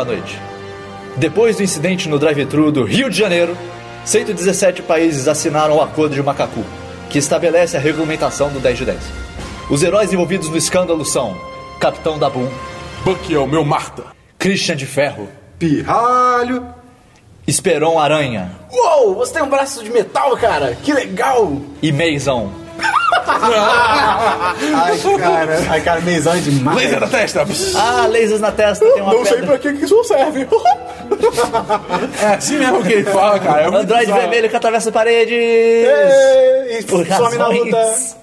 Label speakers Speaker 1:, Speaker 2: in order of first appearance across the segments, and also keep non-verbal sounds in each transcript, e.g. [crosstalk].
Speaker 1: à noite. Depois do incidente no drive-thru do Rio de Janeiro, 117 países assinaram o Acordo de Macacu, que estabelece a regulamentação do 10 de 10. Os heróis envolvidos no escândalo são Capitão Dabum,
Speaker 2: Bucky é o meu Marta.
Speaker 1: Christian de Ferro,
Speaker 3: Pirralho.
Speaker 1: Esperon Aranha
Speaker 4: Uou, você tem um braço de metal, cara. Que legal.
Speaker 1: e Meizão.
Speaker 3: Ai, cara. Ai, cara, meizão é demais.
Speaker 2: Laser na testa.
Speaker 1: Ah, lasers na testa, tem uma
Speaker 2: Não sei
Speaker 1: pedra.
Speaker 2: pra que que isso serve. é
Speaker 1: Ah,
Speaker 2: assim mesmo que ele fala, cara. É muito
Speaker 1: Android
Speaker 2: [laughs] bizarro.
Speaker 1: vermelho que atravessa paredes.
Speaker 3: Ei, e
Speaker 1: Por
Speaker 3: some na
Speaker 1: razões.
Speaker 3: luta.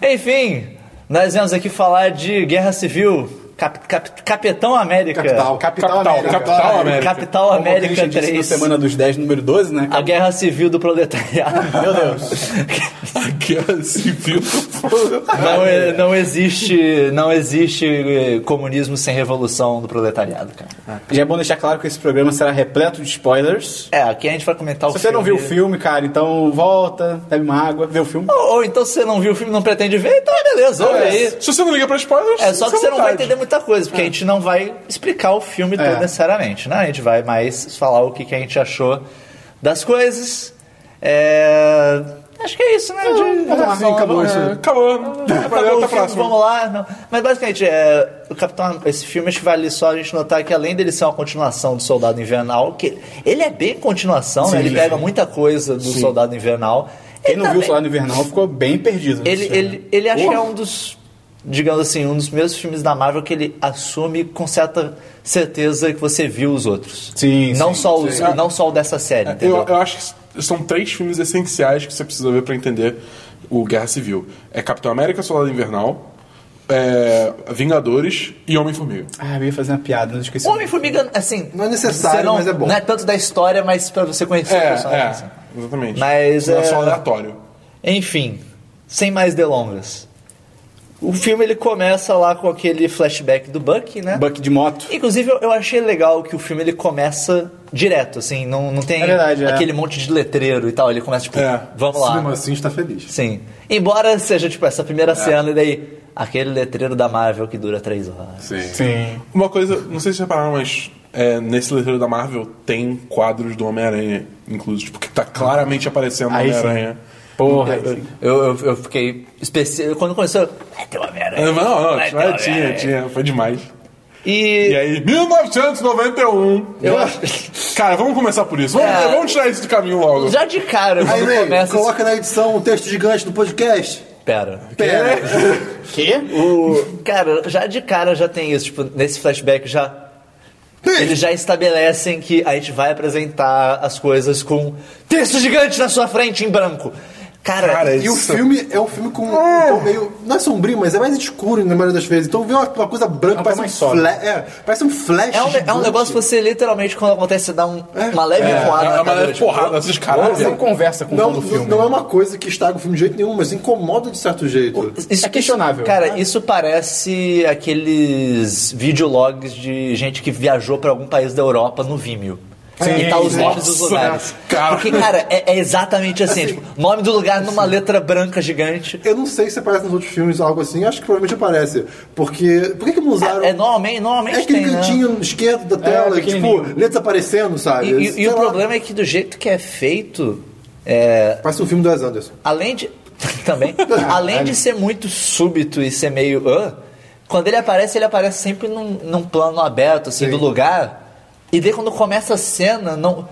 Speaker 1: [laughs] Enfim, nós viemos aqui falar de Guerra Civil, Cap- Cap- Capitão América.
Speaker 3: Capital, capital,
Speaker 2: Capital,
Speaker 3: América.
Speaker 2: Capital
Speaker 3: Claro.
Speaker 2: América.
Speaker 1: Capital
Speaker 3: Como o
Speaker 1: América Ah,
Speaker 3: Christian disse no
Speaker 1: 3.
Speaker 3: Semana dos 10, número 12, né?
Speaker 1: A Guerra Civil do Proletariado.
Speaker 3: Meu Deus.
Speaker 2: A guerra civil.
Speaker 1: Não, é- não existe, não existe eh, comunismo sem revolução do proletariado, cara.
Speaker 3: Já é bom deixar claro que esse programa será repleto de spoilers.
Speaker 1: É, aqui a gente vai comentar o
Speaker 3: Se você não viu o filme, cara, então volta, bebe uma água, vê o filme.
Speaker 1: Ou, ou então se você não viu o filme e não pretende ver, então é beleza, ouve aí.
Speaker 2: Se você não liga pra spoilers,
Speaker 1: É só que
Speaker 2: fica à
Speaker 1: você não vai
Speaker 2: vontade.
Speaker 1: entender muita coisa, porque a gente não vai explicar o filme
Speaker 3: É.
Speaker 1: todo necessariamente, né? A gente vai mais falar o que, que a gente achou das coisas. É... Acho que é isso, né? De-
Speaker 3: Vamos lá, acabou né? isso.
Speaker 2: É, Acabou.
Speaker 1: Acabou
Speaker 2: Valeu,
Speaker 1: o
Speaker 2: até
Speaker 1: Tá filme,
Speaker 2: a próxima.
Speaker 1: vamos lá. Não. Mas basicamente, é, o Capitão, esse filme acho que vale só a gente notar que além dele ser uma continuação do Soldado Invernal, que ele é bem continuação, né? ele pega muita coisa do Soldado Invernal.
Speaker 3: Quem
Speaker 1: Ele
Speaker 3: não viu o
Speaker 1: também-
Speaker 3: Soldado Invernal ficou bem perdido.
Speaker 1: ele,
Speaker 3: Isso, né?
Speaker 1: ele, ele acho
Speaker 3: Porra.
Speaker 1: que é um dos, digamos assim, um dos primeiros filmes da Marvel que ele assume com certa certeza que você viu os outros.
Speaker 3: Sim,
Speaker 1: Não
Speaker 3: sim,
Speaker 1: só
Speaker 3: sim.
Speaker 1: os, não só o dessa série, entendeu?
Speaker 2: Eu, eu acho que são três filmes essenciais que você precisa ver pra entender o Guerra Civil. É Capitão América, Soldado Invernal, é Vingadores e Homem-Formiga.
Speaker 3: Ah, eu ia fazer uma piada, não esqueci.
Speaker 1: O Homem-Formiga, assim...
Speaker 5: Não é necessário,
Speaker 1: você
Speaker 5: mas é bom.
Speaker 1: Não é tanto da história, mas pra você
Speaker 2: É,
Speaker 1: conhecer o personagem. assim.
Speaker 2: é, exatamente.
Speaker 1: Mas,
Speaker 2: Não é só
Speaker 1: é-
Speaker 2: aleatório.
Speaker 1: Enfim, sem mais delongas. O filme ele começa lá com aquele flashback do Buck, né?
Speaker 3: Buck de moto.
Speaker 1: Inclusive, eu- eu achei legal que o filme ele começa direto, assim, não, não tem
Speaker 3: É verdade, é.
Speaker 1: aquele monte de letreiro e tal. Ele começa, tipo,
Speaker 2: É.
Speaker 1: vamos lá.
Speaker 5: Cinema assim está feliz.
Speaker 1: Sim. Embora seja, tipo, essa primeira cena e daí aquele letreiro da Marvel que dura três horas.
Speaker 2: Sim.
Speaker 3: Sim.
Speaker 2: Uma coisa, não sei se vocês repararam, mas é, nesse letreiro da Marvel tem quadros do Homem-Aranha, incluso, porque tá claramente aparecendo o
Speaker 3: Aí sim.
Speaker 2: Homem-Aranha.
Speaker 3: Porra, aí sim.
Speaker 1: Então, Eu, eu, eu fiquei específico. Quando começou, eu, vai ter uma merda.
Speaker 2: É, Não, não,
Speaker 1: vai ter
Speaker 2: tinha,
Speaker 1: uma
Speaker 2: tinha,
Speaker 1: merda.
Speaker 2: tinha, foi demais.
Speaker 1: E,
Speaker 2: E aí, 1991. Cara, vamos começar por isso. Vamos,
Speaker 1: É.
Speaker 2: vamos tirar isso do caminho logo.
Speaker 1: já de cara,
Speaker 5: Aí,
Speaker 1: quando
Speaker 5: Ney,
Speaker 1: começa.
Speaker 5: coloca na edição um texto gigante do podcast.
Speaker 1: Pera.
Speaker 5: Pera.
Speaker 3: Quê?
Speaker 1: Cara, já de cara já tem isso, tipo, nesse flashback já.
Speaker 5: Ei!
Speaker 1: Eles já estabelecem que a gente vai apresentar as coisas com texto gigante na sua frente em branco. Cara,
Speaker 2: Cara,
Speaker 5: E o
Speaker 2: Isso.
Speaker 5: filme é um filme com um tom meio. Não é sombrio, mas é mais escuro na maioria das vezes. Então vê uma, uma coisa branca,
Speaker 3: É um
Speaker 5: parece,
Speaker 3: mais
Speaker 5: um
Speaker 3: sóbrio.
Speaker 5: fla- é, parece um flash.
Speaker 1: é um, é um
Speaker 5: gigante.
Speaker 1: negócio que você literalmente, quando acontece, você dá um- uma leve
Speaker 2: É,
Speaker 1: voada. na
Speaker 2: é uma
Speaker 1: cadeira, tipo,
Speaker 2: porrada, esses
Speaker 3: Você não
Speaker 2: caras.
Speaker 3: conversa
Speaker 1: tá
Speaker 3: com
Speaker 5: Não,
Speaker 3: todo o
Speaker 5: não-
Speaker 3: filme. né?
Speaker 5: não é uma coisa que estraga o filme de jeito nenhum, mas incomoda de certo jeito.
Speaker 1: Isso,
Speaker 3: É questionável.
Speaker 1: Cara, isso parece aqueles videologs de gente que viajou pra algum país da Europa no Vimeo. e tá os
Speaker 3: sim.
Speaker 1: nomes dos
Speaker 2: Nossa,
Speaker 1: lugares.
Speaker 2: cara.
Speaker 1: Porque, cara, é, é exatamente assim. tipo, nome do lugar numa letra branca gigante.
Speaker 5: Eu não sei se aparece nos outros filmes algo assim, acho que provavelmente aparece. Porque. Por que, que não usaram.
Speaker 1: É, normalmente, normalmente
Speaker 5: É aquele
Speaker 1: tem, né? É,
Speaker 5: cantinho esquerdo da tela, que, tipo,
Speaker 3: pequenininho.
Speaker 5: letras aparecendo, sabe?
Speaker 1: E, e- e
Speaker 5: Sei
Speaker 1: o
Speaker 5: lá,
Speaker 1: problema é que do jeito que é feito, é,
Speaker 5: Parece um filme do Wes Anderson.
Speaker 1: além de... [laughs]
Speaker 5: [laughs]
Speaker 1: também. além de ser muito súbito e ser meio... "Hã?", quando ele aparece, ele aparece sempre num, num plano aberto, assim, do lugar. E daí quando começa a cena, não...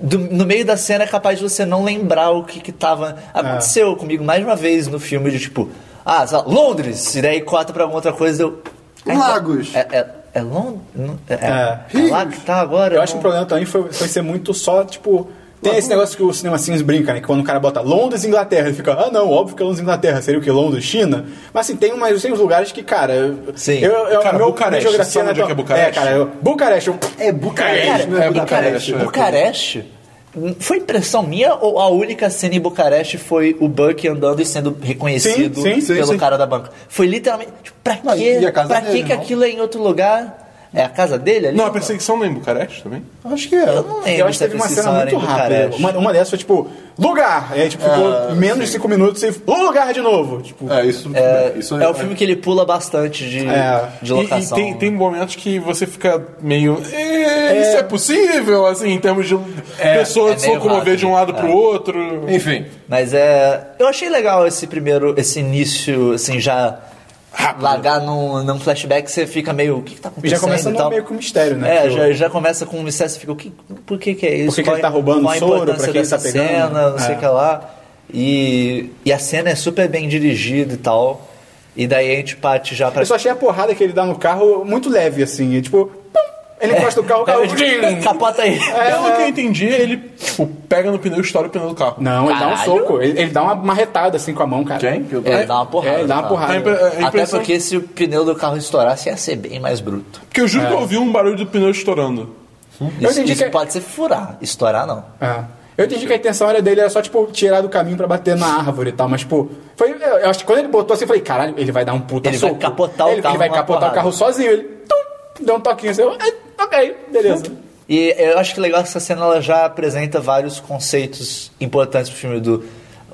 Speaker 1: do- no meio da cena é capaz de você não lembrar o que que tava...
Speaker 5: É.
Speaker 1: Aconteceu comigo mais uma vez no filme de, tipo... Ah, sei lá, Londres! E daí corta pra alguma outra coisa, eu... Ainda-
Speaker 5: Lagos.
Speaker 1: É, é, é Londres? É, é,
Speaker 3: É.
Speaker 1: é lá que tá agora?
Speaker 3: Eu acho que
Speaker 1: não-
Speaker 3: o problema também foi, foi ser muito só, tipo. Tem esse negócio que o cinema Sims brinca, né? Que quando o cara bota Londres, Inglaterra, ele fica, ah, não, óbvio que é Londres, Inglaterra, seria o que? Londres, China? Mas assim, tem, umas, tem uns lugares que, cara. eu-
Speaker 1: Sim.
Speaker 3: Eu, eu,
Speaker 2: Cara,
Speaker 3: meu,
Speaker 2: Bucareste,
Speaker 3: minha geografia
Speaker 2: sabe
Speaker 3: não
Speaker 2: onde é que é
Speaker 3: tão-
Speaker 2: Bucareste?
Speaker 3: cara, eu, Bucareste. eu-
Speaker 5: É Bucareste,
Speaker 1: Cara,
Speaker 5: não é,
Speaker 2: é Bucareste.
Speaker 5: Budapeste.
Speaker 2: É.
Speaker 1: Bucareste? hum, Foi impressão minha ou a única cena em Bucareste foi o Buck andando e sendo reconhecido
Speaker 3: Sim, sim, sim,
Speaker 1: pelo
Speaker 3: sim.
Speaker 1: cara da banca? Foi literalmente. Tipo, pra
Speaker 5: Não, e
Speaker 1: quê?
Speaker 5: a casa
Speaker 1: Pra
Speaker 5: dele,
Speaker 1: quê que
Speaker 5: não?
Speaker 1: aquilo é em outro lugar? É a casa dele ali?
Speaker 2: Não, a perseguição lembra Bucareste também?
Speaker 3: Acho que é.
Speaker 1: Eu não lembro
Speaker 3: Eu acho que
Speaker 1: se a
Speaker 3: teve uma
Speaker 1: Priscila
Speaker 3: cena muito
Speaker 1: era em
Speaker 3: rápida.
Speaker 1: Bucareste.
Speaker 3: Uma, uma dessas foi tipo, lugar! E aí, tipo, ficou menos de cinco minutos e "Ô, lugar de novo. Tipo,
Speaker 2: Ah, É, isso
Speaker 1: É,
Speaker 2: isso
Speaker 1: é o filme que ele pula bastante de,
Speaker 3: É.
Speaker 1: de locação. né?
Speaker 2: E, e tem, tem momentos que você fica meio. "É, Isso é possível, assim, em termos de pessoa
Speaker 1: é
Speaker 2: se
Speaker 1: meio
Speaker 2: locomover de um lado
Speaker 1: rápido,
Speaker 2: pro
Speaker 1: é.
Speaker 2: outro.
Speaker 5: Enfim.
Speaker 1: Mas é. Eu achei legal esse primeiro, esse início, assim, já. Largar num, num flashback, você fica meio. O que, que tá acontecendo?
Speaker 3: já começa
Speaker 1: e
Speaker 3: no
Speaker 1: tal?
Speaker 3: meio com mistério, né?
Speaker 1: É,
Speaker 3: Tipo,
Speaker 1: já, já começa com um mistério, você fica, o que, por que que é isso?
Speaker 3: Por que que
Speaker 1: Qual
Speaker 3: ele tá
Speaker 1: é-
Speaker 3: roubando
Speaker 1: qual é a
Speaker 3: o soro?
Speaker 1: importância
Speaker 3: Pra quem ele tá
Speaker 1: dessa
Speaker 3: pegando?
Speaker 1: Cena, não sei
Speaker 3: É.
Speaker 1: o que lá. E, e a cena é super bem dirigida e tal. E daí a gente parte já pra...
Speaker 3: Eu só achei a porrada que ele dá no carro muito leve, assim. E, tipo, pum, ele encosta o carro, o
Speaker 2: É,
Speaker 3: carro. [laughs]
Speaker 1: Capota aí.
Speaker 2: Pelo
Speaker 1: é.
Speaker 2: que eu entendi, ele tipo, pega no pneu e estoura o pneu do carro.
Speaker 3: Não, ele dá um
Speaker 1: Caralho.
Speaker 3: soco. Ele, ele dá uma marretada assim com a mão, cara.
Speaker 2: Quem?
Speaker 1: É, ele dá uma porrada.
Speaker 3: É, ele dá uma
Speaker 1: cara.
Speaker 3: porrada.
Speaker 2: A impre- a
Speaker 1: Até
Speaker 2: impressão-
Speaker 1: porque se o pneu do carro estourasse, ia ser bem mais bruto.
Speaker 2: Porque eu juro que eu ouvi um barulho do pneu estourando.
Speaker 3: Uhum. Eu
Speaker 1: Isso,
Speaker 3: entendi
Speaker 1: isso
Speaker 3: que-
Speaker 1: pode ser furar, estourar não.
Speaker 3: É. Eu entendi que a intenção era dele era só, tipo, tirar do caminho pra bater na árvore e tal, mas, tipo, foi. Eu acho que quando ele botou assim, eu falei, caralho, ele vai dar um puta
Speaker 1: Ele vai
Speaker 3: soco.
Speaker 1: capotar o
Speaker 3: ele,
Speaker 1: carro
Speaker 3: Ele vai
Speaker 1: numa
Speaker 3: capotar
Speaker 1: porrada.
Speaker 3: o carro sozinho, ele tum, deu um toquinho assim, eu, "Ah, ok, beleza.
Speaker 1: E eu acho que é legal que essa cena ela já apresenta vários conceitos importantes pro filme do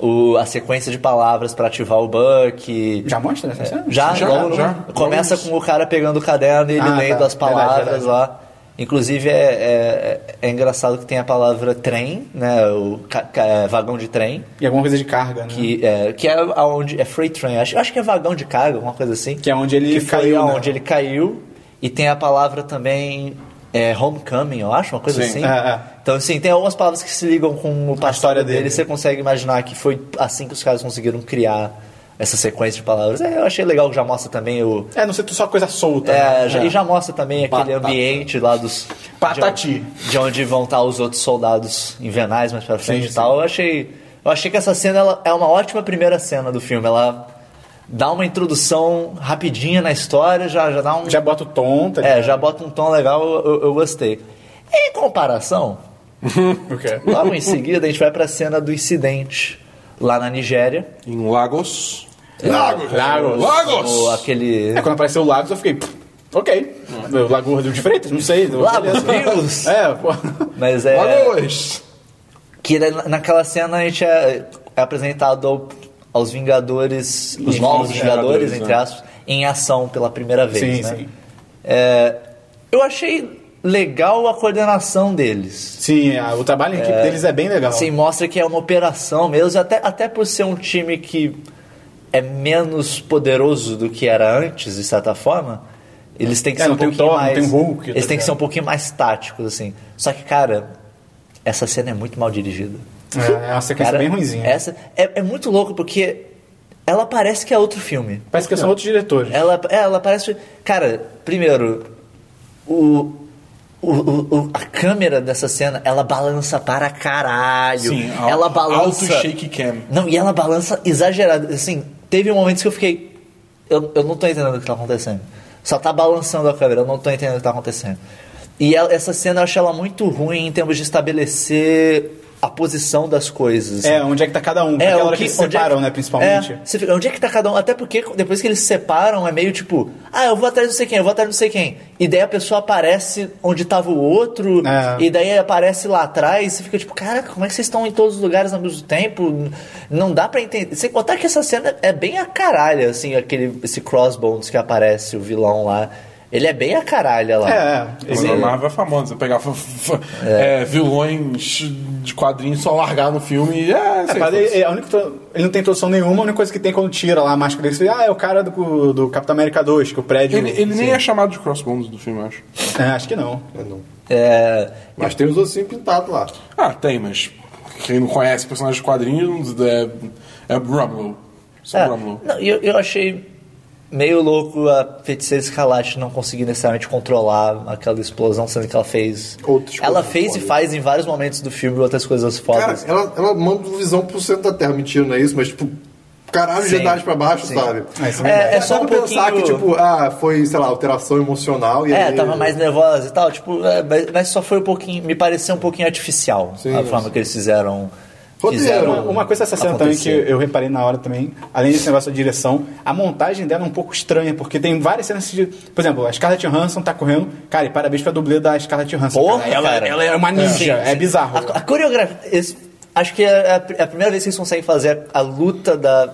Speaker 1: o- a sequência de palavras pra ativar o Buck.
Speaker 3: Já mostra essa cena?
Speaker 1: É, Já,
Speaker 2: Já,
Speaker 1: logo no-
Speaker 2: já.
Speaker 1: começa com o cara pegando o caderno e ele
Speaker 3: Ah,
Speaker 1: lendo
Speaker 3: tá.
Speaker 1: as palavras
Speaker 3: Verdade, verdade.
Speaker 1: lá. Inclusive é, é, é engraçado que tem a palavra trem, né? O ca- ca- é, vagão de trem,
Speaker 3: E alguma coisa de carga, né?
Speaker 1: que é, que é aonde é freight train. Acho, acho que é vagão de carga, alguma coisa assim.
Speaker 3: Que é onde ele
Speaker 1: que foi
Speaker 3: caiu, né?
Speaker 1: aonde ele caiu. E tem a palavra também é, homecoming, eu acho, uma coisa
Speaker 2: Sim.
Speaker 1: assim.
Speaker 3: É, é.
Speaker 1: Então, assim, tem algumas palavras que se ligam com o passado
Speaker 3: história
Speaker 1: dele.
Speaker 3: dele.
Speaker 1: Você consegue imaginar que foi assim que os caras conseguiram criar essa sequência de palavras. É, eu achei legal que já mostra também o.
Speaker 3: É, não sei, só coisa solta.
Speaker 1: é,
Speaker 3: né?
Speaker 1: já- E já mostra também aquele
Speaker 3: Batata.
Speaker 1: ambiente lá dos.
Speaker 3: Patati.
Speaker 1: De onde, de onde vão estar os outros soldados em Venais mais pra frente
Speaker 3: Sim,
Speaker 1: e tal. Eu achei. Eu achei que essa cena ela é uma ótima primeira cena do filme. Ela dá uma introdução rapidinha na história, já, já dá um.
Speaker 3: Já bota o tom, tá
Speaker 1: É, já bota um tom legal, eu- eu- eu gostei. Em comparação,
Speaker 3: O quê?
Speaker 1: Logo em seguida, a gente vai pra cena do incidente lá na Nigéria.
Speaker 2: Em Lagos.
Speaker 3: Lagos! Lagos!
Speaker 1: O, aquele.
Speaker 3: É, quando apareceu o Lagos, eu fiquei, "Pff, ok. O Lago Rodrigo de Freitas, não sei.
Speaker 1: Lagos,
Speaker 3: beleza."
Speaker 1: Rios.
Speaker 3: É, pô.
Speaker 1: Mas é.
Speaker 2: Lagos!
Speaker 1: Que na- naquela cena a gente é, é apresentado ao- aos Vingadores, os novos
Speaker 2: Os novos
Speaker 1: Vingadores,
Speaker 2: Vingadores,
Speaker 1: entre
Speaker 2: né?
Speaker 1: aspas, em ação pela primeira vez.
Speaker 3: Sim,
Speaker 1: né?
Speaker 3: sim.
Speaker 1: É, eu achei legal a coordenação deles.
Speaker 3: Sim, a- o trabalho em equipe deles é bem legal.
Speaker 1: Assim, mostra que é uma operação mesmo, até, até por ser um time que é menos poderoso do que era antes, de certa forma, eles têm que
Speaker 3: É,
Speaker 1: ser
Speaker 3: não
Speaker 1: um
Speaker 3: tem o
Speaker 1: pouquinho
Speaker 3: Thor, não
Speaker 1: mais.
Speaker 3: tem o Hulk,
Speaker 1: eles
Speaker 3: tá
Speaker 1: têm que ser um
Speaker 3: ligado?
Speaker 1: pouquinho mais táticos, assim. Só que, cara, essa cena é muito mal dirigida.
Speaker 3: É, é uma sequência
Speaker 1: Cara,
Speaker 3: bem ruimzinha.
Speaker 1: Essa é, é muito louco porque ela parece que é outro filme.
Speaker 3: Parece que são outros diretores.
Speaker 1: Ela, é, ela parece. Cara, primeiro, o, o, o- o- a câmera dessa cena, ela balança para caralho.
Speaker 2: Sim, al-
Speaker 1: ela balança.
Speaker 2: alto shake cam.
Speaker 1: Não, e ela balança exagerado. Assim, teve momentos que eu fiquei. Eu, eu não tô entendendo o que tá acontecendo. Só tá balançando a câmera, eu não tô entendendo o que tá acontecendo. E ela- essa cena eu acho ela muito ruim em termos de estabelecer a posição das coisas.
Speaker 3: É, onde é que tá cada um. Aquela
Speaker 1: o
Speaker 3: hora que, se
Speaker 1: onde é
Speaker 3: separam,
Speaker 1: que-
Speaker 3: né, principalmente.
Speaker 1: É, você fica, onde é que tá cada um? Até porque depois que eles se separam, é meio tipo, ah, eu vou atrás de não sei quem, eu vou atrás de não sei quem. E daí a pessoa aparece onde tava o outro,
Speaker 3: É.
Speaker 1: e daí aparece lá atrás, e você fica tipo, caraca, como é que vocês estão em todos os lugares ao mesmo tempo? Não dá pra entender. Sem contar que essa cena é bem a caralha, assim, aquele, esse crossbones que aparece, o vilão lá. Ele é bem a caralha lá. Assim,
Speaker 3: É, é.
Speaker 2: Mas
Speaker 3: Ele-
Speaker 2: a Marvel é famosa, você pegava [laughs] f- f- é, vilões de quadrinhos só largar no filme e é,
Speaker 3: É,
Speaker 2: sei,
Speaker 3: mas
Speaker 2: foda-se.
Speaker 3: ele, é, a única tro- ele não tem introdução nenhuma, a única coisa que tem quando tira lá a máscara dele, você, ah, é o cara do, do Capitão América 2, que o prédio.
Speaker 2: ele, ele nem
Speaker 3: Sim.
Speaker 2: é chamado de crossbones do filme, eu acho.
Speaker 3: É, acho que não.
Speaker 1: Ah,
Speaker 5: É, não.
Speaker 1: É,
Speaker 5: Mas tem os ossinhos pintados lá.
Speaker 2: Ah, tem, mas quem não conhece personagens de quadrinhos é, é Rumlow. Só
Speaker 1: É,
Speaker 2: Rumlow.
Speaker 1: não, eu, eu achei meio louco a feiticeira Escalate não conseguir necessariamente controlar aquela explosão, sendo que ela fez.
Speaker 5: Outras
Speaker 1: ela
Speaker 5: coisas
Speaker 1: fez
Speaker 5: fodas.
Speaker 1: e faz em vários momentos do filme outras coisas
Speaker 5: Cara,
Speaker 1: fodas.
Speaker 5: ela, ela manda o visão pro centro da Terra. Mentira, não é isso? Mas, tipo, caralho,
Speaker 1: Sim.
Speaker 5: Jedi pra baixo,
Speaker 1: Sim.
Speaker 5: sabe?
Speaker 3: É, isso é
Speaker 1: verdade.
Speaker 5: Dá
Speaker 1: É só
Speaker 5: pra
Speaker 1: um
Speaker 5: pensar
Speaker 1: pouquinho-
Speaker 5: que, tipo, ah, foi, sei lá, alteração emocional. E
Speaker 1: É,
Speaker 5: aí...
Speaker 1: tava mais nervosa e tal, tipo, é, mas, mas só foi um pouquinho. Me pareceu um pouquinho artificial a forma que eles fizeram fizeram.
Speaker 3: Uma, uma coisa dessa cena também que
Speaker 1: acontecer.
Speaker 3: eu reparei na hora também, além desse negócio da direção, a montagem dela é um pouco estranha, porque tem várias cenas de. Por exemplo, a Scarlett Johansson tá correndo. Cara, e parabéns pra dublê da Scarlett Johansson.
Speaker 1: Porra,
Speaker 3: cara. Ela,
Speaker 1: cara.
Speaker 3: ela é uma ninja,
Speaker 1: Sim, sim.
Speaker 3: é bizarro.
Speaker 1: A, a coreografia. esse- Acho que é a, é a primeira vez que eles conseguem fazer a luta da.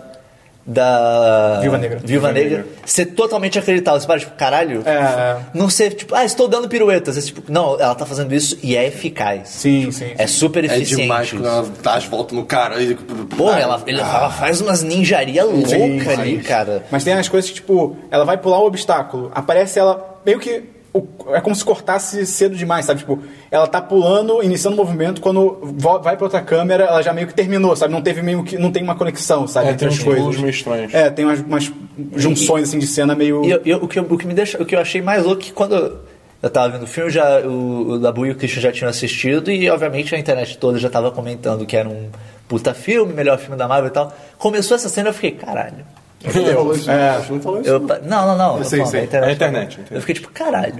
Speaker 1: Da.
Speaker 3: Viúva Negra.
Speaker 1: Viúva Negra, Ser totalmente acreditável. Você para, tipo, caralho.
Speaker 3: É.
Speaker 1: Não ser, tipo, ah, estou dando piruetas. É, tipo, não, ela tá fazendo isso e é eficaz.
Speaker 3: Sim, sim.
Speaker 1: É super
Speaker 6: É
Speaker 1: eficiente.
Speaker 6: demais quando ela dá as voltas no cara. e-
Speaker 1: Porra, ela, ele- ela faz umas ninjaria louca ali, cara.
Speaker 3: Mas tem as coisas que, tipo, ela vai pular um obstáculo, aparece ela meio que. o- É como se cortasse cedo demais, sabe? Tipo, ela tá pulando, iniciando o movimento, quando vo- vai pra outra câmera, ela já meio que terminou, sabe? Não teve meio que. Não tem uma conexão, sabe?
Speaker 2: É,
Speaker 3: entre
Speaker 2: tem
Speaker 3: as
Speaker 2: uns
Speaker 3: coisas.
Speaker 2: pulos meio estranhos.
Speaker 3: É, tem umas, umas junções assim de cena meio.
Speaker 1: E eu- eu- o, que, eu- o que me deixa, o que eu achei mais louco é que quando eu- eu tava vendo o filme, já, o, o Dabu e o Christian já tinham assistido e, obviamente, a internet toda já tava comentando que era um puta filme, melhor filme da Marvel e tal. Começou essa cena, eu fiquei, caralho.
Speaker 5: Não
Speaker 2: [laughs]
Speaker 5: falou isso, não. Acho que não falou isso.
Speaker 1: É. Eu, pa- não, não, não. eu tô
Speaker 5: sei,
Speaker 1: falando,
Speaker 5: sei.
Speaker 1: a internet,
Speaker 2: É a internet, entendeu?
Speaker 1: Eu fiquei tipo, caralho.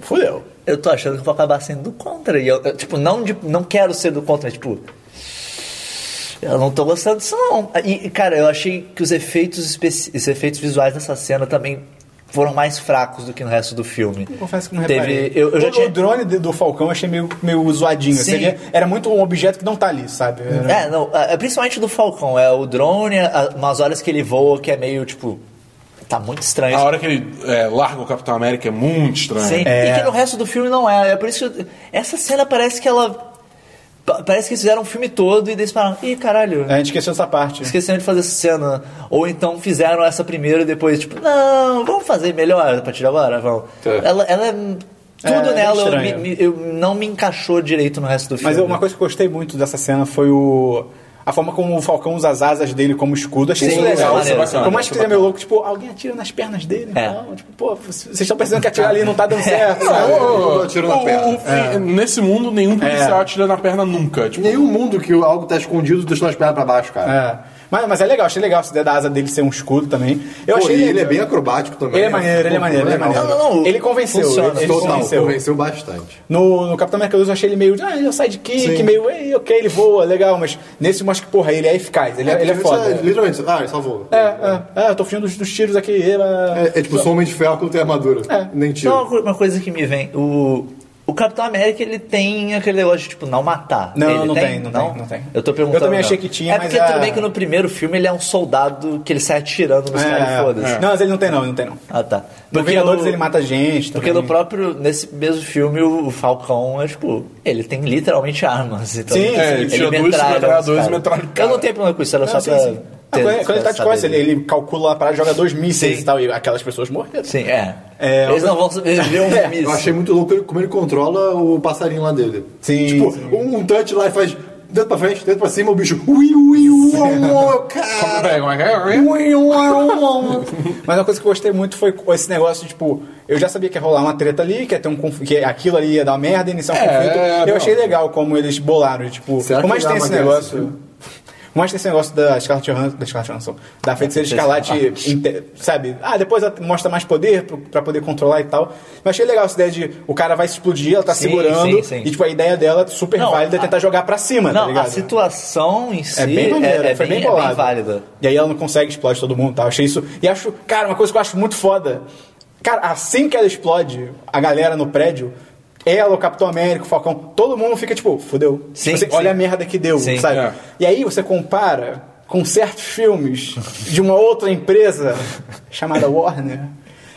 Speaker 5: Fudeu.
Speaker 1: Eu tô achando que eu vou acabar sendo do contra. E eu, eu, tipo, não, de- não quero ser do contra, mas, tipo. Eu não tô gostando disso, não. E, e, cara, eu achei que os efeitos, especi- os efeitos visuais dessa cena também foram mais fracos do que no resto do filme.
Speaker 3: Confesso que não
Speaker 1: Teve-
Speaker 3: reparei.
Speaker 1: eu- eu já
Speaker 3: o,
Speaker 1: tinha-
Speaker 3: o drone de- do Falcão eu achei meio, meio zoadinho.
Speaker 1: Sim.
Speaker 3: assim, ele- era muito um objeto que não tá ali, sabe? Era-
Speaker 1: É, não, é, é principalmente do Falcão. É o drone, a- umas horas que ele voa, que é meio, tipo. Tá muito estranho.
Speaker 2: A hora que ele é, larga o Capitão América é muito estranho.
Speaker 1: Sim, e que no resto do filme não é. É por isso que eu- essa cena parece que ela. pa- Parece que eles fizeram um filme todo e daí eles falaram, ih, caralho.
Speaker 3: A gente esqueceu essa parte.
Speaker 1: Esqueceram de fazer essa cena. Ou então fizeram essa primeiro e depois, tipo, não, vamos fazer melhor a partir de agora, vamos.
Speaker 3: Tá.
Speaker 1: Ela, ela é. Tudo
Speaker 3: É,
Speaker 1: nela eu,
Speaker 3: estranho.
Speaker 1: me- me- eu- não me encaixou direito no resto do filme.
Speaker 3: Mas é uma coisa que eu gostei muito dessa cena foi o. A forma como o Falcão usa as asas dele como escudo. Achei
Speaker 1: Sim,
Speaker 3: isso
Speaker 1: isso é
Speaker 3: legal.
Speaker 1: maneiro, isso é
Speaker 3: Por mais
Speaker 2: maneiro,
Speaker 3: que seja meio louco, tipo, alguém atira nas pernas dele.
Speaker 1: É.
Speaker 3: Então, tipo, pô, vocês estão pensando que atirar ali não tá dando certo. sabe?
Speaker 5: É, Eu atiro na
Speaker 2: O-
Speaker 5: perna. É.
Speaker 2: o- Nesse mundo, nenhum policial atira na perna nunca. Tipo,
Speaker 5: Nenhum mundo que algo tá escondido deixando as pernas pra baixo, cara.
Speaker 3: É. Mas, mas é legal, achei legal essa ideia da asa dele ser um escudo também. Eu
Speaker 5: Pô,
Speaker 3: achei
Speaker 5: e ele é
Speaker 3: legal.
Speaker 5: bem acrobático também.
Speaker 3: Ele é
Speaker 5: né?
Speaker 3: maneiro, ele é
Speaker 5: Pô,
Speaker 3: maneiro, ele é
Speaker 5: legal.
Speaker 3: maneiro.
Speaker 1: Não, não, não.
Speaker 3: Ele convenceu,
Speaker 1: Funciona,
Speaker 3: ele, ele
Speaker 5: Total,
Speaker 3: convenceu.
Speaker 5: convenceu bastante.
Speaker 3: No, no Capitão América 2 eu achei ele meio, ah, ele é o sidekick,
Speaker 5: Sim.
Speaker 3: meio, ei, ok, ele voa, legal, mas nesse mostra que, porra, ele é eficaz, ele é, ele é foda.
Speaker 5: Literalmente, ah, ele salvou.
Speaker 3: É, é, é, eu tô fugindo dos, dos tiros aqui. é, é.
Speaker 5: É, é tipo, sou homem de ferro quando tem armadura. Nem tiro.
Speaker 1: Só uma co- uma coisa que me vem. O, o Capitão América, ele tem aquele negócio de, tipo, não matar.
Speaker 3: Não,
Speaker 1: Ele
Speaker 3: não tem, não tem, não tem.
Speaker 1: Eu tô perguntando.
Speaker 3: Eu também
Speaker 1: não.
Speaker 3: achei que tinha,
Speaker 1: É
Speaker 3: mas
Speaker 1: porque
Speaker 3: a-
Speaker 1: tudo bem que no primeiro filme ele é um soldado que ele sai atirando nos caras e
Speaker 3: É,
Speaker 1: foda-se.
Speaker 3: é. Não, mas ele não tem não, ele não tem não.
Speaker 1: Ah, tá.
Speaker 3: No
Speaker 1: Porque
Speaker 3: Vingadores
Speaker 1: o-
Speaker 3: ele mata gente.
Speaker 1: Porque no
Speaker 3: também.
Speaker 1: próprio, nesse mesmo filme, o o Falcão é tipo, ele tem literalmente armas. Então,
Speaker 3: Sim, sim, ele
Speaker 1: ele
Speaker 2: tira duas,
Speaker 1: metralha
Speaker 2: metralha
Speaker 1: os
Speaker 2: dois,
Speaker 1: cara.
Speaker 2: metralha o
Speaker 1: Eu
Speaker 2: cara.
Speaker 1: não tenho problema com isso, era
Speaker 3: Não,
Speaker 1: só
Speaker 3: sim,
Speaker 1: pra.
Speaker 3: sim. Ah,
Speaker 1: é ter-
Speaker 3: quando, quando ele tá
Speaker 1: pra
Speaker 3: de costas,
Speaker 1: saber.
Speaker 3: ele, ele calcula a parada, joga dois mísseis
Speaker 1: Sim.
Speaker 3: e tal, e aquelas pessoas morreram.
Speaker 1: Sim, é.
Speaker 3: É,
Speaker 1: Eles
Speaker 3: eu-
Speaker 1: não vão sobreviver a um
Speaker 3: [laughs] É, eu
Speaker 1: míssil.
Speaker 5: Eu achei muito louco ele- como ele controla o passarinho lá dele.
Speaker 3: Sim,
Speaker 5: Tipo,
Speaker 3: sim.
Speaker 5: um um touch lá e faz dedo pra frente, dedo pra cima, o bicho. Ui, ui, ui, ui,
Speaker 3: [laughs]
Speaker 5: cara.
Speaker 2: Peraí, como é que é?
Speaker 5: Ui, ui, ui, ui.
Speaker 3: Mas uma coisa que eu gostei muito foi esse negócio, tipo, eu já sabia que ia rolar uma treta ali, que ia ter um conf... que aquilo ali ia dar uma merda, iniciar um
Speaker 2: É,
Speaker 3: conflito.
Speaker 2: é,
Speaker 3: eu
Speaker 2: não.
Speaker 3: achei legal como eles bolaram, tipo,
Speaker 5: Será
Speaker 3: como
Speaker 5: que
Speaker 3: mais tem
Speaker 5: dá
Speaker 3: esse
Speaker 5: uma graça esse
Speaker 3: negócio. [laughs] Como mais tem esse negócio da Scarlett Johansson, da Scarlett Johansson, da feiticeira Escarlate, inte- sabe? Ah, depois ela mostra mais poder pro- pra poder controlar e tal. Mas achei legal essa ideia de o cara vai se explodir, ela tá
Speaker 1: Sim,
Speaker 3: segurando,
Speaker 1: sim, sim.
Speaker 3: e tipo, a ideia dela é super
Speaker 1: Não,
Speaker 3: válida é
Speaker 1: a-
Speaker 3: tentar jogar pra cima, tá
Speaker 1: Não,
Speaker 3: ligado?
Speaker 1: a situação em si
Speaker 3: É bem maneiro,
Speaker 1: é,
Speaker 3: foi
Speaker 1: bem, é
Speaker 3: bem,
Speaker 1: bem
Speaker 3: bolado.
Speaker 1: válida.
Speaker 3: E aí ela não consegue explodir todo mundo, tá? Eu achei isso. E acho, cara, uma coisa que eu acho muito foda. Cara, assim que ela explode, a galera no prédio, ela, o Capitão América, o Falcão, todo mundo fica tipo, fudeu.
Speaker 1: Sim,
Speaker 3: Você
Speaker 1: sim.
Speaker 3: Olha a merda que deu,
Speaker 1: Sim.
Speaker 3: sabe?
Speaker 2: É.
Speaker 3: E aí você compara com certos filmes de uma outra empresa [laughs] chamada Warner.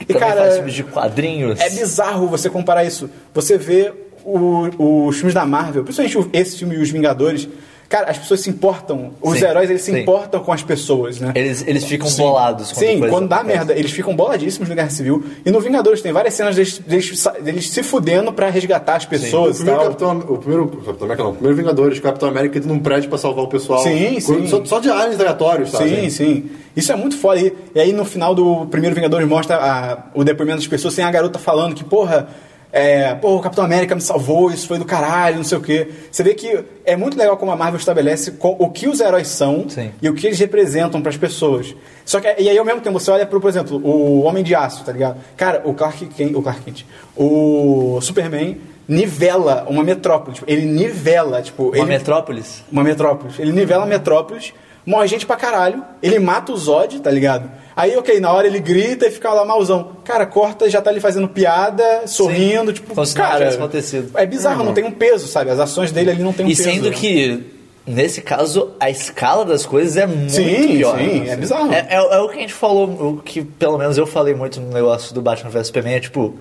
Speaker 3: E
Speaker 1: Também
Speaker 3: cara,
Speaker 1: faz filmes de quadrinhos.
Speaker 3: é bizarro você comparar isso. Você vê o- os filmes da Marvel, principalmente o- esse filme e Os Vingadores. Cara, as pessoas se importam, os
Speaker 1: Sim,
Speaker 3: heróis eles se
Speaker 1: sim.
Speaker 3: importam com as pessoas, né?
Speaker 1: Eles, eles ficam bolados. Quando
Speaker 3: Sim,
Speaker 1: coisa É.
Speaker 3: quando dá
Speaker 1: acontece.
Speaker 3: merda, eles ficam boladíssimos no Guerra Civil. E no Vingadores tem várias cenas deles, deles, sa- deles se fudendo pra resgatar as
Speaker 5: O
Speaker 3: pessoas e
Speaker 5: primeiro
Speaker 3: tal.
Speaker 5: Capitão, o primeiro Capitão América não, o primeiro Vingadores, Capitão América entra num prédio pra salvar o pessoal.
Speaker 3: Sim,
Speaker 5: Quando-
Speaker 3: sim.
Speaker 5: Só, só de aliens aleatórios, sabe?
Speaker 3: Sim, sim. Isso é muito foda. E, e aí no final do primeiro Vingadores mostra a- o depoimento das pessoas sem a garota falando que, porra, é, porra, o Capitão América me salvou, isso foi do caralho, não sei o quê. Você vê que é muito legal como a Marvel estabelece co- o que os heróis são
Speaker 1: Sim.
Speaker 3: e o que eles representam pras pessoas. Só que, e aí ao mesmo tempo você olha pro, por exemplo, o Homem de Aço, tá ligado? Cara, o Clark Kent, o Clark Kent, o Superman nivela uma metrópole. Tipo, ele nivela, tipo.
Speaker 1: Uma
Speaker 3: ele-
Speaker 1: metrópolis?
Speaker 3: Uma metrópolis. Ele nivela metrópolis, morre gente pra caralho, ele mata o Zod, tá ligado? Aí, ok, na hora ele grita e fica lá malzão. Cara, corta, já tá ali fazendo piada, sorrindo, tipo,
Speaker 1: Como se nada
Speaker 3: cara.
Speaker 1: tivesse acontecido. Uhum.
Speaker 3: É bizarro, não tem um peso, sabe? As ações dele ali não tem um
Speaker 1: E
Speaker 3: peso.
Speaker 1: sendo que, nesse caso, a escala das coisas é muito
Speaker 3: Sim,
Speaker 1: pior.
Speaker 3: sim, é bizarro.
Speaker 1: É, é- é o que a gente falou, o que pelo menos eu falei muito no negócio do Batman vs Superman, é tipo.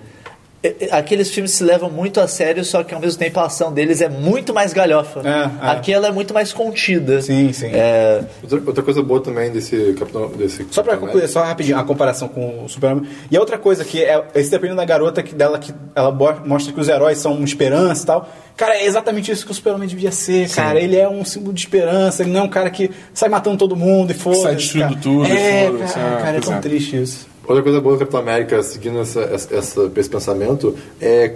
Speaker 1: é- é- Aqueles filmes se levam muito a sério, só que ao mesmo tempo a ação deles é muito mais galhofa.
Speaker 3: É, é.
Speaker 1: Aqui ela é muito mais contida.
Speaker 3: Sim, sim.
Speaker 1: É,
Speaker 5: Outra, outra coisa boa também desse Capitão. Desse
Speaker 3: Só pra
Speaker 2: Tá
Speaker 5: Capitão
Speaker 3: concluir,
Speaker 5: América-
Speaker 3: só rapidinho, a comparação com o Superman. E a outra coisa que é, esse dependendo da garota que dela que ela bo- mostra que os heróis são uma esperança e tal. Cara, é exatamente isso que o Superman devia ser, cara. Ele é um símbolo de esperança, ele não é um cara que sai matando todo mundo e foda-se.
Speaker 2: sai destruindo
Speaker 3: cara.
Speaker 2: tudo e
Speaker 3: é,
Speaker 2: foda-se,
Speaker 3: Cara,
Speaker 2: é,
Speaker 3: cara, é
Speaker 2: pois é.
Speaker 3: tão triste isso.
Speaker 5: Outra coisa boa do Capitão América, seguindo essa, essa, essa- esse pensamento, é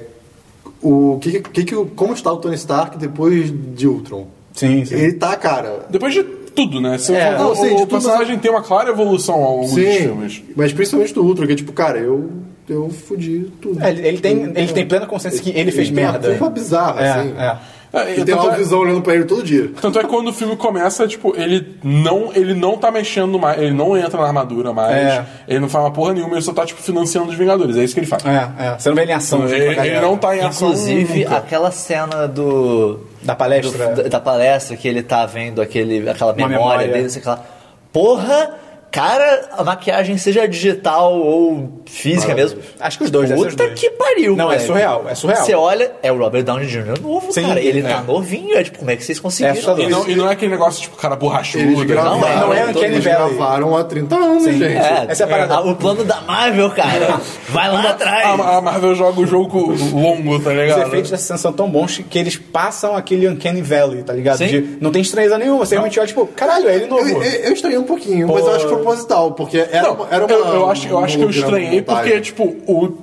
Speaker 5: o que, que, que o- como está o Tony Stark depois de Ultron.
Speaker 3: Sim, sim.
Speaker 5: Ele tá, cara.
Speaker 2: Depois de tudo, né? Se eu
Speaker 3: É,
Speaker 2: falar,
Speaker 5: não, sim,
Speaker 2: o,
Speaker 5: de
Speaker 2: o
Speaker 5: tudo, mas-
Speaker 2: personagem tem uma clara evolução ao longo dos filmes.
Speaker 5: Sim, mas principalmente do Ultron, que é tipo, cara, eu, eu fudi tudo.
Speaker 3: É, ele, ele tem, ele tem plena consciência que ele fez
Speaker 5: tem uma
Speaker 3: merda.
Speaker 5: culpa bizarra,
Speaker 3: É,
Speaker 5: assim.
Speaker 3: é.
Speaker 2: É,
Speaker 5: E tem
Speaker 2: tanto
Speaker 5: uma
Speaker 2: é-
Speaker 5: visão olhando pra ele todo dia.
Speaker 2: Tanto é que quando o filme começa, tipo, ele não, ele não tá mexendo mais, ele não entra na armadura mais,
Speaker 3: É.
Speaker 2: ele não faz uma porra nenhuma, ele só tá, tipo, financiando os Vingadores, é isso que ele faz.
Speaker 3: É, é. Você não vê ele em ação.
Speaker 2: Ele,
Speaker 3: junto com a
Speaker 2: ele
Speaker 3: galera.
Speaker 2: não tá em ação
Speaker 1: inclusive,
Speaker 2: nunca.
Speaker 1: aquela cena do.
Speaker 3: Da palestra. é.
Speaker 1: do- da, da palestra que ele tá vendo aquele, aquela
Speaker 3: Uma
Speaker 1: memória,
Speaker 3: memória.
Speaker 1: dele, sei lá. Porra, cara, a maquiagem seja digital ou física
Speaker 5: Maravilha.
Speaker 1: mesmo.
Speaker 3: Acho que os dois, deve ser os
Speaker 1: Puta
Speaker 3: dois.
Speaker 1: que pariu,
Speaker 3: Não, é
Speaker 1: moleque.
Speaker 3: surreal, é surreal.
Speaker 1: Você olha, é o Robert Downey Jr. novo,
Speaker 3: Sim,
Speaker 1: cara. Ele
Speaker 2: é.
Speaker 1: tá novinho, é tipo, como é que vocês
Speaker 3: É
Speaker 1: conseguiram?
Speaker 3: assustador.
Speaker 2: E não, e não é aquele negócio, tipo, cara
Speaker 5: Eles
Speaker 2: borrachudo.
Speaker 5: gravaram,
Speaker 1: não é- não é
Speaker 3: Uncanny
Speaker 5: eles
Speaker 3: Valley.
Speaker 5: gravaram há 30 anos, gente.
Speaker 1: É,
Speaker 3: Essa é a parada. ah,
Speaker 1: ah, o plano da Marvel, cara. Vai lá atrás.
Speaker 2: A, a Marvel joga o jogo longo, tá
Speaker 3: Os
Speaker 2: ligado?
Speaker 3: efeitos dessa sensação tão bons que eles passam aquele Uncanny Valley, tá ligado?
Speaker 1: Sim.
Speaker 3: De- não tem estranheza nenhuma, você realmente olha, tipo, caralho, é ele novo.
Speaker 5: Eu, eu, eu estranhei um pouquinho, mas eu acho proposital, porque era,
Speaker 2: Não,
Speaker 5: uma- era uma.
Speaker 2: eu, eu acho, eu acho que eu
Speaker 5: uma grande
Speaker 2: estranhei porque,
Speaker 5: montagem.
Speaker 2: tipo, o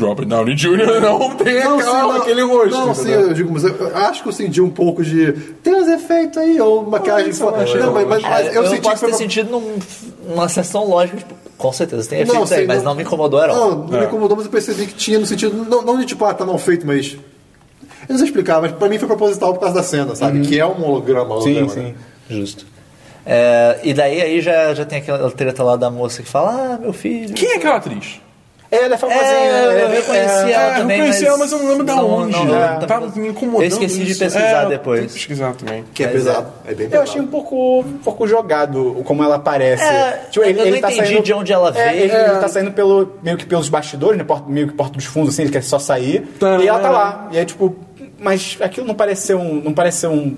Speaker 2: Robert Downey Jr. [laughs] não tem
Speaker 5: Não,
Speaker 2: aquela-
Speaker 5: sim, não,
Speaker 2: aquele rosto.
Speaker 5: Não, sim,
Speaker 2: entendeu?
Speaker 5: eu digo, mas eu, eu acho que eu senti um pouco de. Tem uns efeitos aí, ou maquiagem.
Speaker 2: isso eu não achei,
Speaker 5: não, mas, mas-
Speaker 1: É,
Speaker 5: mas
Speaker 1: eu,
Speaker 5: eu, senti que
Speaker 1: posso
Speaker 5: foi
Speaker 1: ter
Speaker 5: uma-
Speaker 1: sentido num- numa sessão lógica, tipo, com certeza tem efeitos
Speaker 5: Não, sim,
Speaker 1: aí, mas não me incomodou era
Speaker 5: Não, não me incomodou, mas eu percebi que tinha no sentido. Não, não de tipo, ah, tá mal feito, mas. Eu não sei explicar, mas pra mim foi proposital por causa da cena, sabe? Que é um holograma.
Speaker 3: Sim,
Speaker 5: holograma
Speaker 3: sim.
Speaker 1: Justo. É, e daí aí já, já tem aquela treta lá da moça que fala, ah, meu filho.
Speaker 2: Quem é aquela atriz?
Speaker 3: É, ele é famosinho,
Speaker 1: É,
Speaker 3: né?
Speaker 1: eu
Speaker 3: Ele é-
Speaker 1: reconheci ela
Speaker 3: é,
Speaker 2: é, eu
Speaker 1: também.
Speaker 2: conheci ela, mas eu não lembro da
Speaker 1: não-
Speaker 2: onde.
Speaker 1: não lembro
Speaker 2: Tá
Speaker 1: também.
Speaker 2: me incomodando.
Speaker 1: Eu esqueci de
Speaker 2: isso.
Speaker 1: pesquisar
Speaker 2: É, Tem que
Speaker 1: depois.
Speaker 2: pesquisar também.
Speaker 5: Que é
Speaker 1: Mas
Speaker 5: pesado. É, bem pesado.
Speaker 3: Eu achei um pouco, um pouco jogado o- como ela aparece. Tipo,
Speaker 1: É, eu não entendi de onde ela
Speaker 3: tá É,
Speaker 1: veio.
Speaker 3: Ele, ele tá saindo pelo, meio que pelos bastidores, né? Porta- meio que porta dos fundos, assim, ele quer só sair.
Speaker 2: Tá,
Speaker 3: e ela tá
Speaker 2: né?
Speaker 3: lá. E é tipo, mas aquilo não pareceu um. Não pareceu um.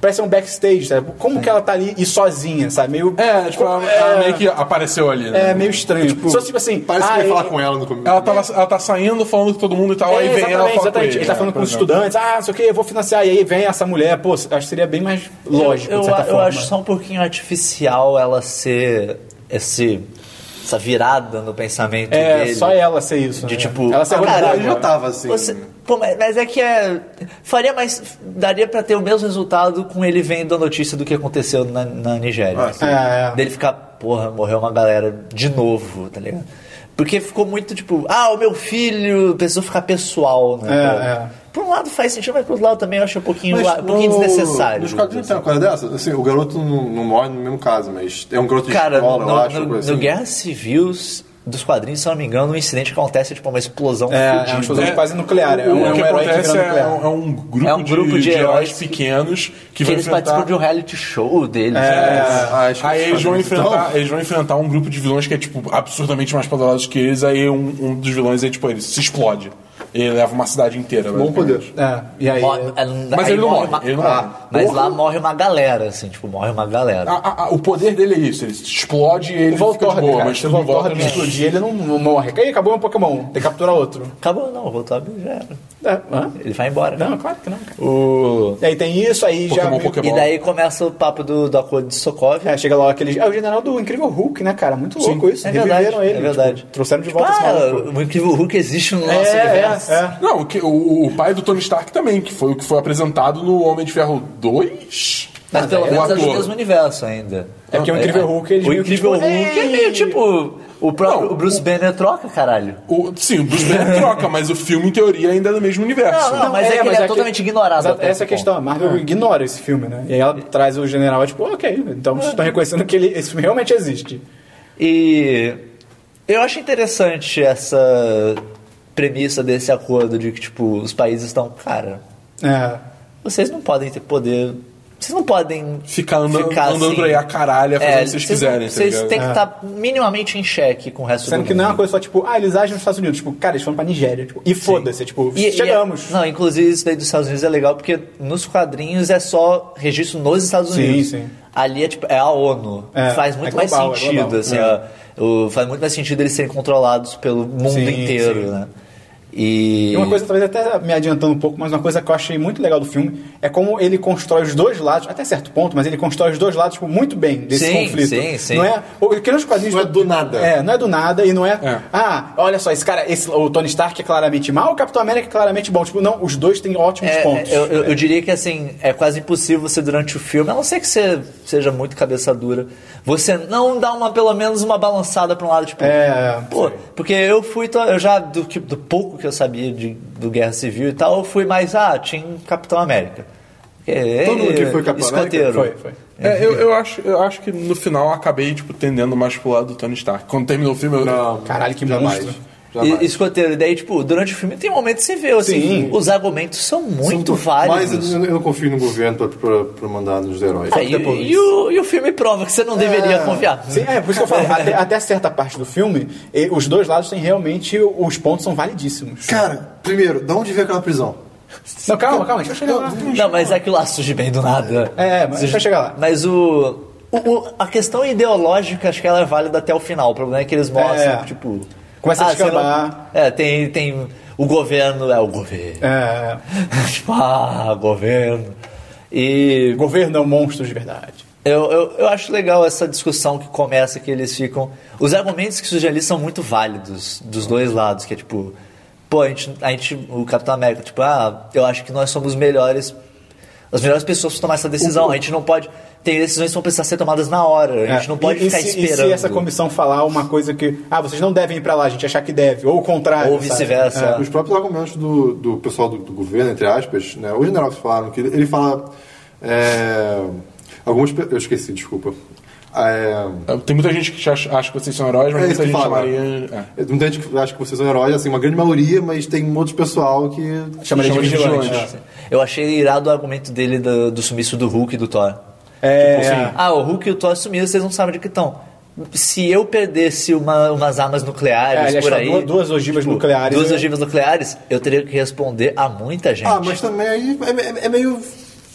Speaker 3: Parece um backstage, sabe? Como que ela tá ali e sozinha, sabe? Meio.
Speaker 2: É, tipo, ela, ela meio que apareceu ali. Né?
Speaker 3: É meio estranho. Tipo, Só tipo assim.
Speaker 5: Parece
Speaker 3: ah,
Speaker 5: que eu ia
Speaker 3: ele-
Speaker 5: falar com ela no começo.
Speaker 2: Ela, tava, ela tá saindo, falando com todo mundo e tal,
Speaker 3: É,
Speaker 2: aí vem ela fala
Speaker 3: exatamente,
Speaker 2: com
Speaker 3: exatamente.
Speaker 2: ele.
Speaker 3: Ele tá
Speaker 2: é,
Speaker 3: falando
Speaker 2: por
Speaker 3: com os
Speaker 2: exemplo.
Speaker 3: estudantes, ah, não sei o que, eu vou financiar. E aí vem essa mulher, pô, acho que seria bem mais lógico,
Speaker 1: eu,
Speaker 3: de certa
Speaker 1: eu
Speaker 3: forma.
Speaker 1: acho só um pouquinho artificial ela ser esse, essa virada no pensamento
Speaker 3: É,
Speaker 1: dele.
Speaker 3: só ela ser isso.
Speaker 1: De
Speaker 3: né?
Speaker 1: tipo,
Speaker 3: Ela ser
Speaker 1: ah,
Speaker 3: orgulhosa.
Speaker 1: caralho,
Speaker 5: já tava assim.
Speaker 1: você- pô, mas mas é que é. Faria mais. Daria pra ter o mesmo resultado com ele vendo a notícia do que aconteceu na, na Nigéria.
Speaker 5: Ah, sim.
Speaker 3: É, é.
Speaker 1: Dele ficar, porra, morreu uma galera de novo, tá ligado? Porque ficou muito tipo, ah, o meu filho precisou ficar pessoal, né?
Speaker 3: É,
Speaker 1: pô?
Speaker 3: é.
Speaker 1: Por um lado faz sentido, mas por outro lado também eu acho um pouquinho,
Speaker 5: Mas
Speaker 1: um pouquinho
Speaker 5: no-
Speaker 1: desnecessário.
Speaker 5: Nos quadrinhos tem uma coisa dessa? Assim, o garoto não, não morre no mesmo caso, mas é um garoto de
Speaker 1: Cara,
Speaker 5: escola, eu
Speaker 1: no,
Speaker 5: acho.
Speaker 1: no-
Speaker 5: uma coisa
Speaker 1: no
Speaker 5: assim.
Speaker 1: Guerra Civil s- dos quadrinhos, se eu não me engano, um incidente que acontece, tipo, uma explosão
Speaker 3: É, é uma
Speaker 1: fudida.
Speaker 3: explosão quase nuclear. É
Speaker 2: o
Speaker 3: um, é
Speaker 2: que
Speaker 3: um herói que
Speaker 2: acontece
Speaker 3: vira
Speaker 2: é,
Speaker 3: nuclear.
Speaker 2: um, é um grupo,
Speaker 1: É um grupo
Speaker 2: de,
Speaker 1: de
Speaker 2: heróis
Speaker 1: heróis
Speaker 2: pequenos que,
Speaker 1: Que,
Speaker 2: vão
Speaker 1: eles
Speaker 2: enfrentar...
Speaker 1: participam de um reality show né? dele.
Speaker 3: É,
Speaker 5: Ah, acho que
Speaker 2: Aí eles vão,
Speaker 5: fazem isso.
Speaker 2: enfrentar, eles vão enfrentar um grupo de vilões que é, tipo, absurdamente mais poderoso que eles. Aí um, um dos vilões é, tipo, ele se explode. Ele leva uma cidade inteira.
Speaker 5: Bom poder.
Speaker 3: É, e aí...
Speaker 1: Morre-
Speaker 2: Mas
Speaker 1: aí
Speaker 2: ele não morre,
Speaker 1: uma-
Speaker 2: ele não
Speaker 1: Ah,
Speaker 2: morre.
Speaker 1: Mas lá morre uma galera, assim, tipo, morre uma galera.
Speaker 2: A- a- a- o poder dele é isso. Ele se explode e ele
Speaker 3: O Voltorb,
Speaker 2: fica de boa,
Speaker 3: cara,
Speaker 2: mas
Speaker 3: se o
Speaker 2: tudo em volta...
Speaker 3: Voltorb
Speaker 2: ele-
Speaker 3: explodir, ele não, não morre. Aí acabou um Pokémon, tem que capturar outro.
Speaker 1: Acabou, não, o Voltob já era.
Speaker 3: É, hã?
Speaker 1: Ele vai embora.
Speaker 3: Não, claro que não, cara.
Speaker 1: O-
Speaker 3: E aí tem isso, aí já...
Speaker 2: Pokémon,
Speaker 3: meio-
Speaker 2: Pokémon.
Speaker 1: E daí começa o papo do, do acordo de Sokovia.
Speaker 3: tá É, chega lá aquele... É o general do Incrível Hulk, né, cara? Muito louco isso.
Speaker 1: É
Speaker 3: Reviveram
Speaker 1: verdade,
Speaker 3: ele.
Speaker 1: é verdade.
Speaker 3: tipo, trouxeram de
Speaker 1: Tipo,
Speaker 3: volta esse
Speaker 1: ah,
Speaker 3: maluco.
Speaker 1: o incrível Hulk existe no nosso
Speaker 3: É,
Speaker 1: universo.
Speaker 3: é, é.
Speaker 2: Não, o, que- o- o pai do Tony Stark também, que foi o que foi apresentado no Homem de Ferro 2?
Speaker 1: Mas pelo
Speaker 2: o
Speaker 1: menos é do
Speaker 2: ator.
Speaker 1: mesmo universo ainda.
Speaker 3: um É porque o Incrível Hulk, eles
Speaker 1: O
Speaker 3: meio que,
Speaker 1: Incrível
Speaker 3: tipo,
Speaker 1: Hulk é meio tipo. O próprio
Speaker 2: Não,
Speaker 1: o Bruce Banner troca, caralho.
Speaker 2: O- sim, o Bruce Banner é troca, mas o filme, em teoria, ainda é do mesmo universo.
Speaker 1: Não, mas é que ele é totalmente ignorado
Speaker 3: Exato,
Speaker 1: até esse
Speaker 3: Essa é a questão. A Marvel ignora esse filme, né? E aí ela traz o general, é tipo, ok, então vocês
Speaker 1: É.
Speaker 3: estão reconhecendo que ele- esse filme realmente existe.
Speaker 1: E eu acho interessante essa premissa desse acordo de que, tipo, os países estão, cara,
Speaker 3: É.
Speaker 1: vocês não podem ter poder. Vocês não podem
Speaker 2: Ficar andando- andando
Speaker 1: assim.
Speaker 2: por aí a caralha, fazendo o que vocês quiserem, tá
Speaker 1: Vocês
Speaker 2: ligado?
Speaker 1: têm que
Speaker 3: É.
Speaker 1: estar minimamente em xeque com o resto
Speaker 3: Sendo
Speaker 1: do
Speaker 3: que
Speaker 1: mundo.
Speaker 3: não é uma coisa só tipo, ah, eles agem nos Estados Unidos. Tipo, cara, eles foram pra Nigéria. Tipo, e foda-se, tipo,
Speaker 1: E- é e-
Speaker 3: chegamos.
Speaker 1: não, inclusive isso daí dos Estados Unidos é legal porque nos quadrinhos é só registro nos Estados
Speaker 3: Sim,
Speaker 1: Unidos.
Speaker 3: sim.
Speaker 1: Ali é tipo é a ONU.
Speaker 3: É,
Speaker 1: faz muito
Speaker 3: é global,
Speaker 1: mais
Speaker 3: é global.
Speaker 1: sentido, assim, ó, o- faz muito mais sentido eles serem controlados pelo mundo
Speaker 3: Sim,
Speaker 1: inteiro,
Speaker 3: sim.
Speaker 1: né? E
Speaker 3: E uma coisa, talvez até me adiantando um pouco, mas uma coisa que eu achei muito legal do filme é como ele constrói os dois lados, até certo ponto, mas ele constrói os dois lados tipo, muito bem desse
Speaker 1: Sim,
Speaker 3: conflito.
Speaker 1: sim, sim.
Speaker 3: Não é, o que nos quadrinhos
Speaker 5: Não é do nada.
Speaker 3: É, não é do nada e não é,
Speaker 2: É.
Speaker 3: ah, olha só, esse cara, esse, o Tony Stark é claramente mal, o Capitão América é claramente bom. Tipo, não, os dois têm ótimos
Speaker 1: é,
Speaker 3: pontos.
Speaker 1: eu, eu- eu diria que assim, é quase impossível você durante o filme, a não ser que você seja muito cabeça dura, você não dá uma, pelo menos uma balançada pra um lado, tipo,
Speaker 3: É,
Speaker 1: pô, porque eu fui, to- eu já, do, que- do pouco que eu sabia de, do Guerra Civil e tal, eu fui mais, ah, tinha um Capitão América. Porque é
Speaker 5: Todo mundo que foi Capitão América
Speaker 1: escoteiro.
Speaker 3: foi, foi.
Speaker 2: É, eu, eu acho, eu acho que no final eu acabei, tipo, tendendo mais pro lado do Tony Stark. Quando terminou o filme, eu.
Speaker 5: Não,
Speaker 3: Caralho, que
Speaker 5: jamais.
Speaker 3: monstro.
Speaker 5: Jamais.
Speaker 1: E, escoteiro, e daí, tipo, durante o filme tem momentos que você vê, assim,
Speaker 3: Sim.
Speaker 1: os argumentos são muito
Speaker 5: São-
Speaker 1: válidos.
Speaker 5: Mas eu, eu não confio no governo pra, pra, pra mandar nos heróis.
Speaker 1: É, e, e o, e o filme prova que você
Speaker 5: É.
Speaker 1: não deveria confiar.
Speaker 3: Sim, é, por isso que eu falo, até, até certa parte do filme, e- os dois lados têm realmente, os pontos são validíssimos.
Speaker 5: Cara, primeiro, da onde veio aquela prisão?
Speaker 3: Não, calma, calma, a gente vai chegar lá.
Speaker 1: Não, mas aquilo lá surge bem do nada.
Speaker 3: É, mas
Speaker 1: Surge-
Speaker 3: vai chegar lá.
Speaker 1: Mas o, o- o- A questão ideológica, acho que ela é válida até o final. O problema é que eles mostram,
Speaker 3: É.
Speaker 1: tipo.
Speaker 3: Começa a
Speaker 1: você
Speaker 3: descambar.
Speaker 1: não- É, tem, tem. O governo. É, o governo.
Speaker 3: É,
Speaker 1: [laughs] tipo, ah, governo. E.
Speaker 3: governo é um monstro de verdade.
Speaker 1: Eu, eu, eu acho legal essa discussão que começa, que eles ficam. Os argumentos que surgem ali são muito válidos, dos dois lados, que é tipo. Pô, a gente, a gente. O Capitão América, tipo, ah, eu acho que nós somos melhores. As melhores pessoas para tomar essa decisão. A gente não pode. Tem decisões que vão precisar ser tomadas na hora. A gente
Speaker 3: É,
Speaker 1: não pode
Speaker 3: e- e
Speaker 1: ficar
Speaker 3: se-
Speaker 1: esperando.
Speaker 3: E se essa comissão falar uma coisa que, ah, vocês não devem ir pra lá, a gente achar que deve, ou o contrário.
Speaker 1: Ou
Speaker 3: sabe?
Speaker 1: vice-versa.
Speaker 5: É, Os próprios argumentos do, do pessoal do, do governo, entre aspas, né? O general que falaram que ele, ele fala. É, algumas. pe- Eu esqueci, desculpa. É,
Speaker 2: Tem muita gente que te acha, acha que vocês são heróis, mas
Speaker 5: É isso
Speaker 2: muita
Speaker 5: que
Speaker 2: gente
Speaker 5: fala.
Speaker 2: chamaria. é.
Speaker 5: É, Muita gente acha que vocês são heróis, assim, uma grande maioria, mas tem um outro pessoal que.
Speaker 3: Chama ele de
Speaker 2: Chama de
Speaker 3: vigilante.
Speaker 2: vigilante.
Speaker 1: Eu achei irado o argumento dele do, do sumiço do Hulk e do Thor.
Speaker 3: É,
Speaker 1: Tipo
Speaker 3: é.
Speaker 1: assim, ah, o Hulk e o Thor sumiram, vocês não sabem de que estão. Se eu perdesse uma- umas armas
Speaker 3: É,
Speaker 1: nucleares
Speaker 3: ele
Speaker 1: por
Speaker 3: achou
Speaker 1: aí. tipo,
Speaker 3: duas- duas ogivas nucleares,
Speaker 1: Duas
Speaker 3: né?
Speaker 1: ogivas nucleares, eu teria que responder a muita gente.
Speaker 5: Ah, mas também aí é, é- é meio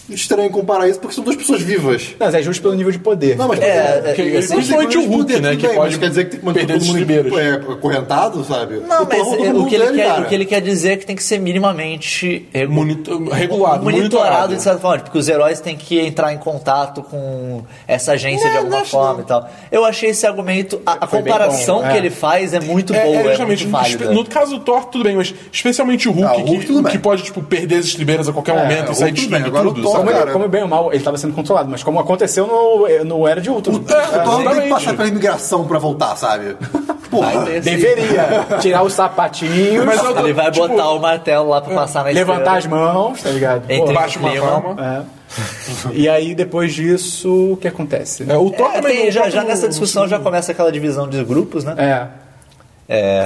Speaker 5: estranho comparar isso, porque são duas pessoas vivas.
Speaker 3: Mas é justo pelo nível de poder.
Speaker 5: Não, mas.
Speaker 1: É, é,
Speaker 2: Porque
Speaker 1: e
Speaker 2: ele-
Speaker 1: assim,
Speaker 2: principalmente o Hulk, né? Que pode
Speaker 5: quer dizer que tem que manter
Speaker 2: perder
Speaker 5: todo
Speaker 2: os
Speaker 5: mundo
Speaker 2: libeiros.
Speaker 5: é, acorrentado, sabe?
Speaker 1: não,
Speaker 5: Eu tô
Speaker 1: mas
Speaker 5: todo
Speaker 1: é,
Speaker 5: mundo
Speaker 1: o que, ele
Speaker 5: dele,
Speaker 1: quer,
Speaker 5: cara.
Speaker 1: o que ele quer dizer é que tem que ser minimamente regu-
Speaker 2: Monitor- é, regulado,
Speaker 1: monitorado
Speaker 2: monitorado.
Speaker 1: de
Speaker 5: é
Speaker 1: certa forma, porque os heróis têm que entrar em contato com essa agência de alguma forma e tal. Eu achei esse argumento, a, a
Speaker 3: Foi bem
Speaker 1: comparação
Speaker 3: bom,
Speaker 1: que
Speaker 3: é.
Speaker 1: ele faz é muito
Speaker 2: É,
Speaker 1: boa,
Speaker 2: é,
Speaker 1: é,
Speaker 2: justamente,
Speaker 1: muito
Speaker 2: no-
Speaker 1: válida.
Speaker 2: no caso do Thor, tudo bem, mas especialmente o Hulk,
Speaker 5: Ah, o Hulk,
Speaker 2: que-
Speaker 5: tudo
Speaker 2: que,
Speaker 5: bem. É,
Speaker 2: pode, tipo, perder as estribeiras a qualquer momento e
Speaker 5: o
Speaker 2: sair
Speaker 5: Hulk tudo
Speaker 2: destruindo
Speaker 5: bem, agora o
Speaker 2: tudo,
Speaker 5: Thor-
Speaker 2: sabe?
Speaker 3: como, ele-
Speaker 5: cara.
Speaker 3: como bem ou mal, ele estava sendo controlado, mas como aconteceu no, no Era de Ultron.
Speaker 5: O Thor não tem que
Speaker 2: É, Exatamente.
Speaker 5: é passar pela imigração pra voltar, sabe?
Speaker 1: Vai
Speaker 5: Porra.
Speaker 1: ter, sim.
Speaker 3: Deveria tirar os sapatinhos,
Speaker 2: Mas eu-
Speaker 1: Ele vai
Speaker 2: tipo,
Speaker 1: botar o martelo lá pra passar na
Speaker 3: levantar as
Speaker 1: esteira.
Speaker 3: mãos, tá ligado? Pô,
Speaker 1: Entre-
Speaker 2: Baixa uma
Speaker 1: Clima.
Speaker 2: palma.
Speaker 3: é. E aí, depois disso, o que acontece?
Speaker 2: É, o Thor
Speaker 1: É,
Speaker 2: também
Speaker 1: tem-
Speaker 2: não-
Speaker 1: já,
Speaker 2: Thor
Speaker 1: já
Speaker 2: não-
Speaker 1: nessa discussão já começa aquela divisão de grupos, né?
Speaker 3: É.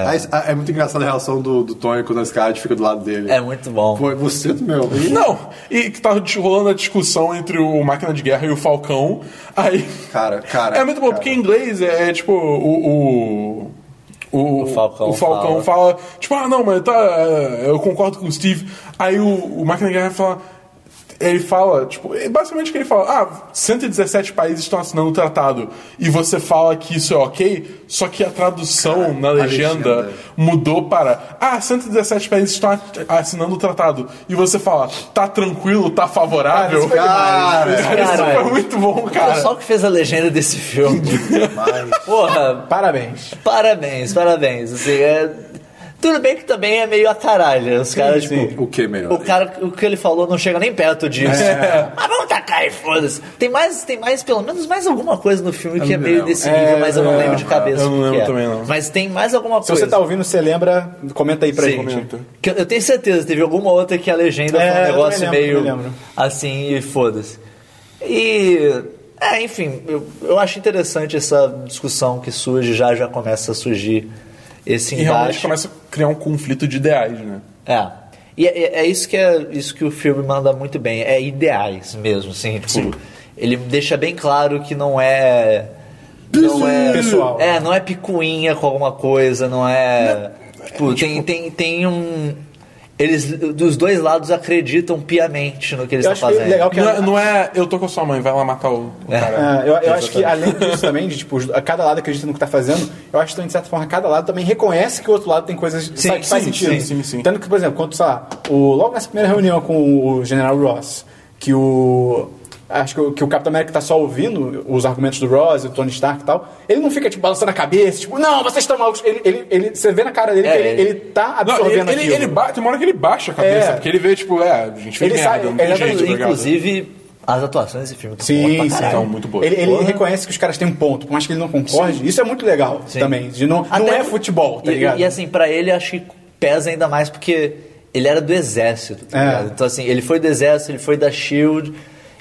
Speaker 5: Ah, isso- ah, É muito engraçada a reação do, do Tony quando esse cara fica do lado dele.
Speaker 1: É, muito bom.
Speaker 5: Pô, é você, meu.
Speaker 2: Não, e que tá rolando a discussão entre o Máquina de Guerra e o Falcão. Aí.
Speaker 5: Cara, cara.
Speaker 2: É muito bom,
Speaker 5: cara.
Speaker 2: porque em inglês é, é, tipo o. o... O,
Speaker 1: O Falcão
Speaker 2: o Falcão fala. tipo, ah, não, mas tá, eu concordo com o Steve. Aí o, o Máquina de Guerra fala, ele fala, tipo, é basicamente o que ele fala, ah, 117 países estão assinando o tratado, e você fala que isso é ok, só que a tradução na legenda,
Speaker 5: legenda.
Speaker 2: mudou para, ah, 117 países estão a- assinando o tratado, e você fala, tá tranquilo, tá favorável.
Speaker 5: Cara,
Speaker 2: Cara, isso
Speaker 1: Cara,
Speaker 2: foi muito bom,
Speaker 1: O
Speaker 2: cara.
Speaker 1: pessoal que fez a legenda desse filme. Porra,
Speaker 3: Parabéns.
Speaker 1: parabéns, parabéns. Assim, é- Tudo bem que também é meio a caralho. Os caras,
Speaker 3: sim.
Speaker 1: tipo.
Speaker 6: O
Speaker 5: é
Speaker 6: que melhor?
Speaker 1: O cara, o que ele falou não chega nem perto disso. [laughs] Mas vamos tacar e foda-se. Tem mais, tem mais, pelo menos mais alguma coisa no filme que é meio desse nível, mas eu não lembro de cabeça.
Speaker 2: eu não
Speaker 1: o que
Speaker 2: lembro
Speaker 1: é.
Speaker 2: também, não.
Speaker 1: Mas tem mais alguma
Speaker 3: Se
Speaker 1: coisa.
Speaker 3: você tá ouvindo, você lembra, comenta aí pra
Speaker 1: Sim.
Speaker 3: gente.
Speaker 1: Que eu- eu tenho certeza, teve alguma outra que a legenda
Speaker 3: É,
Speaker 1: foi um
Speaker 3: eu
Speaker 1: negócio
Speaker 3: também lembro, também
Speaker 1: meio
Speaker 3: lembro.
Speaker 1: assim e foda-se. E. É, enfim, eu, eu acho interessante essa discussão que surge, já já começa a surgir esse
Speaker 2: E realmente
Speaker 1: embate.
Speaker 2: começa a criar um conflito de ideais, né?
Speaker 1: É. E é, é isso que é isso que o filme manda muito bem. É ideais mesmo, assim, tipo, ele deixa bem claro que não é não é
Speaker 3: Pessoal.
Speaker 1: É, não é picuinha com alguma coisa, não é, tipo, tem tem tem um eles dos dois lados acreditam piamente no que eles
Speaker 3: Eu
Speaker 1: estão
Speaker 3: acho que
Speaker 1: fazendo.
Speaker 3: legal que
Speaker 2: Não
Speaker 3: a-
Speaker 2: é, não é eu tô com a sua mãe, vai lá matar o, o
Speaker 1: É.
Speaker 2: cara.
Speaker 3: É, eu, eu acho que além disso também, de tipo, a cada lado acredita no que tá fazendo, eu acho que de certa forma cada lado também reconhece que o outro lado tem coisas
Speaker 1: Sim,
Speaker 3: sabe, que faz
Speaker 2: sim,
Speaker 3: sentido.
Speaker 2: sim, sim, sim.
Speaker 3: Tanto que, por exemplo, quando, sei lá, o, logo nessa primeira reunião com o General Ross, que o. Acho que o, que o Capitão América tá só ouvindo os argumentos do Ross, o Tony Stark e tal. Ele não fica, tipo, balançando a cabeça, tipo, não, vocês estão malucos. Ele, ele, ele- você vê na cara dele
Speaker 1: É,
Speaker 3: que ele,
Speaker 1: ele-
Speaker 3: ele tá
Speaker 2: Não,
Speaker 3: absorvendo
Speaker 2: ele, ele,
Speaker 3: aquilo.
Speaker 2: ele ba- tem uma hora que ele baixa a cabeça,
Speaker 3: É.
Speaker 2: porque ele vê, tipo, é, a gente fez
Speaker 3: Ele
Speaker 2: merda,
Speaker 3: sabe-
Speaker 2: não tem
Speaker 3: ele-
Speaker 2: jeito, obrigado.
Speaker 1: Inclusive as atuações desse filme estão boas
Speaker 3: é né? Sim,
Speaker 1: pra
Speaker 3: sim.
Speaker 1: caralho.
Speaker 2: Então, muito boa.
Speaker 3: Ele, ele
Speaker 1: Porra.
Speaker 3: reconhece que os caras têm um ponto, por mais que ele não concorde. Isso é muito legal
Speaker 1: Sim.
Speaker 3: também. De não, não
Speaker 1: Até-
Speaker 3: é futebol, tá
Speaker 1: e,
Speaker 3: ligado?
Speaker 1: E assim, pra ele acho que pesa ainda mais porque ele era do exército, tá
Speaker 3: É.
Speaker 1: ligado? Então assim, ele foi do exército, ele foi da SHIELD.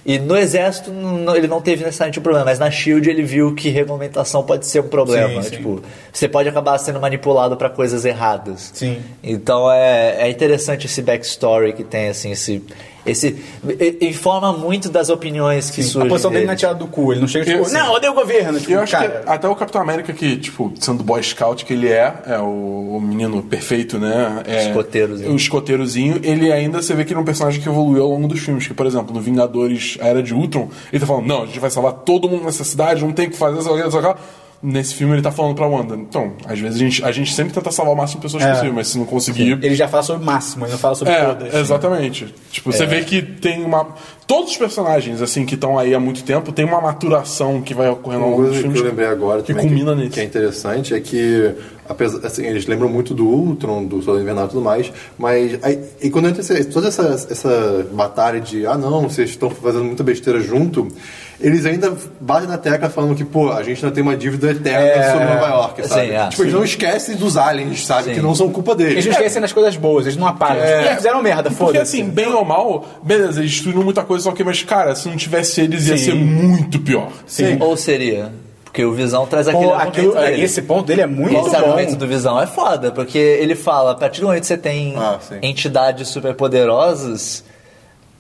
Speaker 1: E no exército não- não- ele não teve necessariamente um problema, mas na SHIELD ele viu que regulamentação pode ser um problema.
Speaker 3: Sim, sim.
Speaker 1: Tipo, você pode acabar sendo manipulado pra coisas erradas.
Speaker 3: Sim.
Speaker 1: Então é, é interessante esse backstory que tem, assim, esse. esse e- e- informa muito das opiniões que
Speaker 3: a
Speaker 1: surgem.
Speaker 3: posição dele não é
Speaker 1: deles.
Speaker 3: tirada do cu, ele não chega tipo,
Speaker 2: Eu- sim.
Speaker 3: não, odeio o governo. Tipo,
Speaker 2: E eu acho
Speaker 3: cara,
Speaker 2: que até o Capitão América, que, tipo, sendo boy scout que ele é, é o, o menino perfeito, né? É,
Speaker 1: Escoteirozinho.
Speaker 2: O escoteirozinho, ele ainda você vê que ele é um personagem que evoluiu ao longo dos filmes. Que, por exemplo, no Vingadores, a Era de Ultron, ele tá falando, não, a gente vai salvar todo mundo nessa cidade, não tem o que fazer, essa coisa, essa coisa. Nesse filme ele tá falando pra Wanda. Então, às vezes a gente, a gente sempre tenta salvar o máximo de pessoas possível, mas se não conseguir.
Speaker 3: ele já fala sobre o máximo, ele não fala sobre todas.
Speaker 2: É, exatamente. Tipo,
Speaker 3: É.
Speaker 2: você vê que tem uma. Todos os personagens, assim, que estão aí há muito tempo, tem uma maturação que vai ocorrendo ao
Speaker 5: Uma
Speaker 2: longo dos
Speaker 5: coisa que
Speaker 2: filmes.
Speaker 5: eu lembrei agora
Speaker 2: um que
Speaker 5: também,
Speaker 2: culmina
Speaker 5: que,
Speaker 2: nisso.
Speaker 5: que é interessante, é que apesar, assim, eles lembram muito do Ultron, do Soldado Invernal e tudo mais, mas aí, e quando entra esse- toda essa, essa batalha de ah não, vocês estão fazendo muita besteira junto, eles ainda batem na tecla falando que, pô, a gente ainda tem uma dívida eterna sobre Nova York, sabe?
Speaker 1: Sim, é.
Speaker 5: tipo, eles não esquecem dos aliens, sabe?
Speaker 1: Sim.
Speaker 5: Que não são culpa deles.
Speaker 3: Eles não esquecem das coisas boas, eles não apagam. Eles fizeram merda,
Speaker 2: É. Porque
Speaker 3: foda-se.
Speaker 2: assim, bem ou mal, beleza, eles destruíram muita coisa, só que, mas, cara, se não tivesse eles, ia ser muito pior.
Speaker 3: Sim.
Speaker 1: Ou seria? Porque o Visão traz
Speaker 3: Pô,
Speaker 1: aquele argumento
Speaker 3: aquilo-
Speaker 1: dele.
Speaker 3: esse ponto dele é muito
Speaker 1: E esse
Speaker 3: bom.
Speaker 1: argumento do Visão é foda, porque ele fala, a partir do momento que você tem
Speaker 5: Ah, sim.
Speaker 1: entidades superpoderosas,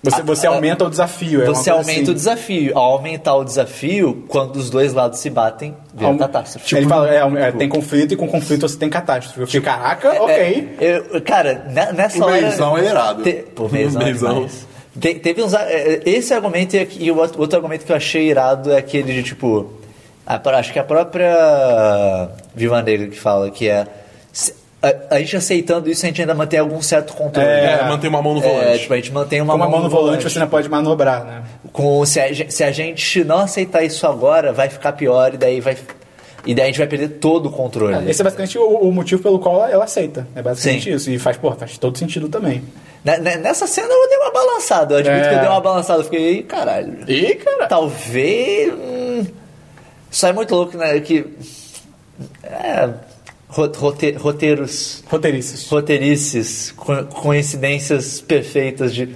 Speaker 3: Você, você
Speaker 1: a-
Speaker 3: aumenta o desafio. é uma
Speaker 1: você
Speaker 3: coisa
Speaker 1: aumenta
Speaker 3: assim.
Speaker 1: o desafio. Ao aumentar o desafio, quando os dois lados se batem, vira
Speaker 3: Aum-
Speaker 1: catástrofe.
Speaker 3: ele fala, é, é,
Speaker 2: Tipo-
Speaker 3: tem conflito e com conflito você tem catástrofe. Eu fiquei, caraca, ok.
Speaker 1: É, eu- cara, ne- nessa
Speaker 5: O
Speaker 1: hora...
Speaker 5: Meizão é irado.
Speaker 1: Te, pô, Meizão,
Speaker 2: Meizão.
Speaker 1: É demais. Te- teve uns... a- é, Esse argumento e, aqui- e o outro outro argumento que eu achei irado é aquele de, tipo... a pró- acho que a própria Viva Negra que fala que é... se- A, a gente aceitando isso, a gente ainda mantém algum certo controle.
Speaker 2: É, manter uma mão no
Speaker 1: É,
Speaker 2: volante.
Speaker 1: tipo, a gente mantém uma
Speaker 3: Com uma mão no volante
Speaker 1: volante
Speaker 3: você não pode manobrar, né?
Speaker 1: com se a, gen- se a gente não aceitar isso agora, vai ficar pior e daí vai e daí a gente vai perder todo o controle.
Speaker 3: Esse é basicamente o, o motivo pelo qual ela, ela aceita. É basicamente
Speaker 1: Sim.
Speaker 3: isso. E faz, pô, faz todo sentido também.
Speaker 1: Ne- ne- Né, Nessa cena eu dei uma balançada, eu admito
Speaker 3: É.
Speaker 1: que eu dei uma balançada, eu fiquei, "Ih, caralho.
Speaker 3: Ih, cara.
Speaker 1: Talvez hum, isso é muito louco, né, que é, ro- rote- roteiros
Speaker 3: Roteirices.
Speaker 1: roteirices, co- coincidências perfeitas de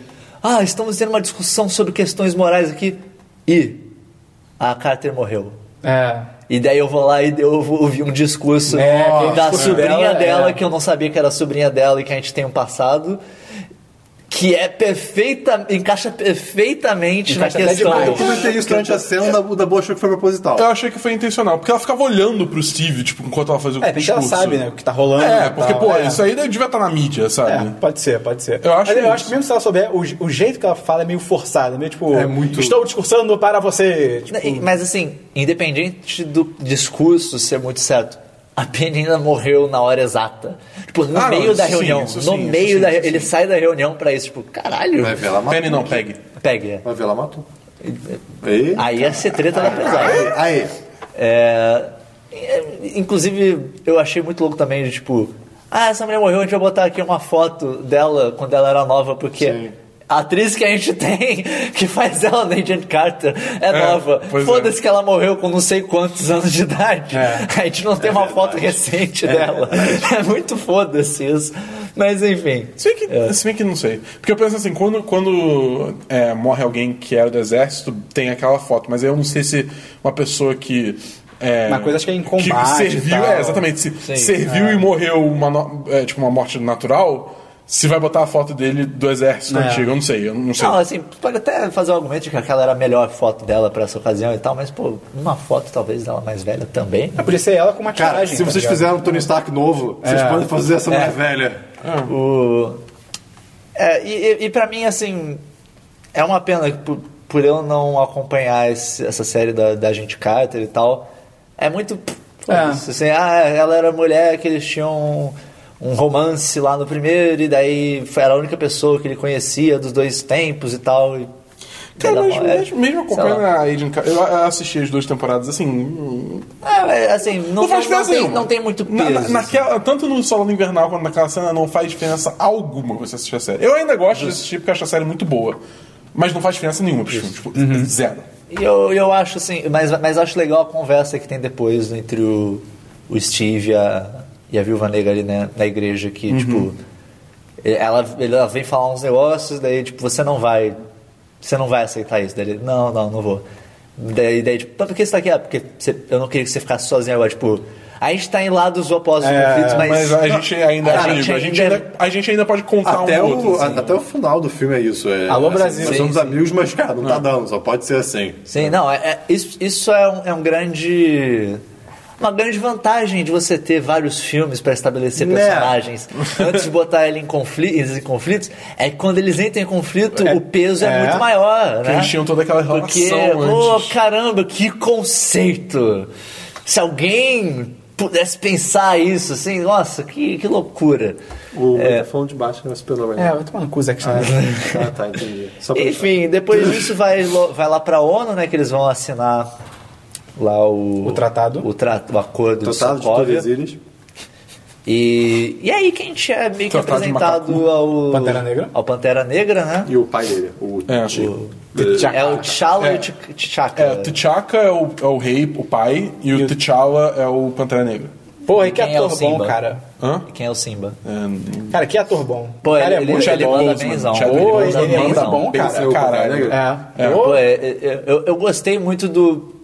Speaker 1: ah, estamos tendo uma discussão sobre questões morais aqui e a Carter morreu.
Speaker 3: É.
Speaker 1: E daí eu vou lá e eu vou ouvir um discurso
Speaker 3: É,
Speaker 2: um
Speaker 3: aquele
Speaker 1: da
Speaker 3: discurso
Speaker 1: sobrinha
Speaker 3: dela,
Speaker 1: dela,
Speaker 3: é.
Speaker 1: que eu não sabia que era sobrinha dela e que a gente tem um passado. Que é perfeita. encaixa perfeitamente
Speaker 3: Encaixa
Speaker 1: na
Speaker 3: até
Speaker 1: questão.
Speaker 5: É, Eu comentei isso durante a cena da, da boa, achou que foi proposital.
Speaker 2: Eu achei que foi intencional, porque ela ficava olhando pro Steve, tipo, enquanto ela fazia o
Speaker 3: É, porque ela
Speaker 2: discurso.
Speaker 3: sabe, né, o que tá rolando.
Speaker 2: É,
Speaker 3: e
Speaker 2: porque,
Speaker 3: tal.
Speaker 2: pô,
Speaker 3: É.
Speaker 2: isso aí devia estar na mídia, sabe?
Speaker 3: É, pode ser, pode ser.
Speaker 2: Eu acho
Speaker 3: Mas eu
Speaker 2: isso.
Speaker 3: acho que mesmo se ela souber, o, je- o jeito que ela fala é meio forçado, é meio tipo,
Speaker 5: É muito-
Speaker 3: estou discursando para você. Tipo,
Speaker 1: E- Mas assim, independente do discurso ser muito certo, a menina morreu na hora exata. Tipo, no
Speaker 2: Ah, não,
Speaker 1: meio da
Speaker 2: isso sim,
Speaker 1: reunião.
Speaker 2: isso
Speaker 1: no
Speaker 2: sim, isso
Speaker 1: meio
Speaker 2: sim,
Speaker 1: da.
Speaker 2: isso
Speaker 1: ele
Speaker 2: sim.
Speaker 1: sai da reunião pra isso, tipo, caralho.
Speaker 5: Vai ver ela matou.
Speaker 2: Penny não, pegue.
Speaker 1: Pega.
Speaker 5: Vai ver ela matou. Aí,
Speaker 1: Aí ia ser treta da pesada.
Speaker 5: aí.
Speaker 1: É, é, inclusive, eu achei muito louco também, de, tipo, Ah, essa mulher morreu, a gente vai botar aqui uma foto dela quando ela era nova, porque. A atriz que a gente [laughs] tem, que faz ela na Agent Carter, é, nova.
Speaker 2: pois é.
Speaker 1: Foda-se que ela morreu com não sei quantos anos de idade. [laughs] A gente não tem uma foto recente dela. É muito foda-se isso. Mas enfim.
Speaker 2: Se bem, que,
Speaker 3: É.
Speaker 2: se bem que não sei. Porque eu penso assim, quando, quando é, morre alguém que era do exército, tem aquela foto, mas eu não sei se uma pessoa que. É,
Speaker 3: Uma coisa acho que é em combate
Speaker 2: serviu,
Speaker 3: e tal. É.
Speaker 2: é, exatamente. Se serviu e morreu uma, no- é, tipo, uma morte natural, se vai botar a foto dele do exército
Speaker 3: É.
Speaker 2: antigo, eu não sei, eu não sei.
Speaker 3: Ah,
Speaker 1: Não, assim, pode até fazer o argumento de que aquela era a melhor foto dela pra essa ocasião e tal, mas, pô, uma foto talvez dela mais velha também. né?
Speaker 3: Ah, podia ser ela com uma tá
Speaker 5: Cara,
Speaker 3: maquiagem.
Speaker 5: se vocês fizeram um Tony Stark novo, vocês podem fazer essa mulher velha.
Speaker 1: O... É, e, e, e para mim, assim, é uma pena que por, por eu não acompanhar esse- essa série da, da gente Carter e tal, é muito. pô,
Speaker 3: É.
Speaker 1: isso, assim, ah, ela era mulher que eles tinham um romance lá no primeiro, e daí foi- era a única pessoa que ele conhecia dos dois tempos e tal. E,
Speaker 2: Cara,
Speaker 1: Ela-
Speaker 2: Então, mas,
Speaker 1: é,
Speaker 2: mesmo, mesmo
Speaker 1: sei lá.
Speaker 2: acompanhando a Agent Car- eu a- assisti as duas temporadas assim. hum,
Speaker 1: Ah, é, assim, não,
Speaker 2: Não, faz
Speaker 1: não,
Speaker 2: diferença
Speaker 1: não, tem,
Speaker 2: nenhuma.
Speaker 1: não tem muito peso.
Speaker 2: Na- na-
Speaker 1: assim.
Speaker 2: naquela, tanto no Solano Invernal quanto naquela cena, não faz diferença alguma você assistir a série. Eu ainda gosto de assistir porque eu acho a série muito boa. Mas não faz diferença nenhuma pros filmes. Tipo, zero.
Speaker 1: E eu, eu acho assim, mas, mas acho legal a conversa que tem depois entre o, o Steve e a, e a Viúva Negra ali né, na, na igreja, que
Speaker 2: Uhum.
Speaker 1: tipo, ela, ela vem falar uns negócios, daí tipo, você não vai, você não vai aceitar isso. Daí ele, não, não, não vou. Daí, daí tipo, "Mas por que você tá aqui? Ah, porque você- eu não queria que você ficasse sozinho agora, tipo, a gente tá em lados opostos do conflitos, mas...
Speaker 2: É, Mas a gente ainda é
Speaker 1: a
Speaker 2: amigo.
Speaker 1: gente
Speaker 2: A gente
Speaker 1: ainda-
Speaker 2: ainda, a gente ainda pode contar
Speaker 5: Até,
Speaker 2: um
Speaker 5: o,
Speaker 2: outro.
Speaker 5: a-
Speaker 2: assim.
Speaker 5: até o final do filme é isso. É,
Speaker 3: Alô,
Speaker 5: assim,
Speaker 3: Brasil.
Speaker 5: Nós
Speaker 3: Sim,
Speaker 5: somos amigos, mas, cara, não tá dando, só pode ser assim.
Speaker 1: Sim, não, é, é- isso, isso é, um, é um grande. Uma grande vantagem de você ter vários filmes para estabelecer
Speaker 5: Né?
Speaker 2: [laughs]
Speaker 1: personagens antes de botar ele em conflitos, eles em conflitos, é que quando eles entram em conflito, o peso é,
Speaker 3: é.
Speaker 1: muito maior.
Speaker 2: Porque
Speaker 1: né?
Speaker 2: eles tinham toda aquela relação
Speaker 1: Porque,
Speaker 2: antes.
Speaker 1: oh, caramba, que conceito! Se alguém pudesse pensar isso, assim, nossa, que, que loucura.
Speaker 7: O microfone de baixo não é Supernova.
Speaker 3: É, vai tomar no cu, Zack Snyder.
Speaker 7: Ah, tá, entendi. Só pra
Speaker 1: Enfim, depois disso vai, lo- vai lá pra ONU, né? Que eles vão assinar lá o...
Speaker 3: O tratado.
Speaker 1: O, tra o acordo
Speaker 5: Tratado
Speaker 1: de
Speaker 5: de
Speaker 1: Sokovia.
Speaker 5: Tordesilhas.
Speaker 1: e, e aí que a gente é meio que
Speaker 2: Tratado de
Speaker 1: apresentado ao...
Speaker 3: Pantera Negra.
Speaker 1: Ao Pantera Negra, né?
Speaker 5: E o pai dele, o
Speaker 2: É.
Speaker 5: Tio.
Speaker 1: É o T'Challa e
Speaker 2: É.
Speaker 1: o T'Ch- T'Chaka.
Speaker 2: É, T'Chaka é o, é o rei, o pai, e o T'Challa é o Pantera Negra.
Speaker 3: Porra, e que
Speaker 1: Quem é o
Speaker 3: ator bom,
Speaker 1: Simba?
Speaker 3: cara.
Speaker 2: Hã?
Speaker 1: E Quem é o Simba?
Speaker 2: É,
Speaker 3: Cara, que ator bom.
Speaker 1: Pô,
Speaker 3: cara,
Speaker 1: ele-
Speaker 3: é muito
Speaker 1: ele
Speaker 3: bom.
Speaker 1: manda
Speaker 2: Boseman,
Speaker 1: benzão.
Speaker 2: Chadwick
Speaker 3: Pô,
Speaker 2: Boseman
Speaker 3: ele
Speaker 2: manda
Speaker 3: manda
Speaker 1: benzão.
Speaker 3: bom,
Speaker 5: Pensa
Speaker 3: cara.
Speaker 5: o
Speaker 2: caralho.
Speaker 5: Pantera Negra.
Speaker 3: É.
Speaker 2: É.
Speaker 3: Pô,
Speaker 1: Pô, é- é- eu, eu gostei muito do...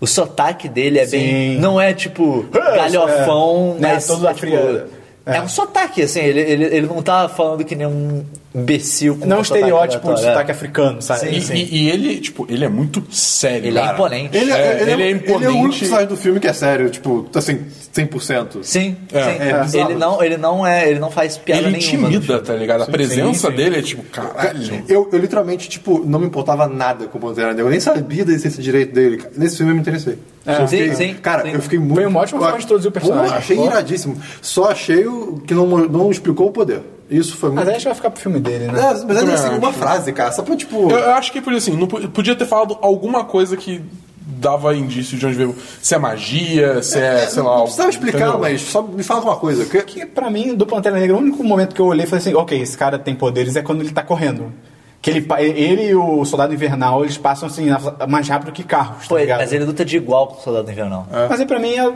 Speaker 1: O sotaque dele é bem... Não é, tipo, galhofão,
Speaker 3: É. Né,
Speaker 1: mas...
Speaker 3: todo da
Speaker 1: é, tipo,
Speaker 3: fria.
Speaker 1: É. um sotaque, assim. Ele, ele, ele não tá falando que nem um imbecil. Com
Speaker 3: Não um
Speaker 1: um sotaque
Speaker 3: estereótipo de
Speaker 1: aleatório, é.
Speaker 3: sotaque assim. africano, sabe?
Speaker 2: E, e- e ele, tipo, ele é muito sério,
Speaker 1: Ele é
Speaker 2: cara.
Speaker 1: imponente.
Speaker 5: Ele é,
Speaker 2: É,
Speaker 5: ele,
Speaker 2: ele é
Speaker 5: é, ele é o único
Speaker 2: imponente.
Speaker 5: que sai do filme que é sério, tipo, assim, 100%.
Speaker 1: Sim, sim.
Speaker 5: é bizarro.
Speaker 1: ele não, ele não é, ele não faz piada
Speaker 2: Ele
Speaker 1: nenhuma.
Speaker 2: intimida, tá ligado? A presença dele é tipo,
Speaker 5: Cara,
Speaker 2: caralho.
Speaker 5: Eu, eu literalmente, tipo, não me importava nada com o Pantera Negra. Eu nem sabia da existência direito dele. cara. Nesse filme eu me interessei. Eu
Speaker 1: É. Sim,
Speaker 5: fiquei-
Speaker 1: sim,
Speaker 5: Cara,
Speaker 1: sim.
Speaker 5: eu fiquei muito...
Speaker 3: Foi um uma ótima forma de introduzir o personagem.
Speaker 5: Porra, achei
Speaker 3: Pô.
Speaker 5: iradíssimo. Só achei o que não, não explicou o poder. Isso foi
Speaker 3: Mas
Speaker 5: muito...
Speaker 3: aí acho que vai ficar pro filme dele,
Speaker 5: É,
Speaker 3: né?
Speaker 5: mas ainda assim, uma frase, cara. Só pra, tipo...
Speaker 2: Eu, eu acho que podia assim, não po- podia ter falado alguma coisa que dava indício de onde veio. Se é magia, se é, sei lá.
Speaker 5: não
Speaker 2: algo,
Speaker 5: precisava explicar,
Speaker 2: entendeu?
Speaker 5: mas só me fala uma coisa. Que...
Speaker 3: Que pra mim, do Pantera Negra, o único momento que eu olhei e falei assim, ok, esse cara tem poderes é quando ele tá correndo. Que ele, pa- ele e o Soldado Invernal, eles passam assim, na- mais rápido que carros,
Speaker 1: Pô,
Speaker 3: tá ligado?
Speaker 1: mas ele luta de igual com o Soldado Invernal.
Speaker 2: Ah,
Speaker 3: Mas aí pra mim é.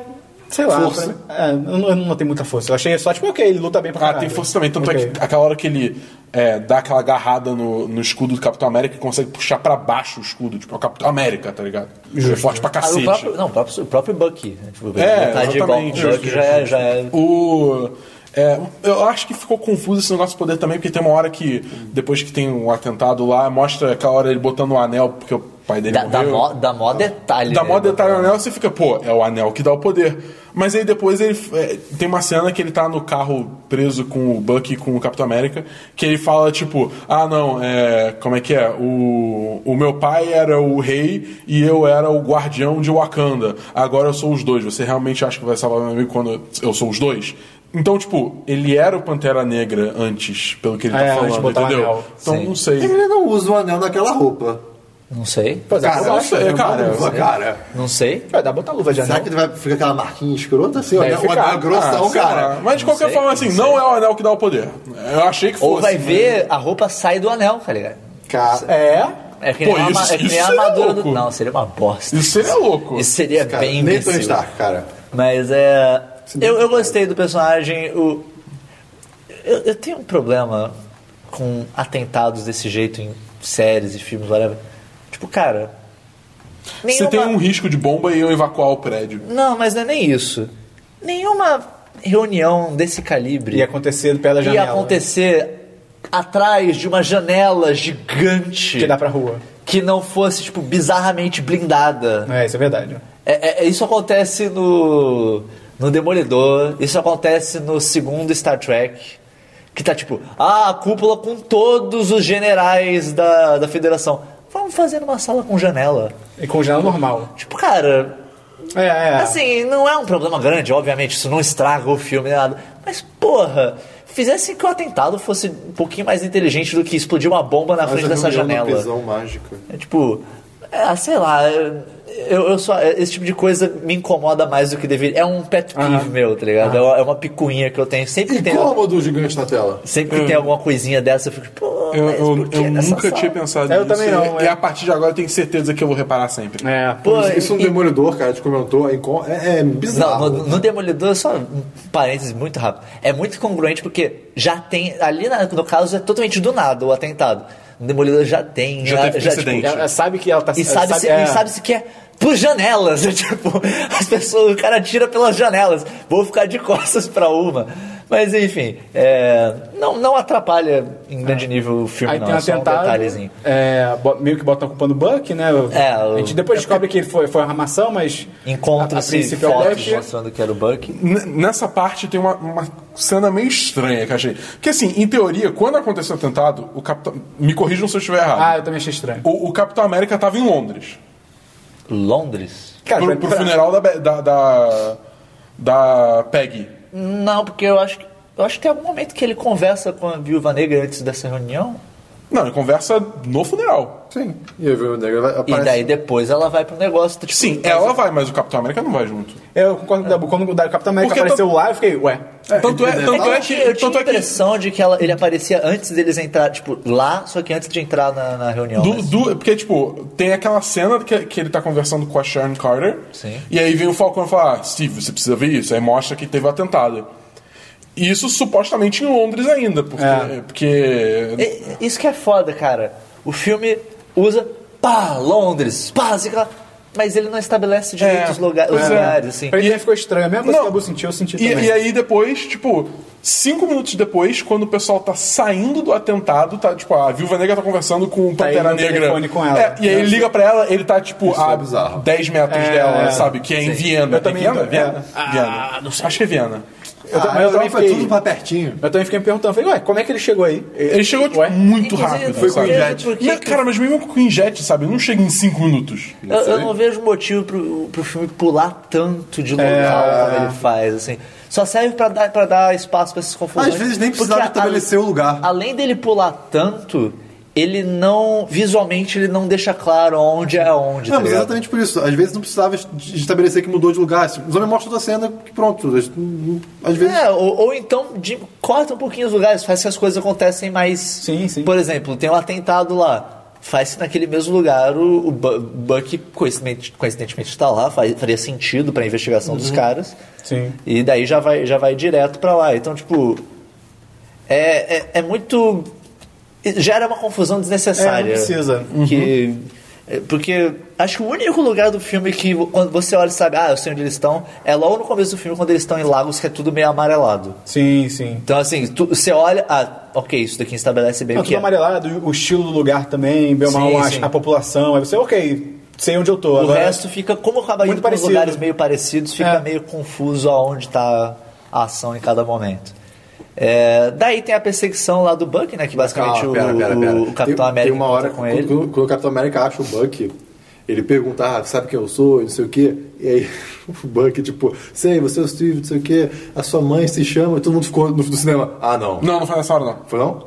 Speaker 3: Sei lá, pra
Speaker 5: Força.
Speaker 3: mim- é, eu, não, eu não notei muita força. Eu achei só, tipo, ok, ele luta bem pra
Speaker 2: Ah,
Speaker 3: caralho.
Speaker 2: tem força também. Tanto
Speaker 3: Ok.
Speaker 2: é que aquela hora que ele é, dá aquela agarrada no, no escudo do Capitão América e consegue puxar pra baixo o escudo. Tipo, é o Capitão América, tá ligado? Ele é forte pra
Speaker 1: Ah, o
Speaker 2: cacete.
Speaker 1: próprio, não, o próprio, o próprio Bucky. né? Tipo, ele
Speaker 2: É,
Speaker 1: lutar de igual com o
Speaker 2: exatamente.
Speaker 1: Bucky já é. Já é...
Speaker 2: O. é, eu acho que ficou confuso esse negócio de poder também, porque tem uma hora que, depois que tem um atentado lá, mostra aquela hora ele botando o anel, porque o pai dele
Speaker 1: Dá, dá,
Speaker 2: morreu.
Speaker 1: mó, dá mó detalhe.
Speaker 2: Dá
Speaker 1: né?
Speaker 2: mó detalhe no anel, você fica, pô, é o anel que dá o poder. Mas aí depois ele é, tem uma cena que ele tá no carro preso com o Bucky e com o Capitão América, que ele fala, tipo, ah não, é. Como é que é? O, o meu pai era o rei e eu era o guardião de Wakanda. Agora eu sou os dois. Você realmente acha que vai salvar meu amigo quando eu sou os dois? Então, tipo, ele era o Pantera Negra antes, pelo que ele
Speaker 3: É,
Speaker 2: tá
Speaker 3: antes de
Speaker 2: falando,
Speaker 3: botar o
Speaker 2: entendeu?
Speaker 3: anel.
Speaker 2: Então
Speaker 1: Sim.
Speaker 2: não sei.
Speaker 5: Ele não usa o anel daquela roupa.
Speaker 1: Não sei.
Speaker 3: Pois é,
Speaker 5: Cara,
Speaker 3: eu acho,
Speaker 2: sei,
Speaker 3: né?
Speaker 2: cara.
Speaker 5: Luva, cara.
Speaker 1: Não sei.
Speaker 3: Vai dar botar luva já,
Speaker 5: Será
Speaker 3: né?
Speaker 5: que vai ficar aquela marquinha escrota assim?
Speaker 3: Deve
Speaker 5: Olha, o
Speaker 3: ficar. Ah,
Speaker 5: anel é grossão,
Speaker 2: Ah, sei lá.
Speaker 5: cara.
Speaker 2: Mas de qualquer
Speaker 1: sei,
Speaker 2: forma, assim, não é o anel que dá o poder. Eu achei que fosse. né?
Speaker 1: Ou vai ver, a roupa sai do anel, tá ligado?
Speaker 5: Cara,
Speaker 3: É.
Speaker 1: É que
Speaker 2: Pô,
Speaker 1: nem, a ma-
Speaker 2: isso-
Speaker 1: é que nem
Speaker 2: isso
Speaker 1: a
Speaker 2: seria
Speaker 1: armadura do.
Speaker 2: louco.
Speaker 1: Não, seria uma bosta.
Speaker 2: Isso seria louco.
Speaker 1: Isso seria
Speaker 5: cara
Speaker 1: bem
Speaker 5: nem Tony
Speaker 1: imbecil.
Speaker 5: Stark, cara.
Speaker 1: Mas é. Eu, eu gostei do personagem. O, eu, eu tenho um problema com atentados desse jeito em séries e filmes, whatever. Tipo, cara.
Speaker 2: Você tem um risco de bomba e eu evacuar o prédio.
Speaker 1: Não, mas não é nem isso. Nenhuma reunião desse calibre
Speaker 2: é
Speaker 3: Ia acontecer perto da
Speaker 1: ia
Speaker 3: janela. né?
Speaker 1: acontecer atrás de uma janela gigante
Speaker 3: Que dá pra rua.
Speaker 1: que não fosse, tipo, bizarramente blindada.
Speaker 3: É, isso é verdade.
Speaker 1: É, é- isso acontece no, no Demolidor, isso acontece no segundo Star Trek, que tá tipo, ah, a cúpula com todos os generais da, da federação. Vamos fazer numa sala com janela.
Speaker 3: E com janela normal.
Speaker 1: Tipo, cara,
Speaker 3: É, é.
Speaker 1: assim, não é um problema grande, obviamente, isso não estraga o filme nem nada. Mas, porra, fizesse que o atentado fosse um pouquinho mais inteligente do que explodir uma bomba na frente
Speaker 5: Mas a
Speaker 1: dessa
Speaker 5: reunião da
Speaker 1: janela.
Speaker 5: prisão mágica.
Speaker 1: É tipo, ah, sei lá, eu, eu só, esse tipo de coisa me incomoda mais do que deveria. É um pet peeve meu, tá ligado? É uma- É uma picuinha que eu tenho. Sempre que tem,
Speaker 5: Incômodo gigante na tela.
Speaker 1: sempre que tem alguma coisinha dessa, eu fico, pô,
Speaker 2: Eu,
Speaker 1: mas
Speaker 2: eu-
Speaker 1: por que
Speaker 2: eu
Speaker 1: nessa
Speaker 2: nunca
Speaker 1: sala?
Speaker 2: tinha pensado
Speaker 3: Eu
Speaker 2: nisso.
Speaker 3: também não,
Speaker 2: E,
Speaker 3: é.
Speaker 2: a partir de agora eu tenho certeza que eu vou reparar sempre.
Speaker 3: É.
Speaker 1: Pô,
Speaker 5: Isso- um Isso no
Speaker 1: e-
Speaker 5: Demolidor, cara, a gente comentou, é, inco- é- é
Speaker 1: Não,
Speaker 5: bizarro.
Speaker 1: no,
Speaker 2: né?
Speaker 1: no Demolidor, só um parênteses muito rápido. É muito congruente porque já tem. Ali na- no caso é totalmente do nada o atentado. No Demolidor já tem.
Speaker 2: Já teve precedente.
Speaker 3: Ela, ela sabe que ela tá
Speaker 1: E sabe, se,
Speaker 3: é.
Speaker 1: e sabe se que é por janelas. [laughs] é tipo, as pessoas, o cara tira pelas janelas. Vou ficar de costas pra uma. Mas enfim, é, não, não atrapalha em grande nível o filme,
Speaker 3: Aí
Speaker 1: não.
Speaker 3: tem um
Speaker 1: é só um
Speaker 3: atentado.
Speaker 1: detalhezinho.
Speaker 3: é, bo- meio que botam a culpa no Buck, né?
Speaker 1: É, o-
Speaker 3: a gente depois descobre que ele foi, foi armação, mas. a, a
Speaker 1: Encontro-se
Speaker 3: princípio é o
Speaker 1: fotos
Speaker 3: Buck.
Speaker 1: mostrando que era o Buck.
Speaker 2: N- Nessa parte tem uma, uma cena meio estranha que eu achei. Porque assim, em teoria, quando aconteceu o atentado, o Capitão. Me corrijam se eu estiver errado.
Speaker 3: Ah, eu também achei estranho.
Speaker 2: O, o Capitão América estava em Londres.
Speaker 1: Londres?
Speaker 3: Cara,
Speaker 2: pro
Speaker 3: pra-
Speaker 2: pro
Speaker 3: pra-
Speaker 2: funeral da, Be- da, da. da Peggy.
Speaker 1: Não, porque eu acho que. Eu acho que tem algum momento que ele conversa com a viúva negra antes dessa reunião.
Speaker 2: Não, ele conversa no funeral.
Speaker 5: Sim. E a Viúva Negra vai-
Speaker 1: E
Speaker 5: aparece.
Speaker 1: daí depois ela vai pro negócio. Tipo,
Speaker 2: Sim, é, ela vai, mas o Capitão América não vai junto.
Speaker 3: Eu concordo com o Dabu. Quando o da- Capitão América
Speaker 2: Porque
Speaker 3: apareceu lá, eu fiquei, ué.
Speaker 2: tanto é,
Speaker 1: É que
Speaker 2: tanto é
Speaker 1: eu
Speaker 2: que.
Speaker 1: tinha, eu tinha
Speaker 2: tanto
Speaker 1: a
Speaker 2: é que
Speaker 1: impressão de que ela- ele aparecia antes deles entrar, tipo, lá, só que antes de entrar na, na reunião.
Speaker 2: Do-
Speaker 1: né?
Speaker 2: do- porque, tipo, tem aquela cena que, que ele tá conversando com a Sharon Carter.
Speaker 1: Sim.
Speaker 2: E aí vem o Falcão e fala: ah, Steve, você precisa ver isso. Aí mostra que teve o atentado. E isso supostamente em Londres ainda, porque. porque
Speaker 1: É. E- isso que é foda, cara. O filme usa, pá, Londres, pá, assim, aquela- mas ele não estabelece direito
Speaker 2: É,
Speaker 1: os, lugar- os
Speaker 2: pois é.
Speaker 1: lugares, assim.
Speaker 3: Pra mim também ficou estranho. A mesma coisa
Speaker 2: Não.
Speaker 3: que o Dabu sentiu, eu senti
Speaker 2: e,
Speaker 3: também.
Speaker 2: e aí depois, tipo, cinco minutos depois, quando o pessoal tá saindo do atentado, tá, tipo, a viúva negra tá conversando com o
Speaker 3: Tá
Speaker 2: Pantera
Speaker 3: indo no
Speaker 2: Negra.
Speaker 3: telefone com ela.
Speaker 2: É, e aí
Speaker 3: Né?
Speaker 2: ele liga pra ela, ele tá, tipo,
Speaker 5: é
Speaker 2: a
Speaker 5: bizarro.
Speaker 2: 10 metros
Speaker 3: É,
Speaker 2: dela,
Speaker 3: é.
Speaker 2: sabe? Que é em Viena.
Speaker 3: Eu também-
Speaker 2: É Viena?
Speaker 3: é.
Speaker 2: Viena.
Speaker 3: Ah,
Speaker 2: Viena. Acho que é Viena.
Speaker 3: Eu,
Speaker 5: Ah,
Speaker 3: também- eu também
Speaker 5: foi
Speaker 3: fiquei,
Speaker 5: tudo pra pertinho.
Speaker 3: eu também fiquei me perguntando, falei, ué, como é que ele chegou aí?
Speaker 2: Ele chegou tipo,
Speaker 3: Ué?
Speaker 2: muito
Speaker 1: Inclusive,
Speaker 2: rápido.
Speaker 1: eu não
Speaker 2: sabe?
Speaker 1: vejo por que
Speaker 2: Não,
Speaker 1: que-
Speaker 2: Cara, mas mesmo com o Injet, sabe? Não chega em 5 minutos.
Speaker 1: Eu, eu não vejo motivo pro, pro filme pular tanto de local
Speaker 5: É.
Speaker 1: como ele faz, assim. Só serve pra dar, pra dar espaço pra essas confusões.
Speaker 5: Às vezes nem
Speaker 1: porque
Speaker 5: precisava
Speaker 1: a-
Speaker 5: estabelecer o lugar.
Speaker 1: Além dele pular tanto, ele não... Visualmente, ele não deixa claro onde é onde, tá
Speaker 5: Não, mas é
Speaker 1: ligado?
Speaker 5: exatamente por isso. Às vezes não precisava de estabelecer que mudou de lugar. Os homens mostram da cena que pronto. Às às vezes.
Speaker 1: É, ou, ou então de- corta um pouquinho os lugares, faz que as coisas acontecem mais.
Speaker 3: Sim, sim.
Speaker 1: Por exemplo, tem um atentado lá. Faz que naquele mesmo lugar o, o Bu- Buck coincidentemente, coincidentemente está lá, faz- faria sentido para a investigação dos caras.
Speaker 3: Uhum. Sim.
Speaker 1: E daí já vai, já vai direto para lá. Então, tipo. É, é, é muito. Gera uma confusão desnecessária.
Speaker 3: É, não precisa. Uhum.
Speaker 1: Que, é, Porque acho que o único lugar do filme que vo- quando você olha e sabe, ah, eu sei onde eles estão, é logo no começo do filme, quando eles estão em lagos, que é tudo meio amarelado.
Speaker 3: Sim, sim.
Speaker 1: Então, assim, tu- você olha, ah, ok, isso daqui estabelece bem
Speaker 3: Não,
Speaker 1: o que
Speaker 3: tudo
Speaker 1: é.
Speaker 3: amarelado, o estilo do lugar também, bem ou mal,
Speaker 1: Sim,
Speaker 3: a-
Speaker 1: sim.
Speaker 3: a, população. Aí você, ok, sei onde eu tô.
Speaker 1: O
Speaker 3: agora-
Speaker 1: resto fica, como acaba
Speaker 3: né? Muito
Speaker 1: indo para
Speaker 3: parecido.
Speaker 1: lugares meio parecidos, fica
Speaker 3: É.
Speaker 1: meio confuso aonde tá a ação em cada momento. É, daí tem a perseguição lá do Buck, né? Que basicamente
Speaker 5: Calma,
Speaker 1: o,
Speaker 5: Ah, pera, pera,
Speaker 1: o-
Speaker 5: pera.
Speaker 1: o Capitão
Speaker 5: Tem-
Speaker 1: América
Speaker 5: tem uma hora
Speaker 1: encontra com
Speaker 5: quando-
Speaker 1: ele.
Speaker 5: Quando, quando o Capitão América acha o Buck, ele pergunta, ah, sabe quem eu sou, e não sei o quê. E aí [laughs] o Buck, tipo, sei, você é o Steve, não sei o quê, a sua mãe se chama, e todo mundo ficou no, no cinema. Ah, não.
Speaker 2: Não, não foi nessa hora, não.
Speaker 5: Foi não?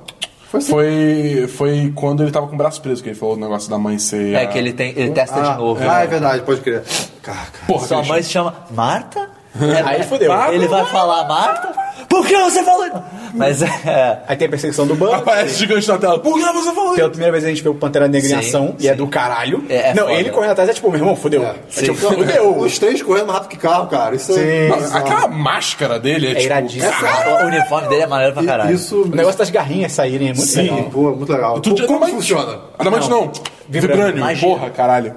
Speaker 2: Foi, foi quando ele tava com o braço preso, que ele falou o negócio da mãe ser.
Speaker 1: É que
Speaker 2: a- [laughs]
Speaker 1: ele, tem, ele testa de novo. né?
Speaker 5: Ah, é verdade, pode crer. Cara, cara.
Speaker 2: Porra,
Speaker 1: Sua
Speaker 2: Christian.
Speaker 1: mãe se chama Marta? É,
Speaker 3: Aí fudeu.
Speaker 1: Ele vai falar Marta? Por que você falou? Mas é.
Speaker 3: Aí tem a perseguição do banco.
Speaker 2: Aparece gigante na tela. Por que você falou isso?
Speaker 3: Pela primeira vez a gente vê o Pantera Negra em
Speaker 1: Sim,
Speaker 3: ação, e
Speaker 1: sim.
Speaker 3: é do caralho.
Speaker 1: É, é
Speaker 3: não,
Speaker 1: foda.
Speaker 3: ele correndo atrás é tipo, meu irmão, fudeu. É,
Speaker 1: Sim.
Speaker 3: tipo, fudeu.
Speaker 5: [laughs] Os três correndo mais rápido que carro, cara. Isso é.
Speaker 3: Sim.
Speaker 2: Não, aquela máscara dele é,
Speaker 3: É
Speaker 2: tipo.
Speaker 3: iradíssimo.
Speaker 1: O uniforme dele é maneiro pra caralho.
Speaker 5: Isso.
Speaker 3: O negócio das garrinhas saírem é muito
Speaker 5: Sim,
Speaker 3: legal.
Speaker 5: pô, muito legal.
Speaker 2: Tudo
Speaker 5: como é
Speaker 2: adamante.
Speaker 5: funciona?
Speaker 2: Adamante Ah, não. Vibranium.
Speaker 1: Magia.
Speaker 2: Porra, caralho.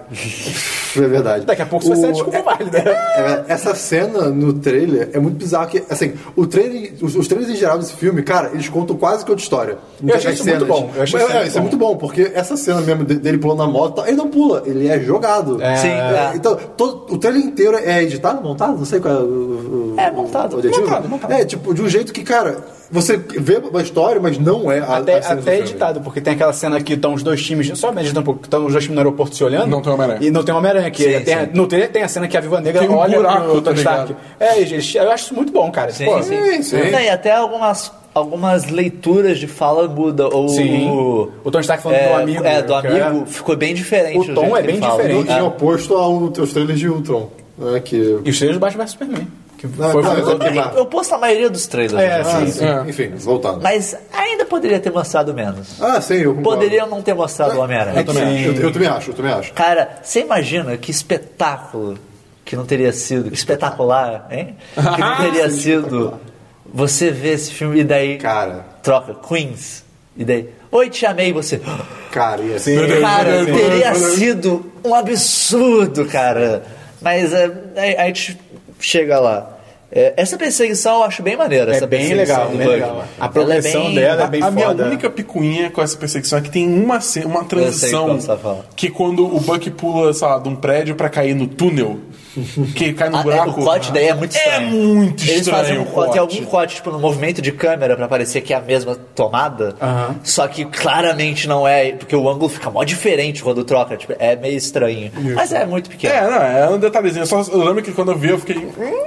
Speaker 5: É verdade.
Speaker 3: Daqui a pouco você
Speaker 5: O-
Speaker 3: sai desculpa válida.
Speaker 5: É, essa cena no trailer é muito bizarro que, assim, o trailer, os, os trailers em geral desse filme, cara, eles contam quase que outra história. Muitas
Speaker 3: achei
Speaker 5: das
Speaker 3: isso muito
Speaker 5: cenas.
Speaker 3: bom, eu achei
Speaker 5: Mas,
Speaker 3: isso
Speaker 5: é,
Speaker 3: muito
Speaker 5: isso é
Speaker 3: bom.
Speaker 5: muito bom, porque essa cena mesmo de- dele pulando na moto, e tal, ele não pula, ele é jogado.
Speaker 1: Sim,
Speaker 5: É,
Speaker 1: é.
Speaker 5: Então, todo, o trailer inteiro é editado, montado, não sei qual é o, o-
Speaker 1: É, montado.
Speaker 5: o adjetivo.
Speaker 1: Montado, montado.
Speaker 5: É, tipo, de um jeito que, cara, você vê uma história, mas não é a,
Speaker 3: Até,
Speaker 5: a cena do
Speaker 3: até
Speaker 5: filme.
Speaker 3: editado, porque tem aquela cena que estão os dois times, só me ajuda um pouco, estão os dois times no aeroporto se olhando.
Speaker 2: Não tem Homem-Aranha.
Speaker 3: E não tem Homem-Aranha aqui.
Speaker 1: Sim,
Speaker 3: tem,
Speaker 1: sim.
Speaker 3: No trailer tem a cena que a Viva Negra
Speaker 2: Tem um
Speaker 3: olha
Speaker 2: buraco,
Speaker 3: pro
Speaker 2: tá
Speaker 3: Tony Stark. É, eles- eu acho isso muito bom, cara.
Speaker 1: Sim,
Speaker 3: Pô,
Speaker 1: sim.
Speaker 5: sim, sim.
Speaker 1: Não, e até algumas, algumas leituras de fala muda. Ou
Speaker 3: Sim. O Tony Stark falando
Speaker 1: é,
Speaker 3: do amigo.
Speaker 1: É, do
Speaker 3: que
Speaker 1: amigo ficou bem diferente.
Speaker 3: O
Speaker 1: jeito
Speaker 3: tom é
Speaker 1: que ele
Speaker 3: bem
Speaker 1: fala. né?
Speaker 3: diferente. né?
Speaker 5: Em oposto ao- aos trailers de Ultron. Né, que...
Speaker 3: é. E os trailers do Batman vs Superman. Que
Speaker 5: Não,
Speaker 3: foi
Speaker 5: não,
Speaker 3: foi-
Speaker 5: eu-
Speaker 1: É. Eu posto a maioria dos três hoje,
Speaker 3: É,
Speaker 1: né?
Speaker 5: Ah,
Speaker 3: sim.
Speaker 5: sim.
Speaker 2: É.
Speaker 5: Enfim, voltando.
Speaker 1: Mas ainda poderia ter mostrado menos.
Speaker 5: Ah, sim, eu concordo.
Speaker 1: Poderia não ter mostrado o Homem-Aranha.
Speaker 5: Eu também, acho, eu, eu também acho, eu também acho.
Speaker 1: Cara, você imagina que espetáculo que não teria sido, que espetacular, hein? Que
Speaker 3: [laughs]
Speaker 1: não teria sido você ver esse filme e daí.
Speaker 5: Cara.
Speaker 1: Troca, Queens. E daí. Oi, te amei, e você.
Speaker 5: Cara, ia ser.
Speaker 2: Meu Deus,
Speaker 1: Cara,
Speaker 2: meu Deus, meu
Speaker 1: teria
Speaker 2: Deus, meu Deus.
Speaker 1: sido um absurdo, cara. Mas é, a, a gente chega lá. É, essa perseguição eu acho bem maneira.
Speaker 3: É
Speaker 1: essa
Speaker 3: bem
Speaker 1: perseguição
Speaker 3: legal,
Speaker 1: do
Speaker 3: bem
Speaker 1: Bugman.
Speaker 3: legal. A
Speaker 1: Ela é
Speaker 3: progressão dela é bem
Speaker 2: a minha
Speaker 3: foda.
Speaker 2: única picuinha com essa perseguição é que tem uma, ce- uma transição
Speaker 1: qual você tá falando.
Speaker 2: que quando o Buck pula, sei lá, de um prédio pra cair
Speaker 1: [laughs]
Speaker 2: no túnel, que ele cai
Speaker 3: um
Speaker 2: no
Speaker 1: Ah, é,
Speaker 2: buraco.
Speaker 1: o corte daí é muito estranho.
Speaker 2: É muito
Speaker 1: Eles
Speaker 2: estranho
Speaker 1: fazem um
Speaker 2: o
Speaker 1: corte, tem
Speaker 2: corte.
Speaker 1: algum corte, tipo, no movimento de câmera pra parecer que é a mesma tomada. Só que claramente não é, porque o ângulo fica mó diferente quando troca. Tipo, é meio estranho. Mas é muito pequeno.
Speaker 2: É, não, é um detalhezinho. Eu, só, eu lembro que quando eu vi, eu fiquei. "Hum?"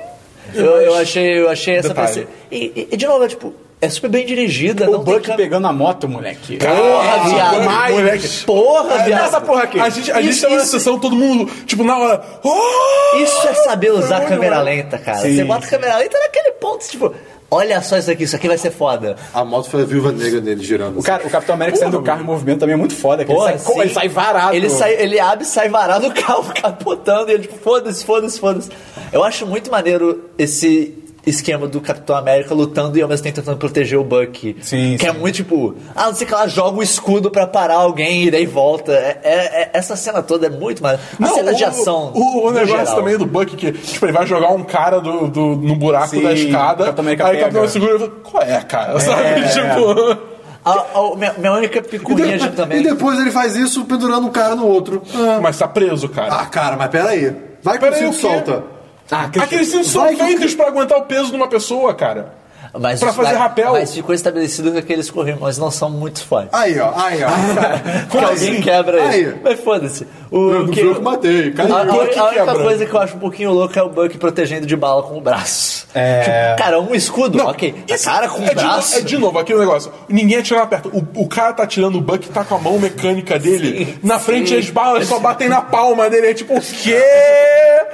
Speaker 1: eu, eu achei, eu achei essa
Speaker 2: Detalhe.
Speaker 1: perce- e, e- e, de novo, é, tipo, é super bem dirigida.
Speaker 3: O
Speaker 1: não tem
Speaker 3: Buck
Speaker 1: câmera-
Speaker 3: pegando a moto, moleque.
Speaker 1: É, Porra, viado.
Speaker 2: Moleque, moleque.
Speaker 1: Porra, viado.
Speaker 3: Essa porra aqui.
Speaker 2: A gente, a gente
Speaker 1: Isso, é
Speaker 2: tava na
Speaker 1: isso.
Speaker 2: sessão, todo mundo, tipo, na hora. "Oh!"
Speaker 1: Isso é saber usar câmera lenta, cara. Você bota a câmera lenta naquele ponto, tipo, olha só isso aqui, isso aqui vai ser foda.
Speaker 5: A moto foi a viúva negra dele girando.
Speaker 3: O, cara, o Capitão América saindo do carro em movimento também é muito foda. que
Speaker 1: Porra,
Speaker 3: ele, sai, co-
Speaker 1: sim.
Speaker 3: ele sai varado.
Speaker 1: Ele, sai, ele abre e sai varado o carro [laughs] capotando. E ele, tipo, foda-se, foda-se, foda-se. Eu acho muito maneiro esse esquema do Capitão América lutando e ao mesmo tempo tentando proteger o Buck.
Speaker 3: Sim,
Speaker 1: Que é
Speaker 3: sim.
Speaker 1: muito tipo, ah, não sei o que ela joga o escudo pra parar alguém e daí volta. É, é- é- essa cena toda é muito maneira. A cena de
Speaker 2: o-
Speaker 1: ação.
Speaker 2: O,
Speaker 1: no
Speaker 2: o negócio
Speaker 1: geral.
Speaker 2: também do Buck que, tipo, ele vai jogar um cara do, do, no buraco
Speaker 3: Sim,
Speaker 2: da
Speaker 3: o
Speaker 2: escada.
Speaker 3: Capitão
Speaker 2: Aí
Speaker 3: América
Speaker 2: o Capitão
Speaker 3: pega.
Speaker 2: segura e fala, qual é, cara? [laughs] Sabe? Tipo.
Speaker 1: A- a- minha, minha única picuinha de- também.
Speaker 5: E depois ele faz isso pendurando um cara no outro. Ah,
Speaker 2: Mas tá preso, cara.
Speaker 5: Ah, cara, mas peraí. Vai que
Speaker 2: Peraí,
Speaker 5: o
Speaker 2: o
Speaker 5: cinto
Speaker 2: quê?
Speaker 5: solta.
Speaker 3: Ah, Christian-
Speaker 2: Aqueles cintos são
Speaker 5: Vai que-
Speaker 2: feitos pra aguentar o peso de uma pessoa, cara.
Speaker 1: Mas
Speaker 2: pra
Speaker 1: isso
Speaker 2: fazer
Speaker 1: vai-
Speaker 2: rapel. Ah,
Speaker 1: Mas ficou estabelecido que aqueles corrimões não são muito fortes.
Speaker 5: Aí, ó, aí, ó.
Speaker 1: Que alguém quebra
Speaker 5: Aí.
Speaker 1: ele. Mas foda-se. O, Ah.
Speaker 5: Eu não
Speaker 1: que-
Speaker 5: fui eu que matei,
Speaker 1: A,
Speaker 5: caiu.
Speaker 1: a- a
Speaker 2: Buck
Speaker 1: única
Speaker 2: quebra.
Speaker 1: coisa que eu acho um pouquinho louca é o Buck protegendo de bala com o braço.
Speaker 3: É.
Speaker 1: Tipo, cara, um escudo,
Speaker 2: Não,
Speaker 1: ok.
Speaker 2: isso-
Speaker 1: cara com o
Speaker 2: é de,
Speaker 1: Um braço.
Speaker 2: no- é de novo, aquele negócio. Ninguém atira na perto. O, o cara tá atirando o Buck, tá com a mão mecânica dele. na frente as balas só batem na palma dele. É tipo, o quê?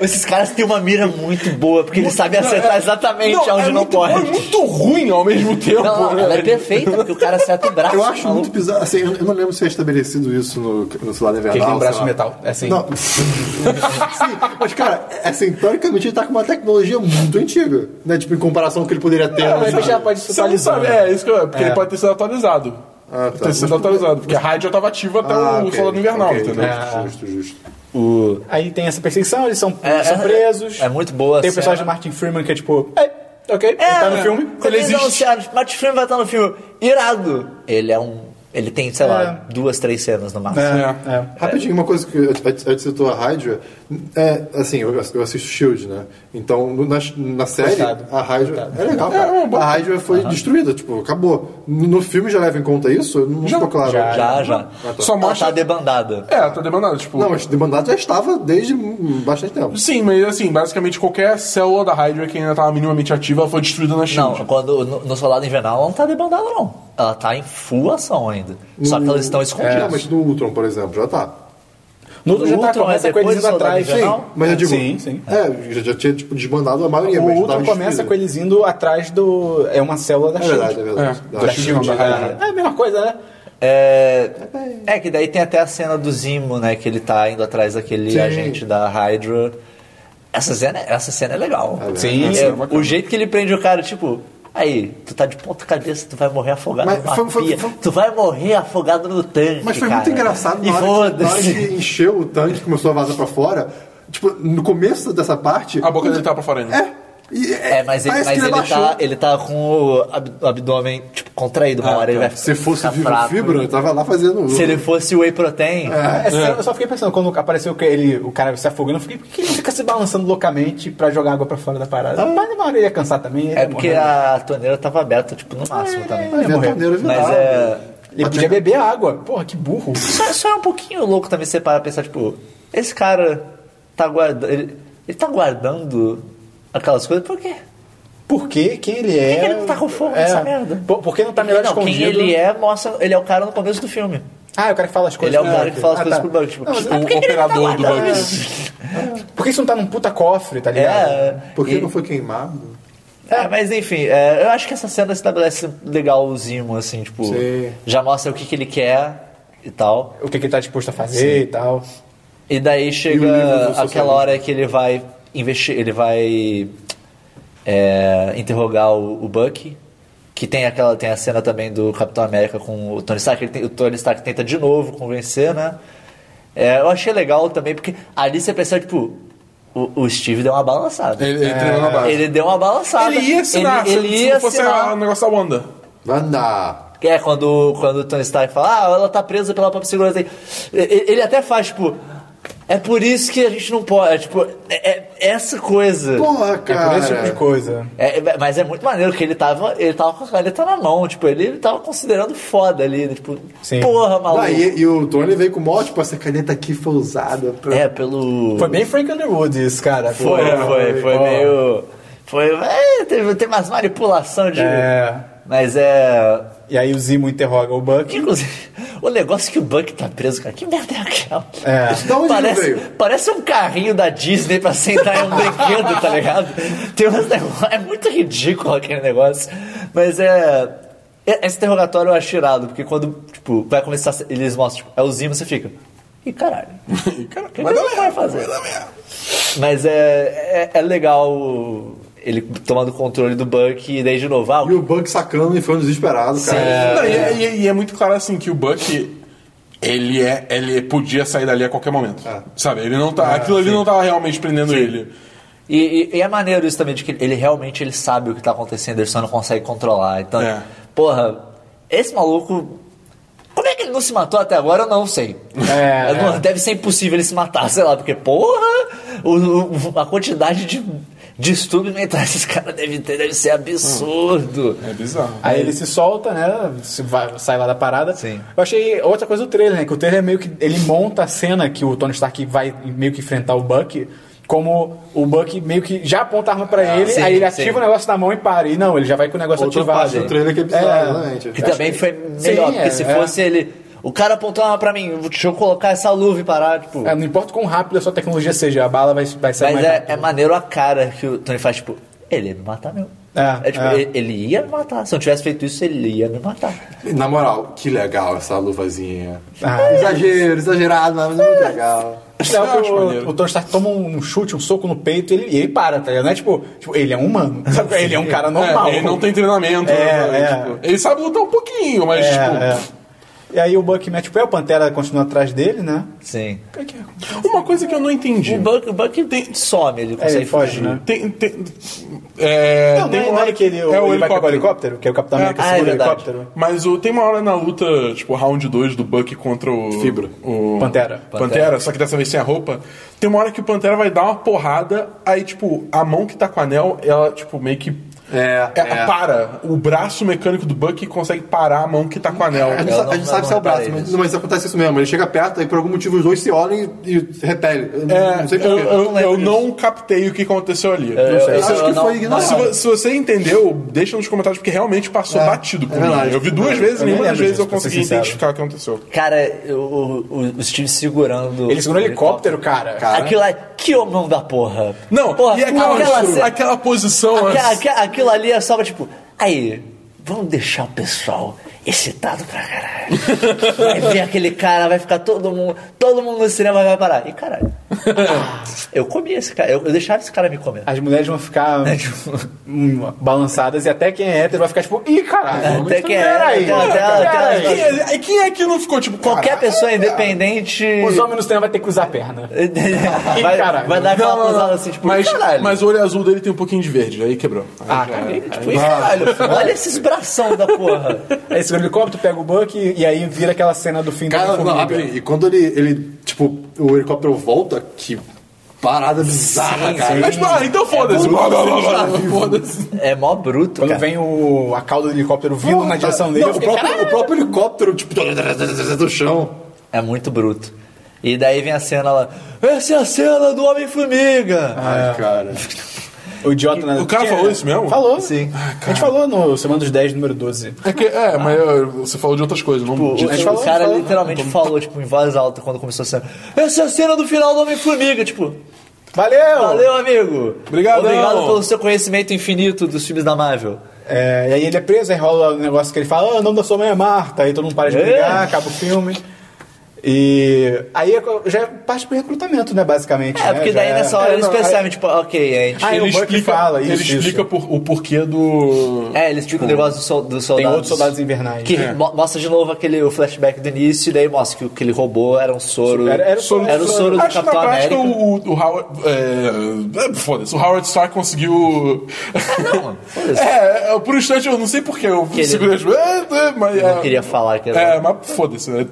Speaker 1: Esses caras têm uma mira muito boa, porque eles sabem
Speaker 2: Não,
Speaker 1: acertar
Speaker 2: é-
Speaker 1: exatamente onde
Speaker 2: é
Speaker 1: não
Speaker 2: muito, É
Speaker 1: pode.
Speaker 2: muito ruim ao mesmo tempo.
Speaker 1: Não, não,
Speaker 2: né?
Speaker 1: ela é perfeita, porque o cara acerta o braço.
Speaker 5: Eu acho muito
Speaker 1: maluco.
Speaker 5: bizarro. Assim, eu eu não lembro se é estabelecido isso no, no Cidade Invernal.
Speaker 3: Ele tem um
Speaker 5: sei
Speaker 3: braço
Speaker 5: lá.
Speaker 3: de metal. É assim. [laughs]
Speaker 5: Não. Sim, mas cara, é assim, teoricamente ele tá com uma tecnologia muito antiga, né? Tipo, em comparação com o que ele poderia ter.
Speaker 3: Mas
Speaker 5: né?
Speaker 3: ele já pode
Speaker 2: Você não
Speaker 3: socializar.
Speaker 2: sabe, é isso que eu, porque ele pode ter sido atualizado.
Speaker 5: Ah, tá.
Speaker 2: Ter sido atualizado, porque a rádio já tava ativa até
Speaker 5: Ah,
Speaker 2: o
Speaker 5: ok,
Speaker 2: Soldado Invernal,
Speaker 5: ok, Ah,
Speaker 2: entendeu?
Speaker 5: Justo, justo.
Speaker 3: Aí tem essa perseguição, eles são,
Speaker 1: É,
Speaker 3: são
Speaker 1: é-
Speaker 3: presos.
Speaker 1: é muito boa a
Speaker 3: Tem o pessoal de
Speaker 1: cena.
Speaker 3: Martin Freeman que é tipo, é, ok, ele tá no filme.
Speaker 1: Ele
Speaker 2: existe.
Speaker 1: existe. Martin Freeman vai estar no filme. Irado. Ele é um... Ele tem, sei lá, duas, três cenas no máximo.
Speaker 3: É, é.
Speaker 5: Rapidinho, uma coisa que eu- antes antes você citou a Hydra, é, assim, eu, eu assisto Shield, né? Então, no- na, na série,
Speaker 3: Coitado.
Speaker 5: a Hydra. É legal, cara.
Speaker 2: É, é uma boa-
Speaker 5: a Hydra foi destruída, tipo, acabou. No, no filme já leva em conta isso? Eu Não ficou claro.
Speaker 1: Já, já.
Speaker 2: Só
Speaker 1: Ela
Speaker 2: mostra-
Speaker 1: tá debandada.
Speaker 2: É, tá demandado, tipo.
Speaker 5: Não, mas demandado já estava desde hum, bastante tempo.
Speaker 2: Sim, mas assim, basicamente qualquer célula da Hydra que ainda tava minimamente ativa ela foi destruída na Shield.
Speaker 1: Não, quando, no, no Soldado Invernal ela não tá debandada, não. ela tá em full ação ainda. Só que
Speaker 5: No-
Speaker 1: elas estão
Speaker 5: É,
Speaker 1: escondidas.
Speaker 5: mas no Ultron, por exemplo, já tá.
Speaker 3: No outro já tá
Speaker 1: Ultron
Speaker 3: começa
Speaker 1: é
Speaker 3: com eles
Speaker 1: depois
Speaker 3: indo
Speaker 1: do Soldado
Speaker 3: atrás.
Speaker 1: Invernal?
Speaker 3: Sim.
Speaker 5: Mas eu digo.
Speaker 3: Sim, sim.
Speaker 5: É, já, já tinha tipo, desmandado a maioria,
Speaker 3: O
Speaker 5: mas
Speaker 3: outro
Speaker 5: tava
Speaker 3: começa
Speaker 5: despedida.
Speaker 3: com eles indo atrás do. É uma célula da
Speaker 5: É verdade, é
Speaker 3: Shield.
Speaker 5: verdade.
Speaker 2: É,
Speaker 5: Da
Speaker 2: da
Speaker 5: Shield,
Speaker 2: Shield,
Speaker 5: é.
Speaker 2: é.
Speaker 3: É a mesma coisa, né?
Speaker 1: É, é que daí tem até a cena do Zimo, né? Que ele tá indo atrás daquele
Speaker 5: Sim.
Speaker 1: agente da Hydra. Essa cena, essa cena é legal.
Speaker 3: Sim,
Speaker 1: É,
Speaker 3: sim,
Speaker 1: o jeito que ele prende o cara, tipo, aí, tu tá de ponta cabeça, tu vai morrer afogado
Speaker 5: Mas
Speaker 1: numa
Speaker 5: foi- foi-
Speaker 1: pia,
Speaker 5: foi-
Speaker 1: tu vai morrer afogado no tanque.
Speaker 5: Mas foi
Speaker 1: cara.
Speaker 5: muito engraçado
Speaker 1: E
Speaker 5: na hora, que, na hora
Speaker 1: foda-se.
Speaker 5: que encheu o tanque, começou a vazar pra fora. Tipo, no começo dessa parte.
Speaker 2: A boca dele tá pra fora ainda.
Speaker 5: É. e-
Speaker 1: É, mas ele,
Speaker 5: parece
Speaker 1: mas
Speaker 5: que
Speaker 1: ele,
Speaker 5: abaixou.
Speaker 1: tá, ele tá com o ab- o abdômen tipo, contraído, uma hora ele vai
Speaker 5: Se fosse
Speaker 1: ficar
Speaker 5: vivo
Speaker 1: fraco. né?
Speaker 5: fibra, tá eu tava lá fazendo.
Speaker 1: Se ele fosse whey protein,
Speaker 3: É, sério, Eu só fiquei pensando, quando apareceu que ele, o cara se afogando, eu fiquei, por que ele fica se balançando loucamente pra jogar água pra fora da parada? Mas na hora ele ia cansar também. ele
Speaker 1: Ah.
Speaker 3: tá
Speaker 1: é
Speaker 3: ia
Speaker 1: porque
Speaker 3: morrer.
Speaker 1: a torneira tava aberta, tipo, no máximo também.
Speaker 5: Mas é torneira
Speaker 1: Mas
Speaker 5: virada.
Speaker 1: é.
Speaker 3: Ele podia beber água. Porra, que burro.
Speaker 1: Só, só é um pouquinho louco também você parar pra pensar, tipo, esse cara tá guardando. Ele, ele tá guardando aquelas coisas por quê?
Speaker 3: Por que? Quem ele é?
Speaker 1: que ele não tá com fogo nessa merda?
Speaker 3: Por, por que não tá melhor
Speaker 1: não,
Speaker 3: escondido?
Speaker 1: quem ele é, mostra. Ele é o cara no começo do filme.
Speaker 3: Ah, é o cara que fala as coisas.
Speaker 1: Ele é o
Speaker 3: Ah,
Speaker 1: cara que
Speaker 3: ok.
Speaker 1: fala as
Speaker 3: Ah,
Speaker 1: coisas
Speaker 3: tá.
Speaker 1: pro Buck, tipo,
Speaker 3: Não, mas
Speaker 1: "Ah,
Speaker 2: O
Speaker 1: por que que ele não tá
Speaker 2: operador do
Speaker 1: guardando
Speaker 2: Bugs.
Speaker 1: isso?"
Speaker 3: Por que isso não tá num puta cofre, tá ligado?
Speaker 1: É,
Speaker 5: Porque
Speaker 1: e-
Speaker 5: não foi queimado.
Speaker 1: É, mas enfim, é, eu acho que essa cena estabelece legal o Zimo, assim, tipo,
Speaker 5: Sim.
Speaker 1: já mostra o que, que ele quer e tal.
Speaker 3: O que, que ele tá disposto a fazer e tal.
Speaker 1: E daí chega
Speaker 5: nível do
Speaker 1: aquela
Speaker 5: socialismo.
Speaker 1: hora que ele vai investir, ele vai é, interrogar o, o Bucky, que tem aquela tem a cena também do Capitão América com o Tony Stark, ele tem- o Tony Stark tenta de novo convencer, né? É, eu achei legal também porque ali você percebe tipo o, o Steve deu uma balançada.
Speaker 5: Ele, É, ele treinou na base.
Speaker 1: Ele deu uma balançada.
Speaker 2: Ele ia assinar,
Speaker 1: Ele, ele
Speaker 2: se,
Speaker 1: ia
Speaker 2: se não fosse
Speaker 1: assinar.
Speaker 2: o negócio da Wanda.
Speaker 5: Vai andar.
Speaker 1: Que é quando, quando o Tony Stark fala, ah, ela tá presa pela própria segurança. E- e- Ele até faz, tipo, é por isso que a gente não pode. É, tipo, é, é essa coisa.
Speaker 5: Porra,
Speaker 3: É por
Speaker 5: cara.
Speaker 3: esse tipo de coisa.
Speaker 1: É, é, mas é muito maneiro que ele tava. Ele tava com a caneta na mão, tipo, ele, ele tava considerando foda ali. né, Tipo,
Speaker 3: Sim.
Speaker 1: porra, maluco.
Speaker 5: Ah, e, e o Tony veio com o mote, tipo, essa caneta aqui foi usada pra.
Speaker 1: É, pelo.
Speaker 3: Foi bem Frank Underwood isso, cara.
Speaker 1: Foi,
Speaker 3: Pô,
Speaker 1: foi, foi
Speaker 3: ó.
Speaker 1: meio. Foi. É, teve, teve umas manipulação de.
Speaker 3: É.
Speaker 1: Mas é.
Speaker 3: E aí o Zimo interroga o Buck.
Speaker 1: Inclusive, o negócio que o Buck tá preso, cara, que merda é aquela?
Speaker 3: É.
Speaker 5: Da onde ele
Speaker 1: parece,
Speaker 5: veio?
Speaker 1: parece um carrinho da Disney pra sentar em um brinquedo, tá ligado? Tem uns negócios, é muito ridículo aquele negócio. Mas é. é- Esse interrogatório eu acho irado, porque quando, tipo, vai começar, eles mostram, tipo, é o Zimo, você fica. Ih,
Speaker 5: [laughs]
Speaker 1: caralho. Ih, caralho. O que que
Speaker 5: é."
Speaker 2: é.
Speaker 1: ele vai fazer? Mas é, é, é legal ele tomando controle do Buck e daí de novo. Ah,
Speaker 5: E o Buck sacando e foi um desesperado, cara.
Speaker 2: Não, e, é- e é- e é muito claro assim que o Buck ele é ele podia sair dali a qualquer momento. Sabe? Ele não tá, aquilo ali não tava realmente prendendo ele.
Speaker 1: E, e- e é maneiro isso também, de que ele realmente ele sabe o que tá acontecendo, ele só não consegue controlar. Então,
Speaker 2: É.
Speaker 1: porra, esse maluco. Como é que ele não se matou até agora? Eu não sei. [laughs]
Speaker 3: É,
Speaker 1: Eu não- Deve ser impossível ele se matar, sei lá, porque, porra, o- o- a quantidade de distúrbio mental que esses caras devem ter deve ser absurdo.
Speaker 2: É bizarro.
Speaker 3: Aí ele se solta, né? Se vai, sai lá da parada.
Speaker 1: Sim.
Speaker 3: Eu achei outra coisa do trailer, né? Que o trailer é meio que. Ele monta a cena que o Tony Stark vai meio que enfrentar o Buck. Como o Buck meio que já aponta a arma pra ele,
Speaker 1: Ah, sim,
Speaker 3: aí ele
Speaker 1: sim.
Speaker 3: ativa o negócio na mão e para. E não, ele já vai com o negócio
Speaker 5: Outra
Speaker 3: ativado.
Speaker 5: parte do trailer que é bizarro, exatamente.
Speaker 1: Que
Speaker 5: Acho
Speaker 1: também
Speaker 5: que-
Speaker 1: foi melhor,
Speaker 3: Hum. Sim,
Speaker 1: porque
Speaker 3: é,
Speaker 1: se
Speaker 3: é.
Speaker 1: fosse ele. O cara apontou uma pra mim, deixa eu colocar essa luva e parar, tipo.
Speaker 3: É, não importa o quão rápido a sua tecnologia seja, a bala vai, vai sair
Speaker 1: Mas
Speaker 3: mais
Speaker 1: é,
Speaker 3: rápido.
Speaker 1: é maneiro a cara que o Tony faz, tipo, ele ia me matar mesmo.
Speaker 3: É,
Speaker 1: tipo,
Speaker 3: é.
Speaker 1: Ele, ele ia me matar. Se eu não tivesse feito isso, ele ia me matar.
Speaker 5: Na moral, que legal essa luvazinha.
Speaker 1: é
Speaker 2: [laughs]
Speaker 3: Ah.
Speaker 5: Exagero, exagerado, mas é muito legal.
Speaker 3: Não,
Speaker 2: Eu acho
Speaker 3: o-
Speaker 2: maneiro.
Speaker 3: o Tony Stark toma um chute, um soco no peito e ele, e ele para, tá ligado? Não é tipo, tipo, ele é um humano. sabe? Ele é um cara normal.
Speaker 2: É, ele não tem treinamento.
Speaker 3: É,
Speaker 2: né,
Speaker 3: é.
Speaker 2: tipo, ele sabe lutar um pouquinho, mas
Speaker 3: É,
Speaker 2: tipo,
Speaker 3: é. E aí o Buck mete o pé, o Pantera continua atrás dele, né?
Speaker 1: Sim.
Speaker 2: uma coisa que eu não entendi.
Speaker 1: O Buck, o Buck tem, some, ele
Speaker 3: É,
Speaker 1: consegue
Speaker 3: ele foge,
Speaker 1: fugir.
Speaker 3: né?
Speaker 2: Tem, tem, é,
Speaker 3: Não,
Speaker 2: tem
Speaker 3: não é,
Speaker 2: uma
Speaker 3: não
Speaker 2: hora
Speaker 3: é que ele,
Speaker 2: é
Speaker 3: ele
Speaker 2: o
Speaker 3: vai pegar o
Speaker 2: helicóptero.
Speaker 3: helicóptero, que é o Capitão América
Speaker 1: Ah, é
Speaker 3: segura o
Speaker 1: verdade.
Speaker 3: helicóptero.
Speaker 2: Mas o, tem uma hora na luta, tipo, round 2 do Buck contra o.
Speaker 5: Fibra.
Speaker 2: O
Speaker 3: Pantera.
Speaker 2: Pantera. só que dessa vez sem a roupa. Tem uma hora que o Pantera vai dar uma porrada, aí, tipo, a mão que tá com o anel, ela, tipo, meio que.
Speaker 5: É,
Speaker 2: É,
Speaker 5: é.
Speaker 2: Para. O braço mecânico do Bucky consegue parar a mão que tá com o anel.
Speaker 3: [laughs]
Speaker 5: A gente,
Speaker 1: Eu
Speaker 5: sa-
Speaker 1: não-
Speaker 5: a gente
Speaker 1: não-
Speaker 5: sabe
Speaker 1: não
Speaker 5: se é o braço,
Speaker 1: reparei
Speaker 5: mas,
Speaker 1: nisso.
Speaker 5: não, mas acontece isso mesmo. Ele chega perto e por algum motivo os dois se olham e, e repelem. Eu não-
Speaker 2: É,
Speaker 5: não sei
Speaker 2: eu,
Speaker 5: porquê. É,
Speaker 2: eu,
Speaker 1: lembro
Speaker 2: eu não captei o que aconteceu ali.
Speaker 1: Eu- eu-
Speaker 5: acho
Speaker 1: eu
Speaker 5: que
Speaker 1: não-
Speaker 5: foi ignorado.
Speaker 2: se, vo- se você entendeu, deixa nos comentários, porque realmente passou batido por
Speaker 5: é
Speaker 2: mim.
Speaker 5: verdade.
Speaker 2: Eu vi duas
Speaker 5: Eu
Speaker 2: vezes e
Speaker 3: nem
Speaker 2: nenhuma das
Speaker 3: lembro
Speaker 2: vezes
Speaker 3: disso,
Speaker 2: eu
Speaker 3: pra ser
Speaker 2: consegui
Speaker 3: sincero.
Speaker 2: identificar o que aconteceu.
Speaker 1: Cara, eu- o, o, o Steve segurando.
Speaker 3: Ele segurou o helicóptero, cara. é
Speaker 1: Aquilo lá, é que homão da porra.
Speaker 2: Não,
Speaker 1: porra,
Speaker 2: e aquela,
Speaker 1: ce-
Speaker 2: aquela, posição.
Speaker 1: Aquela-
Speaker 2: antes.
Speaker 1: aquela- aquilo ali é só tipo, aí, vamos deixar o pessoal excitado pra caralho. Vai ver aquele cara, vai ficar todo mundo, todo mundo no cinema vai parar. E
Speaker 2: [laughs]
Speaker 1: caralho, ah, eu comi esse cara, eu, eu deixava esse cara me comer.
Speaker 3: As mulheres vão ficar hum, balançadas e até quem é hétero vai ficar tipo, ih, caralho.
Speaker 1: Até que é,
Speaker 3: peraí,
Speaker 1: até- até-
Speaker 3: peraí.
Speaker 1: até-
Speaker 2: Quem é- Quem é que não ficou tipo,
Speaker 1: Qualquer
Speaker 2: "Caralho"?
Speaker 1: pessoa independente.
Speaker 3: Os homens no cinema vai ter que usar a perna.
Speaker 1: [laughs] vai,
Speaker 3: caralho.
Speaker 1: vai dar aquela
Speaker 2: Não, não, não.
Speaker 1: posada assim, tipo,
Speaker 2: mas,
Speaker 1: caralho.
Speaker 2: mas o olho azul dele tem um pouquinho de verde, aí quebrou.
Speaker 3: Ah, caguei.
Speaker 1: Tipo, "Ih, caralho, olha esses bração da porra.
Speaker 3: Aí segura o helicóptero, pega o Buck e, e aí vira aquela cena do fim
Speaker 5: Cara,
Speaker 3: do
Speaker 5: não,
Speaker 3: Homem-Formiga.
Speaker 5: rapidinho. E quando ele, ele, tipo, o helicóptero volta, que parada bizarra, cara.
Speaker 2: [laughs]
Speaker 5: tá
Speaker 2: Mas, tipo, ah, então foda-se. Blá, blá, blá, blá, blá, Foda-se.
Speaker 1: É mó bruto,
Speaker 3: Quando
Speaker 1: cara.
Speaker 3: vem o, a cauda do helicóptero vindo na direção dele,
Speaker 5: Não,
Speaker 3: eu
Speaker 5: o,
Speaker 3: fiquei,
Speaker 5: próprio, o próprio helicóptero, tipo, do chão.
Speaker 1: É muito bruto. E daí vem a cena lá. Essa é a cena do Homem-Formiga!
Speaker 5: Ai, cara.
Speaker 3: "Caralho, o idiota... né?"
Speaker 2: O cara falou isso mesmo?
Speaker 3: Falou.
Speaker 1: Sim.
Speaker 3: a gente falou no Semana dos 10, número 12.
Speaker 2: É, que- é, mas eu- você falou de outras coisas, não
Speaker 1: O,
Speaker 2: disso.
Speaker 1: o- o
Speaker 3: falou,
Speaker 1: cara
Speaker 3: falou.
Speaker 1: literalmente falou, tipo, em voz alta quando começou a cena. Essa é a cena do final do Homem-Formiga, tipo.
Speaker 3: Valeu!
Speaker 1: Valeu, amigo!
Speaker 2: Obrigadão.
Speaker 1: Obrigado pelo seu conhecimento infinito dos filmes da Marvel.
Speaker 3: É, e aí ele é preso, aí rola um negócio que ele fala, ah, o nome da sua mãe é Marta, aí todo mundo para de
Speaker 1: É.
Speaker 3: brigar, acaba o filme. E aí é- já é parte pro recrutamento, né, basicamente.
Speaker 1: É,
Speaker 3: né?
Speaker 1: porque
Speaker 3: Já
Speaker 1: daí
Speaker 3: é-
Speaker 1: nessa hora
Speaker 2: é,
Speaker 1: eles
Speaker 2: não,
Speaker 1: percebem, tipo, ok, a gente.
Speaker 3: Ah, é, o
Speaker 2: ele
Speaker 3: Buck
Speaker 2: explica,
Speaker 3: fala isso,
Speaker 2: ele
Speaker 3: isso.
Speaker 2: explica por- o porquê do.
Speaker 1: É, eles explicam o negócio do sol- dos soldados.
Speaker 3: Tipo, Tem outros soldados invernais. né?
Speaker 1: Que mo- mostra de novo aquele o flashback do início, e daí mostra que o que ele roubou era um soro.
Speaker 3: Era- era o soro-
Speaker 1: era o soro do
Speaker 2: Acho que na
Speaker 1: Capitão
Speaker 2: prática
Speaker 1: América.
Speaker 2: o, o- o Howard. É, é, Foda-se, o Howard Stark conseguiu.
Speaker 1: Ah, Não, foda-se.
Speaker 2: [laughs] É, é, por um instante eu não sei porquê, eu
Speaker 1: ele-
Speaker 2: segurei as é, é, mas.
Speaker 1: Eu não
Speaker 2: é,
Speaker 1: queria falar que era-
Speaker 2: É, mas foda-se, né?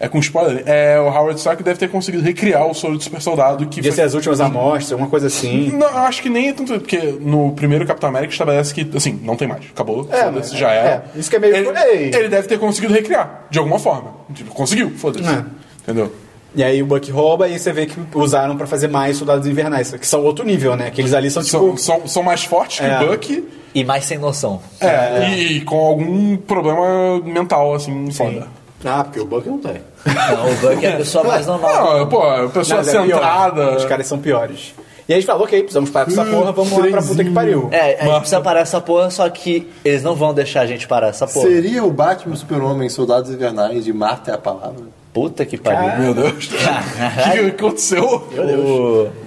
Speaker 2: É com spoiler. É, o Howard Stark deve ter conseguido recriar o soro do super soldado que foi
Speaker 3: Podia ser as últimas amostras, alguma coisa assim.
Speaker 2: Não, eu acho que nem é tanto, porque no primeiro Capitão América estabelece que, assim, não tem mais, acabou, foda-se,
Speaker 3: mas-
Speaker 2: já
Speaker 3: é,
Speaker 2: era.
Speaker 3: isso que é meio-
Speaker 2: Ele,
Speaker 3: Ei!
Speaker 2: ele deve ter conseguido recriar, de alguma forma. Tipo, conseguiu, foda-se.
Speaker 3: É.
Speaker 2: Entendeu?
Speaker 3: E aí o Buck rouba e você vê que usaram pra fazer mais soldados invernais, que são outro nível, né? Aqueles ali são
Speaker 2: São,
Speaker 3: tipo.
Speaker 2: são, são mais fortes que
Speaker 3: É.
Speaker 2: o Buck
Speaker 1: E mais sem noção.
Speaker 2: é, e com algum problema mental, assim, foda.
Speaker 5: Ah, porque o Buck não tem.
Speaker 1: Não, o Buck é a pessoa mais normal.
Speaker 2: Não, Ah, pô, a pessoa
Speaker 3: Nada, é pior.
Speaker 2: centrada. Hum,
Speaker 3: Os caras são piores. E aí a gente falou, ok, precisamos parar com essa porra, vamos lá pra puta que pariu.
Speaker 1: É, a gente
Speaker 2: Marta.
Speaker 1: precisa parar essa porra, só que eles não vão deixar a gente parar essa porra.
Speaker 5: Seria o Batman, Super-Homem, Soldados Invernais de Marta é a palavra?
Speaker 1: Puta que pariu.
Speaker 2: Meu
Speaker 3: [laughs]
Speaker 2: Deus. O que,
Speaker 1: Caralho.
Speaker 2: que aconteceu?
Speaker 1: O-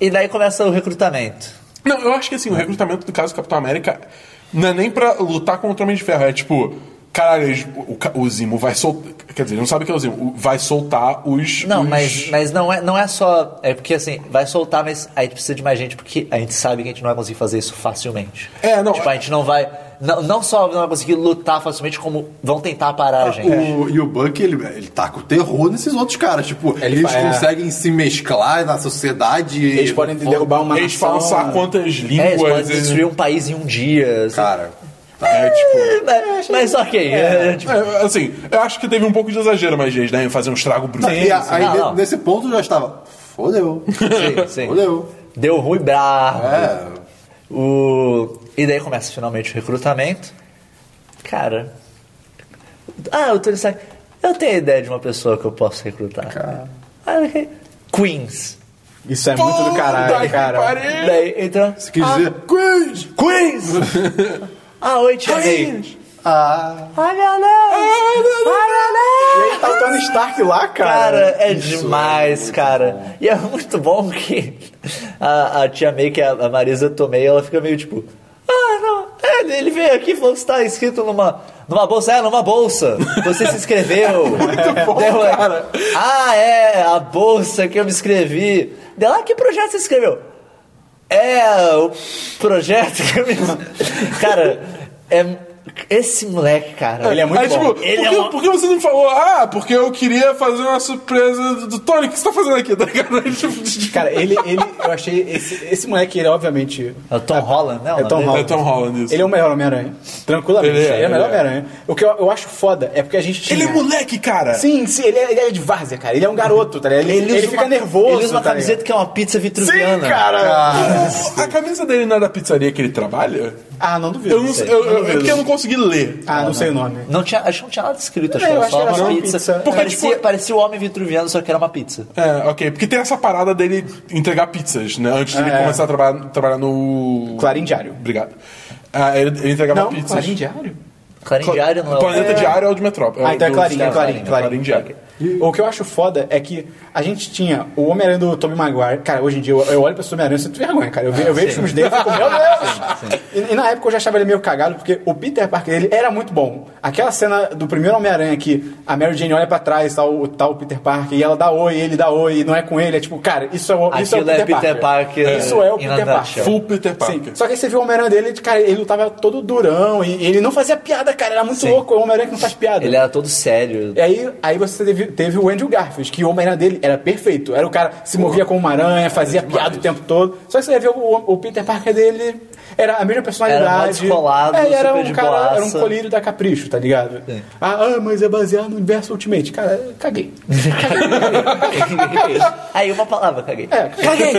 Speaker 1: E daí começa o recrutamento.
Speaker 2: Não, eu acho que assim, o recrutamento do caso do Capitão América não é nem pra lutar contra o Homem de Ferro, é tipo, caralho, eles- o, ca- o Zimo vai soltar. Quer dizer, ele não sabe o que é o Zimo, o- vai soltar os.
Speaker 1: Não,
Speaker 2: os-
Speaker 1: mas, mas não, é, não é só. É porque assim, vai soltar, mas aí precisa de mais gente, porque a gente sabe que a gente não vai conseguir fazer isso facilmente.
Speaker 2: É, não,
Speaker 1: Tipo, a gente não vai. Não, não só não vai conseguir lutar facilmente, como vão tentar parar a gente.
Speaker 5: Ah,
Speaker 1: É,
Speaker 5: O- e o Buck, ele, ele taca o terror nesses outros caras. Tipo,
Speaker 3: Ele
Speaker 5: eles
Speaker 3: fa- é.
Speaker 5: conseguem se mesclar na sociedade.
Speaker 3: Eles podem derrubar uma
Speaker 2: Eles falam
Speaker 3: nação,
Speaker 2: sabe quantas
Speaker 1: É, eles podem
Speaker 2: línguas. eles-
Speaker 1: destruir um país em um dia. assim.
Speaker 5: Cara,
Speaker 2: É, tipo.
Speaker 1: É, [laughs] mas, mas ok. é, tipo,
Speaker 2: é, assim, eu acho que teve um pouco de exagero, mas eles devem fazer um estrago bruto.
Speaker 5: e a- aí
Speaker 1: Não,
Speaker 5: ne-
Speaker 1: não.
Speaker 5: nesse ponto eu já estava. Fodeu.
Speaker 1: [laughs] Sim, sim.
Speaker 5: Fodeu.
Speaker 1: Deu ruim bravo.
Speaker 5: É.
Speaker 1: O... E daí começa finalmente o recrutamento. Cara. Ah, o Tony Stark. Eu tenho a ideia de uma pessoa que eu posso recrutar. Ah, ok. Queens.
Speaker 3: Isso é muito do
Speaker 2: Puta
Speaker 3: caralho,
Speaker 2: que
Speaker 3: cara. É
Speaker 2: pariu! Ah,
Speaker 1: Daí entra.
Speaker 5: Você quis dizer. Queens!
Speaker 1: Queens! ah, oi, Tia May.
Speaker 5: Ah,
Speaker 1: Ai, meu Deus! Ai, meu Deus!
Speaker 3: Tá o Tony Stark lá, cara.
Speaker 1: Cara, é demais, cara. E é muito bom que a, a tia May, que é a Marisa Tomei, ela fica meio tipo. Ah, não. é, ele veio aqui e falou que está inscrito numa, numa bolsa. É, numa bolsa. Você se inscreveu. muito bom, cara. Ah, é, a bolsa que eu me inscrevi. Dela, "Ah, que projeto você escreveu? É, o projeto que eu me. Cara, é. Esse moleque, cara.
Speaker 3: Ele é muito
Speaker 2: Aí,
Speaker 3: bom.
Speaker 2: tipo,
Speaker 1: Ele
Speaker 2: por,
Speaker 1: é
Speaker 2: que,
Speaker 1: uma-
Speaker 2: por que você não falou, ah, porque eu queria fazer uma surpresa do- do Tony, o que você tá fazendo aqui, [laughs] tá ligado? Aí, tipo,
Speaker 3: Cara, ele, ele, eu achei esse, esse moleque, ele é obviamente.
Speaker 1: É o Tom Holland, não?
Speaker 3: É Tom Holland.
Speaker 2: É Tom Holland isso.
Speaker 3: Ele é o melhor Homem-Aranha. Tranquilamente.
Speaker 2: Ele
Speaker 3: Ele
Speaker 2: é,
Speaker 3: é, o melhor
Speaker 2: ele é.
Speaker 3: Homem-Aranha. O que eu, eu acho foda é porque a gente. Tinha...
Speaker 2: Ele é moleque, cara!
Speaker 3: Sim, sim, ele é, ele é de várzea, cara. Ele é um garoto, tá ligado? Ele, ele,
Speaker 1: usa
Speaker 3: fica
Speaker 1: uma-
Speaker 3: nervoso.
Speaker 1: Ele usa uma
Speaker 3: tá ligado?
Speaker 1: camiseta que é uma pizza vitruviana.
Speaker 3: Sim, cara!
Speaker 2: A camisa dele não é da pizzaria que ele trabalha?
Speaker 3: Ah, não duvido.
Speaker 2: Eu não sei, eu, eu, é porque eu não consegui ler.
Speaker 3: Ah, não sei o nome.
Speaker 1: Não tinha, acho que não tinha nada escrito, acho
Speaker 3: É,
Speaker 1: que
Speaker 3: eu
Speaker 1: era
Speaker 3: acho
Speaker 1: só
Speaker 3: que era
Speaker 1: uma
Speaker 3: só uma
Speaker 1: pizza.
Speaker 3: pizza.
Speaker 2: Porque,
Speaker 1: parecia,
Speaker 2: tipo-
Speaker 1: parecia o homem vitruviano, só que era uma pizza.
Speaker 2: É, ok, porque tem essa parada dele entregar pizzas, né? Antes de ele
Speaker 3: É.
Speaker 2: começar a trabalhar, trabalhar no.
Speaker 3: Clarim Diário.
Speaker 2: Obrigado. Ah, ele, ele entregava
Speaker 3: Não,
Speaker 2: pizzas.
Speaker 3: Clarim Diário?
Speaker 1: Clarim Diário não é o-
Speaker 2: Planeta
Speaker 1: é.
Speaker 2: Diário é o de Metrópole.
Speaker 3: Ah, então é
Speaker 2: do-
Speaker 3: Clarim, é
Speaker 2: Clarim,
Speaker 1: né?
Speaker 3: Clarim, Clarim.
Speaker 2: Diário.
Speaker 3: O que eu acho foda é que a gente tinha o Homem-Aranha do Tobey Maguire. Cara, hoje em dia eu, eu olho pra esse Homem-Aranha e sinto vergonha, cara. Eu, ve- eu vejo os filmes dele e
Speaker 1: [laughs]
Speaker 3: fico, meu Deus! E, e na época eu já achava ele meio cagado, porque o Peter Parker dele era muito bom. Aquela cena do primeiro Homem-Aranha que a Mary Jane olha pra trás, tá o, tá o Peter Parker, e ela dá oi, ele dá oi, e não é com ele. É tipo, cara, isso é o, isso é o
Speaker 1: Aquilo
Speaker 3: Peter, Parker. Isso é o
Speaker 1: in
Speaker 3: Peter
Speaker 1: a
Speaker 3: Parker.
Speaker 1: nutshell.
Speaker 2: Full Peter Parker.
Speaker 3: Sim. Só que aí você viu o Homem-Aranha dele, ele, cara, ele lutava todo durão, e ele não fazia piada, cara, era muito
Speaker 1: Sim.
Speaker 3: louco, é o Homem-Aranha que não faz piada.
Speaker 1: Ele era todo sério.
Speaker 3: E aí, aí você teve, teve o Andrew Garfield, que o Homem-Aranha dele era perfeito. Era o cara que se movia como uma aranha, fazia piada o tempo todo. Só que você ia ver o, o Peter Parker dele, era a mesma personalidade.
Speaker 1: Era mó descolado,
Speaker 3: É, ele era
Speaker 1: super
Speaker 3: um
Speaker 1: de
Speaker 3: cara, era um
Speaker 1: boaça.
Speaker 3: colírio da Capricho, tá ligado? Ah, ah, mas é baseado no universo Ultimate. Cara,
Speaker 1: [laughs]
Speaker 3: caguei.
Speaker 1: Aí uma palavra, caguei.
Speaker 3: É, caguei.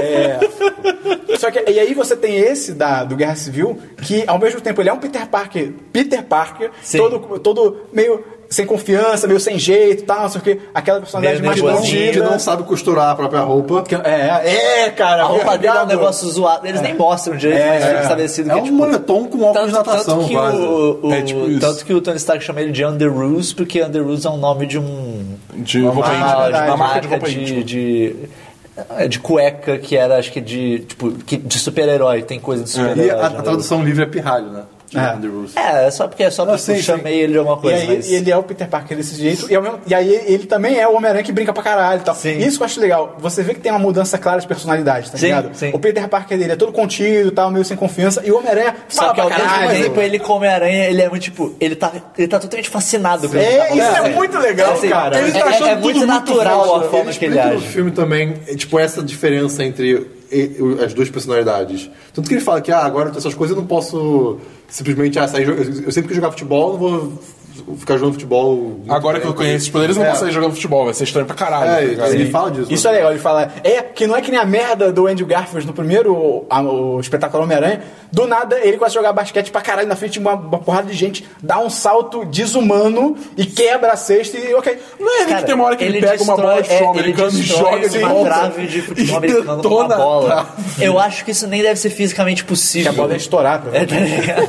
Speaker 3: É. Só que e aí você tem esse da do Guerra Civil que ao mesmo tempo ele é um Peter Parker, Peter Parker,
Speaker 1: Sim.
Speaker 3: todo todo meio sem confiança, meio sem jeito, tal, não sei o que, aquela personalidade
Speaker 1: Meio
Speaker 3: mais
Speaker 1: nervosinho,
Speaker 3: contida.
Speaker 5: Que não sabe costurar a própria roupa.
Speaker 3: Que- É, é, cara.
Speaker 1: A roupa dele é um
Speaker 3: obrigado.
Speaker 1: negócio zoado. Eles nem mostram direito,
Speaker 3: É,
Speaker 1: mas fica
Speaker 3: é.
Speaker 1: estabelecido
Speaker 5: É
Speaker 1: que
Speaker 5: um
Speaker 1: tipo,
Speaker 5: moletom com óculos
Speaker 1: Tanto,
Speaker 5: de natação,
Speaker 1: tanto que
Speaker 5: quase.
Speaker 1: o, o-
Speaker 2: É tipo isso.
Speaker 1: tanto que o Tony Stark chama ele de Underoos, porque Underoos é um nome de um
Speaker 2: De roupa
Speaker 1: uma,
Speaker 2: íntima.
Speaker 1: de uma
Speaker 2: Uma marca de
Speaker 1: marca
Speaker 2: roupa
Speaker 1: de,
Speaker 2: íntima.
Speaker 1: de, de cueca que era acho que de tipo que- de super-herói, tem coisa de super-herói.
Speaker 5: E a,
Speaker 1: de
Speaker 5: a tradução livre é pirralho, né?
Speaker 3: É.
Speaker 5: The rules.
Speaker 1: É, é só porque é só porque
Speaker 5: sim,
Speaker 1: eu chamei ele de alguma
Speaker 3: E
Speaker 1: coisa,
Speaker 3: aí
Speaker 1: mas
Speaker 3: ele é o Peter Parker desse jeito, e, ao mesmo- e aí ele também é o Homem-Aranha que brinca pra caralho e tal.
Speaker 1: Sim.
Speaker 3: Isso que eu acho legal. Você vê que tem uma mudança clara de personalidade, tá
Speaker 1: Sim,
Speaker 3: ligado?
Speaker 1: sim.
Speaker 3: O Peter Parker dele é todo contido e tal, meio sem confiança, e o Homem-Aranha
Speaker 1: Só
Speaker 3: fala
Speaker 1: que ao
Speaker 3: pra
Speaker 1: mesmo
Speaker 3: caralho.
Speaker 1: tempo, ele come aranha, ele é muito tipo. Ele tá, ele tá totalmente fascinado com tá
Speaker 3: É, isso é
Speaker 1: acontecendo.
Speaker 3: muito legal, cara.
Speaker 1: É,
Speaker 3: Ele
Speaker 2: tá
Speaker 1: é-
Speaker 2: achando
Speaker 1: é
Speaker 2: tudo
Speaker 1: muito
Speaker 2: muito
Speaker 1: natural
Speaker 2: fácil.
Speaker 1: a forma que ele
Speaker 5: explica no
Speaker 1: age.
Speaker 5: filme também, é, tipo, essa diferença entre e- o- as duas personalidades. Tanto que ele fala que, ah, agora eu tenho essas coisas, eu não posso simplesmente, ah, sair... jo- Eu eu sempre quis jogar futebol, eu não vou ficar jogando futebol... muito
Speaker 2: Agora que eu
Speaker 5: tempo.
Speaker 2: conheço os poderes, eu não
Speaker 5: É.
Speaker 2: vou sair jogando futebol, vai ser estranho pra caralho. tá
Speaker 5: É,
Speaker 2: ligado?
Speaker 5: ele fala disso. né?
Speaker 3: Isso é legal, ele fala. É, que não é que nem a merda do Andrew Garfield no primeiro a- o espetáculo Homem-Aranha. Do nada, ele começa a jogar basquete pra caralho na frente de uma, uma porrada de gente, dá um salto desumano e quebra a cesta e ok.
Speaker 2: Não é ele que
Speaker 1: Cara,
Speaker 2: tem uma hora que ele, pega uma
Speaker 1: destrói-
Speaker 2: bola de futebol
Speaker 1: é, ele
Speaker 2: americano e
Speaker 1: destrói
Speaker 2: joga de
Speaker 1: uma
Speaker 2: volta.
Speaker 1: trave de futebol americano com uma
Speaker 2: detona a
Speaker 1: bola.
Speaker 2: trave.
Speaker 1: Eu acho que isso nem deve ser fisicamente
Speaker 3: Que
Speaker 1: possível.
Speaker 3: a bola é estourada.
Speaker 1: É, tá ligado?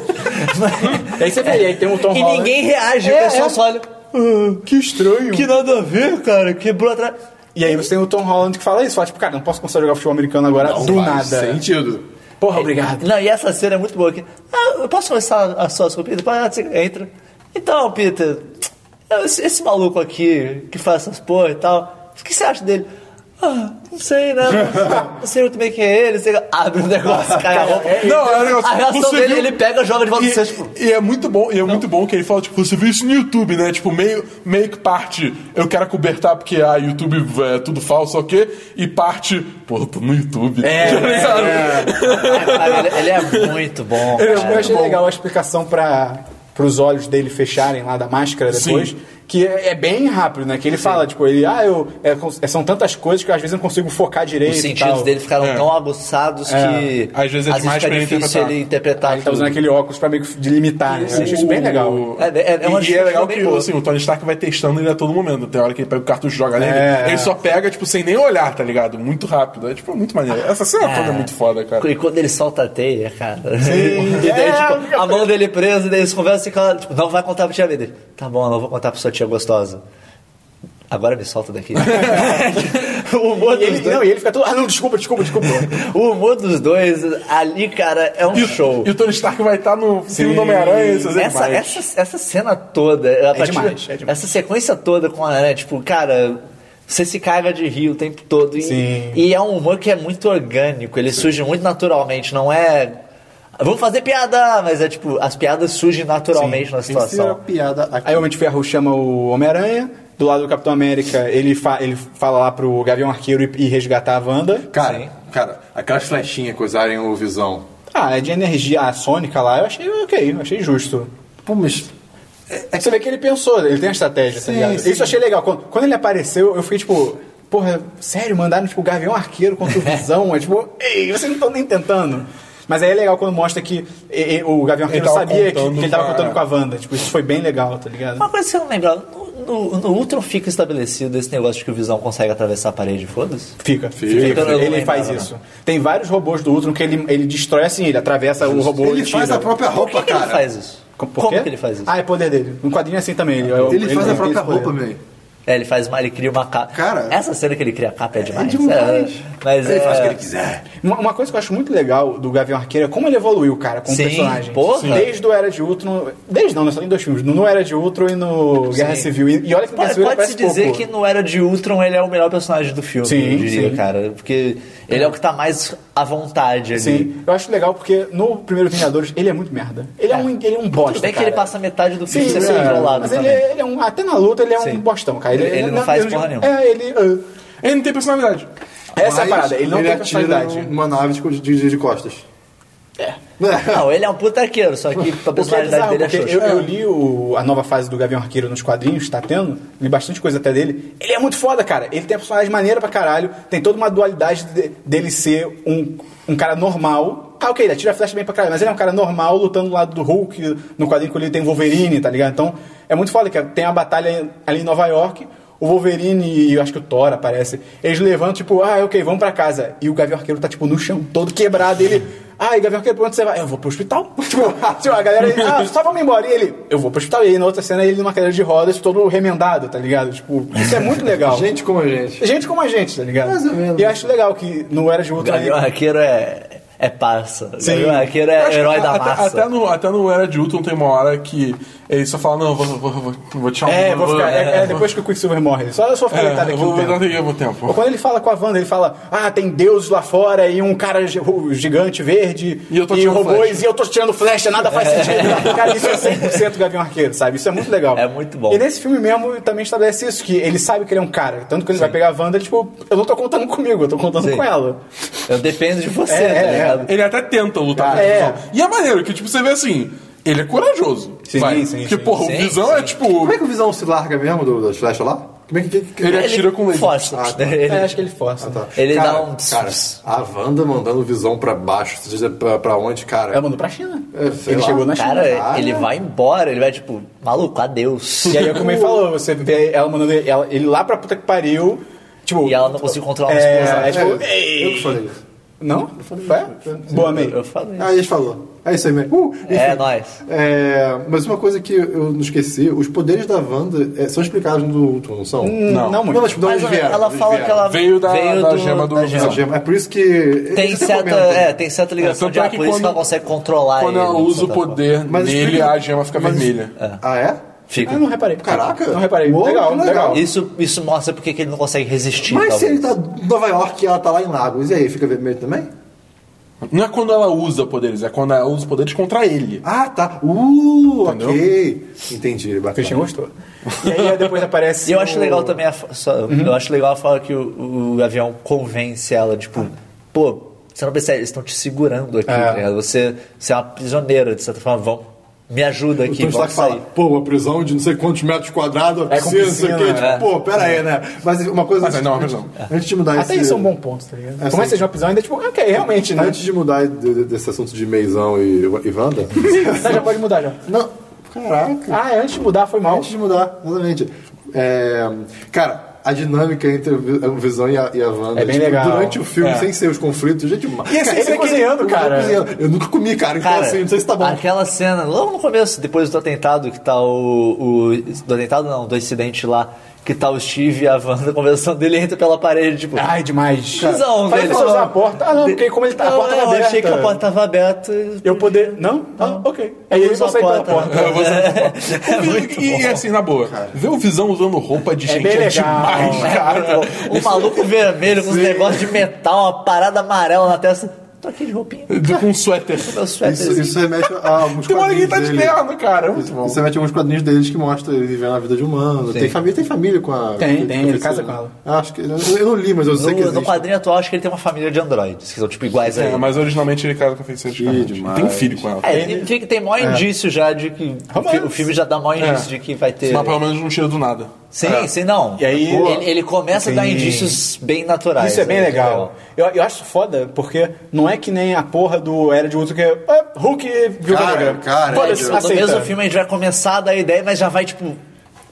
Speaker 1: Mas-
Speaker 3: E aí você vê, e aí tem o
Speaker 2: Então
Speaker 3: Tom
Speaker 1: E
Speaker 3: Holland.
Speaker 1: ninguém reage, o
Speaker 3: É,
Speaker 1: pessoal
Speaker 3: é.
Speaker 1: só olha.
Speaker 3: Que estranho.
Speaker 1: Que nada a ver, cara. Quebrou atrás.
Speaker 3: E aí você tem o Tom Holland que fala isso, fala tipo, cara, não posso começar a jogar futebol americano agora
Speaker 5: Não
Speaker 3: do
Speaker 5: faz
Speaker 3: nada.
Speaker 5: sentido.
Speaker 3: Porra, obrigado.
Speaker 1: Não, e essa cena é muito boa aqui. Ah, eu posso começar a sua com o Peter? Pode, entra. Então, Peter, é, esse, esse maluco aqui que faz essas porra e tal, o que você acha dele? Ah, não sei, né? Não, sei muito bem quem é ele. Sei... lá. Abre o negócio, cai a roupa.
Speaker 2: Não, é um negócio.
Speaker 1: A reação
Speaker 2: você
Speaker 1: dele,
Speaker 2: viu-
Speaker 1: ele pega, joga de volta
Speaker 2: e,
Speaker 1: no cesto, tipo,
Speaker 2: e é muito bom, e é muito bom que ele fala, tipo, você viu isso no YouTube, né? Tipo, meio, meio que parte, eu quero cobertar porque a YouTube é tudo falso, ok? E parte, pô, tô no YouTube. [laughs] Tipo,
Speaker 3: É,
Speaker 2: Sabe?
Speaker 1: cara, ele, ele é muito bom.
Speaker 2: é
Speaker 3: Eu,
Speaker 1: cara. é
Speaker 3: achei legal a explicação para os olhos dele fecharem lá da máscara depois.
Speaker 2: Sim.
Speaker 3: Que é, é bem rápido, né? Que ele fala, tipo, ele, ah, eu. é cons- é, são tantas coisas que eu, às vezes eu não consigo focar direito.
Speaker 1: Os
Speaker 3: e
Speaker 1: sentidos
Speaker 3: tal.
Speaker 1: dele ficaram
Speaker 2: É.
Speaker 1: tão aguçados que.
Speaker 2: Às vezes é demais
Speaker 1: fica
Speaker 2: pra ele
Speaker 1: difícil
Speaker 2: interpretar. Ah, então
Speaker 1: ele interpretar.
Speaker 3: Ele tá
Speaker 1: tudo.
Speaker 2: é
Speaker 3: usando aquele óculos pra meio que delimitar, né? Eu achei isso bem legal.
Speaker 1: É, é- é uma
Speaker 2: e, e é legal que
Speaker 1: bem boa.
Speaker 2: assim, o Tony Stark vai testando ele a todo momento. Tem hora que ele pega o cartucho e joga nele.
Speaker 3: É.
Speaker 2: Ele só pega, tipo, sem nem olhar, tá ligado? Muito rápido. É tipo muito maneiro. Essa cena toda é muito foda, cara.
Speaker 1: E quando ele solta a teia, cara. [laughs] e daí, tipo, a mão dele presa, daí eles conversam e falam, tipo, não vai contar pra tia dele. Tá bom, não vou contar pra sua tia gostosa. Agora me solta
Speaker 2: [laughs]
Speaker 1: daqui. [laughs] o, humor
Speaker 3: E
Speaker 1: dos
Speaker 3: ele,
Speaker 1: dois,
Speaker 3: não, e ele fica todo. Ah, não, desculpa,
Speaker 1: [laughs]
Speaker 3: desculpa, desculpa.
Speaker 1: o humor dos dois, ali, cara, é um
Speaker 2: E, o-
Speaker 1: show.
Speaker 2: e o Tony Stark vai estar no filme do Homem-Aranha. isso é
Speaker 1: Essa,
Speaker 2: demais.
Speaker 1: essa, essa cena toda, a partir-
Speaker 3: demais, é demais.
Speaker 1: essa sequência toda com a aranha, tipo, cara, você se caga de rir o tempo todo. E,
Speaker 3: Sim.
Speaker 1: e é um humor que é muito orgânico, ele surge muito naturalmente, não é. Vamos fazer piada! Mas é tipo, as piadas surgem naturalmente na
Speaker 5: Essa é a
Speaker 1: situação.
Speaker 5: piada aqui.
Speaker 3: Aí o Homem de Ferro chama o Homem-Aranha, do lado do Capitão América ele, fa- ele fala lá pro Gavião Arqueiro e, e resgatar a Wanda.
Speaker 5: Cara,
Speaker 1: Sim.
Speaker 5: cara, aquelas flechinhas que usarem o visão.
Speaker 3: Ah, é de energia a sônica lá, eu achei ok, eu achei justo.
Speaker 5: Pô, mas.
Speaker 3: Você vê que ele pensou, ele tem a estratégia, tá ligado? Isso eu achei legal. Quando, quando ele apareceu, eu fiquei tipo, porra, sério, mandaram tipo o Gavião Arqueiro contra o
Speaker 5: [laughs]
Speaker 3: Visão? é tipo, ei, vocês não estão nem tentando. Mas aí é legal quando mostra que e- e- o Gavião
Speaker 2: Ele
Speaker 3: Arqueiro
Speaker 2: tava
Speaker 3: sabia que,
Speaker 2: contando
Speaker 3: que ele tava
Speaker 2: com a-
Speaker 5: é.
Speaker 3: contando com a Wanda. Tipo, isso foi bem legal, tá ligado?
Speaker 1: Uma coisa que eu não lembrava, no, no, no Ultron fica estabelecido esse negócio de que o Visão consegue atravessar a parede, foda-se?
Speaker 3: Fica,
Speaker 5: Fica.
Speaker 3: fica.
Speaker 1: Eu não
Speaker 3: Ele
Speaker 1: lembrava,
Speaker 3: faz isso. Tem vários robôs do Ultron que ele, ele destrói assim, ele atravessa o robô
Speaker 5: Ele
Speaker 3: e
Speaker 5: faz
Speaker 3: tira.
Speaker 5: a própria
Speaker 1: Por que,
Speaker 5: roupa,
Speaker 1: que ele
Speaker 5: cara.
Speaker 1: faz isso?
Speaker 3: Com- por
Speaker 1: Como
Speaker 3: quê?
Speaker 1: que ele faz isso?
Speaker 3: Ah, é poder dele. Um quadrinho é assim também. Ele,
Speaker 5: Ele faz a
Speaker 3: tem
Speaker 5: própria
Speaker 3: esse poder.
Speaker 5: roupa, meu.
Speaker 1: É, ele faz uma, ele cria uma capa.
Speaker 5: Cara-
Speaker 1: essa cena que ele cria a capa é demais.
Speaker 5: demais.
Speaker 1: É, mas
Speaker 5: Ele
Speaker 1: é...
Speaker 5: faz o que ele quiser.
Speaker 3: Uma, uma coisa que eu acho muito legal do Gavião Arqueiro é como ele evoluiu, cara, como
Speaker 1: Sim,
Speaker 3: personagem.
Speaker 1: porra.
Speaker 3: Desde o Era de Ultron. Desde não, né, só tem dois filmes. No, no Era de Ultron e no Guerra
Speaker 1: Sim.
Speaker 3: Civil. E, e olha que no Guerra
Speaker 1: Pode-
Speaker 3: Civil ele
Speaker 1: Pode-se
Speaker 3: aparece
Speaker 1: dizer
Speaker 3: pouco.
Speaker 1: que no Era de Ultron ele é o melhor personagem do filme,
Speaker 3: Sim,
Speaker 1: eu diria,
Speaker 3: sim.
Speaker 1: cara. Porque ele é o que tá mais à vontade ali.
Speaker 3: Sim, eu acho legal porque no primeiro Vingadores ele é muito merda. Ele é, um, ele é um bosta.
Speaker 1: Tudo bem que
Speaker 3: cara.
Speaker 1: ele passa metade do filme
Speaker 3: Sim,
Speaker 1: sendo
Speaker 3: sim,
Speaker 1: controlado
Speaker 3: mas ele,
Speaker 1: também.
Speaker 3: é- ele é um. Até na luta ele é
Speaker 1: Sim.
Speaker 3: um bostão, cara.
Speaker 1: Ele- ele não faz
Speaker 3: eu
Speaker 1: porra
Speaker 3: digo-
Speaker 1: nenhuma.
Speaker 3: É, ele. ah,
Speaker 2: Ele não tem personalidade.
Speaker 3: essa é a
Speaker 5: Mas
Speaker 3: parada, ele não tem
Speaker 5: atira
Speaker 3: personalidade.
Speaker 5: Uma nave de, de, de costas.
Speaker 1: Não, ele é um puta arqueiro, só que a
Speaker 3: Porque é
Speaker 1: personalidade
Speaker 3: bizarro,
Speaker 1: dele é
Speaker 3: porque
Speaker 1: xoxa.
Speaker 3: eu, eu li o- a nova fase do Gavião Arqueiro nos quadrinhos, tá tendo, li bastante coisa até dele. Ele é muito foda, cara. Ele tem a personagem maneira pra caralho, tem toda uma dualidade de- dele ser um, um cara normal. Ah, ok, ele atira a flecha bem pra caralho, mas ele é um cara normal lutando do lado do Hulk, no quadrinho que ele tem Wolverine, tá ligado? Então, é muito foda, cara. Tem a batalha ali em Nova York, o Wolverine e eu acho que o Thor aparece. Eles levantam, tipo, ah, ok, vamos pra casa. E o Gavião Arqueiro tá, tipo, no chão, todo quebrado. E ele, ah, e Gavião Arqueiro, pra onde você vai? Eu vou pro hospital. [laughs] tipo, tipo, a galera, ele, ah, só vamos embora. E ele, eu vou pro hospital. E aí, na outra cena, ele numa cadeira de rodas, todo remendado, tá ligado? Tipo, isso é muito legal. [laughs] gente,
Speaker 5: Gente como a gente.
Speaker 3: como a gente, tá ligado? Mais ou menos. E eu acho legal que no Era de
Speaker 1: O
Speaker 3: Ultron...
Speaker 1: Gavião
Speaker 3: ele-
Speaker 1: Arqueiro é, é parça. O Gavião Arqueiro
Speaker 2: Eu
Speaker 1: é
Speaker 2: acho que
Speaker 1: herói da
Speaker 2: até-
Speaker 1: massa.
Speaker 2: Até, no, até no Era de Ultron tem uma hora que ele só fala, não, vou, vou, vou, vou te chamar.
Speaker 3: É, vou ficar... É, é, depois que o Quicksilver morre. Só eu sou ficar
Speaker 2: É,
Speaker 3: deitado
Speaker 2: eu
Speaker 3: aqui
Speaker 2: vou,
Speaker 3: um
Speaker 2: vou dar
Speaker 3: tempo.
Speaker 2: tempo.
Speaker 3: Ou
Speaker 2: tempo.
Speaker 3: quando ele fala com a Wanda, ele fala: Ah, tem deuses lá fora e um cara gi- ro- gigante verde
Speaker 2: E eu tô tirando
Speaker 3: robôs
Speaker 2: flecha."
Speaker 3: e eu tô tirando flecha, nada faz sentido. cara, isso é 100% Gavião Arqueiro, sabe? Isso é muito legal.
Speaker 1: É muito bom.
Speaker 3: E nesse filme mesmo também estabelece isso, que ele sabe que ele é um cara. Tanto que quando ele vai pegar a Wanda, ele, tipo, eu não tô contando comigo, eu tô contando
Speaker 1: Sim.
Speaker 3: com ela.
Speaker 1: Eu dependo de você,
Speaker 3: É,
Speaker 1: tá
Speaker 3: é,
Speaker 1: ligado?
Speaker 2: Ele até tenta lutar
Speaker 3: É.
Speaker 2: com o Visão. E é maneiro, que tipo, você vê assim, ele é corajoso.
Speaker 3: Sim,
Speaker 2: vai.
Speaker 3: sim,
Speaker 2: Porque,
Speaker 3: sim.
Speaker 2: porra,
Speaker 1: Sim,
Speaker 2: o Visão é tipo...
Speaker 5: Como é que o visão se larga mesmo do, das flechas lá? Como é que, que- que-
Speaker 2: Ele atira com laser.
Speaker 1: Força.
Speaker 5: Ah, tá.
Speaker 1: Ele,
Speaker 3: É, acho que ele força.
Speaker 1: ele
Speaker 5: Cara,
Speaker 1: dá um...
Speaker 5: Cara, a Wanda mandando o visão pra baixo, seja pra, pra onde, cara?
Speaker 3: Ela mandou pra China.
Speaker 5: É, sei
Speaker 3: ele
Speaker 5: lá.
Speaker 3: chegou na China.
Speaker 1: Cara, é.
Speaker 5: Cara.
Speaker 1: ele vai embora, ele vai tipo, maluco, adeus.
Speaker 3: E aí, como ele falou, você vê ela mandando ele, ela- ele lá pra puta que pariu. Tipo,
Speaker 1: [laughs] E ela não conseguiu controlar uma explosão.
Speaker 3: é, é,
Speaker 5: É,
Speaker 3: tipo,
Speaker 5: eu que falei isso.
Speaker 3: não? Foi? Boa, amei.
Speaker 1: Eu falei.
Speaker 5: Aí a gente falou. É isso aí mesmo. Uh,
Speaker 1: É,
Speaker 5: enfim.
Speaker 1: nóis.
Speaker 5: É, mas uma coisa que eu não esqueci, os poderes da Wanda é, são explicados no Ultron, não são?
Speaker 3: Hum, Não, não muito.
Speaker 5: mas, tipo, de
Speaker 1: Mas
Speaker 5: onde vieram,
Speaker 1: ela
Speaker 5: de onde
Speaker 1: fala
Speaker 5: vieram.
Speaker 1: que ela
Speaker 2: Veio da- da gema do-
Speaker 1: da
Speaker 2: do
Speaker 5: Essa
Speaker 1: gema.
Speaker 5: gema. É por isso que...
Speaker 1: Tem
Speaker 5: eles até
Speaker 1: certa,
Speaker 5: comentam.
Speaker 1: é, tem certa ligação
Speaker 2: tanto
Speaker 1: de
Speaker 2: é
Speaker 1: ar,
Speaker 2: que
Speaker 1: por isso que tá
Speaker 2: quando-
Speaker 1: ela consegue controlar
Speaker 2: Quando
Speaker 1: ele.
Speaker 2: ela
Speaker 1: de
Speaker 2: usa o
Speaker 1: certa forma.
Speaker 2: poder
Speaker 5: Mas
Speaker 2: nele,
Speaker 5: explica-
Speaker 2: a gema fica
Speaker 5: mas-
Speaker 2: vermelha.
Speaker 5: Ah, é?
Speaker 1: Fica.
Speaker 3: Ah, não reparei.
Speaker 5: Caraca.
Speaker 3: Não reparei.
Speaker 5: Uou,
Speaker 3: legal,
Speaker 5: que
Speaker 3: legal.
Speaker 5: legal.
Speaker 1: Isso, isso mostra porque que ele não consegue resistir.
Speaker 5: Mas se
Speaker 1: talvez.
Speaker 5: ele tá em Nova York e ela tá lá em Lagos, e aí, fica vermelho também?
Speaker 2: Não é quando ela usa poderes, é quando ela usa poderes contra ele.
Speaker 5: Ah, tá. Uh,
Speaker 2: Entendeu?
Speaker 5: ok. Entendi. bacana.
Speaker 3: Christian gostou. E aí depois aparece.
Speaker 1: E eu
Speaker 3: o-
Speaker 1: acho legal também a, fa- só- eu acho legal a fala que o, o avião convence ela, tipo, pô, você não percebe, eles estão te segurando aqui, tá ligado? Você, você é uma prisioneira, de certa forma, vão, me ajuda
Speaker 5: O
Speaker 1: aqui,
Speaker 5: Tony
Speaker 1: vamos
Speaker 5: Stark
Speaker 1: sair.
Speaker 5: fala, pô, uma prisão de não sei quantos metros quadrados, uma
Speaker 3: É, com
Speaker 5: piscina, não sei o quê.
Speaker 3: piscina,
Speaker 5: Tipo,
Speaker 1: é.
Speaker 5: pô, pera aí, né? Mas uma coisa...
Speaker 2: Mas
Speaker 5: antes-
Speaker 2: não, é uma prisão.
Speaker 5: Antes de mudar
Speaker 3: Até
Speaker 5: esse...
Speaker 3: isso é um bom ponto, tá ligado?
Speaker 5: É,
Speaker 3: Como é que
Speaker 5: sim.
Speaker 3: seja uma prisão, ainda tipo, ok, realmente, né?
Speaker 5: Antes de mudar de- de- desse assunto de Meizão e, e
Speaker 2: [laughs]
Speaker 5: Wanda...
Speaker 3: Tá, já pode mudar já.
Speaker 5: não, caraca.
Speaker 3: Ah, é, antes de mudar foi mal.
Speaker 5: Antes de mudar, exatamente. É, cara, a dinâmica entre o Vi- o Visão e a, e a Wanda. tipo,
Speaker 3: É bem legal.
Speaker 5: Durante o filme, sem ser os conflitos, gente... é
Speaker 3: E assim, você cozinhando, cara.
Speaker 5: Eu nunca comi, cara. Então,
Speaker 1: Cara,
Speaker 5: assim, não sei se tá bom.
Speaker 1: aquela cena, logo no começo, depois do atentado, que tá o, o- Do atentado não, do incidente lá, que tá o Steve e a Wanda [laughs] conversando, ele entra pela parede, tipo.
Speaker 3: Ai, demais.
Speaker 1: Prisão,
Speaker 3: Falei
Speaker 1: velho.
Speaker 3: pra você usar a porta. Ah, não, porque como ele tá, a
Speaker 1: Não,
Speaker 3: porta
Speaker 1: não,
Speaker 3: tava
Speaker 1: Eu
Speaker 3: aberta.
Speaker 1: achei que a porta tava aberta. e-
Speaker 3: Eu poder. Não? Ah, ok. Aí
Speaker 1: Eu
Speaker 3: ele
Speaker 1: uso
Speaker 3: só
Speaker 1: a
Speaker 3: sai pela
Speaker 1: porta.
Speaker 3: porta.
Speaker 2: Eu vou sair pra fora.
Speaker 1: [laughs] É
Speaker 2: O Visão-
Speaker 1: muito
Speaker 2: e e assim, na boa, ver o Visão usando roupa de
Speaker 3: É
Speaker 2: gente
Speaker 3: bem
Speaker 2: é
Speaker 3: legal.
Speaker 2: demais,
Speaker 1: É [laughs]
Speaker 2: cara.
Speaker 1: muito bom. Um maluco vermelho com uns negócios de metal, uma parada amarela na testa. tô aqui de roupinha. é
Speaker 2: Do- Com um suéter.
Speaker 1: Meu suéter.
Speaker 5: Isso, isso remete a
Speaker 2: [laughs]
Speaker 5: alguns
Speaker 2: Tem uma hora que ele
Speaker 5: quadrinhos
Speaker 2: tá de
Speaker 5: dele.
Speaker 2: terno, cara. É muito bom.
Speaker 5: Isso remete a alguns quadrinhos deles que mostram ele vivendo a vida de humano. Tem família, tem família com a.
Speaker 3: Tem,
Speaker 5: com a
Speaker 3: tem, ele
Speaker 5: feiticeira.
Speaker 3: casa com ela.
Speaker 5: Acho que. Eu, eu não li, mas eu sei que
Speaker 1: No,
Speaker 5: existe.
Speaker 1: no quadrinho atual, acho que ele tem uma família de androides, que são tipo iguais a
Speaker 2: É,
Speaker 1: ele.
Speaker 2: mas originalmente ele casa com a feiticeira de Escarlate.
Speaker 5: demais.
Speaker 2: Tem um filho com ela.
Speaker 1: É, tem, fica- tem maior indício já de que. o fi- O filme já dá maior indício de que vai ter.
Speaker 2: Mas pelo menos não tira do nada.
Speaker 1: Sim, sim, não.
Speaker 3: Ah, E aí-
Speaker 1: ele, ele começa a dar
Speaker 3: Sim.
Speaker 1: indícios bem naturais.
Speaker 3: Isso é bem
Speaker 1: né?
Speaker 3: legal. Eu, eu acho foda, porque não é que nem a porra do Era de Ultron que é "Ah, Hulk e Viúva
Speaker 5: Cara,
Speaker 3: Negra.
Speaker 5: cara,
Speaker 3: Foda-se,
Speaker 5: é,
Speaker 1: tipo, No
Speaker 3: aceita.
Speaker 1: mesmo filme a gente vai começar a dar ideia, mas já vai, tipo.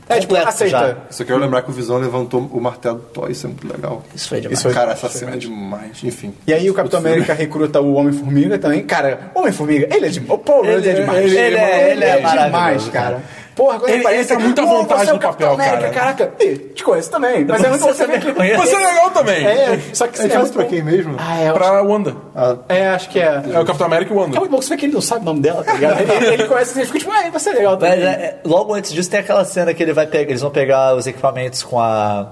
Speaker 3: É, tipo,
Speaker 1: completo
Speaker 3: aceita.
Speaker 1: já.
Speaker 5: Só quero lembrar que o Visão levantou o martelo do Thor, isso é muito legal.
Speaker 1: Isso foi demais.
Speaker 3: Isso foi-
Speaker 5: Cara, essa cena é demais. Enfim.
Speaker 3: E aí o Capitão América recruta o Homem-Formiga também. Cara, Homem-Formiga, ele é demais. O Paul Rudd é demais.
Speaker 1: ele- ele é- ele é
Speaker 3: demais,
Speaker 1: maravilhoso,
Speaker 3: cara. Porra, quando ele,
Speaker 2: Ele-
Speaker 3: aparece...
Speaker 2: ele tá muito à
Speaker 3: "Pô,
Speaker 2: vontade
Speaker 3: você é o
Speaker 2: no
Speaker 3: Capitão
Speaker 2: papel,
Speaker 3: América,
Speaker 2: cara."
Speaker 3: Caraca, Ih, te conheço também. Mas é muito
Speaker 1: Você
Speaker 3: você
Speaker 1: também
Speaker 3: que...
Speaker 1: conhece.
Speaker 2: Você é legal também.
Speaker 3: É, só que...
Speaker 5: A gente
Speaker 3: é
Speaker 5: faz
Speaker 3: muito
Speaker 5: pra
Speaker 3: bom.
Speaker 5: quem mesmo?
Speaker 3: Ah, é, eu acho-
Speaker 2: Pra Wanda.
Speaker 3: é, acho que é...
Speaker 2: É o Capitão América e o
Speaker 3: É
Speaker 2: Wanda.
Speaker 3: muito bom que você vê que ele não sabe o nome dela, tá ligado? ele, ele conhece assim, fica tipo, ah, você é legal
Speaker 1: Mas
Speaker 3: também.
Speaker 1: é, é, logo antes disso tem aquela cena que ele vai pegar, eles vão pegar os equipamentos com a.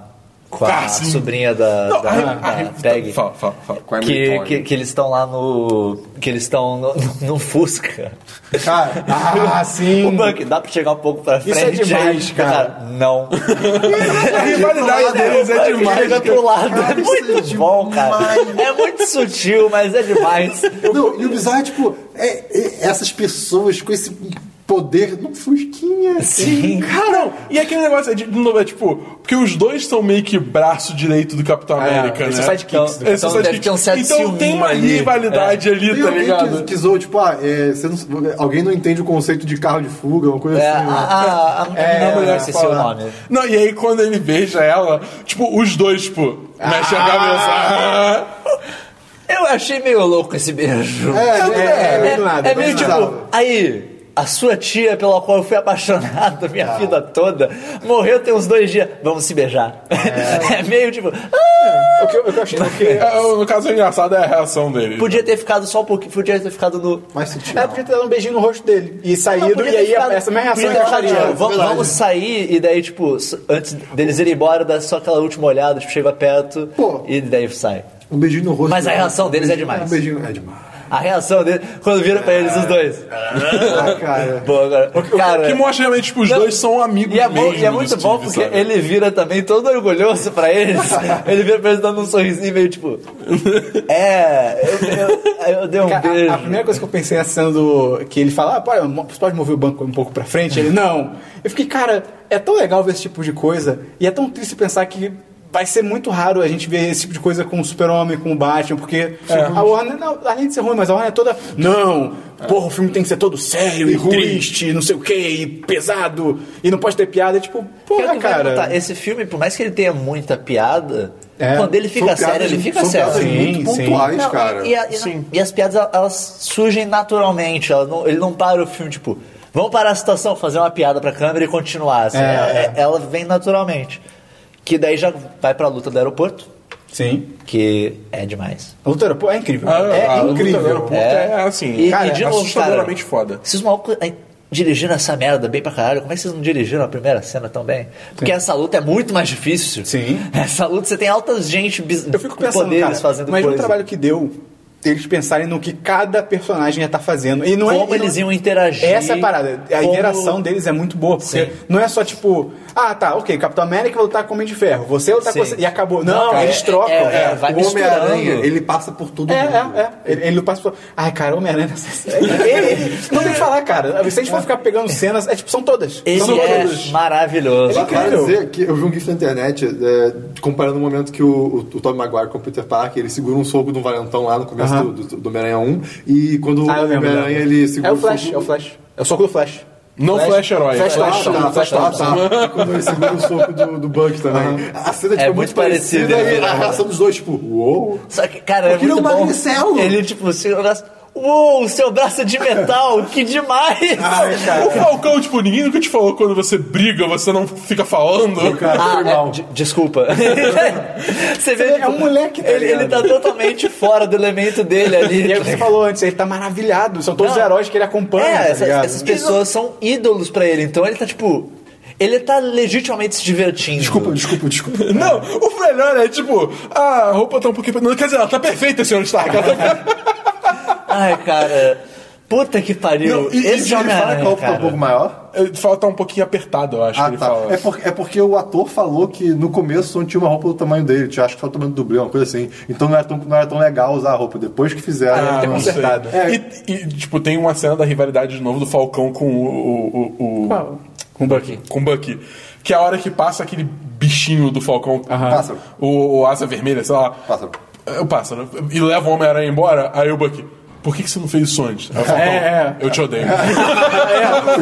Speaker 1: Com a
Speaker 2: Ah, sim.
Speaker 1: sobrinha da,
Speaker 2: Não,
Speaker 1: da,
Speaker 2: a- a-
Speaker 1: da Peggy.
Speaker 2: Ah, Fala, fala, fala.
Speaker 5: Com a Emily
Speaker 1: Ah, Que,
Speaker 5: Thorne.
Speaker 1: que, que eles estão lá no. Que eles estão no, no, no Fusca.
Speaker 5: Cara,
Speaker 3: Ah, sim.
Speaker 1: [laughs] O Buck, dá pra chegar um pouco pra
Speaker 3: é
Speaker 1: frente?
Speaker 3: demais,
Speaker 1: aí?
Speaker 3: cara.
Speaker 1: Não.
Speaker 2: A rivalidade deles é
Speaker 1: Ele
Speaker 2: demais.
Speaker 1: Chega pro lado. é
Speaker 5: isso
Speaker 1: muito
Speaker 5: é
Speaker 1: bom, cara. É muito sutil, mas é demais.
Speaker 5: Não, e o bizarro é, tipo, é- é- essas pessoas com esse poder num fusquinha. é
Speaker 1: Sim.
Speaker 2: Cara, não. E aquele negócio é, de, de novo, é tipo, porque os dois são meio que braço direito do Capitão América,
Speaker 3: eles
Speaker 2: né?
Speaker 3: são sidekicks do
Speaker 2: Eles são
Speaker 1: Capitão. Deve
Speaker 2: sidekicks.
Speaker 1: ter um certo
Speaker 2: Então tem
Speaker 1: ciúminho
Speaker 2: uma
Speaker 1: ali. É.
Speaker 2: rivalidade ali,
Speaker 5: Tem
Speaker 2: [laughs] tá
Speaker 5: alguém
Speaker 2: ligado?
Speaker 5: que, que zoou, tipo, ah, é, você não- alguém não entende o conceito de carro de fuga, uma coisa
Speaker 1: [laughs] É, a,
Speaker 5: assim. né?
Speaker 1: a, a,
Speaker 2: a
Speaker 1: não,
Speaker 2: mulher
Speaker 1: não sei se é o
Speaker 2: fala.
Speaker 1: nome.
Speaker 2: Não, e aí quando ele beija ela, tipo, os dois, tipo, mexem a cabeça.
Speaker 1: Eu achei meio louco esse beijo.
Speaker 5: É,
Speaker 3: É,
Speaker 1: É,
Speaker 3: meio do nada,
Speaker 1: é meio
Speaker 3: meio do
Speaker 1: tipo,
Speaker 5: nada.
Speaker 1: aí, a sua tia pela qual eu fui apaixonado [laughs] minha vida toda, morreu tem uns dois dias, vamos se beijar. [laughs] É, meio tipo, ah,
Speaker 3: O que eu, o que eu achei... o
Speaker 1: [laughs]
Speaker 3: que-
Speaker 2: É, no caso, o engraçado é a reação dele.
Speaker 1: podia ter ficado só um pouquinho, podia ter ficado no.
Speaker 5: Mais sutil.
Speaker 3: É, podia ter dado um beijinho no rosto dele. E
Speaker 1: Não,
Speaker 3: saído,
Speaker 1: podia
Speaker 3: e
Speaker 1: ter
Speaker 3: aí
Speaker 1: ficado-
Speaker 3: essa é minha reação
Speaker 1: podia ter ficado,
Speaker 3: encaixaria.
Speaker 1: tipo, vamos, vamos sair, e daí, tipo, s- antes deles irem embora, dá só aquela última olhada, tipo, chega perto
Speaker 5: Pô.
Speaker 1: e daí sai.
Speaker 5: Um beijinho no rosto.
Speaker 1: Mas a reação deles é
Speaker 5: Um beijinho-
Speaker 1: demais.
Speaker 5: Um beijinho é demais.
Speaker 1: A reação dele, quando vira pra eles os dois. [laughs]
Speaker 5: Ah, cara.
Speaker 1: Bom, agora, cara,
Speaker 2: Que mostra realmente, tipo, os
Speaker 1: Não.
Speaker 2: dois são amigos
Speaker 1: E é,
Speaker 2: mesmo.
Speaker 1: bom- e é
Speaker 2: do
Speaker 1: muito
Speaker 2: Steve,
Speaker 1: bom porque
Speaker 2: sabe?
Speaker 1: ele vira também todo orgulhoso pra eles. ele vira pra eles dando um sorrisinho meio tipo. É, eu, eu- eu dei um
Speaker 3: Cara, a-
Speaker 1: beijo.
Speaker 3: a, primeira coisa que eu pensei nessa cena do. que ele fala, ah, pô, você pode mover o banco um pouco pra frente? Ele, não. Eu fiquei, cara, é tão legal ver esse tipo de coisa, e é tão triste pensar que vai ser muito raro a gente ver esse tipo de coisa com o Super-Homem, com o Batman, porque
Speaker 2: É.
Speaker 3: a Warner, não, além de ser ruim, mas a Warner é toda, não, porra, o filme tem que ser todo sério e, triste, não sei o que, e pesado, e não pode ter piada, é tipo,
Speaker 1: Porque é
Speaker 3: porra,
Speaker 1: o que vai contar.
Speaker 3: cara.
Speaker 1: Esse filme, por mais que ele tenha muita piada,
Speaker 3: É.
Speaker 1: quando ele fica
Speaker 5: São piadas-
Speaker 1: sério, ele fica
Speaker 5: são
Speaker 1: sério.
Speaker 5: piadas muito
Speaker 3: Sim, sim.
Speaker 5: pontuais,
Speaker 1: Não,
Speaker 5: cara.
Speaker 1: E, a- e na- e as piadas elas surgem naturalmente. elas não- ele não para o filme, tipo, vamos parar a situação, fazer uma piada pra câmera e continuar. assim,
Speaker 3: É,
Speaker 1: ela,
Speaker 3: é.
Speaker 1: ela vem naturalmente. Que daí já vai pra luta do aeroporto,
Speaker 3: Sim.
Speaker 1: que é demais.
Speaker 3: A luta era, pô, é incrível.
Speaker 2: Ah,
Speaker 3: é
Speaker 2: a luta do
Speaker 3: incrível.
Speaker 2: aeroporto é, assim,
Speaker 3: cara,
Speaker 2: assustadoramente foda.
Speaker 1: Se os malucos aí, dirigiram essa merda bem pra caralho, como é que vocês não dirigiram a primeira cena tão bem? Porque essa luta é muito mais difícil.
Speaker 3: Sim.
Speaker 1: [laughs] Essa luta você tem altas gente bis-
Speaker 3: Eu fico pensando,
Speaker 1: poderes
Speaker 3: cara,
Speaker 1: fazendo
Speaker 3: mas o
Speaker 1: coisa.
Speaker 3: trabalho que deu eles pensarem no que cada personagem ia estar fazendo. E não é,
Speaker 1: Como
Speaker 3: e não-
Speaker 1: eles iam interagir,
Speaker 3: Essa é a parada. A
Speaker 1: como-
Speaker 3: interação deles é muito boa, porque
Speaker 1: Sim.
Speaker 3: não é só tipo, ah, tá, ok, Capitão América vai lutar com o Homem de Ferro, você vai lutar com
Speaker 1: Sim.
Speaker 3: você, e acabou. Não,
Speaker 1: Não, cara,
Speaker 3: eles
Speaker 1: é-
Speaker 3: trocam.
Speaker 1: é- é, vai
Speaker 3: O
Speaker 5: O Homem-Aranha,
Speaker 1: misturando.
Speaker 5: ele passa por todo
Speaker 3: é,
Speaker 5: mundo.
Speaker 3: é, é. Ele, ele não passa por. Ai, cara, Homem-Aranha. ele- [laughs] ele- Não tem o que falar, cara. Se a gente for ficar pegando cenas, é tipo, são todas.
Speaker 1: Ele
Speaker 3: são
Speaker 1: é maravilhoso.
Speaker 3: Ele-
Speaker 5: Vale
Speaker 3: Incrível.
Speaker 5: dizer que eu vi um GIF na internet é, comparando o momento que o, o, o Tobey Maguire com o Peter Parker, ele segura um soco de um valentão lá no começo
Speaker 3: Aham.
Speaker 5: do, do, do Homem-Aranha 1 e quando
Speaker 3: Ah, eu
Speaker 5: o
Speaker 3: lembro.
Speaker 5: Homem-Aranha
Speaker 3: lembro.
Speaker 5: ele segura
Speaker 3: É o Flash,
Speaker 5: soco...
Speaker 3: é o Flash. É o soco do Flash.
Speaker 2: Não Flash, herói.
Speaker 3: Flash,
Speaker 5: Ah,
Speaker 3: Flash,
Speaker 5: tá,
Speaker 3: Flash,
Speaker 5: tá,
Speaker 3: Flash.
Speaker 5: tá, tá. E Quando ele segura o soco do, do Buck também. A cena tipo,
Speaker 1: É
Speaker 5: é
Speaker 1: muito
Speaker 5: muito parecida
Speaker 1: parecida,
Speaker 5: e
Speaker 1: né?
Speaker 5: a reação dos dois, tipo, uou.
Speaker 1: Só que, cara, é
Speaker 5: Porque ele é
Speaker 1: muito
Speaker 5: um
Speaker 1: bom.
Speaker 5: magricelo.
Speaker 1: Ele, tipo, se olhasse, Uou, seu braço é de metal, que demais!
Speaker 2: O Falcão, tipo, ninguém nunca te falou quando você briga, você não fica falando.
Speaker 1: Ah, é, de-
Speaker 3: [laughs]
Speaker 1: desculpa. você vê,
Speaker 3: vê, é um moleque, tá
Speaker 1: ele, ele tá
Speaker 3: ligado?
Speaker 1: totalmente fora do elemento dele ali.
Speaker 3: [laughs] E é o que você falou antes, ele tá maravilhado. São todos
Speaker 1: Não.
Speaker 3: os heróis que ele acompanha.
Speaker 1: É,
Speaker 3: tá
Speaker 1: essas,
Speaker 3: ligado?
Speaker 1: essas pessoas são ídolos pra ele, então ele tá tipo. Ele tá legitimamente se divertindo.
Speaker 5: Desculpa, desculpa, desculpa.
Speaker 2: [laughs] Não, [laughs] o melhor é tipo, a roupa tá um pouquinho. Não, quer dizer, ela tá perfeita, senhor Stark. Ela tá-
Speaker 1: Ai, cara. Puta que pariu.
Speaker 5: Não, e- e
Speaker 1: Esse
Speaker 5: ele fala que a
Speaker 1: Homem-Aranha,
Speaker 5: Copa tá um
Speaker 1: cara.
Speaker 5: pouco maior.
Speaker 2: Ele fala tá um pouquinho apertado, eu acho que
Speaker 5: Ah,
Speaker 2: ele
Speaker 5: tá.
Speaker 2: fala.
Speaker 5: É, porque, é porque o ator falou que no começo não tinha uma roupa do tamanho dele, tinha, acho que só o tamanho do dublê, uma coisa assim. Então não era tão, não era tão legal usar a roupa. Depois que fizeram,
Speaker 2: Ah,
Speaker 5: tem
Speaker 2: não sei.
Speaker 5: consertado. É,
Speaker 2: E, e, tipo, tem uma cena da rivalidade de novo do Falcão com o. o- o- o-
Speaker 3: Qual?
Speaker 2: Com o Bucky. Com o Bucky. Que é a hora que passa aquele bichinho do Falcão.
Speaker 5: Pássaro.
Speaker 2: O, o asa vermelha, sei lá.
Speaker 5: Pássaro.
Speaker 2: É, O pássaro. E leva o Homem-Aranha embora, aí o Bucky. Por que, que você não fez isso antes? Aí o Falcão,
Speaker 3: É, é.
Speaker 2: Eu te [laughs] odeio.
Speaker 1: Ah,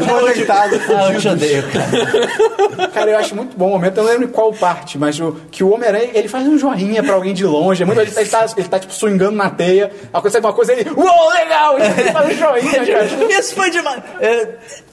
Speaker 1: eu te
Speaker 3: [laughs]
Speaker 1: odeio, cara.
Speaker 3: Cara, eu acho muito bom o momento, eu não lembro em qual parte, mas o, que o Homem-Aranha, ele faz um joinha pra alguém de longe, é muito, ele, tá, ele, tá, ele tá, tipo, swingando na teia, acontece alguma coisa, ele, uou, legal, ele faz um joinha, cara.
Speaker 1: Isso foi demais. É,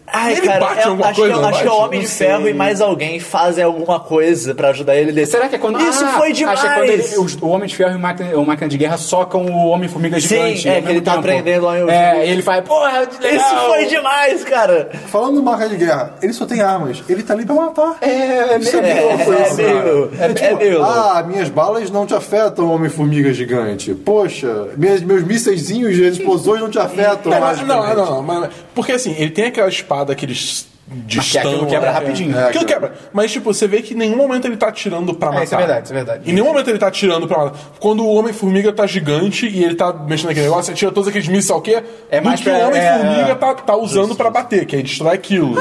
Speaker 1: Ai,
Speaker 2: Ele
Speaker 1: cara,
Speaker 2: bate
Speaker 1: é-
Speaker 2: alguma
Speaker 1: acho,
Speaker 2: coisa,
Speaker 1: que,
Speaker 2: não
Speaker 1: é- acho que é o
Speaker 2: bate?
Speaker 1: Homem
Speaker 2: Não
Speaker 1: de Ferro
Speaker 2: sei.
Speaker 1: e mais alguém fazem alguma coisa pra ajudar ele. desse-
Speaker 3: Será que é quando...
Speaker 1: Isso
Speaker 3: ah,
Speaker 1: foi demais!
Speaker 3: Acho que é quando ele- os- o Homem de Ferro e o Máquina, o Máquina de Guerra socam o Homem-Formiga
Speaker 1: Sim,
Speaker 3: gigante.
Speaker 1: é,
Speaker 3: ao
Speaker 1: que
Speaker 3: mesmo
Speaker 1: ele tá
Speaker 3: tempo.
Speaker 1: prendendo lá, eu-
Speaker 3: É, e ele faz, porra, legal.
Speaker 1: Isso foi demais, cara.
Speaker 5: Falando do marca de guerra, ele só tem armas, ele tá ali pra matar.
Speaker 3: É, é
Speaker 5: Isso
Speaker 3: meio...
Speaker 5: é meio louco
Speaker 1: é
Speaker 5: isso, cara.
Speaker 1: meio- é
Speaker 5: tipo,
Speaker 1: meio louco.
Speaker 5: Ah, minhas balas não te afetam, Homem-Formiga Gigante. Poxa, minhas, meus mísseizinhos, as explosões não te afetam.
Speaker 2: Não, mas-
Speaker 5: mágica
Speaker 2: não,
Speaker 5: gigante.
Speaker 2: não, não, mas- porque assim, ele tem aquela espada que eles né?
Speaker 3: Mas que
Speaker 2: distam.
Speaker 3: aquilo quebra rapidinho.
Speaker 5: É,
Speaker 2: aquilo
Speaker 5: cara.
Speaker 2: quebra. Mas, tipo, você vê que em nenhum momento ele tá atirando pra matar.
Speaker 3: isso é verdade, isso é verdade.
Speaker 2: Em nenhum momento ele tá atirando pra matar. Quando o Homem-Formiga tá gigante e ele tá mexendo naquele negócio, ele tira todos aqueles mísseis, o quê?
Speaker 3: É
Speaker 2: do
Speaker 3: mais
Speaker 2: que o
Speaker 3: pra- é,
Speaker 2: Homem-Formiga
Speaker 3: é.
Speaker 2: tá, tá usando pra bater, que aí destrói aquilo.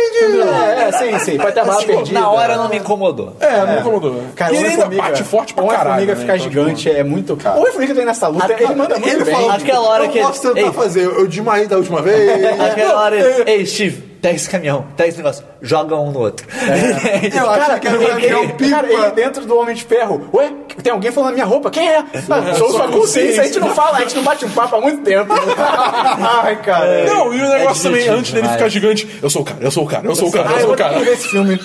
Speaker 3: É, é, sim, sim, pode ter bala
Speaker 1: Tipo,
Speaker 3: perdida. né?
Speaker 1: na hora não me incomodou.
Speaker 2: É, não incomodou.
Speaker 3: Cara,
Speaker 2: e ele
Speaker 3: o
Speaker 2: ainda
Speaker 3: Homem-Formiga-
Speaker 2: bate forte pra
Speaker 3: o
Speaker 2: caralho.
Speaker 3: Homem-Formiga
Speaker 2: né?
Speaker 3: ficar
Speaker 2: Então, tipo,
Speaker 3: gigante é muito caro. O Homem-Formiga tem nessa luta, ele manda muito
Speaker 5: Ele
Speaker 3: bem.
Speaker 5: fala,
Speaker 1: Aquela hora
Speaker 5: eu
Speaker 1: que ele-
Speaker 5: posso tentar
Speaker 1: Ei.
Speaker 5: fazer, eu, eu desmaiei da última vez.
Speaker 1: Aquela hora ele... Ei, Steve, pega esse caminhão, pega esse negócio. Joga um no outro. É. [laughs]
Speaker 5: Eu acho
Speaker 3: Cara,
Speaker 5: que era o
Speaker 3: ele,
Speaker 5: Gabriel
Speaker 3: ele- cara, ele
Speaker 5: Pipa.
Speaker 3: dentro do Homem de Ferro. Ué, tem alguém falando minha roupa? Quem é? Ah, sou sua consciência. A gente não fala, a gente não bate um papo há muito tempo. [laughs] Ai, cara.
Speaker 2: Não, e o
Speaker 1: É
Speaker 2: negócio também,
Speaker 1: divertido
Speaker 2: antes dele
Speaker 1: demais.
Speaker 2: ficar gigante, eu sou o cara, eu sou o cara, eu sou o cara,
Speaker 3: Ai,
Speaker 2: eu
Speaker 3: Ah,
Speaker 2: sou
Speaker 3: eu vou
Speaker 2: o
Speaker 3: ter que
Speaker 2: cara.
Speaker 3: ver esse [laughs] filme.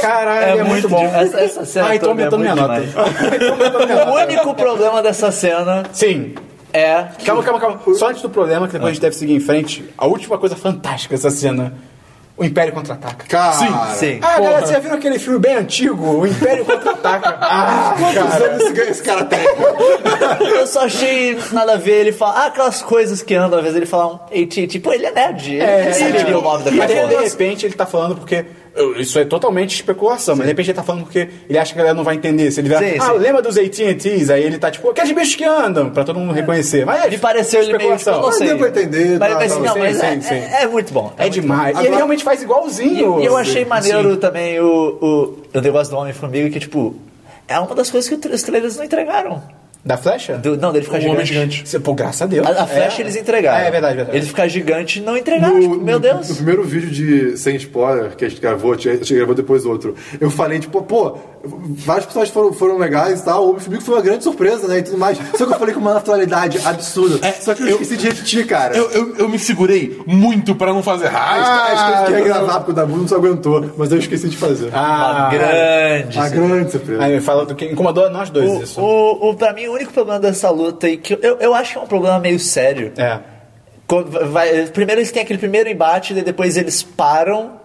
Speaker 3: Caralho,
Speaker 1: É
Speaker 3: é,
Speaker 1: muito
Speaker 3: muito bom.
Speaker 1: demais. Essa- essa cena
Speaker 3: Ai, tô
Speaker 1: toda é
Speaker 3: aumentando minha
Speaker 1: muito
Speaker 3: nota. [laughs] Ai, tô aumentando minha
Speaker 1: O
Speaker 3: nota.
Speaker 1: único problema dessa cena
Speaker 3: Sim.
Speaker 1: é...
Speaker 3: Calma, calma, calma. Só antes do problema, que depois a gente deve seguir em frente. A última coisa fantástica dessa cena. O Império Contra-Ataca.
Speaker 5: Cara,
Speaker 1: Sim.
Speaker 3: Ah, galera, vocês já viram aquele filme bem antigo? O Império Contra-Ataca. Ah,
Speaker 5: quantos
Speaker 3: cara.
Speaker 5: anos esse, esse cara tá tem?
Speaker 1: Eu só achei nada a ver ele falar ah, aquelas coisas que andam, às vezes ele fala um "Ei, Titi", tipo, ele é nerd, ele é,
Speaker 3: É,
Speaker 1: sabe o nome da
Speaker 3: e de, de
Speaker 1: porra.
Speaker 3: repente ele tá falando porque. eu- Isso é totalmente especulação, mas de repente ele tá falando porque ele acha que a galera não vai entender. Se ele vier,
Speaker 1: Sim,
Speaker 3: ah,
Speaker 1: sim.
Speaker 3: lembra dos ATTs? Aí ele tá tipo, aqueles bichos que andam, pra todo mundo reconhecer. Mas é
Speaker 1: Me pareceu ele meio tipo,
Speaker 3: especulação.
Speaker 1: eu não
Speaker 5: Mas
Speaker 1: sei.
Speaker 5: deu pra entender,
Speaker 1: Mas,
Speaker 5: tá,
Speaker 1: mas,
Speaker 5: tá,
Speaker 1: não,
Speaker 3: sim,
Speaker 1: mas é,
Speaker 3: sim, sim.
Speaker 1: é- é muito bom.
Speaker 3: É demais. E ele
Speaker 5: Agora-
Speaker 3: realmente faz
Speaker 1: E
Speaker 3: igualzinho.
Speaker 1: e eu achei maneiro
Speaker 3: Sim.
Speaker 1: também o, o, o negócio do Homem-Formiga, que, tipo, é uma das coisas que o tra- os trailers não entregaram.
Speaker 3: Da flecha?
Speaker 1: Do- não, dele ficar
Speaker 2: O homem
Speaker 1: gigante.
Speaker 2: gigante.
Speaker 3: Você- Pô, graças a Deus.
Speaker 1: A, a flecha
Speaker 3: É.
Speaker 1: eles entregaram.
Speaker 3: É, é verdade, verdade.
Speaker 1: Ele ficar gigante não entregaram.
Speaker 5: No,
Speaker 1: tipo, meu
Speaker 5: no-
Speaker 1: Deus.
Speaker 5: No primeiro vídeo de Sem Spoiler que a gente gravou, a gente gravou depois outro, eu falei, tipo, pô, vários personagens foram, foram legais e tal, o Homem-Formiga foi uma grande surpresa, né, e tudo mais. Só que eu falei com uma naturalidade absurda.
Speaker 1: É,
Speaker 5: só que eu, esqueci de repetir, cara.
Speaker 2: Eu, eu, eu me segurei muito pra não fazer raiva.
Speaker 5: Ah, eu ia gravar porque o Dabu não se aguentou, mas eu esqueci de fazer.
Speaker 3: Ah,
Speaker 1: Grande.
Speaker 5: a grande surpresa.
Speaker 3: Aí fala do que incomodou a nós dois isso.
Speaker 1: O, o, o, pra mim, o único problema dessa luta, e que eu, eu acho que é um problema meio sério,
Speaker 3: É.
Speaker 1: Quando vai- primeiro eles têm aquele primeiro embate, daí depois eles param.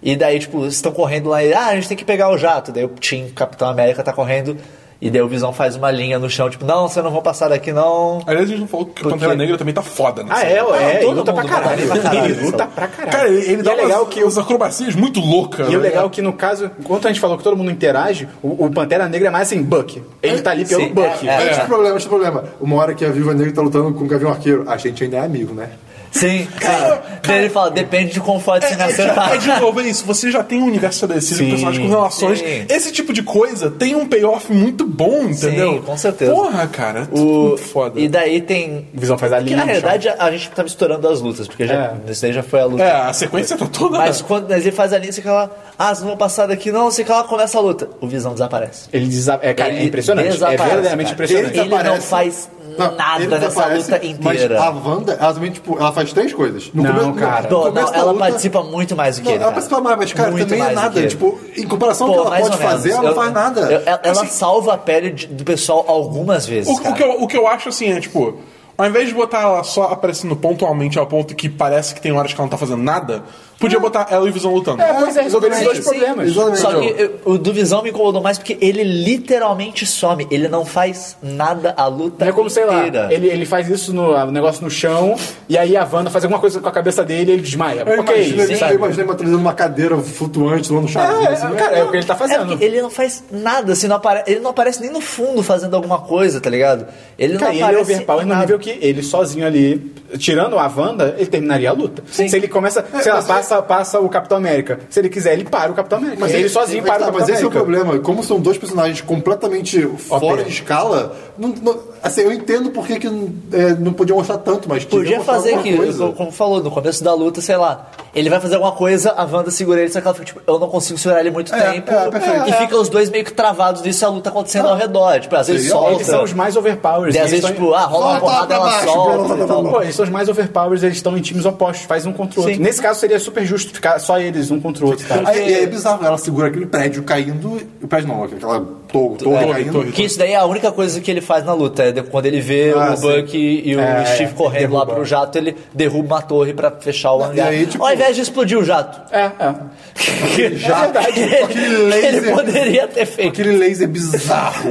Speaker 1: E daí, tipo, estão correndo lá e. Ah, a gente tem que pegar o jato. Daí o Tim, Capitão América, tá correndo. E daí o Visão faz uma linha no chão, tipo, não, você não vão passar daqui, não.
Speaker 2: Aliás, a gente não falou que
Speaker 1: Por
Speaker 2: a Pantera
Speaker 1: quê?
Speaker 2: Negra também tá foda, né?
Speaker 3: Ah, é, é, ele
Speaker 1: todo
Speaker 3: luta pra
Speaker 1: mundo batalha
Speaker 3: [laughs] caralho.
Speaker 1: pra caralho,
Speaker 3: Ele luta
Speaker 1: sabe?
Speaker 3: pra caralho.
Speaker 2: Cara, ele, ele
Speaker 3: E
Speaker 2: dá
Speaker 3: é legal que o
Speaker 2: umas acrobacias muito loucas.
Speaker 3: E o
Speaker 2: né?
Speaker 3: legal é que, no caso, enquanto a gente falou que todo mundo interage, o, o Pantera Negra é mais assim, Buck. Ele tá ali pelo
Speaker 1: Sim,
Speaker 3: Buck.
Speaker 1: é, é.
Speaker 5: Mas tinha um problema, tinha um problema. Uma hora que a Viva Negra tá lutando com o Gavião Arqueiro, a gente ainda é amigo, né?
Speaker 1: Sim, cara. Daí ele fala, depende de como forte
Speaker 2: É,
Speaker 1: você
Speaker 2: é,
Speaker 1: nasceu. tá?
Speaker 2: de- é de novo, é isso. Você já tem um universo estabelecido,
Speaker 3: Sim.
Speaker 2: um personagem com relações.
Speaker 1: Sim.
Speaker 2: Esse tipo de coisa tem um payoff muito bom, entendeu?
Speaker 1: com certeza.
Speaker 2: Porra, cara. é tudo
Speaker 1: O-
Speaker 2: muito foda.
Speaker 1: E daí tem.
Speaker 3: O Visão faz a
Speaker 1: Que
Speaker 3: linha.
Speaker 1: na
Speaker 3: no chão.
Speaker 1: realidade a, a gente tá misturando as lutas, porque já,
Speaker 3: É.
Speaker 1: isso daí já foi a luta.
Speaker 2: É, a sequência tá toda.
Speaker 1: Mas quando mas ele faz a linha, você fala, ah, vocês não vão passar daqui, não, você fala, começa a luta. O Visão desaparece.
Speaker 3: Ele desa... é, cara, é
Speaker 1: Ele
Speaker 3: impressionante. É
Speaker 1: desaparece,
Speaker 3: verdadeiramente
Speaker 1: cara.
Speaker 3: impressionante.
Speaker 1: Ele não faz nada
Speaker 5: ele
Speaker 1: nessa
Speaker 5: desaparece,
Speaker 1: luta inteira.
Speaker 5: Mas a Wanda, ela também, tipo, ela faz três coisas. No
Speaker 3: Não,
Speaker 5: começo, no-
Speaker 3: cara.
Speaker 5: no
Speaker 1: Não,
Speaker 5: começo
Speaker 1: não,
Speaker 5: da
Speaker 1: ela
Speaker 5: luta-
Speaker 1: participa muito mais do que
Speaker 5: Não, é
Speaker 1: ele.
Speaker 5: ela
Speaker 1: cara.
Speaker 5: participa mais, mas, cara,
Speaker 1: né? Muito
Speaker 5: também é
Speaker 1: mais do
Speaker 5: nada.
Speaker 1: que ele.
Speaker 5: Tipo, em comparação
Speaker 1: Pô,
Speaker 5: ao que ela
Speaker 1: mais
Speaker 5: pode
Speaker 1: ou menos.
Speaker 5: fazer, ela não
Speaker 1: Eu-
Speaker 5: faz nada.
Speaker 1: eu- ela ela
Speaker 2: Assim-
Speaker 1: salva a pele de- do pessoal algumas vezes.
Speaker 2: O, o
Speaker 1: cara.
Speaker 2: que eu, o que eu acho assim é, tipo, ao invés de botar ela só aparecendo pontualmente ao ponto que parece que tem horas que ela não tá fazendo nada, Podia botar ela e o Visão lutando.
Speaker 3: É, pois é, resolveram os
Speaker 1: Sim,
Speaker 3: dois
Speaker 1: sim.
Speaker 3: problemas.
Speaker 5: Exatamente.
Speaker 1: Só que eu- o do Visão me incomodou mais porque ele literalmente some. Ele não faz nada a luta
Speaker 3: É como, sei lá,
Speaker 1: inteira.
Speaker 3: ele, ele faz isso no ah, o negócio no chão, e aí a Wanda faz alguma coisa com a cabeça dele e ele desmaia.
Speaker 5: Eu
Speaker 3: ok,
Speaker 5: imaginei,
Speaker 3: sabe?
Speaker 5: eu imaginei materializando uma cadeira flutuante lá no chão.
Speaker 3: É, é, cara, é o que ele tá
Speaker 1: É
Speaker 3: fazendo.
Speaker 1: porque ele não faz nada, assim, não apare... ele não aparece nem no fundo fazendo alguma coisa, tá ligado? Ele não
Speaker 3: Cara, ele
Speaker 1: aparece.
Speaker 3: é overpower
Speaker 1: em
Speaker 3: no
Speaker 1: nada.
Speaker 3: nível que ele sozinho ali, tirando a Wanda, ele terminaria a luta. Se ele começa,
Speaker 5: É,
Speaker 3: sei lá, passa, passa o Capitão América. Se ele quiser, ele para o Capitão América. Mas ele, sozinho para o
Speaker 5: tá,
Speaker 3: Capitão
Speaker 5: Mas esse é o
Speaker 3: América.
Speaker 5: problema. Como são dois personagens completamente fora de escala, não- não- assim, eu entendo por que que, é, não podia mostrar tanto, mas tinha
Speaker 1: Podia
Speaker 5: mostrar
Speaker 1: fazer
Speaker 5: alguma
Speaker 1: que,
Speaker 5: coisa.
Speaker 1: como falou, no começo da luta, sei lá, ele vai fazer alguma coisa, a Wanda segura ele, só que ela fica tipo, eu não consigo segurar ele muito
Speaker 5: É,
Speaker 1: tempo.
Speaker 5: é, perfeito.
Speaker 1: e fica os dois meio que travados nisso e a luta acontecendo ao redor. Tipo, às vezes
Speaker 5: Seria
Speaker 1: solta.
Speaker 3: Eles são os mais overpowers.
Speaker 1: daí às
Speaker 3: eles
Speaker 1: vezes,
Speaker 3: estão-
Speaker 1: tipo, ah, rola uma
Speaker 5: Solta
Speaker 1: porrada,
Speaker 5: pra
Speaker 1: ela
Speaker 5: baixo,
Speaker 1: solta. e
Speaker 5: blá, blá,
Speaker 1: tal.
Speaker 5: blá,
Speaker 3: Pô, eles são os mais overpowers, eles estão em times opostos, faz um contra o outro.
Speaker 1: Sim.
Speaker 3: Nesse caso seria super justo ficar só eles um contra o outro.
Speaker 1: [laughs]
Speaker 3: Tá?
Speaker 5: Aí, e aí é bizarro, ela segura aquele prédio caindo, o prédio não, aquela torre, torre caindo.
Speaker 1: Que isso daí é a única coisa que ele faz na luta. É de- quando ele vê
Speaker 5: Ah,
Speaker 1: o
Speaker 5: sim.
Speaker 1: Buck e o
Speaker 3: É,
Speaker 1: Steve
Speaker 3: é,
Speaker 1: correndo lá pro jato, ele derruba uma torre pra fechar o hangar.
Speaker 5: aí, tipo-
Speaker 1: Ao invés de explodir o
Speaker 5: [laughs]
Speaker 1: jato.
Speaker 3: É, é.
Speaker 5: jato,
Speaker 1: [laughs]
Speaker 5: aquele
Speaker 1: ele,
Speaker 5: laser.
Speaker 1: ele poderia ter feito.
Speaker 5: Aquele
Speaker 1: [laughs]
Speaker 5: laser bizarro.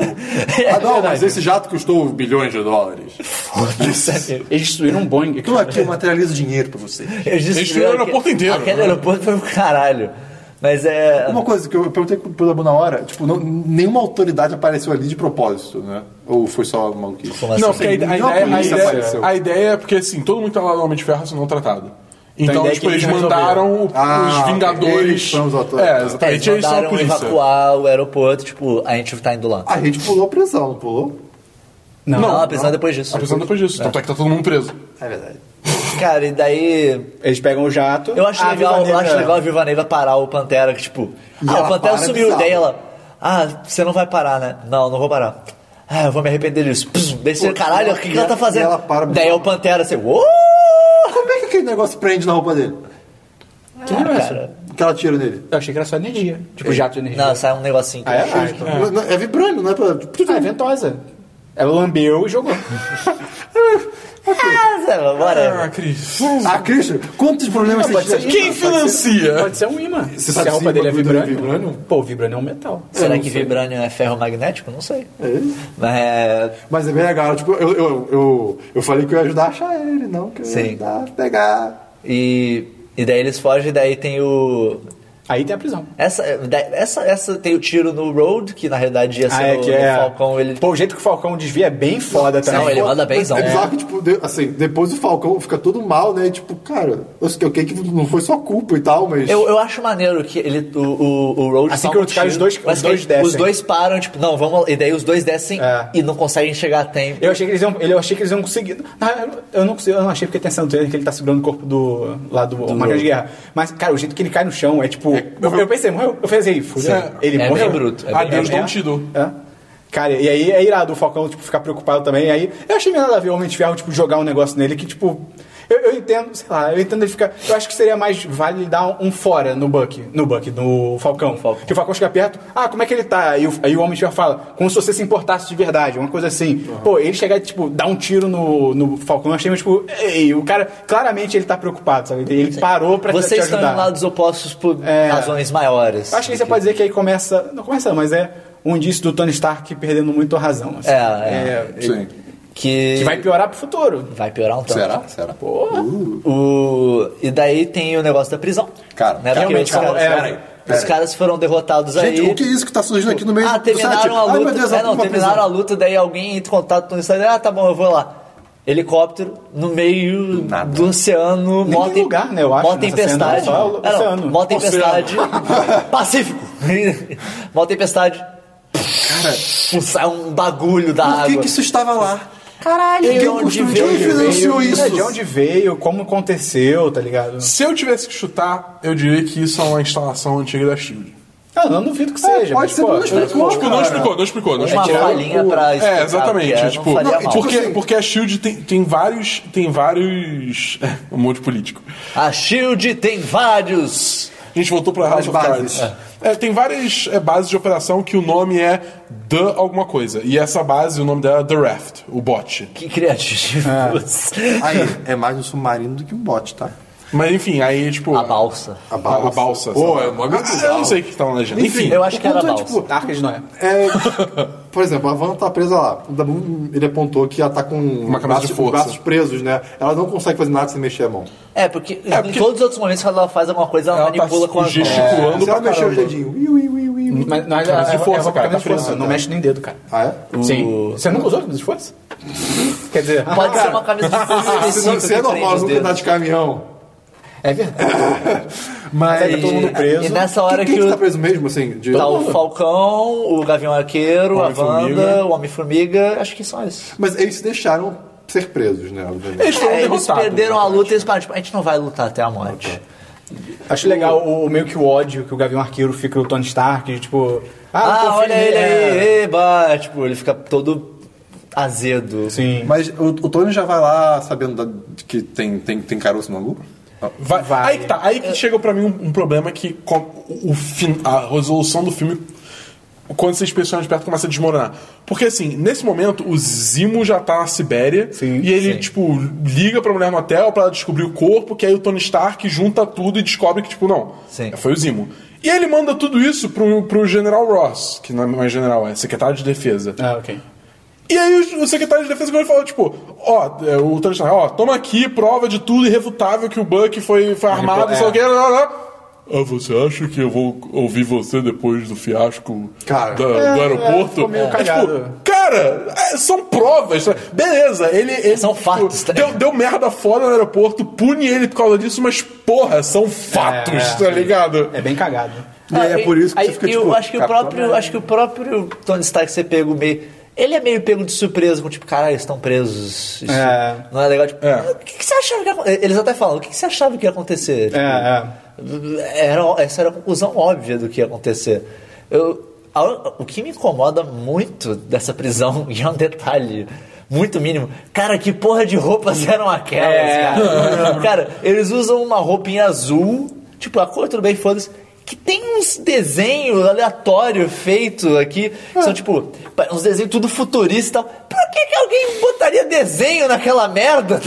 Speaker 1: É
Speaker 5: ah, não, mas esse jato custou bilhões de dólares. Foda-se.
Speaker 3: Eles destruíram um Boeing.
Speaker 5: Tô aqui, eu materializo dinheiro pra você.
Speaker 1: Eles destruíram
Speaker 2: destruíram o
Speaker 1: aque-
Speaker 2: aeroporto inteiro.
Speaker 1: Aquele aeroporto foi pro caralho. Mas é.
Speaker 5: Uma coisa que eu perguntei pro Dabu na hora, tipo, não- nenhuma autoridade apareceu ali de propósito, né? Ou foi só maluquice?
Speaker 1: Como assim?
Speaker 2: Não, porque a,
Speaker 5: Nenhuma
Speaker 2: a ideia, a,
Speaker 5: polícia
Speaker 2: ideia,
Speaker 5: apareceu.
Speaker 2: a ideia é porque, assim, todo mundo que tá lá no Homem de Ferro sendo tratado.
Speaker 3: a
Speaker 2: Então,
Speaker 3: ideia é
Speaker 2: tipo,
Speaker 3: que
Speaker 2: eles
Speaker 3: eles
Speaker 2: mandaram o-
Speaker 5: Ah,
Speaker 2: os
Speaker 5: eles
Speaker 2: Vingadores...
Speaker 5: são os Tá. atores.
Speaker 2: é,
Speaker 1: É,
Speaker 2: exatamente,
Speaker 1: eles
Speaker 2: eles são a
Speaker 1: mandaram
Speaker 2: polícia.
Speaker 1: evacuar o aeroporto, tipo, a gente tá indo lá.
Speaker 5: A gente pulou a prisão, não pulou?
Speaker 1: Não, apesar depois disso.
Speaker 2: Apesar depois disso, tanto é que tá todo mundo preso.
Speaker 5: É verdade.
Speaker 1: Cara, e daí.
Speaker 3: Eles pegam o jato.
Speaker 1: Eu acho,
Speaker 3: a
Speaker 1: legal,
Speaker 3: Ah, Viva
Speaker 1: eu acho
Speaker 3: Negra-
Speaker 1: legal a Viva Negra parar o Pantera, que tipo,
Speaker 5: E
Speaker 1: ah,
Speaker 5: ela
Speaker 1: o Pantera
Speaker 5: para
Speaker 1: sumiu,
Speaker 5: bizarro.
Speaker 1: daí ela, ah, você não vai parar, né? Não, não vou parar. Ah, eu vou me arrepender disso. Pss, Daí você,
Speaker 5: Pô,
Speaker 1: caralho,
Speaker 5: ela-
Speaker 1: o que, que ela tá
Speaker 5: e
Speaker 1: fazendo?
Speaker 5: ela para
Speaker 1: daí é o Pantera, assim, uou!
Speaker 5: Como é que aquele negócio prende na roupa dele?
Speaker 3: Que negócio?
Speaker 5: Que ela tira nele?
Speaker 3: Eu achei que era só energia. Tipo, jato de energia.
Speaker 1: Não, sai um negocinho. que
Speaker 3: Ah, é?
Speaker 1: eu
Speaker 3: Ah, então.
Speaker 5: Não, não, É, vibrando, não é pra...
Speaker 3: Ah, é ventosa. Ela lambeu e jogou.
Speaker 1: [laughs] Ah, sei lá, bora.
Speaker 2: Ah, Cris.
Speaker 5: Ah, Christian, quantos problemas
Speaker 3: Não, pode
Speaker 5: você
Speaker 3: ser
Speaker 5: tinha?
Speaker 2: Quem financia?
Speaker 3: Pode ser um imã. Se
Speaker 5: sabe
Speaker 3: a roupa
Speaker 5: se
Speaker 3: dele é
Speaker 5: bagulho dele é
Speaker 3: vibrânio.
Speaker 5: vibrânio?
Speaker 3: Pô, vibrânio é um metal.
Speaker 1: Será que Vibranium é ferro magnético? Não sei. Mas é.
Speaker 5: Mas é bem legal, tipo, eu, eu, eu, eu falei que eu ia ajudar a achar ele, não que eu ia
Speaker 1: Sim.
Speaker 5: ajudar a pegar.
Speaker 1: E, e daí eles fogem, daí tem o.
Speaker 3: Aí tem a prisão.
Speaker 1: Essa, da- essa, essa tem o tiro no Road, que na realidade ia ser
Speaker 3: Ah,
Speaker 1: no, no é Falcão. Ele...
Speaker 3: é Pô, o jeito que o Falcão desvia é bem foda também.
Speaker 1: Não, ele
Speaker 3: Pô,
Speaker 1: manda então. benzão.
Speaker 5: É bizarro que, tipo, de- assim, depois o Falcão fica todo mal, né? E, Tipo, cara, eu sei que não foi sua culpa e tal, mas...
Speaker 1: Eu, eu acho maneiro que ele, o, o, o Road
Speaker 3: Assim
Speaker 1: toma
Speaker 3: que
Speaker 1: um
Speaker 3: os caras,
Speaker 1: tiro,
Speaker 3: os dois- os
Speaker 1: mas que
Speaker 3: dois
Speaker 1: aí
Speaker 3: descem.
Speaker 1: Os dois param, tipo, não, vamos... lá. E daí os dois descem
Speaker 3: É.
Speaker 1: e não conseguem chegar a tempo.
Speaker 3: Eu achei que eles iam, ele- eu achei que eles iam conseguir. Não, eu- eu não consegui, eu não achei porque tem cena do trailer que ele tá segurando o corpo do lá do, Máquina de Guerra. Mas cara, o jeito que ele cai no chão é tipo, eu, eu pensei, morreu. Eu pensei, fudeu.
Speaker 2: Sim.
Speaker 3: Ele
Speaker 1: É
Speaker 3: morreu.
Speaker 1: bem bruto, é bem
Speaker 2: Adeus,
Speaker 1: bruto.
Speaker 2: Dom Tido.
Speaker 3: É. Cara, e aí é irado o Falcão, tipo, ficar preocupado também. E aí eu achei meio nada a ver o Homem de Ferro, tipo, jogar um negócio nele que, tipo. Eu, eu entendo, sei lá, eu entendo ele ficar. Eu acho que seria mais válido ele dar um fora no Buck, no Buck, no Falcão.
Speaker 1: Falcão.
Speaker 3: Que o Falcão chega perto, ah, como é que ele tá? Aí o, aí o Homem de Ferro fala, como se você se importasse de verdade, uma coisa assim.
Speaker 1: Uhum.
Speaker 3: Pô, ele chegar e, tipo, dar um tiro no, no Falcão, eu achei meio, tipo, ei, o cara, claramente ele tá preocupado, sabe? Ele parou pra te- te
Speaker 1: Vocês estão
Speaker 3: ajudar.
Speaker 1: em lados opostos por
Speaker 3: É.
Speaker 1: razões maiores.
Speaker 3: Eu acho que você pode dizer que aí começa. Não começa, mas é um indício do Tony Stark perdendo muito a razão. assim.
Speaker 1: É, é.
Speaker 3: É,
Speaker 5: Sim.
Speaker 1: Que,
Speaker 3: Que vai piorar pro futuro.
Speaker 1: vai piorar um tanto.
Speaker 5: Será? Será?
Speaker 3: Porra.
Speaker 1: O... E daí tem o negócio da prisão.
Speaker 5: Cara,
Speaker 1: né? Porque
Speaker 3: realmente,
Speaker 1: os caras,
Speaker 3: cara, é, peraí,
Speaker 1: Os caras foram derrotados
Speaker 5: Gente,
Speaker 1: aí.
Speaker 5: o que é isso que tá surgindo aqui no meio
Speaker 1: Ah,
Speaker 5: do site?
Speaker 1: terminaram a
Speaker 5: Ai,
Speaker 1: luta.
Speaker 5: meu Deus,
Speaker 1: é,
Speaker 5: ela
Speaker 1: não,
Speaker 5: tá
Speaker 1: terminaram a luta, daí alguém entra em contato com o Instagram. Ah, tá bom, eu vou lá. Helicóptero no meio do, oceano,
Speaker 3: Nem
Speaker 1: mó
Speaker 3: tem
Speaker 1: tem-
Speaker 3: lugar, né, eu acho,
Speaker 1: mó
Speaker 3: nessa
Speaker 1: tempestade.
Speaker 3: cena, só o
Speaker 1: É, não,
Speaker 3: oceano.
Speaker 1: Mó tempestade. [laughs] Pacífico. mó tempestade. Cara, sai um bagulho da
Speaker 5: Por
Speaker 1: água.
Speaker 5: que, que isso estava lá?
Speaker 1: Caralho,
Speaker 5: Quem
Speaker 1: de onde
Speaker 5: construiu? Quem
Speaker 1: veio? É,
Speaker 5: financiou
Speaker 3: Veio-
Speaker 5: isso?
Speaker 3: De onde veio, como aconteceu, tá ligado?
Speaker 2: Se eu tivesse que chutar, eu diria que isso é uma instalação antiga da SHIELD.
Speaker 3: Ah, não duvido que seja.
Speaker 5: É, pode
Speaker 3: mas,
Speaker 5: ser
Speaker 3: pô,
Speaker 5: pelo menos-
Speaker 3: eu-
Speaker 2: Tipo, não explicou, não explicou, não
Speaker 1: Uma
Speaker 2: explicou.
Speaker 1: falinha pra explicar
Speaker 2: É,
Speaker 1: o que
Speaker 2: exatamente.
Speaker 1: é, não
Speaker 2: tipo,
Speaker 1: faria
Speaker 2: não,
Speaker 1: mal.
Speaker 2: porque,
Speaker 5: Tipo assim-
Speaker 2: porque a Shield tem, tem vários. Tem vários. [laughs] um monte de político.
Speaker 1: A Shield tem vários.
Speaker 2: A gente voltou pra House of
Speaker 5: bases.
Speaker 2: Cards. É, tem várias é, bases de operação que o nome é The alguma coisa. E essa base, o nome dela é The Raft, o bot.
Speaker 1: Que criativos.
Speaker 5: Aí, é mais um submarino do que um bote, tá?
Speaker 2: Mas enfim, aí, tipo.
Speaker 1: A balsa.
Speaker 2: A balsa. A balsa
Speaker 5: Pô,
Speaker 2: sei lá.
Speaker 5: é mó grande
Speaker 2: Ah, Eu não sei o que tava na legenda. Enfim,
Speaker 1: Eu acho que era a
Speaker 5: ponto é,
Speaker 1: balsa.
Speaker 5: tipo,
Speaker 3: Arca de Noé.
Speaker 5: É, por exemplo, a Van tá presa lá. O Dabu, ele apontou que ela tá com
Speaker 2: Uma camisa de
Speaker 5: braços,
Speaker 2: força.
Speaker 5: braços presos, né? Ela não consegue fazer nada sem mexer a mão.
Speaker 1: É, porque em
Speaker 2: porque-
Speaker 1: todos os outros momentos, quando ela faz alguma coisa, ela,
Speaker 2: ela tá
Speaker 1: manipula com a mão.
Speaker 2: gesticulando
Speaker 5: Se ela
Speaker 2: pra
Speaker 5: mexer o
Speaker 2: caramba.
Speaker 5: dedinho. Ui, ui, ui, ui, ui.
Speaker 3: Mas, mas
Speaker 2: Camisa de
Speaker 3: é- é-
Speaker 2: força, cara,
Speaker 3: é- camisa
Speaker 2: tá
Speaker 3: de força.
Speaker 2: preso,
Speaker 1: né?
Speaker 3: Não mexe nem dedo, cara.
Speaker 5: Ah, é?
Speaker 3: Sim. Você nunca usou camisa de força? Quer dizer,
Speaker 1: Pode ser uma camisa de força
Speaker 5: Se, não,
Speaker 1: específica
Speaker 5: se é
Speaker 1: que prende
Speaker 5: normal,
Speaker 1: os
Speaker 5: não
Speaker 1: dedos.
Speaker 5: andar de caminhão.
Speaker 3: é verdade. é
Speaker 5: Mas.
Speaker 3: tá todo mundo preso.
Speaker 1: E nessa hora
Speaker 5: quem,
Speaker 1: que,
Speaker 5: quem
Speaker 1: o-
Speaker 5: tá preso mesmo, assim? De...
Speaker 1: tá o Falcão, o Gavião Arqueiro, a
Speaker 2: Homem-Formiga.
Speaker 1: Wanda, o Homem-Formiga, acho que só isso.
Speaker 5: Mas eles se deixaram ser presos, né?
Speaker 2: Eles
Speaker 5: Obviamente.
Speaker 2: foram
Speaker 1: É, eles
Speaker 2: derrotados.
Speaker 1: perderam a luta e eles pararam, tipo, a gente não vai lutar até a morte.
Speaker 3: Acho legal o, o meio que o ódio que o Gavião Arqueiro fica o Tony Stark, tipo.
Speaker 1: Ah,
Speaker 3: eu confio
Speaker 1: olha
Speaker 3: nele,
Speaker 1: ele
Speaker 3: é.
Speaker 1: aí, eba! Tipo, ele fica todo azedo.
Speaker 3: Sim.
Speaker 5: Mas o, o Tony já vai lá sabendo da- de que tem, tem, tem caroço no angu? Ah.
Speaker 2: Vai-
Speaker 3: Vai.
Speaker 2: Aí que tá. Aí que chega pra mim um, um problema que com- o, o fin- a resolução do filme, quando esses personagens perto começa a desmoronar. Porque assim, nesse momento, o Zimo já tá na Sibéria
Speaker 3: Sim,
Speaker 2: e ele,
Speaker 1: sim.
Speaker 2: tipo, liga pra mulher no hotel pra ela descobrir o corpo, que aí o Tony Stark junta tudo e descobre que, tipo, não,
Speaker 1: Sim.
Speaker 2: foi o Zimo. E ele manda tudo isso pro, pro General Ross, que não é mais general, é secretário de defesa.
Speaker 3: Ah, ok.
Speaker 2: E aí o, o secretário de defesa quando ele falou, tipo, ó, é, o Tony Stark, ó, toma aqui prova de tudo irrefutável que o Buck foi, foi armado,
Speaker 3: é.
Speaker 2: sei lá o que, lá, lá, lá. Ah, você acha que eu vou ouvir você depois do fiasco
Speaker 5: Cara.
Speaker 2: da- do aeroporto?
Speaker 3: É, ficou meio
Speaker 2: É,
Speaker 3: cagado.
Speaker 2: cara, é, são provas. sabe? Beleza, ele. ele- tipo,
Speaker 1: São fatos, tá
Speaker 2: Deu,
Speaker 1: ligado?
Speaker 2: deu merda fora no aeroporto, pune ele por causa disso, mas porra, são fatos,
Speaker 3: É, é.
Speaker 2: tá ligado?
Speaker 3: É bem cagado.
Speaker 5: E aí é por isso que
Speaker 1: Ah, aí,
Speaker 5: você fica
Speaker 1: eu
Speaker 5: tipo.
Speaker 1: acho que o
Speaker 5: Capitão
Speaker 1: próprio, acho que o próprio Tony Stark ser pego meio ele é meio pego de surpresa, com tipo, caralho, eles estão presos. Isso
Speaker 3: É.
Speaker 1: Não é legal. Tipo,
Speaker 2: É.
Speaker 1: o que, que você achava que ia acontecer? Eles até falam, o que, que você achava que ia acontecer?
Speaker 3: É, é.
Speaker 1: Era, essa era a conclusão óbvia do que ia acontecer. Eu, a- o que me incomoda muito dessa prisão, [laughs] e é um detalhe muito mínimo, cara, que porra de roupas eram aquelas, cara? cara, eles usam uma roupinha azul, tipo, a cor tudo bem, foda-se, que tem uns desenhos aleatórios feitos aqui, que são tipo, pa- uns desenhos tudo futurista e tal. Pra que, que alguém botaria desenho naquela merda?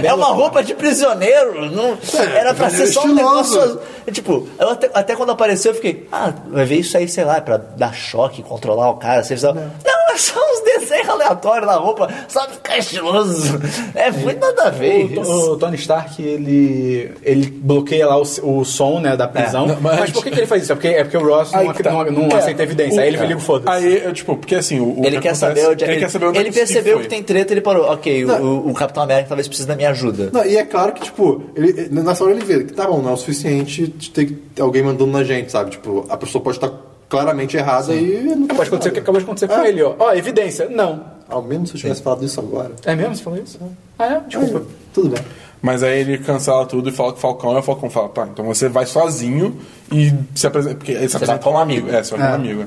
Speaker 1: É, uma roupa de prisioneiro, não, era pra ser só um
Speaker 5: estiloso.
Speaker 1: negócio azul. É, Tipo, eu até, até quando apareceu eu fiquei, ah, vai ver isso aí, sei lá, é pra dar choque, controlar o cara, sei lá. Não, é só uns desenhos aleatórios na roupa, só pra ficar estiloso. É muito nada a ver
Speaker 3: O,
Speaker 1: isso.
Speaker 3: To- o Tony Stark, ele, ele bloqueia lá o, s- o som né, da prisão.
Speaker 2: É, não, mas-
Speaker 3: mas... por que, que ele faz isso? É porque, é porque o Ross
Speaker 2: Aí
Speaker 3: não,
Speaker 2: que tá.
Speaker 3: não, não
Speaker 2: É,
Speaker 3: aceita evidência.
Speaker 2: o-
Speaker 3: aí ele
Speaker 2: é.
Speaker 3: liga o foda-se.
Speaker 2: Aí, eu, tipo, porque assim, o, o
Speaker 1: Ele
Speaker 2: que
Speaker 1: quer,
Speaker 2: acontece-
Speaker 1: saber onde,
Speaker 2: ele, quer saber onde é
Speaker 1: ele
Speaker 2: o Steve
Speaker 1: percebeu
Speaker 2: foi.
Speaker 1: que tem treta, ele parou. Ok, o, o Capitão América talvez precise da minha ajuda.
Speaker 5: Não, e é claro que, tipo, ele, ele- nessa hora ele vê que tá bom, não é o suficiente de ter alguém mandando na gente, sabe? Tipo, a pessoa pode estar claramente errada e não
Speaker 3: Pode acontecer o que acabou de acontecer
Speaker 2: É.
Speaker 3: com ele, ó. Ó, evidência. Não.
Speaker 5: Ao menos se eu tivesse falado isso agora.
Speaker 3: É mesmo? Você falou isso? Ah, é? Desculpa.
Speaker 5: Tudo bem.
Speaker 2: Mas aí ele cancela tudo e fala que o Falcão é o Falcão. Fala, tá, então você vai sozinho e se apresenta. Porque ele se apresenta
Speaker 1: vai como amigo.
Speaker 2: É, você vai como amigo.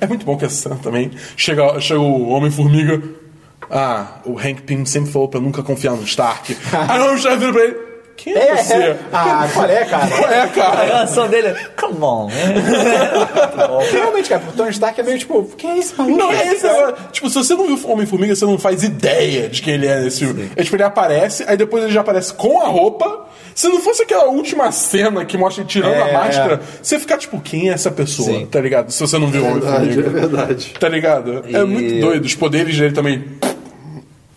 Speaker 2: É muito bom que essa cena também. Chega, chega o Homem-Formiga. Ah, o Hank Pym sempre falou pra eu nunca confiar no [laughs] Stark. aí o Homem-Formiga vira pra ele: Quem é, você?
Speaker 3: Ah, qual é,
Speaker 2: [laughs]
Speaker 3: cara?
Speaker 2: Qual é,
Speaker 1: A
Speaker 2: cara?
Speaker 1: reação dele é, come on, né?
Speaker 3: Realmente, cara, o Tony Stark é meio tipo, quem é esse maluco?
Speaker 2: Não, é esse agora. Tipo, se você não viu o Homem-Formiga, você não faz ideia de quem ele é nesse filme. É tipo, ele aparece, aí depois ele já aparece com a roupa. Se não fosse aquela última cena que mostra ele tirando a
Speaker 3: É.
Speaker 2: máscara, você fica tipo, quem é essa pessoa?
Speaker 1: Sim.
Speaker 2: Tá ligado? Se você não viu o
Speaker 5: Verdade, é
Speaker 2: Homem-Formiga.
Speaker 5: verdade.
Speaker 2: Tá ligado? É
Speaker 1: E-
Speaker 2: muito doido. Os poderes dele também.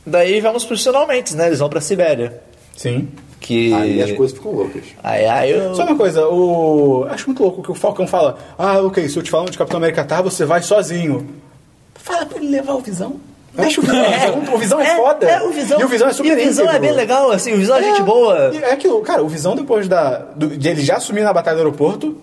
Speaker 1: Daí vamos pros finalmente, né? Eles vão pra Sibéria.
Speaker 3: Sim.
Speaker 1: Que.
Speaker 5: Aí as coisas ficam loucas.
Speaker 1: Aí, aí eu.
Speaker 3: Só uma coisa, o. Acho muito louco que o Falcão fala. Ah, ok, se eu te falar onde o Capitão América tá, você vai sozinho. Fala pra ele levar o visão. Deixa
Speaker 1: [laughs]
Speaker 3: o visão. o visão é, foda.
Speaker 1: É, o Visão.
Speaker 3: E o visão é super
Speaker 1: E o Visão é
Speaker 3: íntegro.
Speaker 1: bem legal, assim, o Visão é, gente boa.
Speaker 3: E É aquilo, cara, o Visão depois da, do- de ele já assumir na batalha do aeroporto,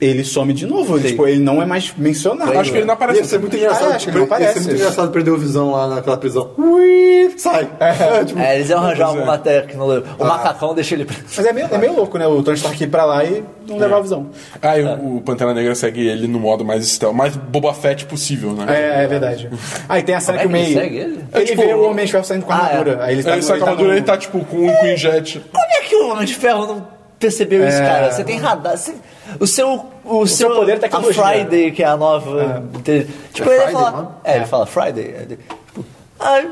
Speaker 3: ele some de novo. Ele, tipo, ele não é mais mencionado.
Speaker 2: Acho que ele não aparece.
Speaker 5: Ia ser muito engraçado. tipo,
Speaker 3: Ah, acho que não
Speaker 5: Ia ser
Speaker 3: aparece.
Speaker 5: muito engraçado perder o visão lá naquela prisão. Ui, sai. É, tipo,
Speaker 1: É, eles iam arranjar alguma tecnologia.
Speaker 3: Ah.
Speaker 1: O macacão deixa ele preso.
Speaker 3: Mas é meio, é meio louco, né? O Tony Stark ir pra lá e não levar
Speaker 1: É.
Speaker 3: o visão.
Speaker 2: Aí o o Pantera Negra segue ele no modo mais stealth, mais Boba Fett possível, né?
Speaker 3: É, é verdade.
Speaker 1: [laughs]
Speaker 3: Aí tem a cena que o
Speaker 1: Como é que
Speaker 3: meio.
Speaker 1: ele segue ele?
Speaker 3: Ele, vê o Homem de Ferro saindo com a
Speaker 1: Ah, é.
Speaker 3: armadura. Aí ele tá
Speaker 2: Aí
Speaker 3: no-
Speaker 2: tipo, ele sai com a armadura
Speaker 3: no-
Speaker 2: e ele tá tipo com um Queen Jet.
Speaker 1: Como é que o Homem de Ferro não percebeu isso, cara? Você tem radar. você- O seu. O, seu,
Speaker 3: É. poder é tecnologia.
Speaker 1: A Friday, que é a nova. inte- Tipo,
Speaker 5: É
Speaker 1: ele
Speaker 5: Friday,
Speaker 1: fala.
Speaker 5: não?
Speaker 1: É, ele fala Friday. Aí, ele- tipo, ah,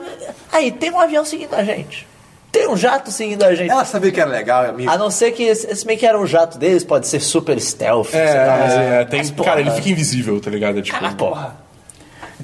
Speaker 1: aí, tem um avião seguindo a gente. Tem Tem um jato seguindo a
Speaker 3: É.
Speaker 1: gente.
Speaker 5: Ela sabia que era legal, amigo.
Speaker 1: A não ser que esse, esse meio que era um jato deles, pode ser super stealth.
Speaker 2: É,
Speaker 1: sei lá, mas-
Speaker 2: é, tem.
Speaker 1: tá mas, porra,
Speaker 2: cara, ele fica invisível, tá ligado? É tipo.
Speaker 1: Ah, porra.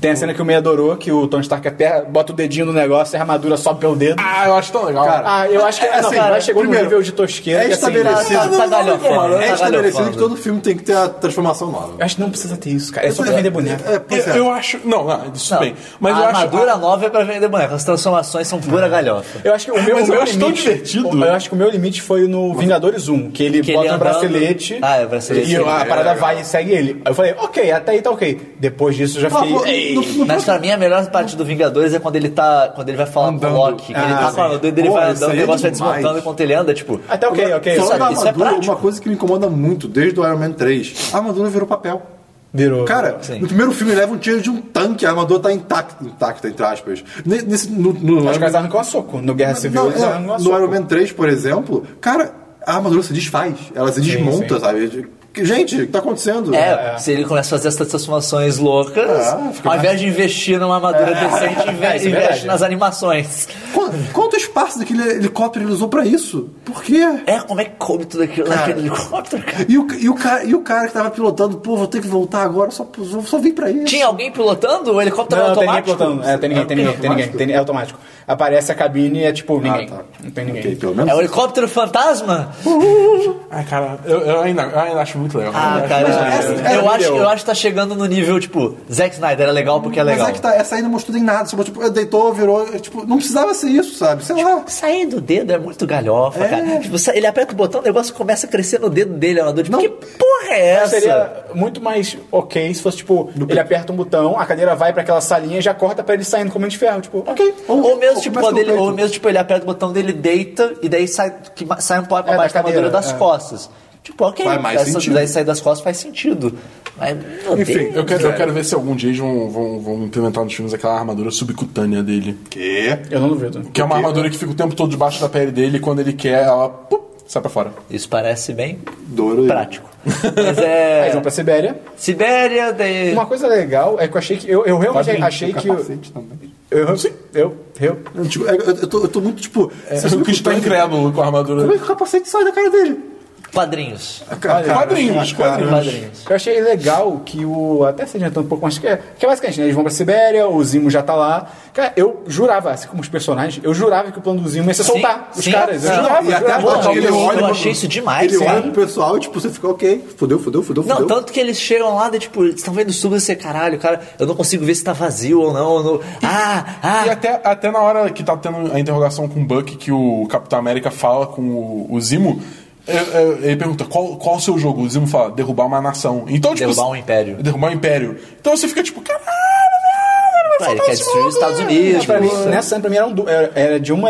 Speaker 3: Tem a cena que o meio adorou, que o Tony Stark até bota o dedinho no negócio e a armadura sobe pelo dedo.
Speaker 2: Ah, eu acho tão legal.
Speaker 5: Cara,
Speaker 3: Ah, eu acho que
Speaker 5: é
Speaker 3: não,
Speaker 5: assim,
Speaker 3: cara,
Speaker 5: cara,
Speaker 3: chegou
Speaker 5: primeiro,
Speaker 3: no nível de tosqueira
Speaker 5: é
Speaker 3: que assim,
Speaker 5: estabelecido.
Speaker 1: Tá- tá galhofando, tá
Speaker 5: É estabelecido
Speaker 1: galhofando.
Speaker 5: que todo filme tem que ter a transformação nova.
Speaker 3: eu acho que não precisa ter isso, cara. É só pra vender boneco.
Speaker 5: É, pois
Speaker 2: Eu,
Speaker 5: é.
Speaker 2: eu acho. Não, não isso
Speaker 1: Não,
Speaker 2: bem. Mas
Speaker 1: a
Speaker 2: eu acho.
Speaker 1: armadura nova é pra vender boneco. As transformações são pura galhofa.
Speaker 3: Eu acho que o meu,
Speaker 2: Mas
Speaker 3: o
Speaker 2: eu
Speaker 3: meu
Speaker 2: acho tão
Speaker 3: limite,
Speaker 2: divertido.
Speaker 3: Eu acho que o meu limite foi no Vingadores 1, que ele
Speaker 1: Que ele
Speaker 3: bota um
Speaker 1: andando-
Speaker 3: bracelete.
Speaker 1: Ah, é, o bracelete.
Speaker 3: E a
Speaker 1: É,
Speaker 3: parada vai e segue ele. Aí eu falei, ok, até aí tá ok. Depois disso eu já
Speaker 5: Ah,
Speaker 3: fiquei.
Speaker 5: pô,
Speaker 3: ei,
Speaker 5: no- no- no-
Speaker 1: Mas pra mim a melhor parte do Vingadores é quando ele tá. Quando ele vai falar
Speaker 5: Andando.
Speaker 1: com o Loki. Que ele
Speaker 5: Ah,
Speaker 1: tá com a armadura dele
Speaker 5: Pô,
Speaker 1: vai
Speaker 5: isso
Speaker 1: andando, o
Speaker 5: aí é
Speaker 1: negócio vai
Speaker 5: demais.
Speaker 1: desmontando enquanto ele anda, tipo.
Speaker 3: até ok, ok.
Speaker 5: Falando
Speaker 1: Isso-
Speaker 5: da
Speaker 1: isso é
Speaker 5: armadura,
Speaker 1: prático.
Speaker 5: uma coisa que me incomoda muito desde o Iron Man 3. A armadura virou papel.
Speaker 3: Virou.
Speaker 5: Cara,
Speaker 1: Sim.
Speaker 5: no primeiro filme ele leva um tiro de um tanque, a armadura tá intacta, intacta entre aspas. Ne- Nesse, no, no-
Speaker 3: Os caras arrancam a um soco. No Guerra Civil
Speaker 5: Não,
Speaker 3: eles
Speaker 5: é,
Speaker 3: arrancam a
Speaker 5: no Iron
Speaker 3: soco.
Speaker 5: Man 3, por exemplo, cara, a armadura se desfaz, ela se desmonta, sabe? Gente, o que tá acontecendo?
Speaker 1: É, se ele começa a fazer essas transformações loucas,
Speaker 5: Ah, fica
Speaker 1: ao invés de investir numa armadura decente, inve-
Speaker 3: É, isso
Speaker 1: investe
Speaker 3: é verdade.
Speaker 1: nas animações.
Speaker 5: Qu- Quanto espaço daquele helicóptero ele usou pra isso? Por quê?
Speaker 1: É, como é que coube tudo aquilo naquele helicóptero, cara?
Speaker 5: E o, ca- e, o cara, e o cara que tava pilotando, pô, vou ter que voltar agora, só, só, só vim pra isso.
Speaker 1: Tinha alguém pilotando? O helicóptero
Speaker 3: Não,
Speaker 1: era
Speaker 3: não, tem ninguém
Speaker 1: automático?
Speaker 3: pilotando. É, tem ninguém, tem ninguém, tem ninguém. tem- É automático. Aparece a cabine e é tipo, ninguém.
Speaker 5: tá.
Speaker 3: Não tem ninguém.
Speaker 5: Ok, pelo
Speaker 1: É
Speaker 5: menos.
Speaker 1: o helicóptero fantasma?
Speaker 2: Ah, cara, eu, eu ainda, eu ainda acho muito legal.
Speaker 1: Ah,
Speaker 2: Eu acho-
Speaker 1: cara,
Speaker 5: é,
Speaker 1: eu,
Speaker 5: é,
Speaker 1: acho,
Speaker 5: entendeu?
Speaker 1: eu acho que tá chegando no nível, tipo, Zack Snyder é legal porque é legal.
Speaker 5: Mas é que tá, essa aí não mostrou nem nada, só tipo, deitou, virou, tipo, não precisava ser isso, sabe? Sei lá.
Speaker 1: Sair do dedo é muito galhofa, cara. Tipo, sa- ele aperta o botão, o negócio começa a crescer no dedo dele. Ela tipo, que porra é essa?
Speaker 3: Seria muito mais ok se fosse tipo, ele aperta um botão, a cadeira vai pra aquela salinha e já corta pra ele saindo como de ferro. Tipo, ok.
Speaker 1: Ou, ou mesmo, tipo,
Speaker 5: começa
Speaker 1: quando ele,
Speaker 5: pelo
Speaker 1: ou
Speaker 5: peito.
Speaker 1: mesmo, tipo, ele aperta o botão dele, deita, e daí sai, que ma- sai um pouco pra
Speaker 3: É,
Speaker 1: baixo da
Speaker 3: da
Speaker 1: armadura
Speaker 3: cadeira,
Speaker 1: das
Speaker 3: é.
Speaker 1: costas. Tipo, ok,
Speaker 5: Faz mais
Speaker 1: essa,
Speaker 5: sentido.
Speaker 1: daí sair das costas faz sentido. Mas, meu
Speaker 2: Enfim,
Speaker 1: Deus.
Speaker 2: eu quero, eu quero ver se algum dia eles vão, vão, vão implementar nos filmes aquela armadura subcutânea dele.
Speaker 5: Quê?
Speaker 3: Eu não duvido.
Speaker 2: Que é uma armadura que fica o tempo todo debaixo da pele dele e quando ele quer, ela pum, sai pra fora.
Speaker 1: Isso parece bem
Speaker 5: Douro.
Speaker 1: prático. [laughs] Mas
Speaker 3: Aí vão
Speaker 1: é.
Speaker 3: pra Sibéria.
Speaker 1: Sibéria, daí.
Speaker 3: Uma coisa legal é que eu achei que. Eu, eu realmente achei que. Eu, eu, eu, eu.
Speaker 5: Não, tipo, é, eu, eu tô, eu tô muito tipo.
Speaker 2: É,
Speaker 5: vocês
Speaker 2: [laughs] o Chris tá
Speaker 5: me contam-
Speaker 2: incrédulo com a armadura.
Speaker 5: Como é que o capacete sai da cara dele?
Speaker 1: Quadrinhos.
Speaker 2: quadrinhos, quadrinhos.
Speaker 1: Quadrinhos.
Speaker 3: Eu achei legal que o. Até se adiantando um pouco, mas que é, que é basicamente, né? Eles vão pra Sibéria, o Zimo já tá lá. Cara, eu jurava, assim como os personagens, eu jurava que o plano do Zimo ia se soltar os
Speaker 1: sim.
Speaker 3: caras. Eu
Speaker 1: Não,
Speaker 3: jurava,
Speaker 5: e
Speaker 3: eu
Speaker 5: até a
Speaker 3: jurava.
Speaker 1: Pô,
Speaker 5: parte que ele
Speaker 1: eu
Speaker 5: olha.
Speaker 1: achei isso demais,
Speaker 5: Ele
Speaker 1: cara.
Speaker 5: olha pro pessoal e tipo, você fica ok. Fudeu, fudeu, fudeu,
Speaker 1: Não,
Speaker 5: fudeu.
Speaker 1: tanto que eles chegam lá, de, tipo, eles estão vendo o sub e você, caralho, cara, eu não consigo ver se tá vazio ou não. ou não. Ah, ah,
Speaker 2: E até, até na hora que tá tendo a interrogação com o Buck, que o Capitão América fala com o, o Zimo, é- é- ele pergunta qual, qual o seu jogo? O Zimo fala, derrubar uma nação. Então, tipo,
Speaker 1: Derrubar um
Speaker 2: se-
Speaker 1: império.
Speaker 2: Derrubar um império. Então você fica tipo, caralho,
Speaker 1: Pá, Ah, ele quer destruir os Estados Unidos.
Speaker 3: Pra mim,
Speaker 1: tipo,
Speaker 3: nessa cena, pra mim, era, um du- era- era de uma.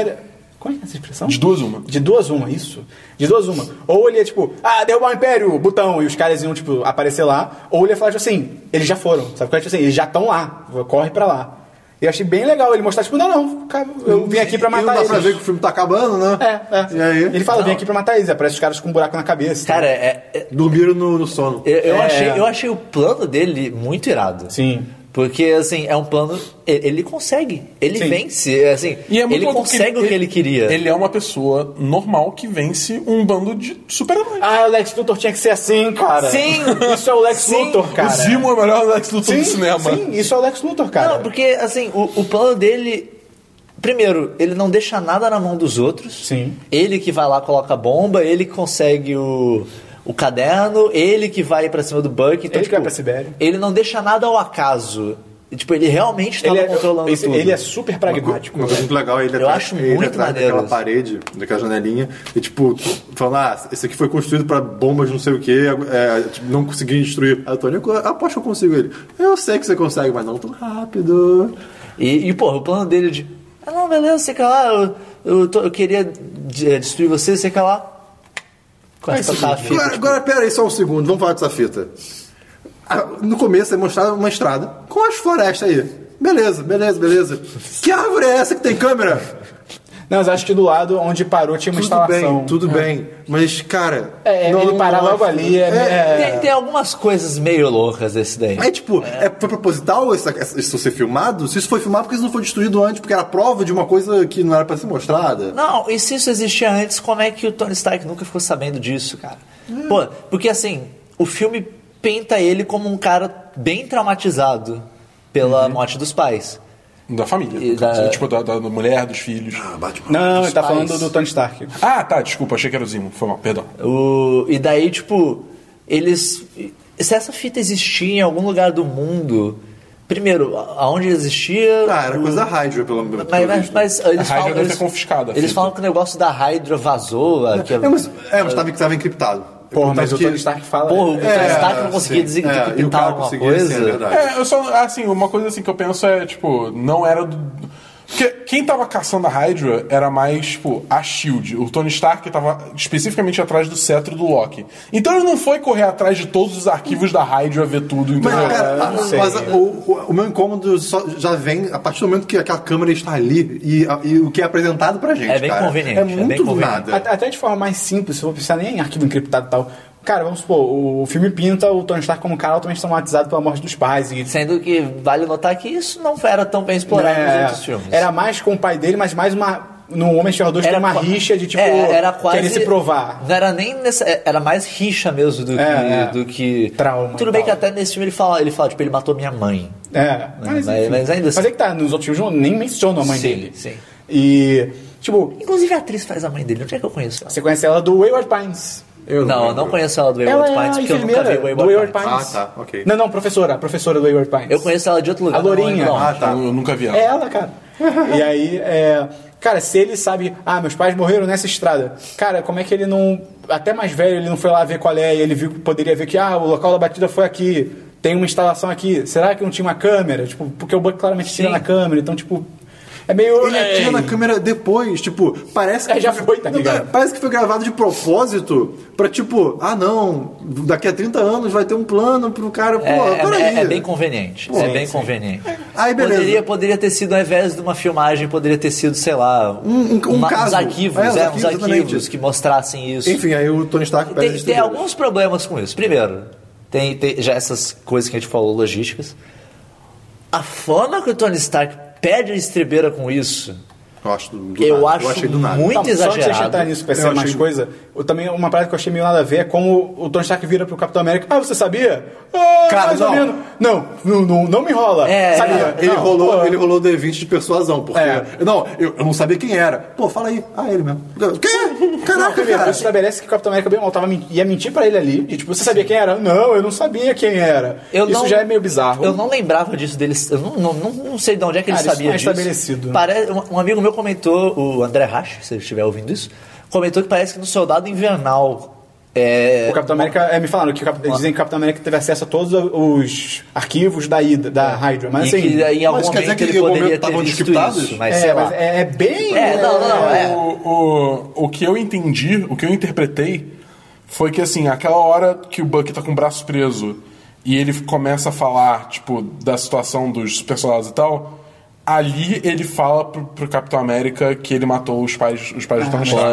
Speaker 3: Como é essa expressão?
Speaker 2: de duas uma.
Speaker 3: De duas uma, isso. De duas uma. Ou ele ia, tipo, ah, derrubar o Império, botão, e os caras iam, tipo, aparecer lá. Ou ele ia falar, tipo assim, eles já foram, sabe? Porque, tipo assim, eles já estão lá, corre pra lá. E eu achei bem legal ele mostrar, tipo, não, não, cara, eu vim aqui pra matar
Speaker 5: E não dá pra ver
Speaker 3: eles.
Speaker 5: que o filme tá acabando, né?
Speaker 3: É, é.
Speaker 5: E aí?
Speaker 3: Ele fala, vim aqui pra matar eles, aparece os caras com um buraco na cabeça.
Speaker 1: Cara, é- é-
Speaker 5: Dormiram no, no sono.
Speaker 1: eu, eu
Speaker 3: É.
Speaker 1: achei, eu achei o plano dele muito irado.
Speaker 5: é.
Speaker 3: Sim.
Speaker 1: Porque, assim, é um plano. Ele, ele consegue. Ele
Speaker 3: Sim.
Speaker 1: vence. Assim,
Speaker 2: E é muito
Speaker 1: ele
Speaker 2: louco
Speaker 1: consegue o que ele queria.
Speaker 2: Ele é uma pessoa normal que vence um bando de super-heróis.
Speaker 3: Ah, o Lex Luthor tinha que ser assim, cara.
Speaker 1: Sim.
Speaker 3: Isso é o Lex
Speaker 1: Sim.
Speaker 3: Luthor, cara.
Speaker 2: o Zimo é o melhor Lex Luthor
Speaker 3: sim,
Speaker 2: do cinema.
Speaker 3: Sim, isso é o Lex Luthor, cara.
Speaker 1: Não, porque, assim, o, o plano dele. Primeiro, ele não deixa nada na mão dos outros.
Speaker 3: Sim.
Speaker 1: Ele que vai lá, coloca a bomba, ele que consegue o, o caderno, ele que vai pra cima do Buck. Então,
Speaker 3: Ele que
Speaker 1: tipo,
Speaker 3: vai pra Sibéria.
Speaker 1: Ele não deixa nada ao acaso. E, tipo, ele realmente tava
Speaker 3: ele, é,
Speaker 1: controlando
Speaker 3: esse-
Speaker 1: tudo.
Speaker 3: ele é super pragmático.
Speaker 5: Uma coisa muito legal é ele atrás,
Speaker 1: acho
Speaker 5: ele
Speaker 1: muito
Speaker 5: atrás
Speaker 1: maneiro
Speaker 5: daquela
Speaker 1: isso.
Speaker 5: parede, daquela janelinha, e tipo, falando, ah, esse aqui foi construído pra bombas não sei o que, não consegui destruir. Aí o Tony, eu aposto que eu consigo ele. Eu sei que você consegue, mas não tão rápido.
Speaker 1: E, e porra, o plano dele de. Ah, não, beleza, sei que lá, eu, eu, tô- eu queria de- é, destruir você, sei que lá. Com essa tá fita.
Speaker 5: Agora, agora, pera aí só um segundo, vamos falar dessa fita. Ah, No começo é mostrado uma estrada com as florestas aí. Beleza, beleza, beleza. Que árvore é essa que tem câmera?
Speaker 3: Não, mas acho que do lado onde parou tinha uma
Speaker 6: Tudo
Speaker 3: instalação.
Speaker 6: bem, tudo bem. Mas, cara.
Speaker 3: É, ele parar
Speaker 6: é-
Speaker 3: logo ali é-
Speaker 1: Tem, tem algumas coisas meio loucas desse daí.
Speaker 6: É tipo, é. foi proposital essa- essa- isso ser filmado? Se isso foi filmado, por que isso não foi destruído antes? Porque era prova de uma coisa que não era pra ser mostrada?
Speaker 1: Não, e se isso existia antes, como é que o Tony Stark nunca ficou sabendo disso, cara? Pô, porque assim, o filme pinta ele como um cara bem traumatizado pela morte dos pais.
Speaker 2: Da família.
Speaker 1: E da-
Speaker 2: Tipo, da, da mulher, dos filhos.
Speaker 3: Não, não, não, ele tá
Speaker 1: Dos pais.
Speaker 3: falando do Tony Stark.
Speaker 2: Ah, tá, desculpa, achei que era o Zimo. Foi mal, perdão.
Speaker 1: O, e daí, tipo, eles. Se essa fita existia em algum lugar do mundo, primeiro, a- aonde existia.
Speaker 6: Ah, era
Speaker 1: o-
Speaker 3: Hum.
Speaker 6: coisa da Hydra, pelo menos.
Speaker 1: Mas, mas, mas eles
Speaker 2: Hydra
Speaker 1: falam.
Speaker 2: deve ter
Speaker 1: eles,
Speaker 2: confiscado a
Speaker 1: eles
Speaker 2: fita.
Speaker 1: falam que o negócio da Hydra vazou. lá, que,
Speaker 6: É, mas, é, mas tava, tava encriptado.
Speaker 3: Porra, mas o
Speaker 6: Tanto
Speaker 3: Tony
Speaker 6: Então que-
Speaker 3: Stark fala.
Speaker 1: Porra, o
Speaker 6: É,
Speaker 1: Stark não conseguia
Speaker 6: sim.
Speaker 1: dizer
Speaker 6: É,
Speaker 1: que
Speaker 6: e o cara
Speaker 1: pintar alguma
Speaker 6: conseguia, sim,
Speaker 1: coisa.
Speaker 6: é verdade.
Speaker 2: É, eu só. Assim, uma coisa assim que eu penso é, tipo, não era do. Porque quem tava caçando a Hydra era mais, tipo, a Shield. O Tony Stark tava especificamente atrás do cetro do Loki. Então ele não foi correr atrás de todos os arquivos da Hydra ver tudo,
Speaker 6: Mas,
Speaker 2: entendeu?
Speaker 6: cara, a- mas a- o, o- o meu incômodo só- já vem a partir do momento que aquela câmera está ali e, a- e o que é apresentado pra gente.
Speaker 1: É bem
Speaker 6: cara.
Speaker 1: conveniente,
Speaker 6: É
Speaker 1: é
Speaker 6: muito
Speaker 1: bem
Speaker 6: do
Speaker 1: conveniente.
Speaker 6: nada.
Speaker 3: Até, até de forma mais simples, se eu vou pensar nem em arquivo encriptado e tal. Cara, vamos supor, o filme pinta o Tony Stark como um cara altamente traumatizado pela morte dos pais e
Speaker 1: Sendo que vale notar que isso não era tão bem explorado nos
Speaker 3: É,
Speaker 1: outros filmes.
Speaker 3: Era mais com o pai dele, mas mais uma. No Homem de Ferro 2 era uma
Speaker 1: qua-
Speaker 3: rixa de tipo.
Speaker 1: É, era quase,
Speaker 3: Querer se provar.
Speaker 1: Não era nem nessa, é, era mais rixa mesmo do que,
Speaker 3: É, é.
Speaker 1: do que
Speaker 3: Trauma
Speaker 1: Tudo
Speaker 3: e
Speaker 1: bem
Speaker 3: tal.
Speaker 1: que até nesse filme ele fala, ele fala tipo ele matou minha mãe.
Speaker 3: É,
Speaker 1: mas-
Speaker 3: mas, enfim.
Speaker 1: mas ainda assim.
Speaker 3: Mas é que tá, nos outros filmes nem mencionam a mãe
Speaker 1: Sim,
Speaker 3: dele.
Speaker 1: sim.
Speaker 3: E. Tipo,
Speaker 1: Inclusive a atriz faz a mãe dele. Onde é que eu conheço ela?
Speaker 3: você conhece ela do Wayward Pines.
Speaker 1: não, eu não conheço ela do
Speaker 3: Ela
Speaker 1: Wayward
Speaker 3: é
Speaker 1: Pines
Speaker 3: a
Speaker 1: porque eu nunca
Speaker 3: enfermeira
Speaker 1: vi
Speaker 3: do
Speaker 1: Wayward
Speaker 3: Wayward,
Speaker 1: Pines.
Speaker 3: Pines.
Speaker 6: Ah, tá, ok.
Speaker 3: Não, não, professora, a professora do Wayward Pines.
Speaker 1: Eu conheço ela de outro lugar.
Speaker 3: A
Speaker 1: não lembro
Speaker 3: lourinha.
Speaker 1: não.
Speaker 6: Ah, tá.
Speaker 2: Eu, eu nunca vi ela.
Speaker 3: É
Speaker 1: [laughs]
Speaker 3: ela, cara. e aí, é, cara, se ele sabe, ah, meus pais morreram nessa estrada, cara, como é que ele não. Até mais velho, ele não foi lá ver qual é, e ele viu, poderia ver que, ah, o local da batida foi aqui, tem uma instalação aqui, será que não tinha uma câmera? Tipo, porque o Buck claramente tira na câmera, então, tipo. É meio.
Speaker 6: Ele atira na câmera depois, tipo, parece que.
Speaker 3: É, já foi, tá
Speaker 6: Não,
Speaker 3: ligado?
Speaker 6: cara, Parece que foi gravado de propósito pra, tipo, ah não, daqui a 30 anos vai ter um plano pro cara. Pô,
Speaker 1: É,
Speaker 6: peraí.
Speaker 1: é, é, é bem conveniente. é bem conveniente.
Speaker 6: Aí, beleza.
Speaker 1: poderia, poderia ter sido, ao invés de uma filmagem, poderia ter sido, sei lá,
Speaker 6: Um- um- um
Speaker 1: uns
Speaker 6: caso.
Speaker 1: arquivos,
Speaker 6: É, uns
Speaker 1: é, uns
Speaker 6: arquivos,
Speaker 1: arquivos
Speaker 6: exatamente.
Speaker 1: que mostrassem isso.
Speaker 6: Enfim, aí o Tony Stark perde
Speaker 1: tem,
Speaker 6: os
Speaker 1: tem
Speaker 6: dedos.
Speaker 1: alguns problemas com isso. Primeiro, tem, tem já essas coisas que a gente falou, logísticas. A forma que o Tony Stark perde a estrebeira com isso,
Speaker 6: Eu acho, do
Speaker 1: eu
Speaker 6: nada,
Speaker 1: acho
Speaker 6: achei do nada.
Speaker 1: muito
Speaker 3: Não, Só antes de a gente
Speaker 1: exagerado.
Speaker 3: entrar nisso pra
Speaker 6: Eu
Speaker 3: ser mais
Speaker 6: achei-
Speaker 3: coisa, eu, também uma parada que eu achei meio nada a ver é como o Tony Stark vira pro Capitão América. Ah, você sabia? Ah,
Speaker 6: Cara,
Speaker 3: mais ou
Speaker 6: não.
Speaker 3: menos. Não, não, não, não me enrola.
Speaker 1: É,
Speaker 3: sabia?
Speaker 6: Ele,
Speaker 3: Não,
Speaker 6: rolou,
Speaker 3: pô.
Speaker 6: ele rolou D20 de persuasão, porque.
Speaker 3: É.
Speaker 6: Não, eu, eu não sabia quem era. Pô, fala aí. Ah, ele mesmo. Quê?
Speaker 3: Não,
Speaker 6: Caraca,
Speaker 3: primeiro,
Speaker 6: cara.
Speaker 3: você estabelece que o Capitão América bem mal tava, men- ia mentir pra ele ali. E, tipo, você sabia quem era? Não, eu não sabia quem era.
Speaker 1: Eu
Speaker 3: Isso
Speaker 1: não-
Speaker 3: já é meio bizarro.
Speaker 1: Eu não lembrava disso deles. Eu não, não, não, não sei de onde é que ele
Speaker 3: Cara, isso
Speaker 1: sabia
Speaker 3: não é
Speaker 1: disso.
Speaker 3: estabelecido.
Speaker 1: Pare- um, um amigo meu comentou, o André Rasch, se ele estiver ouvindo isso, comentou que parece que no Soldado Invernal. É,
Speaker 3: O Capitão América, é, me falaram que o Cap- dizem que o Capitão América teve acesso a todos os arquivos da ida, da Hydra. Mas
Speaker 1: e
Speaker 3: assim.
Speaker 1: que em algum
Speaker 6: quer dizer
Speaker 1: momento
Speaker 6: que
Speaker 1: ele
Speaker 6: em algum
Speaker 1: poderia
Speaker 6: momento
Speaker 1: ter
Speaker 6: estavam
Speaker 1: visto
Speaker 6: descriptados?
Speaker 1: isso, mas sei
Speaker 3: é, mas
Speaker 1: lá.
Speaker 3: é, é bem.
Speaker 1: É, não, não, não, é.
Speaker 2: O, o, o que eu entendi, o que eu interpretei, foi que assim, aquela hora que o Bucky tá com o braço preso e ele começa a falar, tipo, da situação dos super soldados e tal, ali ele fala pro, pro Capitão América que ele matou os pais, os pais do Tony
Speaker 3: Ah,
Speaker 2: Stark.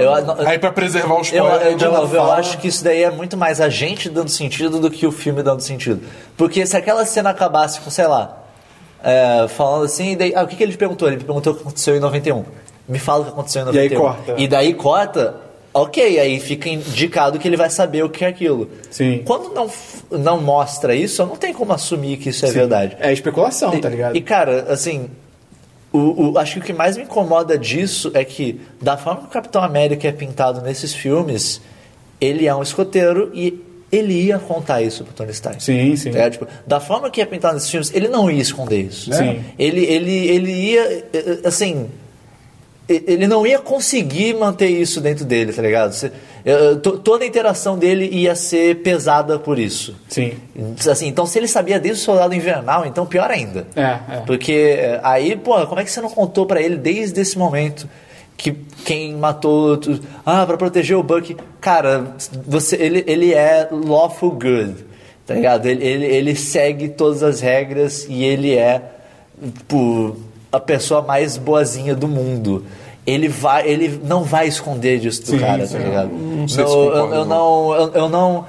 Speaker 3: é,
Speaker 1: Eu, Ah, não-
Speaker 2: Aí pra preservar os
Speaker 1: Eu, eu,
Speaker 2: spoilers,
Speaker 1: de
Speaker 2: ela
Speaker 1: novo, eu
Speaker 2: fala-
Speaker 1: acho que isso daí é muito mais a gente dando sentido do que o filme dando sentido. Porque se aquela cena acabasse com, sei lá, é, falando assim, daí, ah, o que, que ele perguntou? Ele perguntou o que aconteceu em 91. Me fala o que aconteceu em
Speaker 3: E aí
Speaker 1: 91.
Speaker 3: corta.
Speaker 1: E daí corta, ok, aí fica indicado que ele vai saber o que é aquilo.
Speaker 3: Sim.
Speaker 1: Quando não, f- não mostra isso, não tem como assumir que isso é verdade.
Speaker 3: É especulação, tá ligado?
Speaker 1: E, cara, assim, o, o- acho que o que mais me incomoda disso é que, da forma que o Capitão América é pintado nesses filmes, ele é um escoteiro e ele ia contar isso pro Tony Stark.
Speaker 3: Sim, sim.
Speaker 1: É, tipo, da forma que é pintado nesses filmes, ele não ia esconder isso. Né?
Speaker 3: Sim.
Speaker 1: Ele, ele, ele ia, eh, eh, assim... e- Ele não ia conseguir manter isso dentro dele, tá ligado? Você- eh, eh, to- Toda a interação dele ia ser pesada por isso.
Speaker 3: Sim.
Speaker 1: Assim, então, se ele sabia desde o Soldado Invernal, então pior ainda.
Speaker 3: É, é.
Speaker 1: Porque eh, aí, pô, como é que você não contou pra ele desde esse momento que quem matou. tu- ah, pra proteger o Buck. Cara, você, ele, ele é lawful good, tá ligado? Ele, ele, ele segue todas as regras e ele é, tipo, a pessoa mais boazinha do mundo. Ele, vai, ele não vai esconder disso do cara, tá ligado?
Speaker 2: não sei se
Speaker 1: eu,
Speaker 2: concordo,
Speaker 1: eu não. Eu, eu não.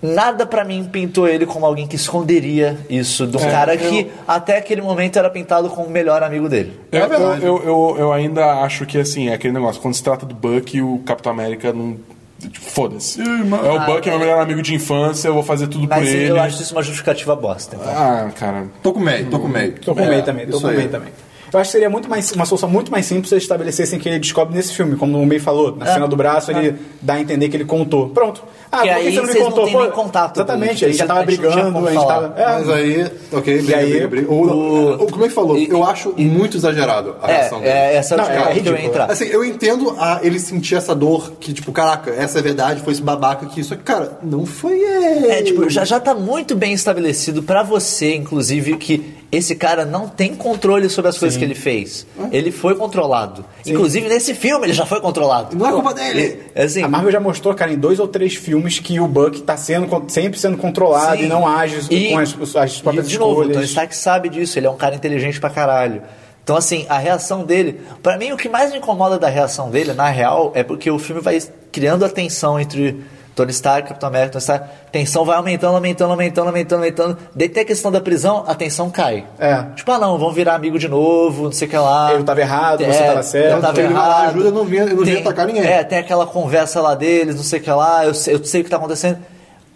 Speaker 1: Nada pra mim pintou ele como alguém que esconderia isso
Speaker 5: É,
Speaker 1: de um cara que até aquele momento era pintado como o melhor amigo dele.
Speaker 2: Eu, eu, eu, eu- eu ainda acho que, assim, é aquele negócio. Quando se trata do Buck, o Capitão América não... tipo, Foda-se. É o Buck, é meu melhor amigo de infância, eu vou fazer tudo por
Speaker 1: Mas
Speaker 2: ele.
Speaker 1: eu acho isso uma justificativa bosta. então.
Speaker 2: Ah, cara...
Speaker 6: Tô com meio, tô com meio.
Speaker 3: Tô
Speaker 2: É,
Speaker 3: com o
Speaker 1: É,
Speaker 3: meio também, tô
Speaker 5: isso
Speaker 3: com o
Speaker 5: aí.
Speaker 3: meio também. Eu acho que seria muito mais, uma solução muito mais simples se eles estabelecessem que ele descobre nesse filme, como o May falou, na cena do braço ele dá a entender que ele contou. Pronto. Ah,
Speaker 1: É. Que
Speaker 3: por
Speaker 1: aí
Speaker 3: que você não me
Speaker 1: vocês não
Speaker 3: contou?
Speaker 1: têm nem contato,
Speaker 3: Exatamente,
Speaker 1: Bruno.
Speaker 3: a gente já tava
Speaker 1: A gente não tinha
Speaker 3: brigando,
Speaker 1: como
Speaker 3: a gente
Speaker 1: falar.
Speaker 3: tava. É,
Speaker 5: Mas aí, ok, briga,
Speaker 3: aí-
Speaker 5: briga, briga. Ou,
Speaker 1: o-
Speaker 5: ou como é que falou?
Speaker 1: e-
Speaker 5: eu acho muito exagerado a
Speaker 1: É,
Speaker 5: reação dele.
Speaker 1: é essa
Speaker 3: Não,
Speaker 1: é
Speaker 3: é
Speaker 1: a que eu
Speaker 3: ridículo.
Speaker 1: ia entrar.
Speaker 5: Assim, eu entendo a, ele sentir essa dor que, tipo, caraca, essa é verdade, foi esse babaca aqui. Só que, cara, não foi ele.
Speaker 1: É, tipo, já, já tá muito bem estabelecido pra você, inclusive, que esse cara não tem controle sobre as coisas que ele fez. Ele foi controlado. Inclusive, nesse filme, ele já foi controlado.
Speaker 5: Não é culpa dele.
Speaker 1: É Assim,
Speaker 3: A Marvel já mostrou, cara, em dois ou três filmes que o Buck tá sendo, con- sempre sendo controlado
Speaker 1: Sim.
Speaker 3: e não age
Speaker 1: E-
Speaker 3: com as, as próprias
Speaker 1: e, de novo, o Tony
Speaker 3: escolhas.
Speaker 1: Stark sabe disso, ele é um cara inteligente pra caralho. Então, assim, a reação dele. Pra mim, o que mais me incomoda da reação dele, na real, é porque o filme vai criando a tensão entre Tony Stark, Capitão América, Tony Stark. A tensão vai aumentando, aumentando, aumentando, aumentando, aumentando. Daí tem a questão da prisão, a tensão cai.
Speaker 3: É.
Speaker 1: Tipo, ah, não, vão virar amigo de novo, não sei o que lá. É,
Speaker 3: Eu tava errado, você tava certo.
Speaker 1: Eu tava
Speaker 5: Ele não
Speaker 1: errado.
Speaker 5: ajuda, eu não vinha- eu não vinha atacar ninguém.
Speaker 1: É, tem aquela conversa lá deles, não sei o que lá, eu sei, eu sei o que tá acontecendo.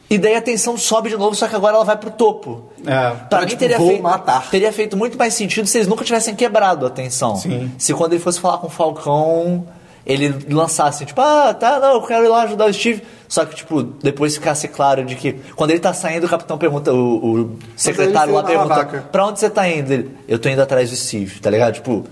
Speaker 1: E daí a tensão sobe de novo, só que agora ela vai pro topo.
Speaker 3: É.
Speaker 1: Pra mim
Speaker 5: tipo,
Speaker 1: teria,
Speaker 5: vou
Speaker 1: feito,
Speaker 5: matar.
Speaker 1: teria feito muito mais sentido se eles nunca tivessem quebrado a tensão.
Speaker 3: Sim.
Speaker 1: Se quando ele fosse falar com o Falcão, ele lançasse, tipo, ah, tá, não, eu quero ir lá ajudar o Steve. Só que, tipo, depois ficasse claro de que quando ele tá saindo, o capitão pergunta, o, o secretário
Speaker 5: ele
Speaker 1: lá
Speaker 5: foi uma
Speaker 1: pergunta,
Speaker 5: babaca.
Speaker 1: pra onde você tá indo? Ele, eu tô indo atrás do Steve, tá ligado? Tipo,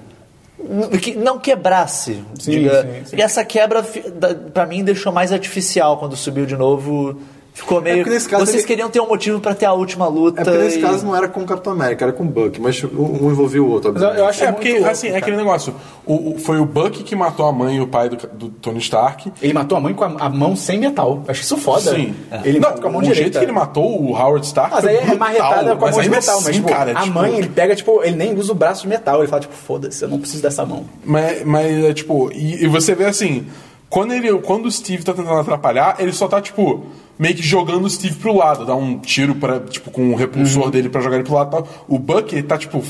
Speaker 1: n- que não quebrasse.
Speaker 3: Sim,
Speaker 1: diga.
Speaker 3: sim, sim.
Speaker 1: E essa quebra, fi- da- pra mim, deixou mais artificial quando subiu de novo. Ficou meio.
Speaker 5: porque nesse caso
Speaker 1: Vocês
Speaker 5: ele-
Speaker 1: queriam ter um motivo pra ter a última luta.
Speaker 5: É porque nesse
Speaker 1: e-
Speaker 5: caso não era com o Capitão América, era com o Buck, mas tipo, um envolvia o outro.
Speaker 3: Mas eu, eu acho
Speaker 2: É,
Speaker 3: muito
Speaker 2: porque,
Speaker 3: louco,
Speaker 2: assim, é
Speaker 3: cara.
Speaker 2: aquele negócio. O, o- foi o Buck que matou a mãe e o pai do, do Tony Stark.
Speaker 3: Ele matou a mãe com a, a mão sem metal. Acho isso foda.
Speaker 2: Sim.
Speaker 3: Ele
Speaker 2: não,
Speaker 3: matou com a mão
Speaker 2: o
Speaker 3: direita.
Speaker 2: jeito que ele matou o Howard Stark.
Speaker 3: Mas
Speaker 2: foi
Speaker 3: aí é
Speaker 2: brutal,
Speaker 3: marretada com a
Speaker 2: mas
Speaker 3: mão de
Speaker 2: ainda
Speaker 3: metal, mas
Speaker 2: assim,
Speaker 3: tipo,
Speaker 2: cara,
Speaker 3: a
Speaker 2: tipo,
Speaker 3: mãe ele pega, tipo, ele nem usa o braço de metal, ele fala, tipo, foda-se, eu não preciso dessa mão.
Speaker 2: Mas, mas é tipo, e, e você vê assim, quando, ele, quando o Steve tá tentando atrapalhar, ele só tá, tipo, meio que jogando o Steve pro lado, dá um tiro para tipo, com o
Speaker 3: Uhum.
Speaker 2: repulsor dele pra jogar ele pro lado e tal. O Buck, ele tá, tipo,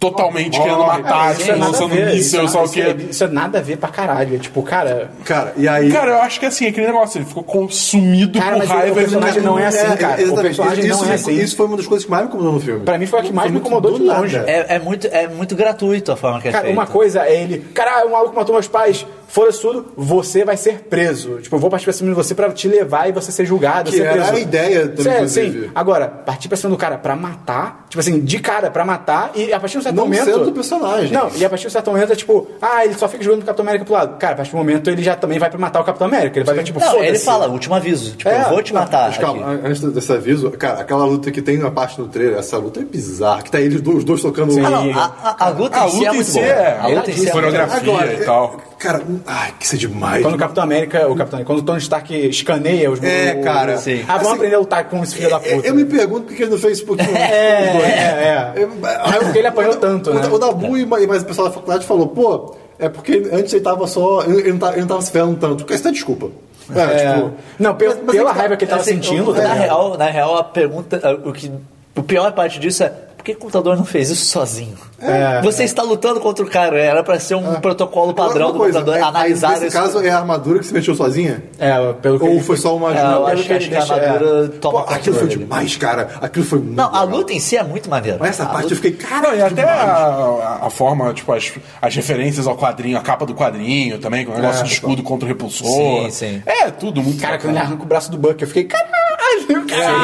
Speaker 2: totalmente querendo matar,
Speaker 3: Isso
Speaker 2: tipo,
Speaker 3: é nada
Speaker 2: lançando
Speaker 3: a ver, isso
Speaker 2: míssel,
Speaker 3: é nada-
Speaker 2: só o
Speaker 3: isso é-
Speaker 2: quê.
Speaker 3: Isso é nada a ver pra caralho. É Tipo, cara.
Speaker 5: Cara, e aí.
Speaker 2: Cara, eu acho que assim, aquele negócio, ele ficou consumido
Speaker 3: Cara,
Speaker 2: por
Speaker 3: mas
Speaker 2: raiva.
Speaker 3: o personagem
Speaker 2: ele
Speaker 3: não é assim, cara. O
Speaker 5: exatamente.
Speaker 3: personagem
Speaker 5: isso,
Speaker 3: não é assim.
Speaker 5: Isso foi uma das coisas que mais me incomodou no filme.
Speaker 3: Pra mim foi a que mais me
Speaker 5: muito
Speaker 3: incomodou
Speaker 5: do
Speaker 3: de longe.
Speaker 5: nada.
Speaker 1: É, é muito, é muito gratuito a forma que é
Speaker 3: Cara,
Speaker 1: feita.
Speaker 3: uma coisa é ele. Cara, o maluco matou meus pais. Foda-se tudo, você vai ser preso. Tipo, eu vou partir pra cima de você pra te levar e você ser julgado.
Speaker 5: Que
Speaker 3: ser
Speaker 5: era
Speaker 3: preso.
Speaker 5: a ideia também,
Speaker 3: Sério,
Speaker 5: inclusive.
Speaker 3: sim. Agora, partir pra cima do cara pra matar, tipo assim, de cara pra matar, e a partir de um certo
Speaker 5: Não
Speaker 3: momento.
Speaker 5: sendo do personagem.
Speaker 3: Não, e a partir de um certo momento é tipo, ah, ele só fica jogando o Capitão América pro lado. Cara, a partir do momento ele já também vai pra matar o Capitão América. Ele vai pra tipo,
Speaker 1: Não,
Speaker 3: foda-se.
Speaker 1: ele fala, último aviso. Tipo,
Speaker 3: É,
Speaker 1: eu vou te
Speaker 3: não,
Speaker 1: matar.
Speaker 5: Mas calma,
Speaker 1: aqui.
Speaker 5: an- antes desse aviso, cara, aquela luta que tem na parte do trailer, essa luta é bizarra, que tá eles dois, os dois tocando um-
Speaker 1: Ah, não, a, a- a luta
Speaker 2: A
Speaker 1: em si é
Speaker 2: luta em
Speaker 1: muito
Speaker 2: si
Speaker 1: boa.
Speaker 2: é.
Speaker 1: A luta em si é muito boa.
Speaker 2: Coreografia
Speaker 5: Agora,
Speaker 2: e tal.
Speaker 5: Cara, ai, que isso é demais.
Speaker 3: Quando o Capitão América, o Capitão, quando o Tony Stark escaneia os
Speaker 5: É, cara.
Speaker 1: Sim.
Speaker 3: Ah, vamos
Speaker 5: Assim,
Speaker 3: aprender a lutar com esse filho da
Speaker 5: É,
Speaker 3: puta. né?
Speaker 5: Eu me pergunto por que ele não fez porque
Speaker 3: É,
Speaker 5: um,
Speaker 3: é, é.
Speaker 5: É
Speaker 3: porque ele apanhou tanto, né?
Speaker 5: O Dabu e mais o pessoal da faculdade falou, pô, é porque ele- antes ele tava só. Ele ele não tava, ele não tava se ferrando tanto. Isso é desculpa. É,
Speaker 3: É.
Speaker 5: tipo.
Speaker 3: não, pe-
Speaker 5: mas- mas
Speaker 3: pela
Speaker 5: é que tá-
Speaker 3: raiva que ele tava
Speaker 1: Assim,
Speaker 3: sentindo, tá
Speaker 1: na
Speaker 3: ligado?
Speaker 1: real, na real, a pergunta, a- o que o pior parte disso é por que o computador não fez isso sozinho?
Speaker 3: É.
Speaker 1: Você está lutando contra o cara, era pra ser um protocolo padrão do
Speaker 5: Agora, É. uma coisa,
Speaker 1: computador
Speaker 5: é,
Speaker 1: analisar
Speaker 5: Nesse
Speaker 1: isso.
Speaker 5: caso, é a armadura que se mexeu sozinha?
Speaker 3: É, pelo que
Speaker 5: Ou
Speaker 3: ele-
Speaker 5: foi só uma
Speaker 1: É, eu
Speaker 5: ajuda?
Speaker 1: acho,
Speaker 3: que
Speaker 1: acho que a
Speaker 3: ele deixa-
Speaker 1: armadura toma
Speaker 5: é. Pô,
Speaker 1: conta
Speaker 5: aquilo foi
Speaker 1: dele.
Speaker 5: demais, cara. Aquilo foi muito.
Speaker 1: Não, a
Speaker 5: legal.
Speaker 1: luta em si é muito maneira.
Speaker 5: Mas essa
Speaker 1: A
Speaker 5: parte eu fiquei, cara.
Speaker 2: Não, e é até a, a forma, tipo, as, as referências ao quadrinho, a capa do quadrinho também, com o negócio de escudo contra o repulsor.
Speaker 1: Sim, sim.
Speaker 2: É, tudo muito
Speaker 3: Cara, quando ele
Speaker 2: bacana.
Speaker 3: arranca o braço do Buck, eu fiquei, caralho,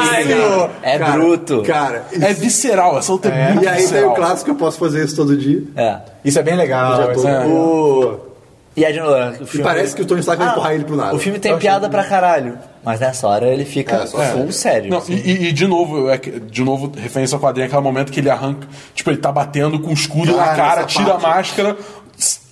Speaker 3: caralho.
Speaker 1: É
Speaker 5: Cara,
Speaker 1: bruto.
Speaker 5: Cara, isso-
Speaker 2: É visceral, essa luta é, muito
Speaker 5: e aí tem
Speaker 2: visceral.
Speaker 5: o clássico que eu posso fazer isso todo dia.
Speaker 1: É.
Speaker 3: Isso é bem legal.
Speaker 5: Já tô-
Speaker 3: isso é-
Speaker 5: o-
Speaker 1: E aí, de novo, o filme... Ah,
Speaker 5: parece que Ah, o Tony Stark vai empurrar ele pro nada.
Speaker 1: O filme tem piada pra caralho. Mas nessa hora ele fica
Speaker 5: É, só-
Speaker 1: full sério. assim.
Speaker 2: Não, e, e- e de novo, é que- de novo, referência ao quadrinho, aquele momento que ele arranca, tipo, ele tá batendo com o escudo
Speaker 5: Cara,
Speaker 2: na cara,
Speaker 5: essa
Speaker 2: tira
Speaker 5: parte.
Speaker 2: a máscara.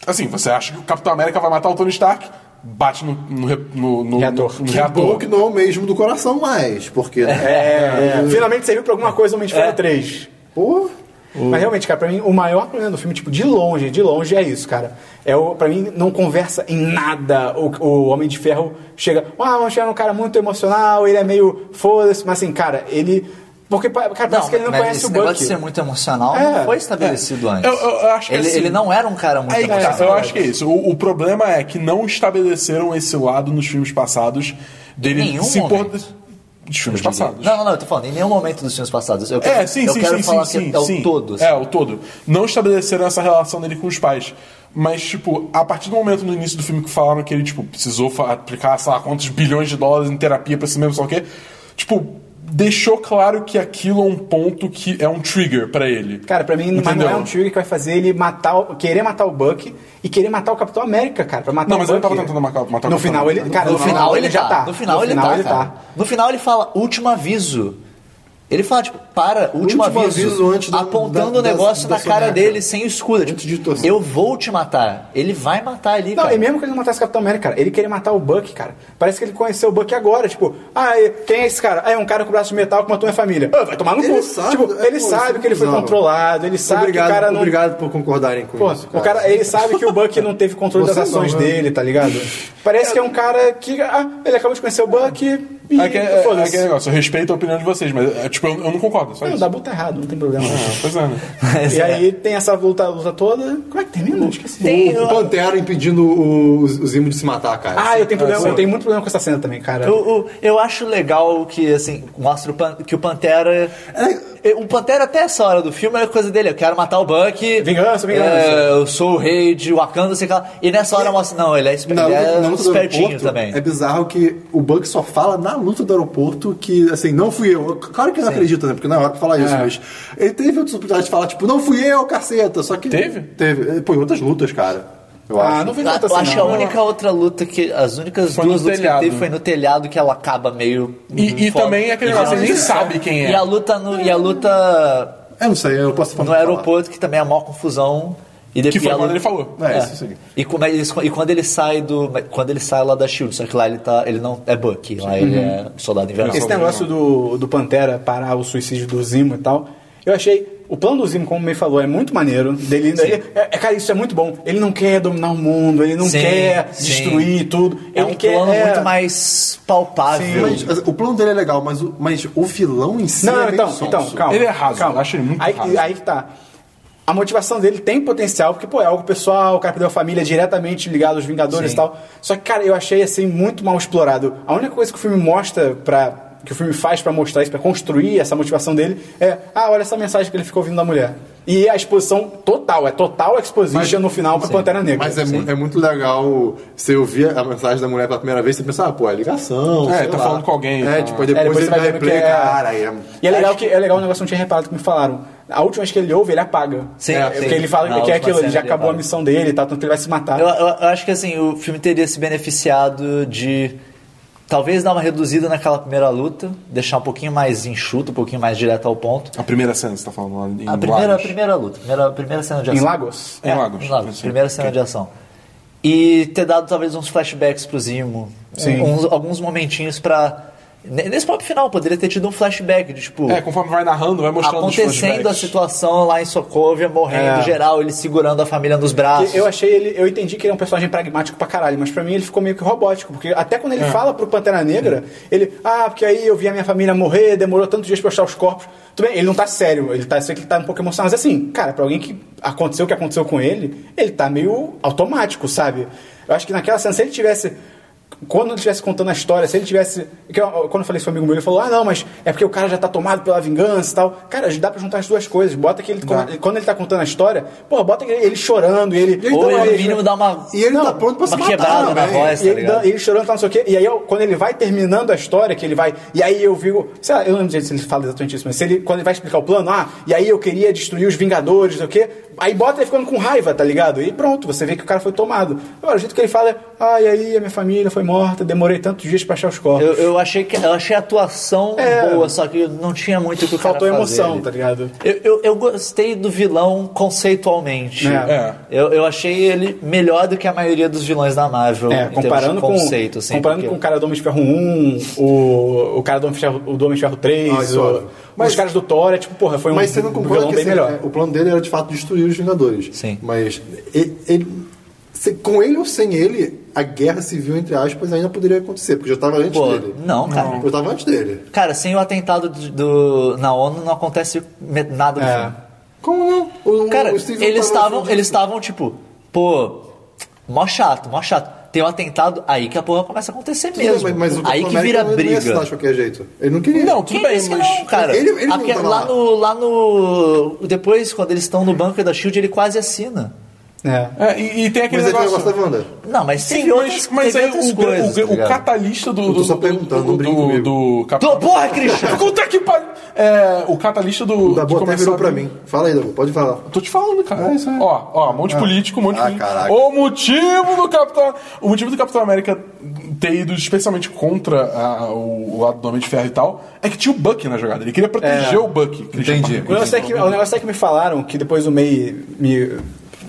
Speaker 2: Assim, você acha que o Capitão América vai matar o Tony Stark? Bate no, no, re- no, no-
Speaker 3: Reator.
Speaker 2: no
Speaker 5: Que
Speaker 2: reator.
Speaker 5: bom que não é o mesmo do coração mais, porque. né?
Speaker 3: É, finalmente serviu pra alguma coisa o Homem de Ferro 3.
Speaker 5: Pô,
Speaker 3: Mas realmente, cara, pra mim, o maior problema do filme, tipo, de longe, de longe, é isso, cara. É o, pra mim, não conversa em nada. O, o Homem de Ferro chega, ah, o Homem de Ferro é um cara muito emocional, ele é meio foda-se, mas assim, cara, ele. Porque, pa- cara, parece que ele não
Speaker 1: mas
Speaker 3: conhece
Speaker 1: esse
Speaker 3: o
Speaker 1: negócio
Speaker 3: Bucky.
Speaker 1: de ser muito emocional
Speaker 3: É,
Speaker 1: não foi estabelecido antes.
Speaker 2: Eu- eu- eu acho que
Speaker 1: ele,
Speaker 2: assim-
Speaker 1: ele não era um cara muito
Speaker 2: Aí que tá,
Speaker 1: emocional.
Speaker 2: eu acho que é isso. O, o problema é que não estabeleceram esse lado nos filmes passados dele
Speaker 1: Nenhum
Speaker 2: se
Speaker 1: momento.
Speaker 2: Dos filmes passados.
Speaker 1: Não, não, não, eu tô falando, em nenhum momento dos filmes passados. Eu quero,
Speaker 2: É, sim,
Speaker 1: eu
Speaker 2: sim,
Speaker 1: quero
Speaker 2: sim,
Speaker 1: falar
Speaker 2: sim,
Speaker 1: que
Speaker 2: sim,
Speaker 1: é o
Speaker 2: sim.
Speaker 1: todo. assim.
Speaker 2: É, o todo. Não estabeleceram essa relação dele com os pais. Mas, tipo, a partir do momento no início do filme que falaram que ele, tipo, precisou fa- aplicar, sei lá, quantos bilhões de dólares em terapia pra si mesmo, sei lá o quê. Tipo, deixou claro que aquilo é um ponto que é um trigger pra ele.
Speaker 3: Cara, pra mim, mas não
Speaker 2: Entendeu?
Speaker 3: é um trigger que vai fazer ele matar, o- querer matar o Buck e querer matar o Capitão América, cara. Pra matar
Speaker 2: Não,
Speaker 3: o
Speaker 2: mas
Speaker 3: Buck.
Speaker 2: ele tava tentando matar- matar o
Speaker 3: No
Speaker 2: Capitão
Speaker 3: final,
Speaker 2: América.
Speaker 3: ele, cara,
Speaker 1: no, final ele
Speaker 3: já tá.
Speaker 1: No final, ele, tá, cara. No final ele fala último aviso. Ele fala, tipo, para, último,
Speaker 5: Último
Speaker 1: aviso,
Speaker 5: aviso antes do-
Speaker 1: apontando
Speaker 5: da-
Speaker 1: o negócio
Speaker 5: da-
Speaker 1: na
Speaker 5: da
Speaker 1: cara
Speaker 5: soneca.
Speaker 1: dele, sem o escudo. Tipo,
Speaker 5: Antes de torcer.
Speaker 1: eu vou te matar. Ele vai matar ali,
Speaker 2: Então.
Speaker 3: Não,
Speaker 1: cara.
Speaker 3: e
Speaker 1: [laughs]
Speaker 3: mesmo que ele não matasse o Capitão América, cara, ele queria matar o Buck, cara. Parece que ele conheceu o Buck agora, tipo, ah, e- quem é esse cara? Ah, é um cara com braço de metal que matou minha família. Ah, vai tomar no
Speaker 5: Ele
Speaker 3: cu.
Speaker 5: sabe,
Speaker 3: tipo,
Speaker 5: é,
Speaker 3: ele
Speaker 5: pô, isso
Speaker 3: sabe
Speaker 5: é
Speaker 3: que ele foi
Speaker 5: bizarro.
Speaker 3: controlado, ele sabe
Speaker 5: obrigado,
Speaker 3: que o cara não.
Speaker 5: obrigado por concordarem com
Speaker 3: Pô,
Speaker 5: isso.
Speaker 3: o cara, é- ele sabe que o Buck não teve controle
Speaker 5: Você
Speaker 3: das ações
Speaker 5: não, né?
Speaker 3: dele, tá ligado? Parece que é um cara que. Ah, ele acabou de conhecer o Buck e.
Speaker 2: É que- é- é
Speaker 3: foda-se.
Speaker 2: aquele negócio, eu respeito a opinião de vocês, mas, é, tipo, eu, eu não concordo, só
Speaker 3: Não,
Speaker 2: isso.
Speaker 3: dá bota errado, não tem problema.
Speaker 2: É,
Speaker 1: Ah,
Speaker 2: Pois é, né?
Speaker 3: E aí tem essa luta, luta toda. Como é que termina? Eu Esqueci.
Speaker 1: Tem-
Speaker 5: O Pantera impedindo o, o Zimo de se matar, cara.
Speaker 3: Ah, eu tenho problema, eu tenho muito problema com essa cena também, cara.
Speaker 1: Eu, eu, eu acho legal que, assim, mostra o Pan- que o Pantera. É, O Pantera, até essa hora do filme, é coisa dele. Eu quero matar o Buck.
Speaker 3: Vingança, vingança.
Speaker 1: É, eu sou o rei de Wakanda, sei lá. E nessa hora mostra. Não, ele é, esp...
Speaker 5: Na
Speaker 1: ele
Speaker 5: luta-
Speaker 1: é
Speaker 5: na luta do
Speaker 1: espertinho
Speaker 5: aeroporto,
Speaker 1: também.
Speaker 5: É bizarro que o Buck só fala na luta do aeroporto que, assim, não fui eu. Claro que ele não acredita, né? Porque não é hora pra falar isso, mas ele teve outras oportunidades de falar, tipo, não fui eu, caceta. Só que.
Speaker 2: Teve?
Speaker 5: Teve. É, Pô, em outras lutas, cara. Eu
Speaker 3: ah,
Speaker 5: acho.
Speaker 3: não vem
Speaker 1: Ah,
Speaker 3: tanto
Speaker 1: eu
Speaker 3: assim.
Speaker 1: acho que a
Speaker 3: não.
Speaker 1: única outra luta que. As únicas
Speaker 2: Foi
Speaker 1: duas
Speaker 2: no
Speaker 1: lutas
Speaker 2: telhado. né?
Speaker 1: que teve foi no telhado que ela acaba meio.
Speaker 2: E, e
Speaker 1: foda.
Speaker 2: também é aquele
Speaker 1: E
Speaker 2: negócio,
Speaker 1: não-
Speaker 2: ele nem sabe quem é.
Speaker 1: E a luta no. E a luta
Speaker 5: Eu não sei, eu não posso
Speaker 1: no
Speaker 5: falar.
Speaker 1: aeroporto, que também é a maior confusão. E depois
Speaker 2: Que foi
Speaker 1: a
Speaker 2: quando
Speaker 1: luta-
Speaker 2: ele falou.
Speaker 5: É, isso sim.
Speaker 1: E, como é- eles- e quando ele sai do. Quando ele sai lá da Shield, só que lá ele tá. Ele não é Bucky, lá ele é soldado invernal.
Speaker 3: Esse negócio do, do Pantera parar o suicídio do Zimo e tal, eu achei. O plano do Zimo, como o May falou, é muito maneiro. Dele, ele- é, é, cara, isso é muito bom. Ele não quer dominar o mundo, ele não
Speaker 1: Sim,
Speaker 3: quer
Speaker 1: sim.
Speaker 3: destruir tudo.
Speaker 1: É
Speaker 3: ele
Speaker 1: um
Speaker 3: quer,
Speaker 1: plano
Speaker 3: é-
Speaker 1: muito mais palpável.
Speaker 5: Mas, assim, o plano dele é legal, mas o, mas o vilão em si é
Speaker 3: Não,
Speaker 5: meio
Speaker 3: então,
Speaker 5: sonso.
Speaker 3: então, calma.
Speaker 2: Ele é raso, eu acho ele muito
Speaker 3: aí,
Speaker 2: raso.
Speaker 3: aí que tá. A motivação dele tem potencial, porque, pô, é algo pessoal, o cara perdeu a família é diretamente ligado aos Vingadores e tal. Só que, cara, eu achei, assim, muito mal explorado. A única coisa que o filme mostra pra... Que o filme faz pra mostrar isso, pra construir essa motivação dele, é... Ah, olha essa mensagem que ele ficou ouvindo da mulher. E a exposição total, é total exposition no final pra Pantera Negra.
Speaker 5: Mas é, mu- é muito legal você ouvir a mensagem da mulher pela primeira vez e pensar, ah, pô, é ligação.
Speaker 2: É,
Speaker 5: sei
Speaker 2: tá
Speaker 5: lá.
Speaker 2: falando com alguém,
Speaker 5: É,
Speaker 2: tá.
Speaker 5: tipo, aí
Speaker 3: É,
Speaker 5: depois,
Speaker 3: depois você
Speaker 5: ele
Speaker 3: vai
Speaker 5: vai
Speaker 3: vendo que
Speaker 5: replay,
Speaker 3: é...
Speaker 5: cara. aí
Speaker 3: E é legal que, é legal um negócio que eu não tinha reparado que me falaram. A última vez que ele ouve, ele apaga.
Speaker 1: Sim,
Speaker 3: é,
Speaker 1: sim.
Speaker 3: Porque ele
Speaker 1: Na
Speaker 3: fala que é
Speaker 1: última
Speaker 3: aquilo, ele
Speaker 1: cena
Speaker 3: já
Speaker 1: ele
Speaker 3: acabou a
Speaker 1: apaga.
Speaker 3: missão dele e tal, tanto que ele vai se matar.
Speaker 1: Eu, eu- eu acho que assim, o filme teria se beneficiado de talvez dar uma reduzida naquela primeira luta, deixar um pouquinho mais enxuto, um pouquinho mais direto ao ponto.
Speaker 2: A primeira cena que você tá falando lá em
Speaker 1: A primeira, a
Speaker 2: Lagos.
Speaker 1: primeira luta, a primeira, a primeira cena de
Speaker 3: Em
Speaker 1: ação. É,
Speaker 3: Lagos?
Speaker 2: Em Lagos,
Speaker 1: Em Lagos,
Speaker 2: sim.
Speaker 1: primeira cena de ação. E ter dado talvez uns flashbacks pro Zimo.
Speaker 3: Sim.
Speaker 1: Uns- alguns momentinhos pra. ne- Nesse próprio final, poderia ter tido um flashback de tipo.
Speaker 2: É, conforme vai narrando, vai mostrando os
Speaker 1: acontecendo a
Speaker 2: flashbacks.
Speaker 1: situação lá em Sokovia, morrendo
Speaker 3: É.
Speaker 1: geral, ele segurando a família nos braços.
Speaker 3: Eu achei ele, eu entendi que ele é um personagem pragmático pra caralho, mas pra mim ele ficou meio que robótico, porque até quando ele fala pro Pantera Negra, ele, ah, porque aí eu vi a minha família morrer, demorou tantos dias pra eu achar os corpos. Tudo bem, ele não tá sério, ele tá, eu sei que ele tá um pouco emocionado, mas assim, cara, pra alguém que aconteceu o que aconteceu com ele, ele tá meio automático, sabe? Eu acho que naquela cena, se ele tivesse quando ele estivesse contando a história, se ele tivesse. que eu- quando eu falei isso com um amigo meu, ele falou: Ah, não, mas é porque o cara já tá tomado pela vingança e tal. Cara, dá pra juntar as duas coisas. Bota que ele. Quando ele tá contando a história, pô, bota que ele, ele chorando e ele.
Speaker 1: Ou ele,
Speaker 3: Pô,
Speaker 1: no
Speaker 3: Então, ele-
Speaker 1: mínimo, dá uma.
Speaker 5: E ele
Speaker 3: Não,
Speaker 5: tá pronto pra se
Speaker 1: uma
Speaker 5: matar.
Speaker 1: quebrada na
Speaker 5: velho.
Speaker 1: voz.
Speaker 3: e ele,
Speaker 1: tá ligado?
Speaker 3: dan- ele chorando, tá, não sei o quê. E aí, eu- quando ele vai terminando a história, que ele vai. E aí eu vi. o- Sei lá, eu não sei se ele fala exatamente isso, mas se ele, quando ele vai explicar o plano, ah, e aí eu queria destruir os Vingadores, não sei o quê. Aí bota ele ficando com raiva, tá ligado? E pronto, você vê que o cara foi tomado. Agora, o jeito que ele fala é, ah, e aí a minha família foi morta, demorei tantos dias pra achar os corpos.
Speaker 1: Eu, eu achei que eu achei a atuação boa, só que não tinha muito o que o cara
Speaker 3: Faltou
Speaker 1: fazer
Speaker 3: emoção,
Speaker 1: ali.
Speaker 3: tá ligado?
Speaker 1: Eu, eu, eu gostei do vilão conceitualmente.
Speaker 3: É.
Speaker 2: É.
Speaker 1: Eu, eu achei ele melhor do que a maioria dos vilões da Marvel.
Speaker 3: É,
Speaker 1: em termos
Speaker 3: comparando
Speaker 1: de
Speaker 3: com,
Speaker 1: conceito, assim,
Speaker 3: comparando
Speaker 1: porque-
Speaker 3: com o cara do Homem de Ferro 1, o, o cara do Homem de Ferro, o do Homem de Ferro 3,
Speaker 5: Ah, isso,
Speaker 3: o-
Speaker 5: mas-
Speaker 3: os caras do Thor, é tipo, porra, foi um,
Speaker 5: Mas você não
Speaker 3: um
Speaker 5: concorda
Speaker 3: vilão
Speaker 5: que
Speaker 3: bem
Speaker 5: assim,
Speaker 3: melhor.
Speaker 5: é, o plano dele era de fato destruir os Vingadores.
Speaker 1: Sim.
Speaker 5: Mas ele, ele- se- com ele ou sem ele, a guerra civil, entre aspas, ainda poderia acontecer, porque já estava antes
Speaker 1: Pô,
Speaker 5: dele.
Speaker 1: não, cara.
Speaker 5: Eu tava antes dele.
Speaker 1: Cara, sem o atentado de- do, na ONU não acontece me- nada do
Speaker 3: É.
Speaker 1: filme.
Speaker 5: Como não? O- o-
Speaker 1: Cara,
Speaker 5: o Steve
Speaker 1: eles
Speaker 5: tava
Speaker 1: estavam,
Speaker 5: fudido.
Speaker 1: eles estavam tipo, pô, mó chato, mó chato. Tem um atentado, aí que a porra começa a acontecer
Speaker 5: Tudo bem,
Speaker 1: mesmo.
Speaker 5: mas, mas o é
Speaker 1: aí
Speaker 5: Capitão
Speaker 1: que
Speaker 5: América
Speaker 1: vira
Speaker 5: não- Não ia assinar
Speaker 1: briga.
Speaker 5: de qualquer jeito. Ele não queria.
Speaker 2: Não, tudo
Speaker 1: Quem
Speaker 2: bem,
Speaker 1: disse que
Speaker 2: mas.
Speaker 1: não, cara?
Speaker 5: Ele- ele não
Speaker 1: Aque-
Speaker 5: tava
Speaker 1: lá,
Speaker 5: lá.
Speaker 1: no, lá no. Depois, quando eles estão no bunker da Shield, ele quase assina.
Speaker 3: É.
Speaker 2: É, e, e tem aquele
Speaker 5: Mas ele
Speaker 2: negócio.
Speaker 5: negócio da Wanda.
Speaker 1: Não, mas
Speaker 2: Sim,
Speaker 1: teve
Speaker 2: mas,
Speaker 1: outras,
Speaker 2: mas
Speaker 1: teve
Speaker 2: aí
Speaker 1: outras
Speaker 2: o,
Speaker 1: coisas,
Speaker 2: o-
Speaker 1: tá
Speaker 2: o
Speaker 1: ligado?
Speaker 2: catalista do.
Speaker 5: Eu tô
Speaker 2: do-
Speaker 5: só
Speaker 2: do-
Speaker 5: perguntando,
Speaker 2: do,
Speaker 5: não brinca
Speaker 2: do,
Speaker 5: comigo.
Speaker 2: do Cap-
Speaker 1: Tô- porra, Christian!
Speaker 2: [laughs] Puta que pariu! É, o catalista do.
Speaker 5: O Dabu
Speaker 2: de
Speaker 5: até
Speaker 2: começar
Speaker 5: virou
Speaker 2: a-
Speaker 5: pra mim. Fala aí, Dabu, pode falar.
Speaker 2: Tô te falando,
Speaker 1: É,
Speaker 2: cara. Ó, ó, um monte de político, um monte de
Speaker 5: Ah,
Speaker 2: político.
Speaker 5: caraca.
Speaker 2: O motivo do Capitão. O motivo do Capitão América ter ido especialmente contra a- o, o lado do Homem de Ferro e tal é que tinha o Buck na jogada. Ele queria proteger o Buck. Christian
Speaker 5: É. Entendi.
Speaker 2: Parker.
Speaker 3: O negócio, é que, o negócio é que me falaram, que depois o MEI me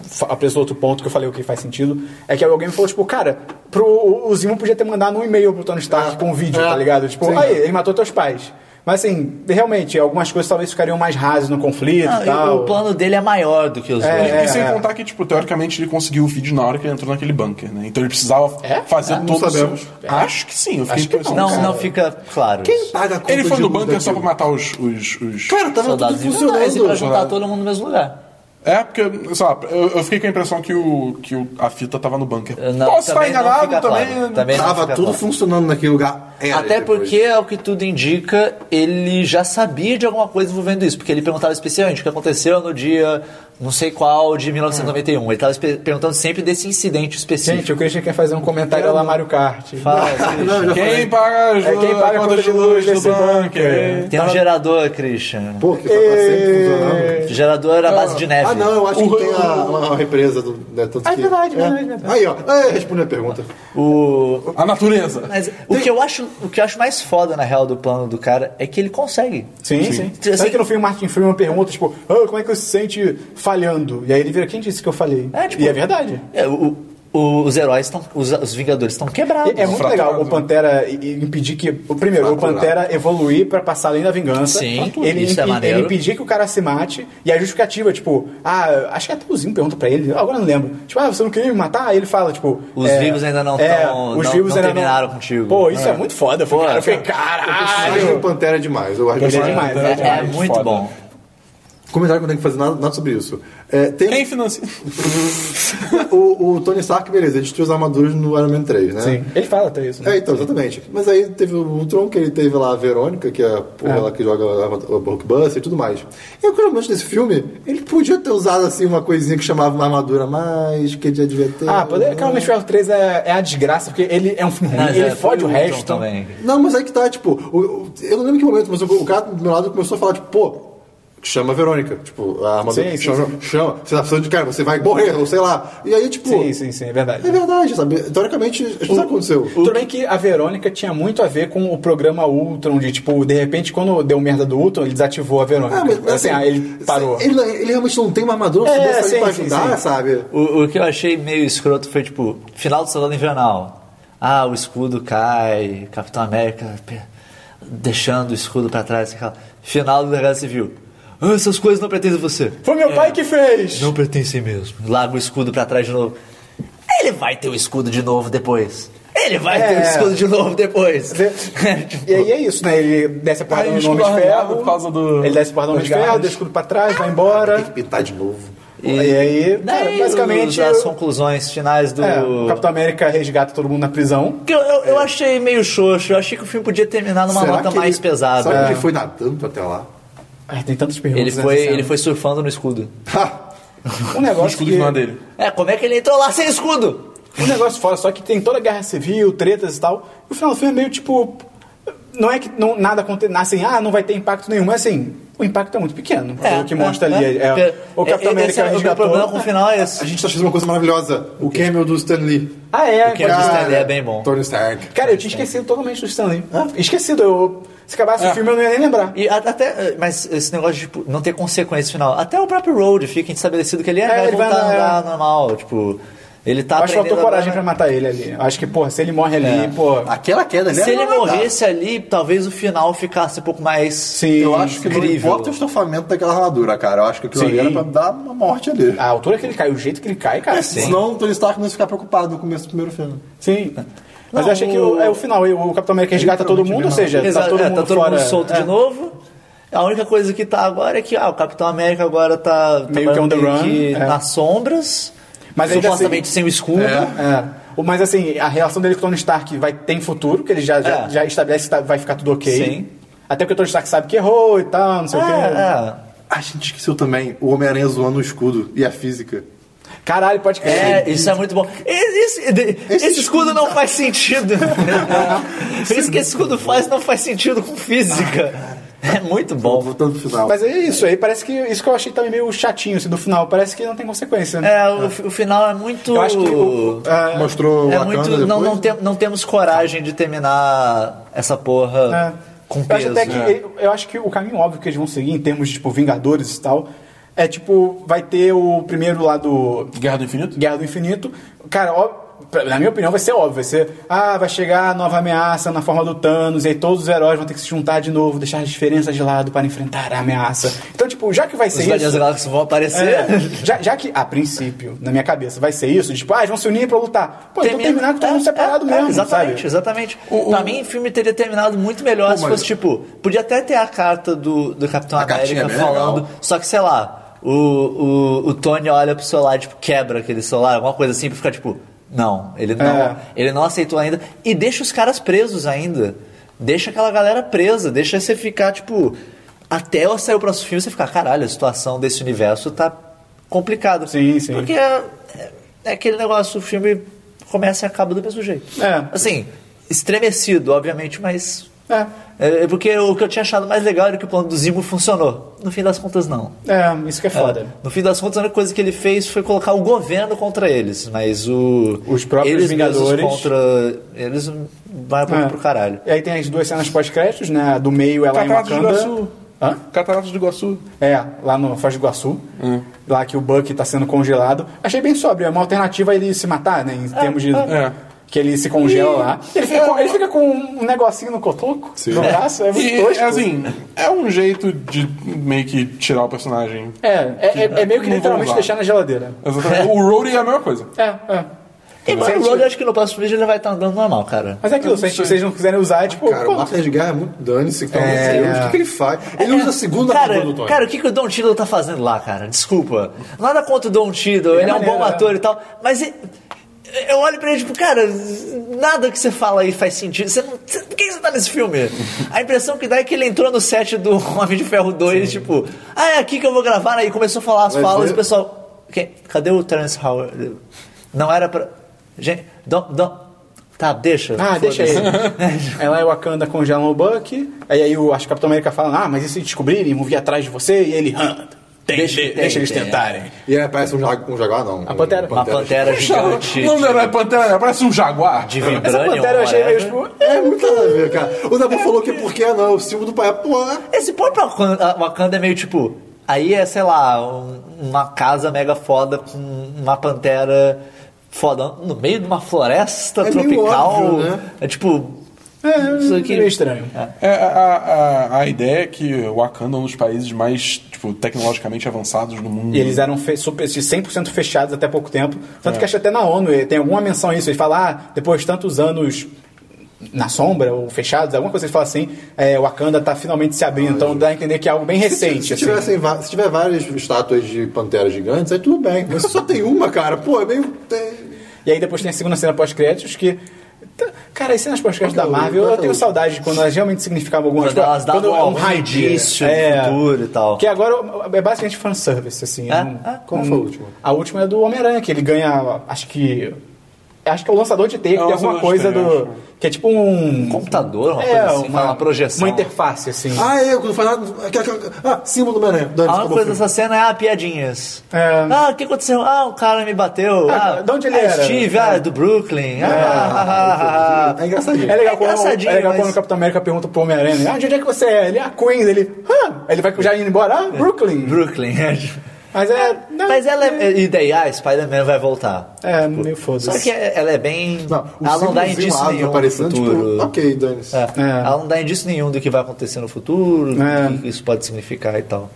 Speaker 3: fa- apresentou outro ponto que eu falei o que faz sentido, é que alguém me falou, tipo, cara, pro, o- o Zimo podia ter mandado um e-mail pro Tony Stark com um vídeo,
Speaker 5: É.
Speaker 3: tá ligado? Tipo, aí, ele matou teus pais. Mas assim, realmente, algumas coisas talvez ficariam mais rasas no conflito
Speaker 1: Não,
Speaker 3: e
Speaker 1: e
Speaker 3: tal.
Speaker 1: o plano dele é maior do que os
Speaker 3: É,
Speaker 1: dois.
Speaker 2: E sem contar que, tipo, teoricamente ele conseguiu o vídeo na hora que ele entrou naquele bunker, né? Então ele precisava
Speaker 1: É?
Speaker 2: fazer todos os
Speaker 5: sabemos.
Speaker 2: seus- Acho que sim, eu fiquei impressionado.
Speaker 1: não, não fica claro. isso.
Speaker 5: Paga a conta
Speaker 2: Ele foi
Speaker 5: de
Speaker 2: no
Speaker 5: luz
Speaker 2: bunker só pra
Speaker 5: daquilo.
Speaker 2: matar os. os, os-
Speaker 5: Cara, tá- tava tudo
Speaker 1: Soldados inventaram esse pra
Speaker 5: funcionando.
Speaker 1: juntar todo mundo no mesmo lugar.
Speaker 2: É, porque, sei lá, eu, eu fiquei com a impressão que, o, que o- a fita tava no bunker.
Speaker 1: Eu não-
Speaker 2: Posso estar
Speaker 1: também não
Speaker 2: enganado
Speaker 1: fica claro.
Speaker 2: também.
Speaker 1: Também não
Speaker 5: Tava
Speaker 1: fica
Speaker 5: tudo
Speaker 1: claro.
Speaker 5: funcionando naquele lugar. Era
Speaker 1: Até
Speaker 5: É, depois.
Speaker 1: porque, ao que tudo indica, ele já sabia de alguma coisa envolvendo isso, porque ele perguntava especialmente o que aconteceu no dia não sei qual de 1991. Ele estava perguntando sempre desse incidente específico.
Speaker 3: Gente, o Christian quer fazer um comentário lá Mario Kart.
Speaker 1: Fala, Christian.
Speaker 5: Não, eu já falei.
Speaker 2: É Quem paga, as
Speaker 3: É, quem paga a conta de luz
Speaker 2: do é.
Speaker 3: desse bunker?
Speaker 1: Tem um gerador, Christian.
Speaker 5: Pô, que
Speaker 3: Tá
Speaker 5: tava sempre
Speaker 1: É.
Speaker 5: funcionando.
Speaker 1: Gerador era base de neve.
Speaker 5: Ah, não, eu acho
Speaker 2: O-
Speaker 5: que tem a, uma represa do. Né, tanto
Speaker 3: Ah, um é
Speaker 5: que-
Speaker 3: verdade, verdade, verdade.
Speaker 5: Aí, ó. É, responde a pergunta.
Speaker 1: O...
Speaker 2: A natureza.
Speaker 1: Mas o que, eu acho, o que eu acho mais foda, na real, do plano do cara é que ele consegue.
Speaker 3: Sim, sim.
Speaker 1: Assim-
Speaker 3: Sabe que no filme o Martin Freeman pergunta, tipo, "Ah, como é que você se sente falhando? E aí ele vira, quem disse que eu falhei?
Speaker 1: É, tipo-
Speaker 3: e é verdade.
Speaker 1: É, o- o- os heróis estão. Os, os Vingadores estão quebrados.
Speaker 3: É, é muito
Speaker 2: Fraturado.
Speaker 3: legal o Pantera i- i- impedir que. O primeiro,
Speaker 5: Fraturado.
Speaker 3: o Pantera evoluir pra passar além da vingança.
Speaker 1: Sim,
Speaker 3: ele,
Speaker 1: isso é
Speaker 3: impe-
Speaker 1: maneiro.
Speaker 3: ele impedir que o cara se mate. E a justificativa, tipo, ah, acho que até o Zinho pergunta pra ele, agora eu não lembro. Tipo, ah, você não queria me matar? Aí ele fala, tipo. é,
Speaker 1: Os vivos ainda não tão- não- não terminaram contigo.
Speaker 3: Pô, isso é, muito foda. Eu fiquei,
Speaker 1: Pô,
Speaker 3: cara, eu fiquei,
Speaker 5: Ah, acho que o
Speaker 3: caralho.
Speaker 5: Pantera é demais. Eu acho que
Speaker 3: Ele é
Speaker 5: é
Speaker 3: demais.
Speaker 1: É,
Speaker 3: é
Speaker 1: é muito
Speaker 2: foda.
Speaker 1: bom.
Speaker 5: Comentário que eu não tenho que fazer nada, nada sobre isso. É, tem
Speaker 2: Quem financia?
Speaker 5: o, o Tony Stark, beleza, ele destruiu as armaduras no Iron Man 3, né?
Speaker 3: Sim, ele fala até isso. né?
Speaker 5: É, então, exatamente. Mas aí teve o Ultron, que ele teve lá a Verônica, que é a porra lá que joga a- a Blockbuster e tudo mais. E o curiosamente desse filme, ele podia ter usado assim uma coisinha que chamava uma armadura a mais, que ele já devia ter. um
Speaker 3: Ah, poder, cara, o Homem de Ferro 3 é, é a desgraça, porque ele é um filme ruim,
Speaker 1: Mas
Speaker 3: ele
Speaker 1: é,
Speaker 3: fode o
Speaker 1: foi
Speaker 3: resto.
Speaker 1: Ultron também.
Speaker 5: Não, mas aí que tá, tipo, o- o- eu não lembro que momento, mas o, o cara do meu lado começou a falar, tipo, pô, chama a Verônica, tipo, a armadura,
Speaker 3: Sim, sim,
Speaker 5: chama,
Speaker 3: sim.
Speaker 5: chama, você tá precisando de cara, você vai morrer, ou sei lá. E aí, tipo,
Speaker 3: Sim, sim, sim, é verdade.
Speaker 5: é um verdade, sabe? Teoricamente, isso não aconteceu.
Speaker 3: Tudo bem que a Verônica tinha muito a ver com o programa Ultron, de tipo, de repente, quando deu merda do Ultron, ele desativou a Verônica.
Speaker 5: Ah, mas,
Speaker 3: assim, ah, ele parou.
Speaker 5: Ele, não- ele realmente não tem uma armadura
Speaker 3: É,
Speaker 5: é,
Speaker 3: sim,
Speaker 5: pra
Speaker 3: sim,
Speaker 5: ajudar,
Speaker 3: sim.
Speaker 5: sabe?
Speaker 1: O, o que eu achei meio escroto foi, tipo, final do Soldado Invernal. Ah, o escudo cai, Capitão América pe- deixando o escudo pra trás. aquela- Final do Guerra Civil. Ah, essas coisas não pertencem a você.
Speaker 3: Foi meu pai que fez!
Speaker 1: Não pertencem mesmo. Larga o escudo pra trás de novo. Ele vai ter o escudo de novo depois. Ele vai
Speaker 3: É.
Speaker 1: ter o escudo de novo depois. [laughs]
Speaker 3: E aí é isso, né? Ele desce a porrada
Speaker 2: Aí
Speaker 3: no
Speaker 2: o
Speaker 3: Homem de
Speaker 2: escudo arranhado
Speaker 3: Ferro.
Speaker 2: por causa do-
Speaker 3: Ele desce a porrada no Homem de
Speaker 2: das
Speaker 3: Ferro,
Speaker 2: garras.
Speaker 3: deixa o escudo pra trás, vai
Speaker 5: Tem que
Speaker 3: embora.
Speaker 5: pintar de novo.
Speaker 3: E, aí, cara,
Speaker 1: Daí, é os-
Speaker 3: basicamente.
Speaker 1: as
Speaker 3: eu-
Speaker 1: conclusões finais do.
Speaker 3: é, o Capitão América resgata todo mundo na prisão.
Speaker 1: Que eu, eu, eu achei meio xoxo. Eu achei que o filme podia terminar numa
Speaker 5: Será
Speaker 1: nota
Speaker 5: que
Speaker 1: mais
Speaker 5: ele-
Speaker 1: pesada.
Speaker 5: Sabe que
Speaker 1: É.
Speaker 5: ele foi nadando até lá?
Speaker 3: Ai, tem tantas perguntas. né,
Speaker 1: Ele
Speaker 3: nessa
Speaker 1: foi,
Speaker 3: cena.
Speaker 1: ele foi surfando no escudo.
Speaker 3: Um
Speaker 2: O
Speaker 3: negócio
Speaker 2: escudo
Speaker 3: que...
Speaker 2: de mão dele.
Speaker 1: É, como é que ele entrou lá sem escudo?
Speaker 3: um negócio fora, só que tem toda a guerra civil, tretas e tal. E o final do filme é meio tipo. Não é que não, nada acontece, assim, ah, não vai ter impacto nenhum, mas assim, o impacto é muito pequeno.
Speaker 1: É,
Speaker 3: o que mostra
Speaker 1: é,
Speaker 3: ali.
Speaker 1: é.
Speaker 3: É, o Capitão
Speaker 1: Esse
Speaker 3: América
Speaker 1: é o meu
Speaker 3: resgatou.
Speaker 1: problema com o final é esse.
Speaker 5: A gente tá fazendo uma coisa maravilhosa. O cameo do Stan Lee.
Speaker 3: Ah, é,
Speaker 1: que é
Speaker 3: pode-
Speaker 1: do Stan Lee é bem bom.
Speaker 5: Tony Stark.
Speaker 3: Cara, eu tinha esquecido totalmente do Stanley. Esquecido, eu. Se acabasse
Speaker 1: É.
Speaker 3: o filme, eu não ia nem lembrar.
Speaker 1: E a- até, eh, mas esse negócio de tipo, não ter consequência final. Até o próprio Road fica estabelecido que ele, é, vai
Speaker 3: É, ele vai
Speaker 1: voltar a
Speaker 3: andar, é.
Speaker 1: andar normal. Tipo, ele tá
Speaker 3: acho que faltou
Speaker 1: aprendendo É. a
Speaker 3: coragem pra
Speaker 1: andar.
Speaker 3: matar ele ali. Acho que, porra, se ele morre ali, pô.
Speaker 5: Aquela queda ali
Speaker 1: Se
Speaker 5: era
Speaker 1: ele
Speaker 5: nada.
Speaker 1: morresse ali, talvez o final ficasse um pouco mais.
Speaker 3: Sim,
Speaker 5: Eu acho que não
Speaker 1: incrível.
Speaker 5: importa o estofamento daquela armadura, cara. Eu acho que aquilo ali
Speaker 3: Sim.
Speaker 5: era pra dar uma morte ali.
Speaker 3: A altura que ele cai, o jeito que ele cai,
Speaker 1: É,
Speaker 3: cara. Sim.
Speaker 5: Senão o Tony Stark não ia ficar preocupado no começo do primeiro filme.
Speaker 3: Mas
Speaker 1: Não,
Speaker 3: eu achei que o,
Speaker 1: o-
Speaker 3: é o final, o Capitão América resgata todo mundo, ou seja,
Speaker 1: Exato,
Speaker 3: tá todo
Speaker 1: é,
Speaker 3: mundo, fora,
Speaker 1: solto
Speaker 3: é.
Speaker 1: de novo. A única coisa que tá agora é que ah, o Capitão América agora tá tá
Speaker 3: Meio que on the run,
Speaker 1: que
Speaker 3: é.
Speaker 1: nas sombras,
Speaker 3: Mas ainda assim,
Speaker 1: supostamente sem o escudo.
Speaker 3: É. O- Mas assim, a relação dele com o Tony Stark vai, tem futuro, que ele já, já,
Speaker 1: É.
Speaker 3: já estabelece que tá- vai ficar tudo ok.
Speaker 1: Sim.
Speaker 3: Até porque o Tony Stark sabe que errou e tal, não sei o quê.
Speaker 1: É,
Speaker 5: A gente esqueceu também o Homem-Aranha zoando o escudo e a física.
Speaker 3: Caralho, pode
Speaker 1: é.
Speaker 3: crer.
Speaker 1: É, isso é muito bom. Esse, esse- esse escudo
Speaker 3: tá-
Speaker 1: não faz
Speaker 3: [laughs]
Speaker 1: sentido. Isso que esse escudo faz não faz sentido com física. É muito bom.
Speaker 5: Voltando pro final.
Speaker 3: Mas é isso aí, parece que isso que eu achei também meio chatinho assim, do final, parece que não tem consequência, né?
Speaker 1: É, o, o final é muito.
Speaker 3: Eu acho que o- é,
Speaker 5: Mostrou
Speaker 1: É
Speaker 5: Wakanda
Speaker 1: muito.
Speaker 5: depois.
Speaker 1: Não, não, tem- não temos coragem de terminar essa porra
Speaker 3: É.
Speaker 1: com
Speaker 3: eu
Speaker 1: peso. né?
Speaker 3: acho até que eu acho que o caminho óbvio que eles vão seguir em termos de tipo Vingadores e tal é tipo vai ter o primeiro lá do
Speaker 2: Guerra do Infinito?
Speaker 3: Guerra do Infinito, cara, ó, pra- na minha opinião vai ser óbvio, vai ser ah vai chegar a nova ameaça na forma do Thanos e aí todos os heróis vão ter que se juntar de novo, deixar as diferenças de lado para enfrentar a ameaça. Então tipo já que vai
Speaker 1: Os
Speaker 3: ser
Speaker 1: Guardiões da
Speaker 3: isso
Speaker 1: Galáxia vão aparecer.
Speaker 3: é, já, já que, a princípio, na minha cabeça, vai ser isso, tipo, ah, eles vão se unir pra lutar. Pô, então terminar com todo mundo
Speaker 1: é,
Speaker 3: separado
Speaker 1: é,
Speaker 3: mesmo,
Speaker 1: Exatamente,
Speaker 3: sabe?
Speaker 1: exatamente. Pra mim, o filme teria terminado muito melhor se fosse tipo. Podia até ter a carta do, do Capitão
Speaker 5: cartinha
Speaker 1: América
Speaker 5: é bem
Speaker 1: falando.
Speaker 5: legal.
Speaker 1: Só que, sei lá, o, o, o Tony olha pro celular, tipo, quebra aquele celular, alguma coisa assim, pra ficar tipo. Não, ele não,
Speaker 3: É.
Speaker 1: ele não aceitou ainda. E deixa os caras presos ainda. Deixa aquela galera presa, deixa você ficar, tipo. Até eu sair o próximo filme, você ficar, caralho, a situação desse universo tá complicada.
Speaker 3: Sim, sim.
Speaker 1: Porque é, é- é aquele negócio, o filme começa e acaba do mesmo jeito.
Speaker 3: É.
Speaker 1: Assim, estremecido, obviamente, mas.
Speaker 3: É.
Speaker 1: É, é porque o que eu tinha achado mais legal era que o plano do Zimo funcionou. No fim das contas, não.
Speaker 3: É, isso que é foda.
Speaker 1: No fim das contas, a única coisa que ele fez foi colocar o governo contra eles, mas o.
Speaker 3: Os próprios
Speaker 1: eles mesmos
Speaker 3: Vingadores.
Speaker 1: contra. Eles vai pro,
Speaker 3: É.
Speaker 1: pro caralho.
Speaker 3: E aí tem as duas cenas pós-créditos, né? A Do meio ela em
Speaker 2: Cataratas do
Speaker 3: Wakanda.
Speaker 2: Iguaçu.
Speaker 3: Hã?
Speaker 2: Cataratas do Iguaçu.
Speaker 3: É, lá no Foz do Iguaçu. Lá que o Buck tá sendo congelado. Achei bem sóbrio. É uma alternativa a ele se matar, né? Em termos de...
Speaker 2: é.
Speaker 3: Que ele se congela lá. Ele fica, com, ele fica com um negocinho no cotoco, no braço. É muito
Speaker 2: E,
Speaker 3: tosco.
Speaker 2: assim, é um jeito de meio que tirar o personagem.
Speaker 3: É, é, é- é meio que
Speaker 2: Não vou
Speaker 3: literalmente
Speaker 2: usar.
Speaker 3: deixar na geladeira.
Speaker 2: Exatamente. O Rhodey é a mesma coisa.
Speaker 3: É, é.
Speaker 1: E
Speaker 3: Sim,
Speaker 1: o
Speaker 3: sim.
Speaker 1: Road, acho que no próximo vídeo ele vai estar andando normal, cara.
Speaker 3: Mas é aquilo, se a gente- se vocês não quiserem usar, é tipo...
Speaker 5: Cara,
Speaker 3: pô,
Speaker 5: o Marcos de Guerra é muito dane-se. que tá
Speaker 3: É.
Speaker 5: no Deus, O que, que ele faz? Ele usa a segunda
Speaker 1: cara,
Speaker 5: armadura do Tony.
Speaker 1: cara, o que, que o Don Tiddle tá fazendo lá, cara? Desculpa. Nada contra o Don Tiddle, ele é, um
Speaker 3: maneiro,
Speaker 1: bom
Speaker 3: né?
Speaker 1: ator e tal, mas e- eu olho pra ele tipo, cara, nada que você fala aí faz sentido. Você não, você- por que que você tá nesse filme? A impressão que dá é que ele entrou no set do [laughs] Homem de Ferro 2, tipo, ah, é aqui que eu vou gravar, aí começou a falar as
Speaker 5: Vai
Speaker 1: falas
Speaker 5: ver.
Speaker 1: e o pessoal, "Quem- cadê o Terence Howard? Não era pra. Gente, Don. Don Tá, deixa.
Speaker 3: Ah, deixa
Speaker 1: foda-se.
Speaker 3: ele. Ela e o Wakanda congelam o Buck. Aí, aí o, acho que o Capitão América fala: Ah, mas e se descobrirem? Vão vir atrás de você. E ele, "Hã, tem, deixa, deixa eles
Speaker 1: tem,
Speaker 3: tentarem.
Speaker 5: E aí aparece um, jagu um jaguar, não. A
Speaker 3: pantera.
Speaker 1: Uma pantera gigante.
Speaker 2: Não, não, não é pantera, parece um jaguar.
Speaker 1: De
Speaker 3: Essa
Speaker 1: vibranium,
Speaker 3: pantera eu achei meio
Speaker 1: whatever.
Speaker 3: tipo.
Speaker 5: É muito nada a ver, cara. O Dabu falou que é porque não. O símbolo do pai é pô. né?
Speaker 1: Esse próprio Wakanda, Wakanda é meio tipo. Aí é, sei lá, um- uma casa mega foda com uma pantera foda no meio de uma floresta
Speaker 5: É meio
Speaker 1: tropical.
Speaker 5: óbvio, né?
Speaker 1: É tipo.
Speaker 3: É,
Speaker 1: Isso
Speaker 3: é
Speaker 1: aqui-
Speaker 3: meio estranho.
Speaker 2: É, a, a, a ideia é que o Wakanda é um dos países mais, tipo, tecnologicamente avançados do mundo.
Speaker 3: E eles eram fe super, 100% fechados até pouco tempo. Tanto que acho que até na ONU eh, tem alguma menção a isso. Eles falam, ah, depois de tantos anos na sombra ou fechados, alguma coisa que fala assim, é, o Wakanda tá finalmente se abrindo. então dá a entender que é algo bem recente.
Speaker 5: Se,
Speaker 3: assim.
Speaker 5: tivessem va- se tiver várias estátuas de panteras gigantes, aí tudo bem. Mas só tem uma, cara. Pô, é meio. tem-
Speaker 3: E aí depois tem a segunda cena pós-créditos que. tá- Cara, as cenas pós-créditos da
Speaker 5: Qual que é o-
Speaker 3: Marvel,
Speaker 5: qual
Speaker 3: eu
Speaker 5: que é
Speaker 3: tenho
Speaker 5: o-
Speaker 3: saudade de quando elas realmente significavam alguma
Speaker 1: Quando
Speaker 3: coisa. Tipo, um
Speaker 1: elas davam algum indício do futuro e tal.
Speaker 3: É. Que agora é basicamente fanservice, assim.
Speaker 1: É?
Speaker 3: não-
Speaker 1: É?
Speaker 5: Qual foi a última?
Speaker 3: A última é do Homem-Aranha, que ele ganha, acho que. Acho que é o lançador de teia,
Speaker 2: É
Speaker 3: que
Speaker 2: o
Speaker 3: tem alguma
Speaker 2: lançador de
Speaker 3: coisa
Speaker 2: teia,
Speaker 3: do. Que é tipo um.
Speaker 1: Computador, uma
Speaker 3: é,
Speaker 1: coisa assim, uma, projeção.
Speaker 3: Uma interface, assim.
Speaker 6: Ah, é, quando faz nada. aquela- aquela- Ah, símbolo do Homem-Aranha. Dane-se,
Speaker 1: A única
Speaker 6: acabou
Speaker 1: coisa
Speaker 6: o
Speaker 1: dessa cena é ah, piadinhas.
Speaker 3: É.
Speaker 1: Ah, o que aconteceu? Ah, o cara me bateu.
Speaker 3: Ah,
Speaker 1: Ah,
Speaker 3: de onde ele
Speaker 1: ah,
Speaker 3: era?
Speaker 1: Steve, ah, do Brooklyn. Ah, ah, ah,
Speaker 6: filme.
Speaker 1: ah,
Speaker 6: É engraçadinho.
Speaker 3: É legal,
Speaker 1: É
Speaker 3: quando,
Speaker 1: engraçadinho,
Speaker 3: é legal
Speaker 1: mas-
Speaker 3: quando o Capitão América pergunta pro Homem-Aranha, ah, de onde é que você é? Ele, ah, Queens, ele, ah, ele vai já indo embora,
Speaker 1: É.
Speaker 3: ah, Brooklyn.
Speaker 1: Brooklyn. é, tipo-
Speaker 3: Mas é. não,
Speaker 1: Mas ela é. E daí, ah, Spider-Man vai voltar.
Speaker 3: É, meio
Speaker 1: Só
Speaker 3: foda-se.
Speaker 1: que ela é bem.
Speaker 6: Não, o
Speaker 1: ela não dá
Speaker 5: um
Speaker 6: símbolozinho
Speaker 1: indício
Speaker 6: asa
Speaker 1: nenhum. do
Speaker 6: aparecendo,
Speaker 1: futuro.
Speaker 6: tipo,
Speaker 5: "Ah,
Speaker 6: ok, Dane-se.
Speaker 1: É.
Speaker 3: É.
Speaker 1: Ela não dá indício nenhum do que vai acontecer no futuro, do
Speaker 3: É.
Speaker 1: que isso pode significar e tal.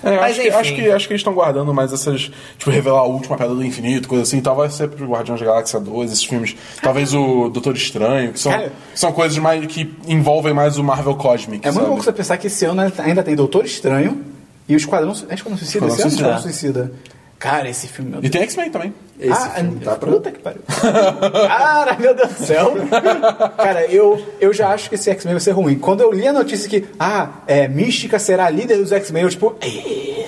Speaker 2: É,
Speaker 1: Mas
Speaker 2: acho, que,
Speaker 1: enfim.
Speaker 2: acho, que, acho que eles estão guardando mais essas. Tipo, revelar a última pedra do infinito, coisa assim. Tal vai ser pro Guardiões da Galáxia 2, esses filmes. Talvez o Doutor Estranho, que são,
Speaker 3: Cara.
Speaker 2: são coisas mais que envolvem mais o Marvel Cosmic.
Speaker 3: É muito
Speaker 2: sabe?
Speaker 3: bom você pensar que esse ano ainda tem Doutor Estranho e o Esquadrão, Su- é Esquadrão Suicida?
Speaker 2: Esquadrão
Speaker 3: Esse ano?
Speaker 2: Suicida.
Speaker 3: Esquadrão Suicida. Cara, esse filme, meu
Speaker 2: E
Speaker 3: Deus.
Speaker 2: tem X-Men também.
Speaker 3: ah, tá puta que pariu. Cara, meu Deus do céu. Cara, eu, eu já acho que esse X-Men vai ser ruim. Quando eu li a notícia que, ah, é, Mística será a líder dos X-Men, eu tipo,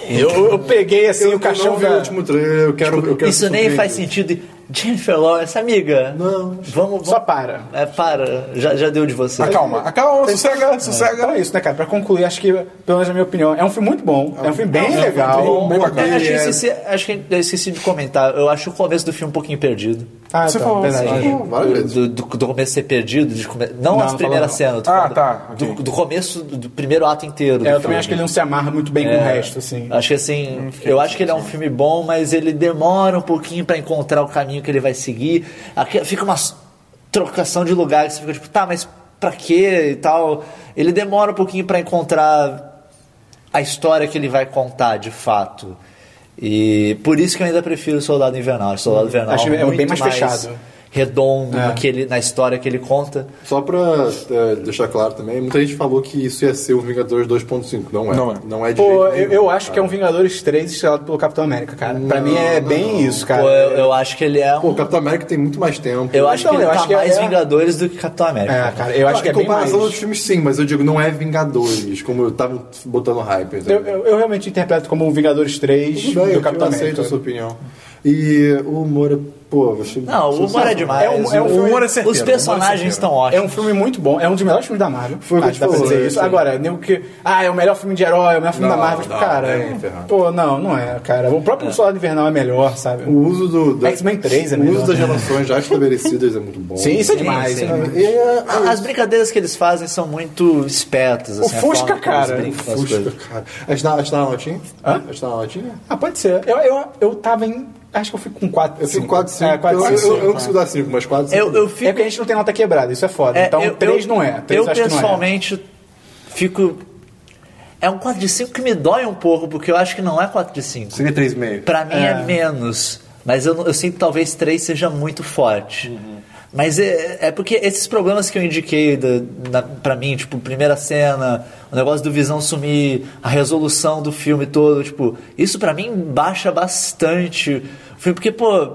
Speaker 3: eu, eu peguei assim o
Speaker 6: Eu não
Speaker 3: caixão
Speaker 6: vi
Speaker 3: da...
Speaker 6: o último trailer, eu quero. eu quero
Speaker 1: é- Tipo, Isso nem
Speaker 6: surpreender.
Speaker 1: faz sentido. Jennifer Lawrence, amiga. Não. Vamos.
Speaker 3: Só
Speaker 1: vamos-
Speaker 3: para.
Speaker 1: É, para. Já, já deu de
Speaker 3: É,
Speaker 1: você.
Speaker 2: Acalma, acalma, sossega, sossega.
Speaker 3: Então é isso, né, cara? Pra concluir, acho que, pelo menos na minha opinião, é um filme muito bom, é um filme bem legal.
Speaker 2: Bem- bem
Speaker 1: É,
Speaker 2: bacana.
Speaker 1: acho, que eu esqueci, acho que eu esqueci de comentar. Eu acho o começo do filme um pouquinho perdido.
Speaker 3: Ah,
Speaker 2: Você
Speaker 3: tá,
Speaker 2: falou, assim.
Speaker 3: verdade.
Speaker 2: você
Speaker 1: Do-
Speaker 6: várias vezes.
Speaker 1: Do, do- do começo ser perdido, de come- não,
Speaker 3: Não,
Speaker 1: as
Speaker 3: não
Speaker 1: primeiras
Speaker 3: falou,
Speaker 1: cenas. tô
Speaker 2: Ah,
Speaker 1: falando
Speaker 2: tá, ok.
Speaker 1: Do, do começo, do, do primeiro ato inteiro.
Speaker 3: É, eu
Speaker 1: do
Speaker 3: também
Speaker 1: filme.
Speaker 3: acho que ele não se amarra muito bem com o resto, assim.
Speaker 1: É. Acho que assim, eu acho que ele é um filme bom, mas ele demora um pouquinho pra encontrar o caminho que ele vai seguir. Aqui fica uma s- trocação de lugar que você fica tipo, tá, mas pra quê e tal. Ele demora um pouquinho pra encontrar a história que ele vai contar de fato. E por isso que eu ainda prefiro o Soldado Invernal. O Soldado Invernal
Speaker 3: Acho que é
Speaker 1: muito
Speaker 3: bem mais fechado.
Speaker 1: Redondo
Speaker 3: É.
Speaker 1: no que ele- na história que ele conta.
Speaker 6: Só pra eh, deixar claro também, muita gente falou que isso ia ser o Vingadores 2.5. Não é.
Speaker 2: Não é.
Speaker 6: Não é de
Speaker 3: Pô,
Speaker 6: jeito
Speaker 3: eu,
Speaker 6: nenhum,
Speaker 3: eu acho que é um
Speaker 6: cara.
Speaker 3: Vingadores 3 estrelado pelo Capitão América, cara. pra
Speaker 6: Não,
Speaker 3: mim é
Speaker 6: não,
Speaker 3: bem
Speaker 6: não.
Speaker 3: isso, cara.
Speaker 1: Pô, eu, eu acho que ele é
Speaker 6: Pô,
Speaker 1: um.
Speaker 6: o Capitão América tem muito mais tempo.
Speaker 1: Eu acho que
Speaker 3: Então,
Speaker 1: ele
Speaker 3: eu
Speaker 1: tá
Speaker 3: acho que é-
Speaker 1: mais Vingadores do que Capitão América.
Speaker 3: É, cara, eu acho que é
Speaker 6: em
Speaker 3: bem mais...
Speaker 6: comparação aos filmes, sim, mas eu digo, não é Vingadores, como eu tava botando hype.
Speaker 3: Eu,
Speaker 6: entendeu?
Speaker 3: eu, eu realmente interpreto como um Vingadores 3
Speaker 6: Tudo bem,
Speaker 3: do
Speaker 6: eu
Speaker 3: Capitão
Speaker 6: aceito
Speaker 3: América.
Speaker 6: a sua opinião. E o humor é. Pô, eu achei-
Speaker 1: Não, o humor é demais.
Speaker 3: É um- é um
Speaker 1: O-
Speaker 3: filme-
Speaker 2: humor é certeiro,
Speaker 1: Os
Speaker 2: o humor é certeiro.
Speaker 1: personagens estão
Speaker 3: É
Speaker 1: ótimos.
Speaker 3: um filme muito bom, é um dos melhores filmes da Marvel.
Speaker 6: Foi o que eu
Speaker 3: acho que dá
Speaker 6: te
Speaker 3: pra
Speaker 6: falei,
Speaker 3: dizer isso.
Speaker 6: assim.
Speaker 3: Agora, nego que. Ah, é o melhor filme de herói, é o melhor filme
Speaker 6: Não,
Speaker 3: da Marvel. Tipo,
Speaker 6: não,
Speaker 3: cara.
Speaker 6: é ferrado.
Speaker 3: pô, não, não é, cara. O próprio Soldado Invernal é melhor, sabe?
Speaker 6: O uso do. do-
Speaker 3: X-Men 3 é
Speaker 6: O
Speaker 3: melhor.
Speaker 6: uso das relações já estabelecidas é muito bom.
Speaker 3: Sim, isso é demais.
Speaker 1: sim.
Speaker 3: né?
Speaker 6: E é-
Speaker 1: A- As brincadeiras que eles fazem são muito espertas. Assim, a
Speaker 3: Fusca,
Speaker 1: forma como eles
Speaker 3: cara,
Speaker 1: brincam com as
Speaker 6: Puxa,
Speaker 1: coisas.
Speaker 6: cara. A gente tá a gente tá na notinha?
Speaker 3: Hã?
Speaker 6: A gente tá na notinha?
Speaker 3: Ah, pode ser. Eu, eu, eu tava em. Acho que eu fico com 4.
Speaker 6: Eu fico 4, 5.
Speaker 3: É, 4, 5.
Speaker 6: eu, eu, eu não consigo dar 5, mas 4, 5.
Speaker 1: Eu, eu
Speaker 3: É
Speaker 1: fico.
Speaker 3: porque a gente não tem nota quebrada, isso é foda.
Speaker 1: é,
Speaker 3: então
Speaker 1: eu-
Speaker 3: 3
Speaker 1: eu-
Speaker 3: não é. 3
Speaker 1: Eu
Speaker 3: acho
Speaker 1: pessoalmente fico. É um 4 de 5 que me dói um pouco, porque eu acho que não é 4 de 5.
Speaker 7: Seria 3,5.
Speaker 1: Pra mim é,
Speaker 3: É.
Speaker 1: menos. Mas eu, não- eu sinto que talvez 3 seja muito forte. Mas é, é porque esses problemas que eu indiquei da- na- pra mim, tipo, primeira cena, o negócio do visão sumir, a resolução do filme todo, tipo, isso pra mim baixa bastante o filme, porque, pô,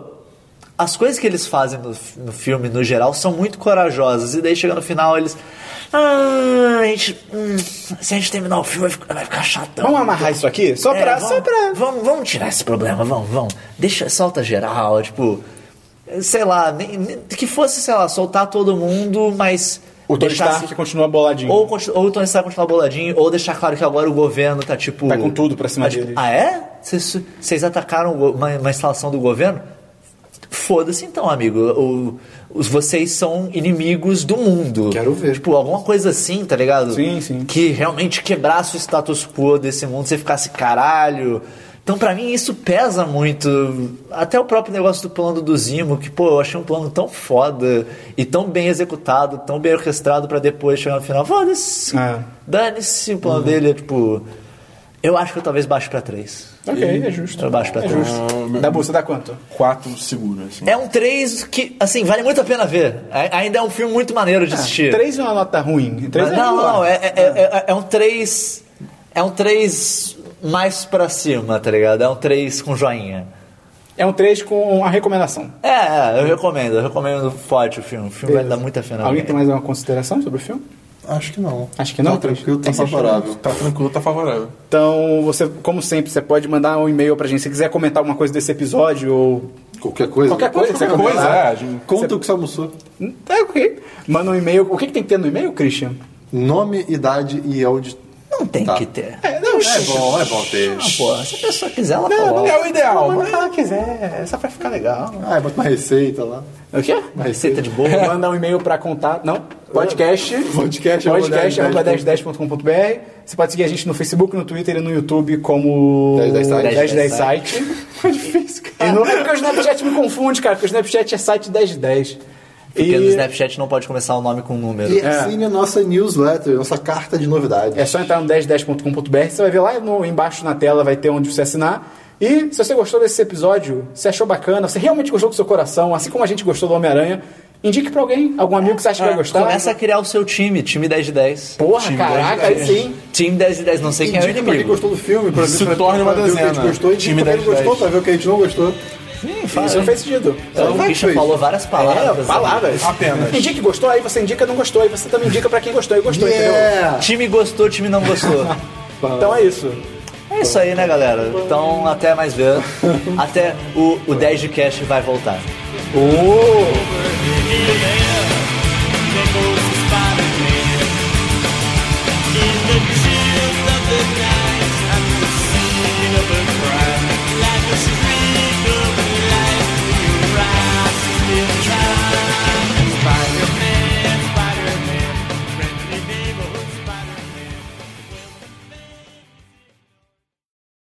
Speaker 1: as coisas que eles fazem no, f- no filme, no geral, são muito corajosas. E daí chega no final, eles. Ah, a gente. hum, se a gente terminar o filme, vai ficar, vai ficar chatão.
Speaker 3: Vamos amarrar isso aqui? Só
Speaker 1: É,
Speaker 3: pra.
Speaker 1: vamos,
Speaker 3: só pra...
Speaker 1: Vamos, vamos tirar esse problema, vamos, vamos. Deixa, solta geral, tipo. Sei lá, nem- nem- que fosse, sei lá, soltar todo mundo, mas.
Speaker 3: O Tony
Speaker 1: deixar-
Speaker 3: Stark continua boladinho.
Speaker 1: assim. Ou, continu- ou o Tony Stark continuar boladinho, ou deixar claro que agora o governo tá tipo.
Speaker 3: Vai com tudo pra cima
Speaker 1: tá, tipo,
Speaker 3: dele.
Speaker 1: Ah, é? Vocês- Vocês atacaram o- uma, uma instalação do governo? Foda-se então, amigo. O- os, vocês são inimigos do mundo.
Speaker 6: Quero ver.
Speaker 1: Tipo, alguma coisa assim, tá ligado?
Speaker 3: Sim, sim.
Speaker 1: que realmente quebrasse o status quo desse mundo, você ficasse caralho. Então, pra mim, isso pesa muito. Até o próprio negócio do plano do Zimo, que, pô, eu achei um plano tão foda e tão bem executado, tão bem orquestrado pra depois chegar no final. Foda-se.
Speaker 3: É.
Speaker 1: Dane-se o plano dele. é Tipo, eu acho que eu talvez baixo pra três.
Speaker 3: Ok, é justo.
Speaker 1: Eu baixo pra
Speaker 3: É
Speaker 1: três.
Speaker 3: justo. Da bolsa dá quanto?
Speaker 2: 4 seguro, assim.
Speaker 1: É um 3 que, assim, vale muito a pena ver. A- Ainda é um filme muito maneiro de assistir.
Speaker 3: 3 é uma nota ruim. 3 é
Speaker 1: Mas não,
Speaker 3: regular.
Speaker 1: não, é, é, é- é um 3. É um 3 mais pra cima, tá ligado? É um 3 com joinha.
Speaker 3: É um 3 com a recomendação.
Speaker 1: É, é, eu recomendo, eu recomendo forte o filme. O filme vai dar muita pena.
Speaker 3: Alguém tem mais alguma consideração sobre o filme?
Speaker 2: Acho que não.
Speaker 3: Acho que não.
Speaker 6: Tá tranquilo, tá
Speaker 3: Tem que ser
Speaker 6: favorável.
Speaker 2: Tá tranquilo, tá favorável.
Speaker 3: Então, você, como sempre, você pode mandar um e-mail pra gente. Se quiser comentar alguma coisa desse episódio ou
Speaker 5: qualquer coisa.
Speaker 3: Qualquer coisa,
Speaker 5: Qualquer
Speaker 3: você
Speaker 2: Pois
Speaker 5: coisa.
Speaker 2: é, a gente-
Speaker 6: Conta o que você almoçou.
Speaker 3: Tá ok. Manda um e-mail. O que, que tem que ter no e-mail, Christian?
Speaker 5: Nome, idade e onde.
Speaker 1: Não tem
Speaker 5: Tá.
Speaker 1: que ter.
Speaker 3: É, não,
Speaker 5: É bom, é bom ter.
Speaker 1: Ah, pô, se a pessoa quiser, ela
Speaker 2: É
Speaker 1: coloca.
Speaker 2: o ideal.
Speaker 3: Manda o que ela quiser, só pra ficar legal.
Speaker 5: Ah, bota uma receita lá.
Speaker 3: O quê?
Speaker 5: É,
Speaker 1: Uma receita de bolo.
Speaker 3: [laughs] Manda um e-mail pra contar. Não, podcast.
Speaker 5: Podcast, arroba
Speaker 3: [laughs] podcast, arroba
Speaker 5: 1010.
Speaker 3: 1010.com.br. Você pode seguir a gente no Facebook, no Twitter e no YouTube como
Speaker 5: 1010 site.
Speaker 3: 1010 site. [laughs] Foi difícil, cara. E não é porque o Snapchat me confunde, cara, porque o Snapchat é site 1010.
Speaker 1: Porque no
Speaker 3: E
Speaker 1: Snapchat não pode começar o nome com um número.
Speaker 5: E assine assim a nossa newsletter, nossa carta de novidades.
Speaker 3: é só entrar no 1010.com.br, você vai ver lá no, embaixo na tela, vai ter onde você assinar. E se você gostou desse episódio, se achou bacana, você realmente gostou do seu coração, assim como a gente gostou do Homem-Aranha, indique pra alguém, algum amigo que você acha que vai gostar.
Speaker 1: Começa a criar o seu time, time 10 de 10.
Speaker 3: Porra, caraca, aí sim.
Speaker 1: Time 10 de 10, não sei quem é o
Speaker 5: Indica pra quem
Speaker 1: inimigo.
Speaker 5: gostou do filme, pra ver
Speaker 2: Se
Speaker 5: pra- pra
Speaker 2: torna uma
Speaker 5: ver o que a gente
Speaker 2: dezena.
Speaker 5: gostou, indica
Speaker 2: Time
Speaker 5: pra quem
Speaker 2: 10.
Speaker 5: gostou, pra ver o que a gente não gostou.
Speaker 3: Isso não fez sentido.
Speaker 1: Então, o bicho
Speaker 5: fez.
Speaker 1: falou várias palavras.
Speaker 3: É, palavras.
Speaker 2: Apenas.
Speaker 3: Indica que gostou, aí você indica não gostou, aí você também indica pra quem gostou e gostou,
Speaker 5: Yeah!
Speaker 1: né? Time gostou, time não
Speaker 3: [laughs]
Speaker 1: gostou.
Speaker 3: entendeu? Então é isso.
Speaker 1: é isso aí, né, galera? Então, até mais ver. Até o, o 10 de cast vai voltar.
Speaker 3: Uh!
Speaker 8: over here.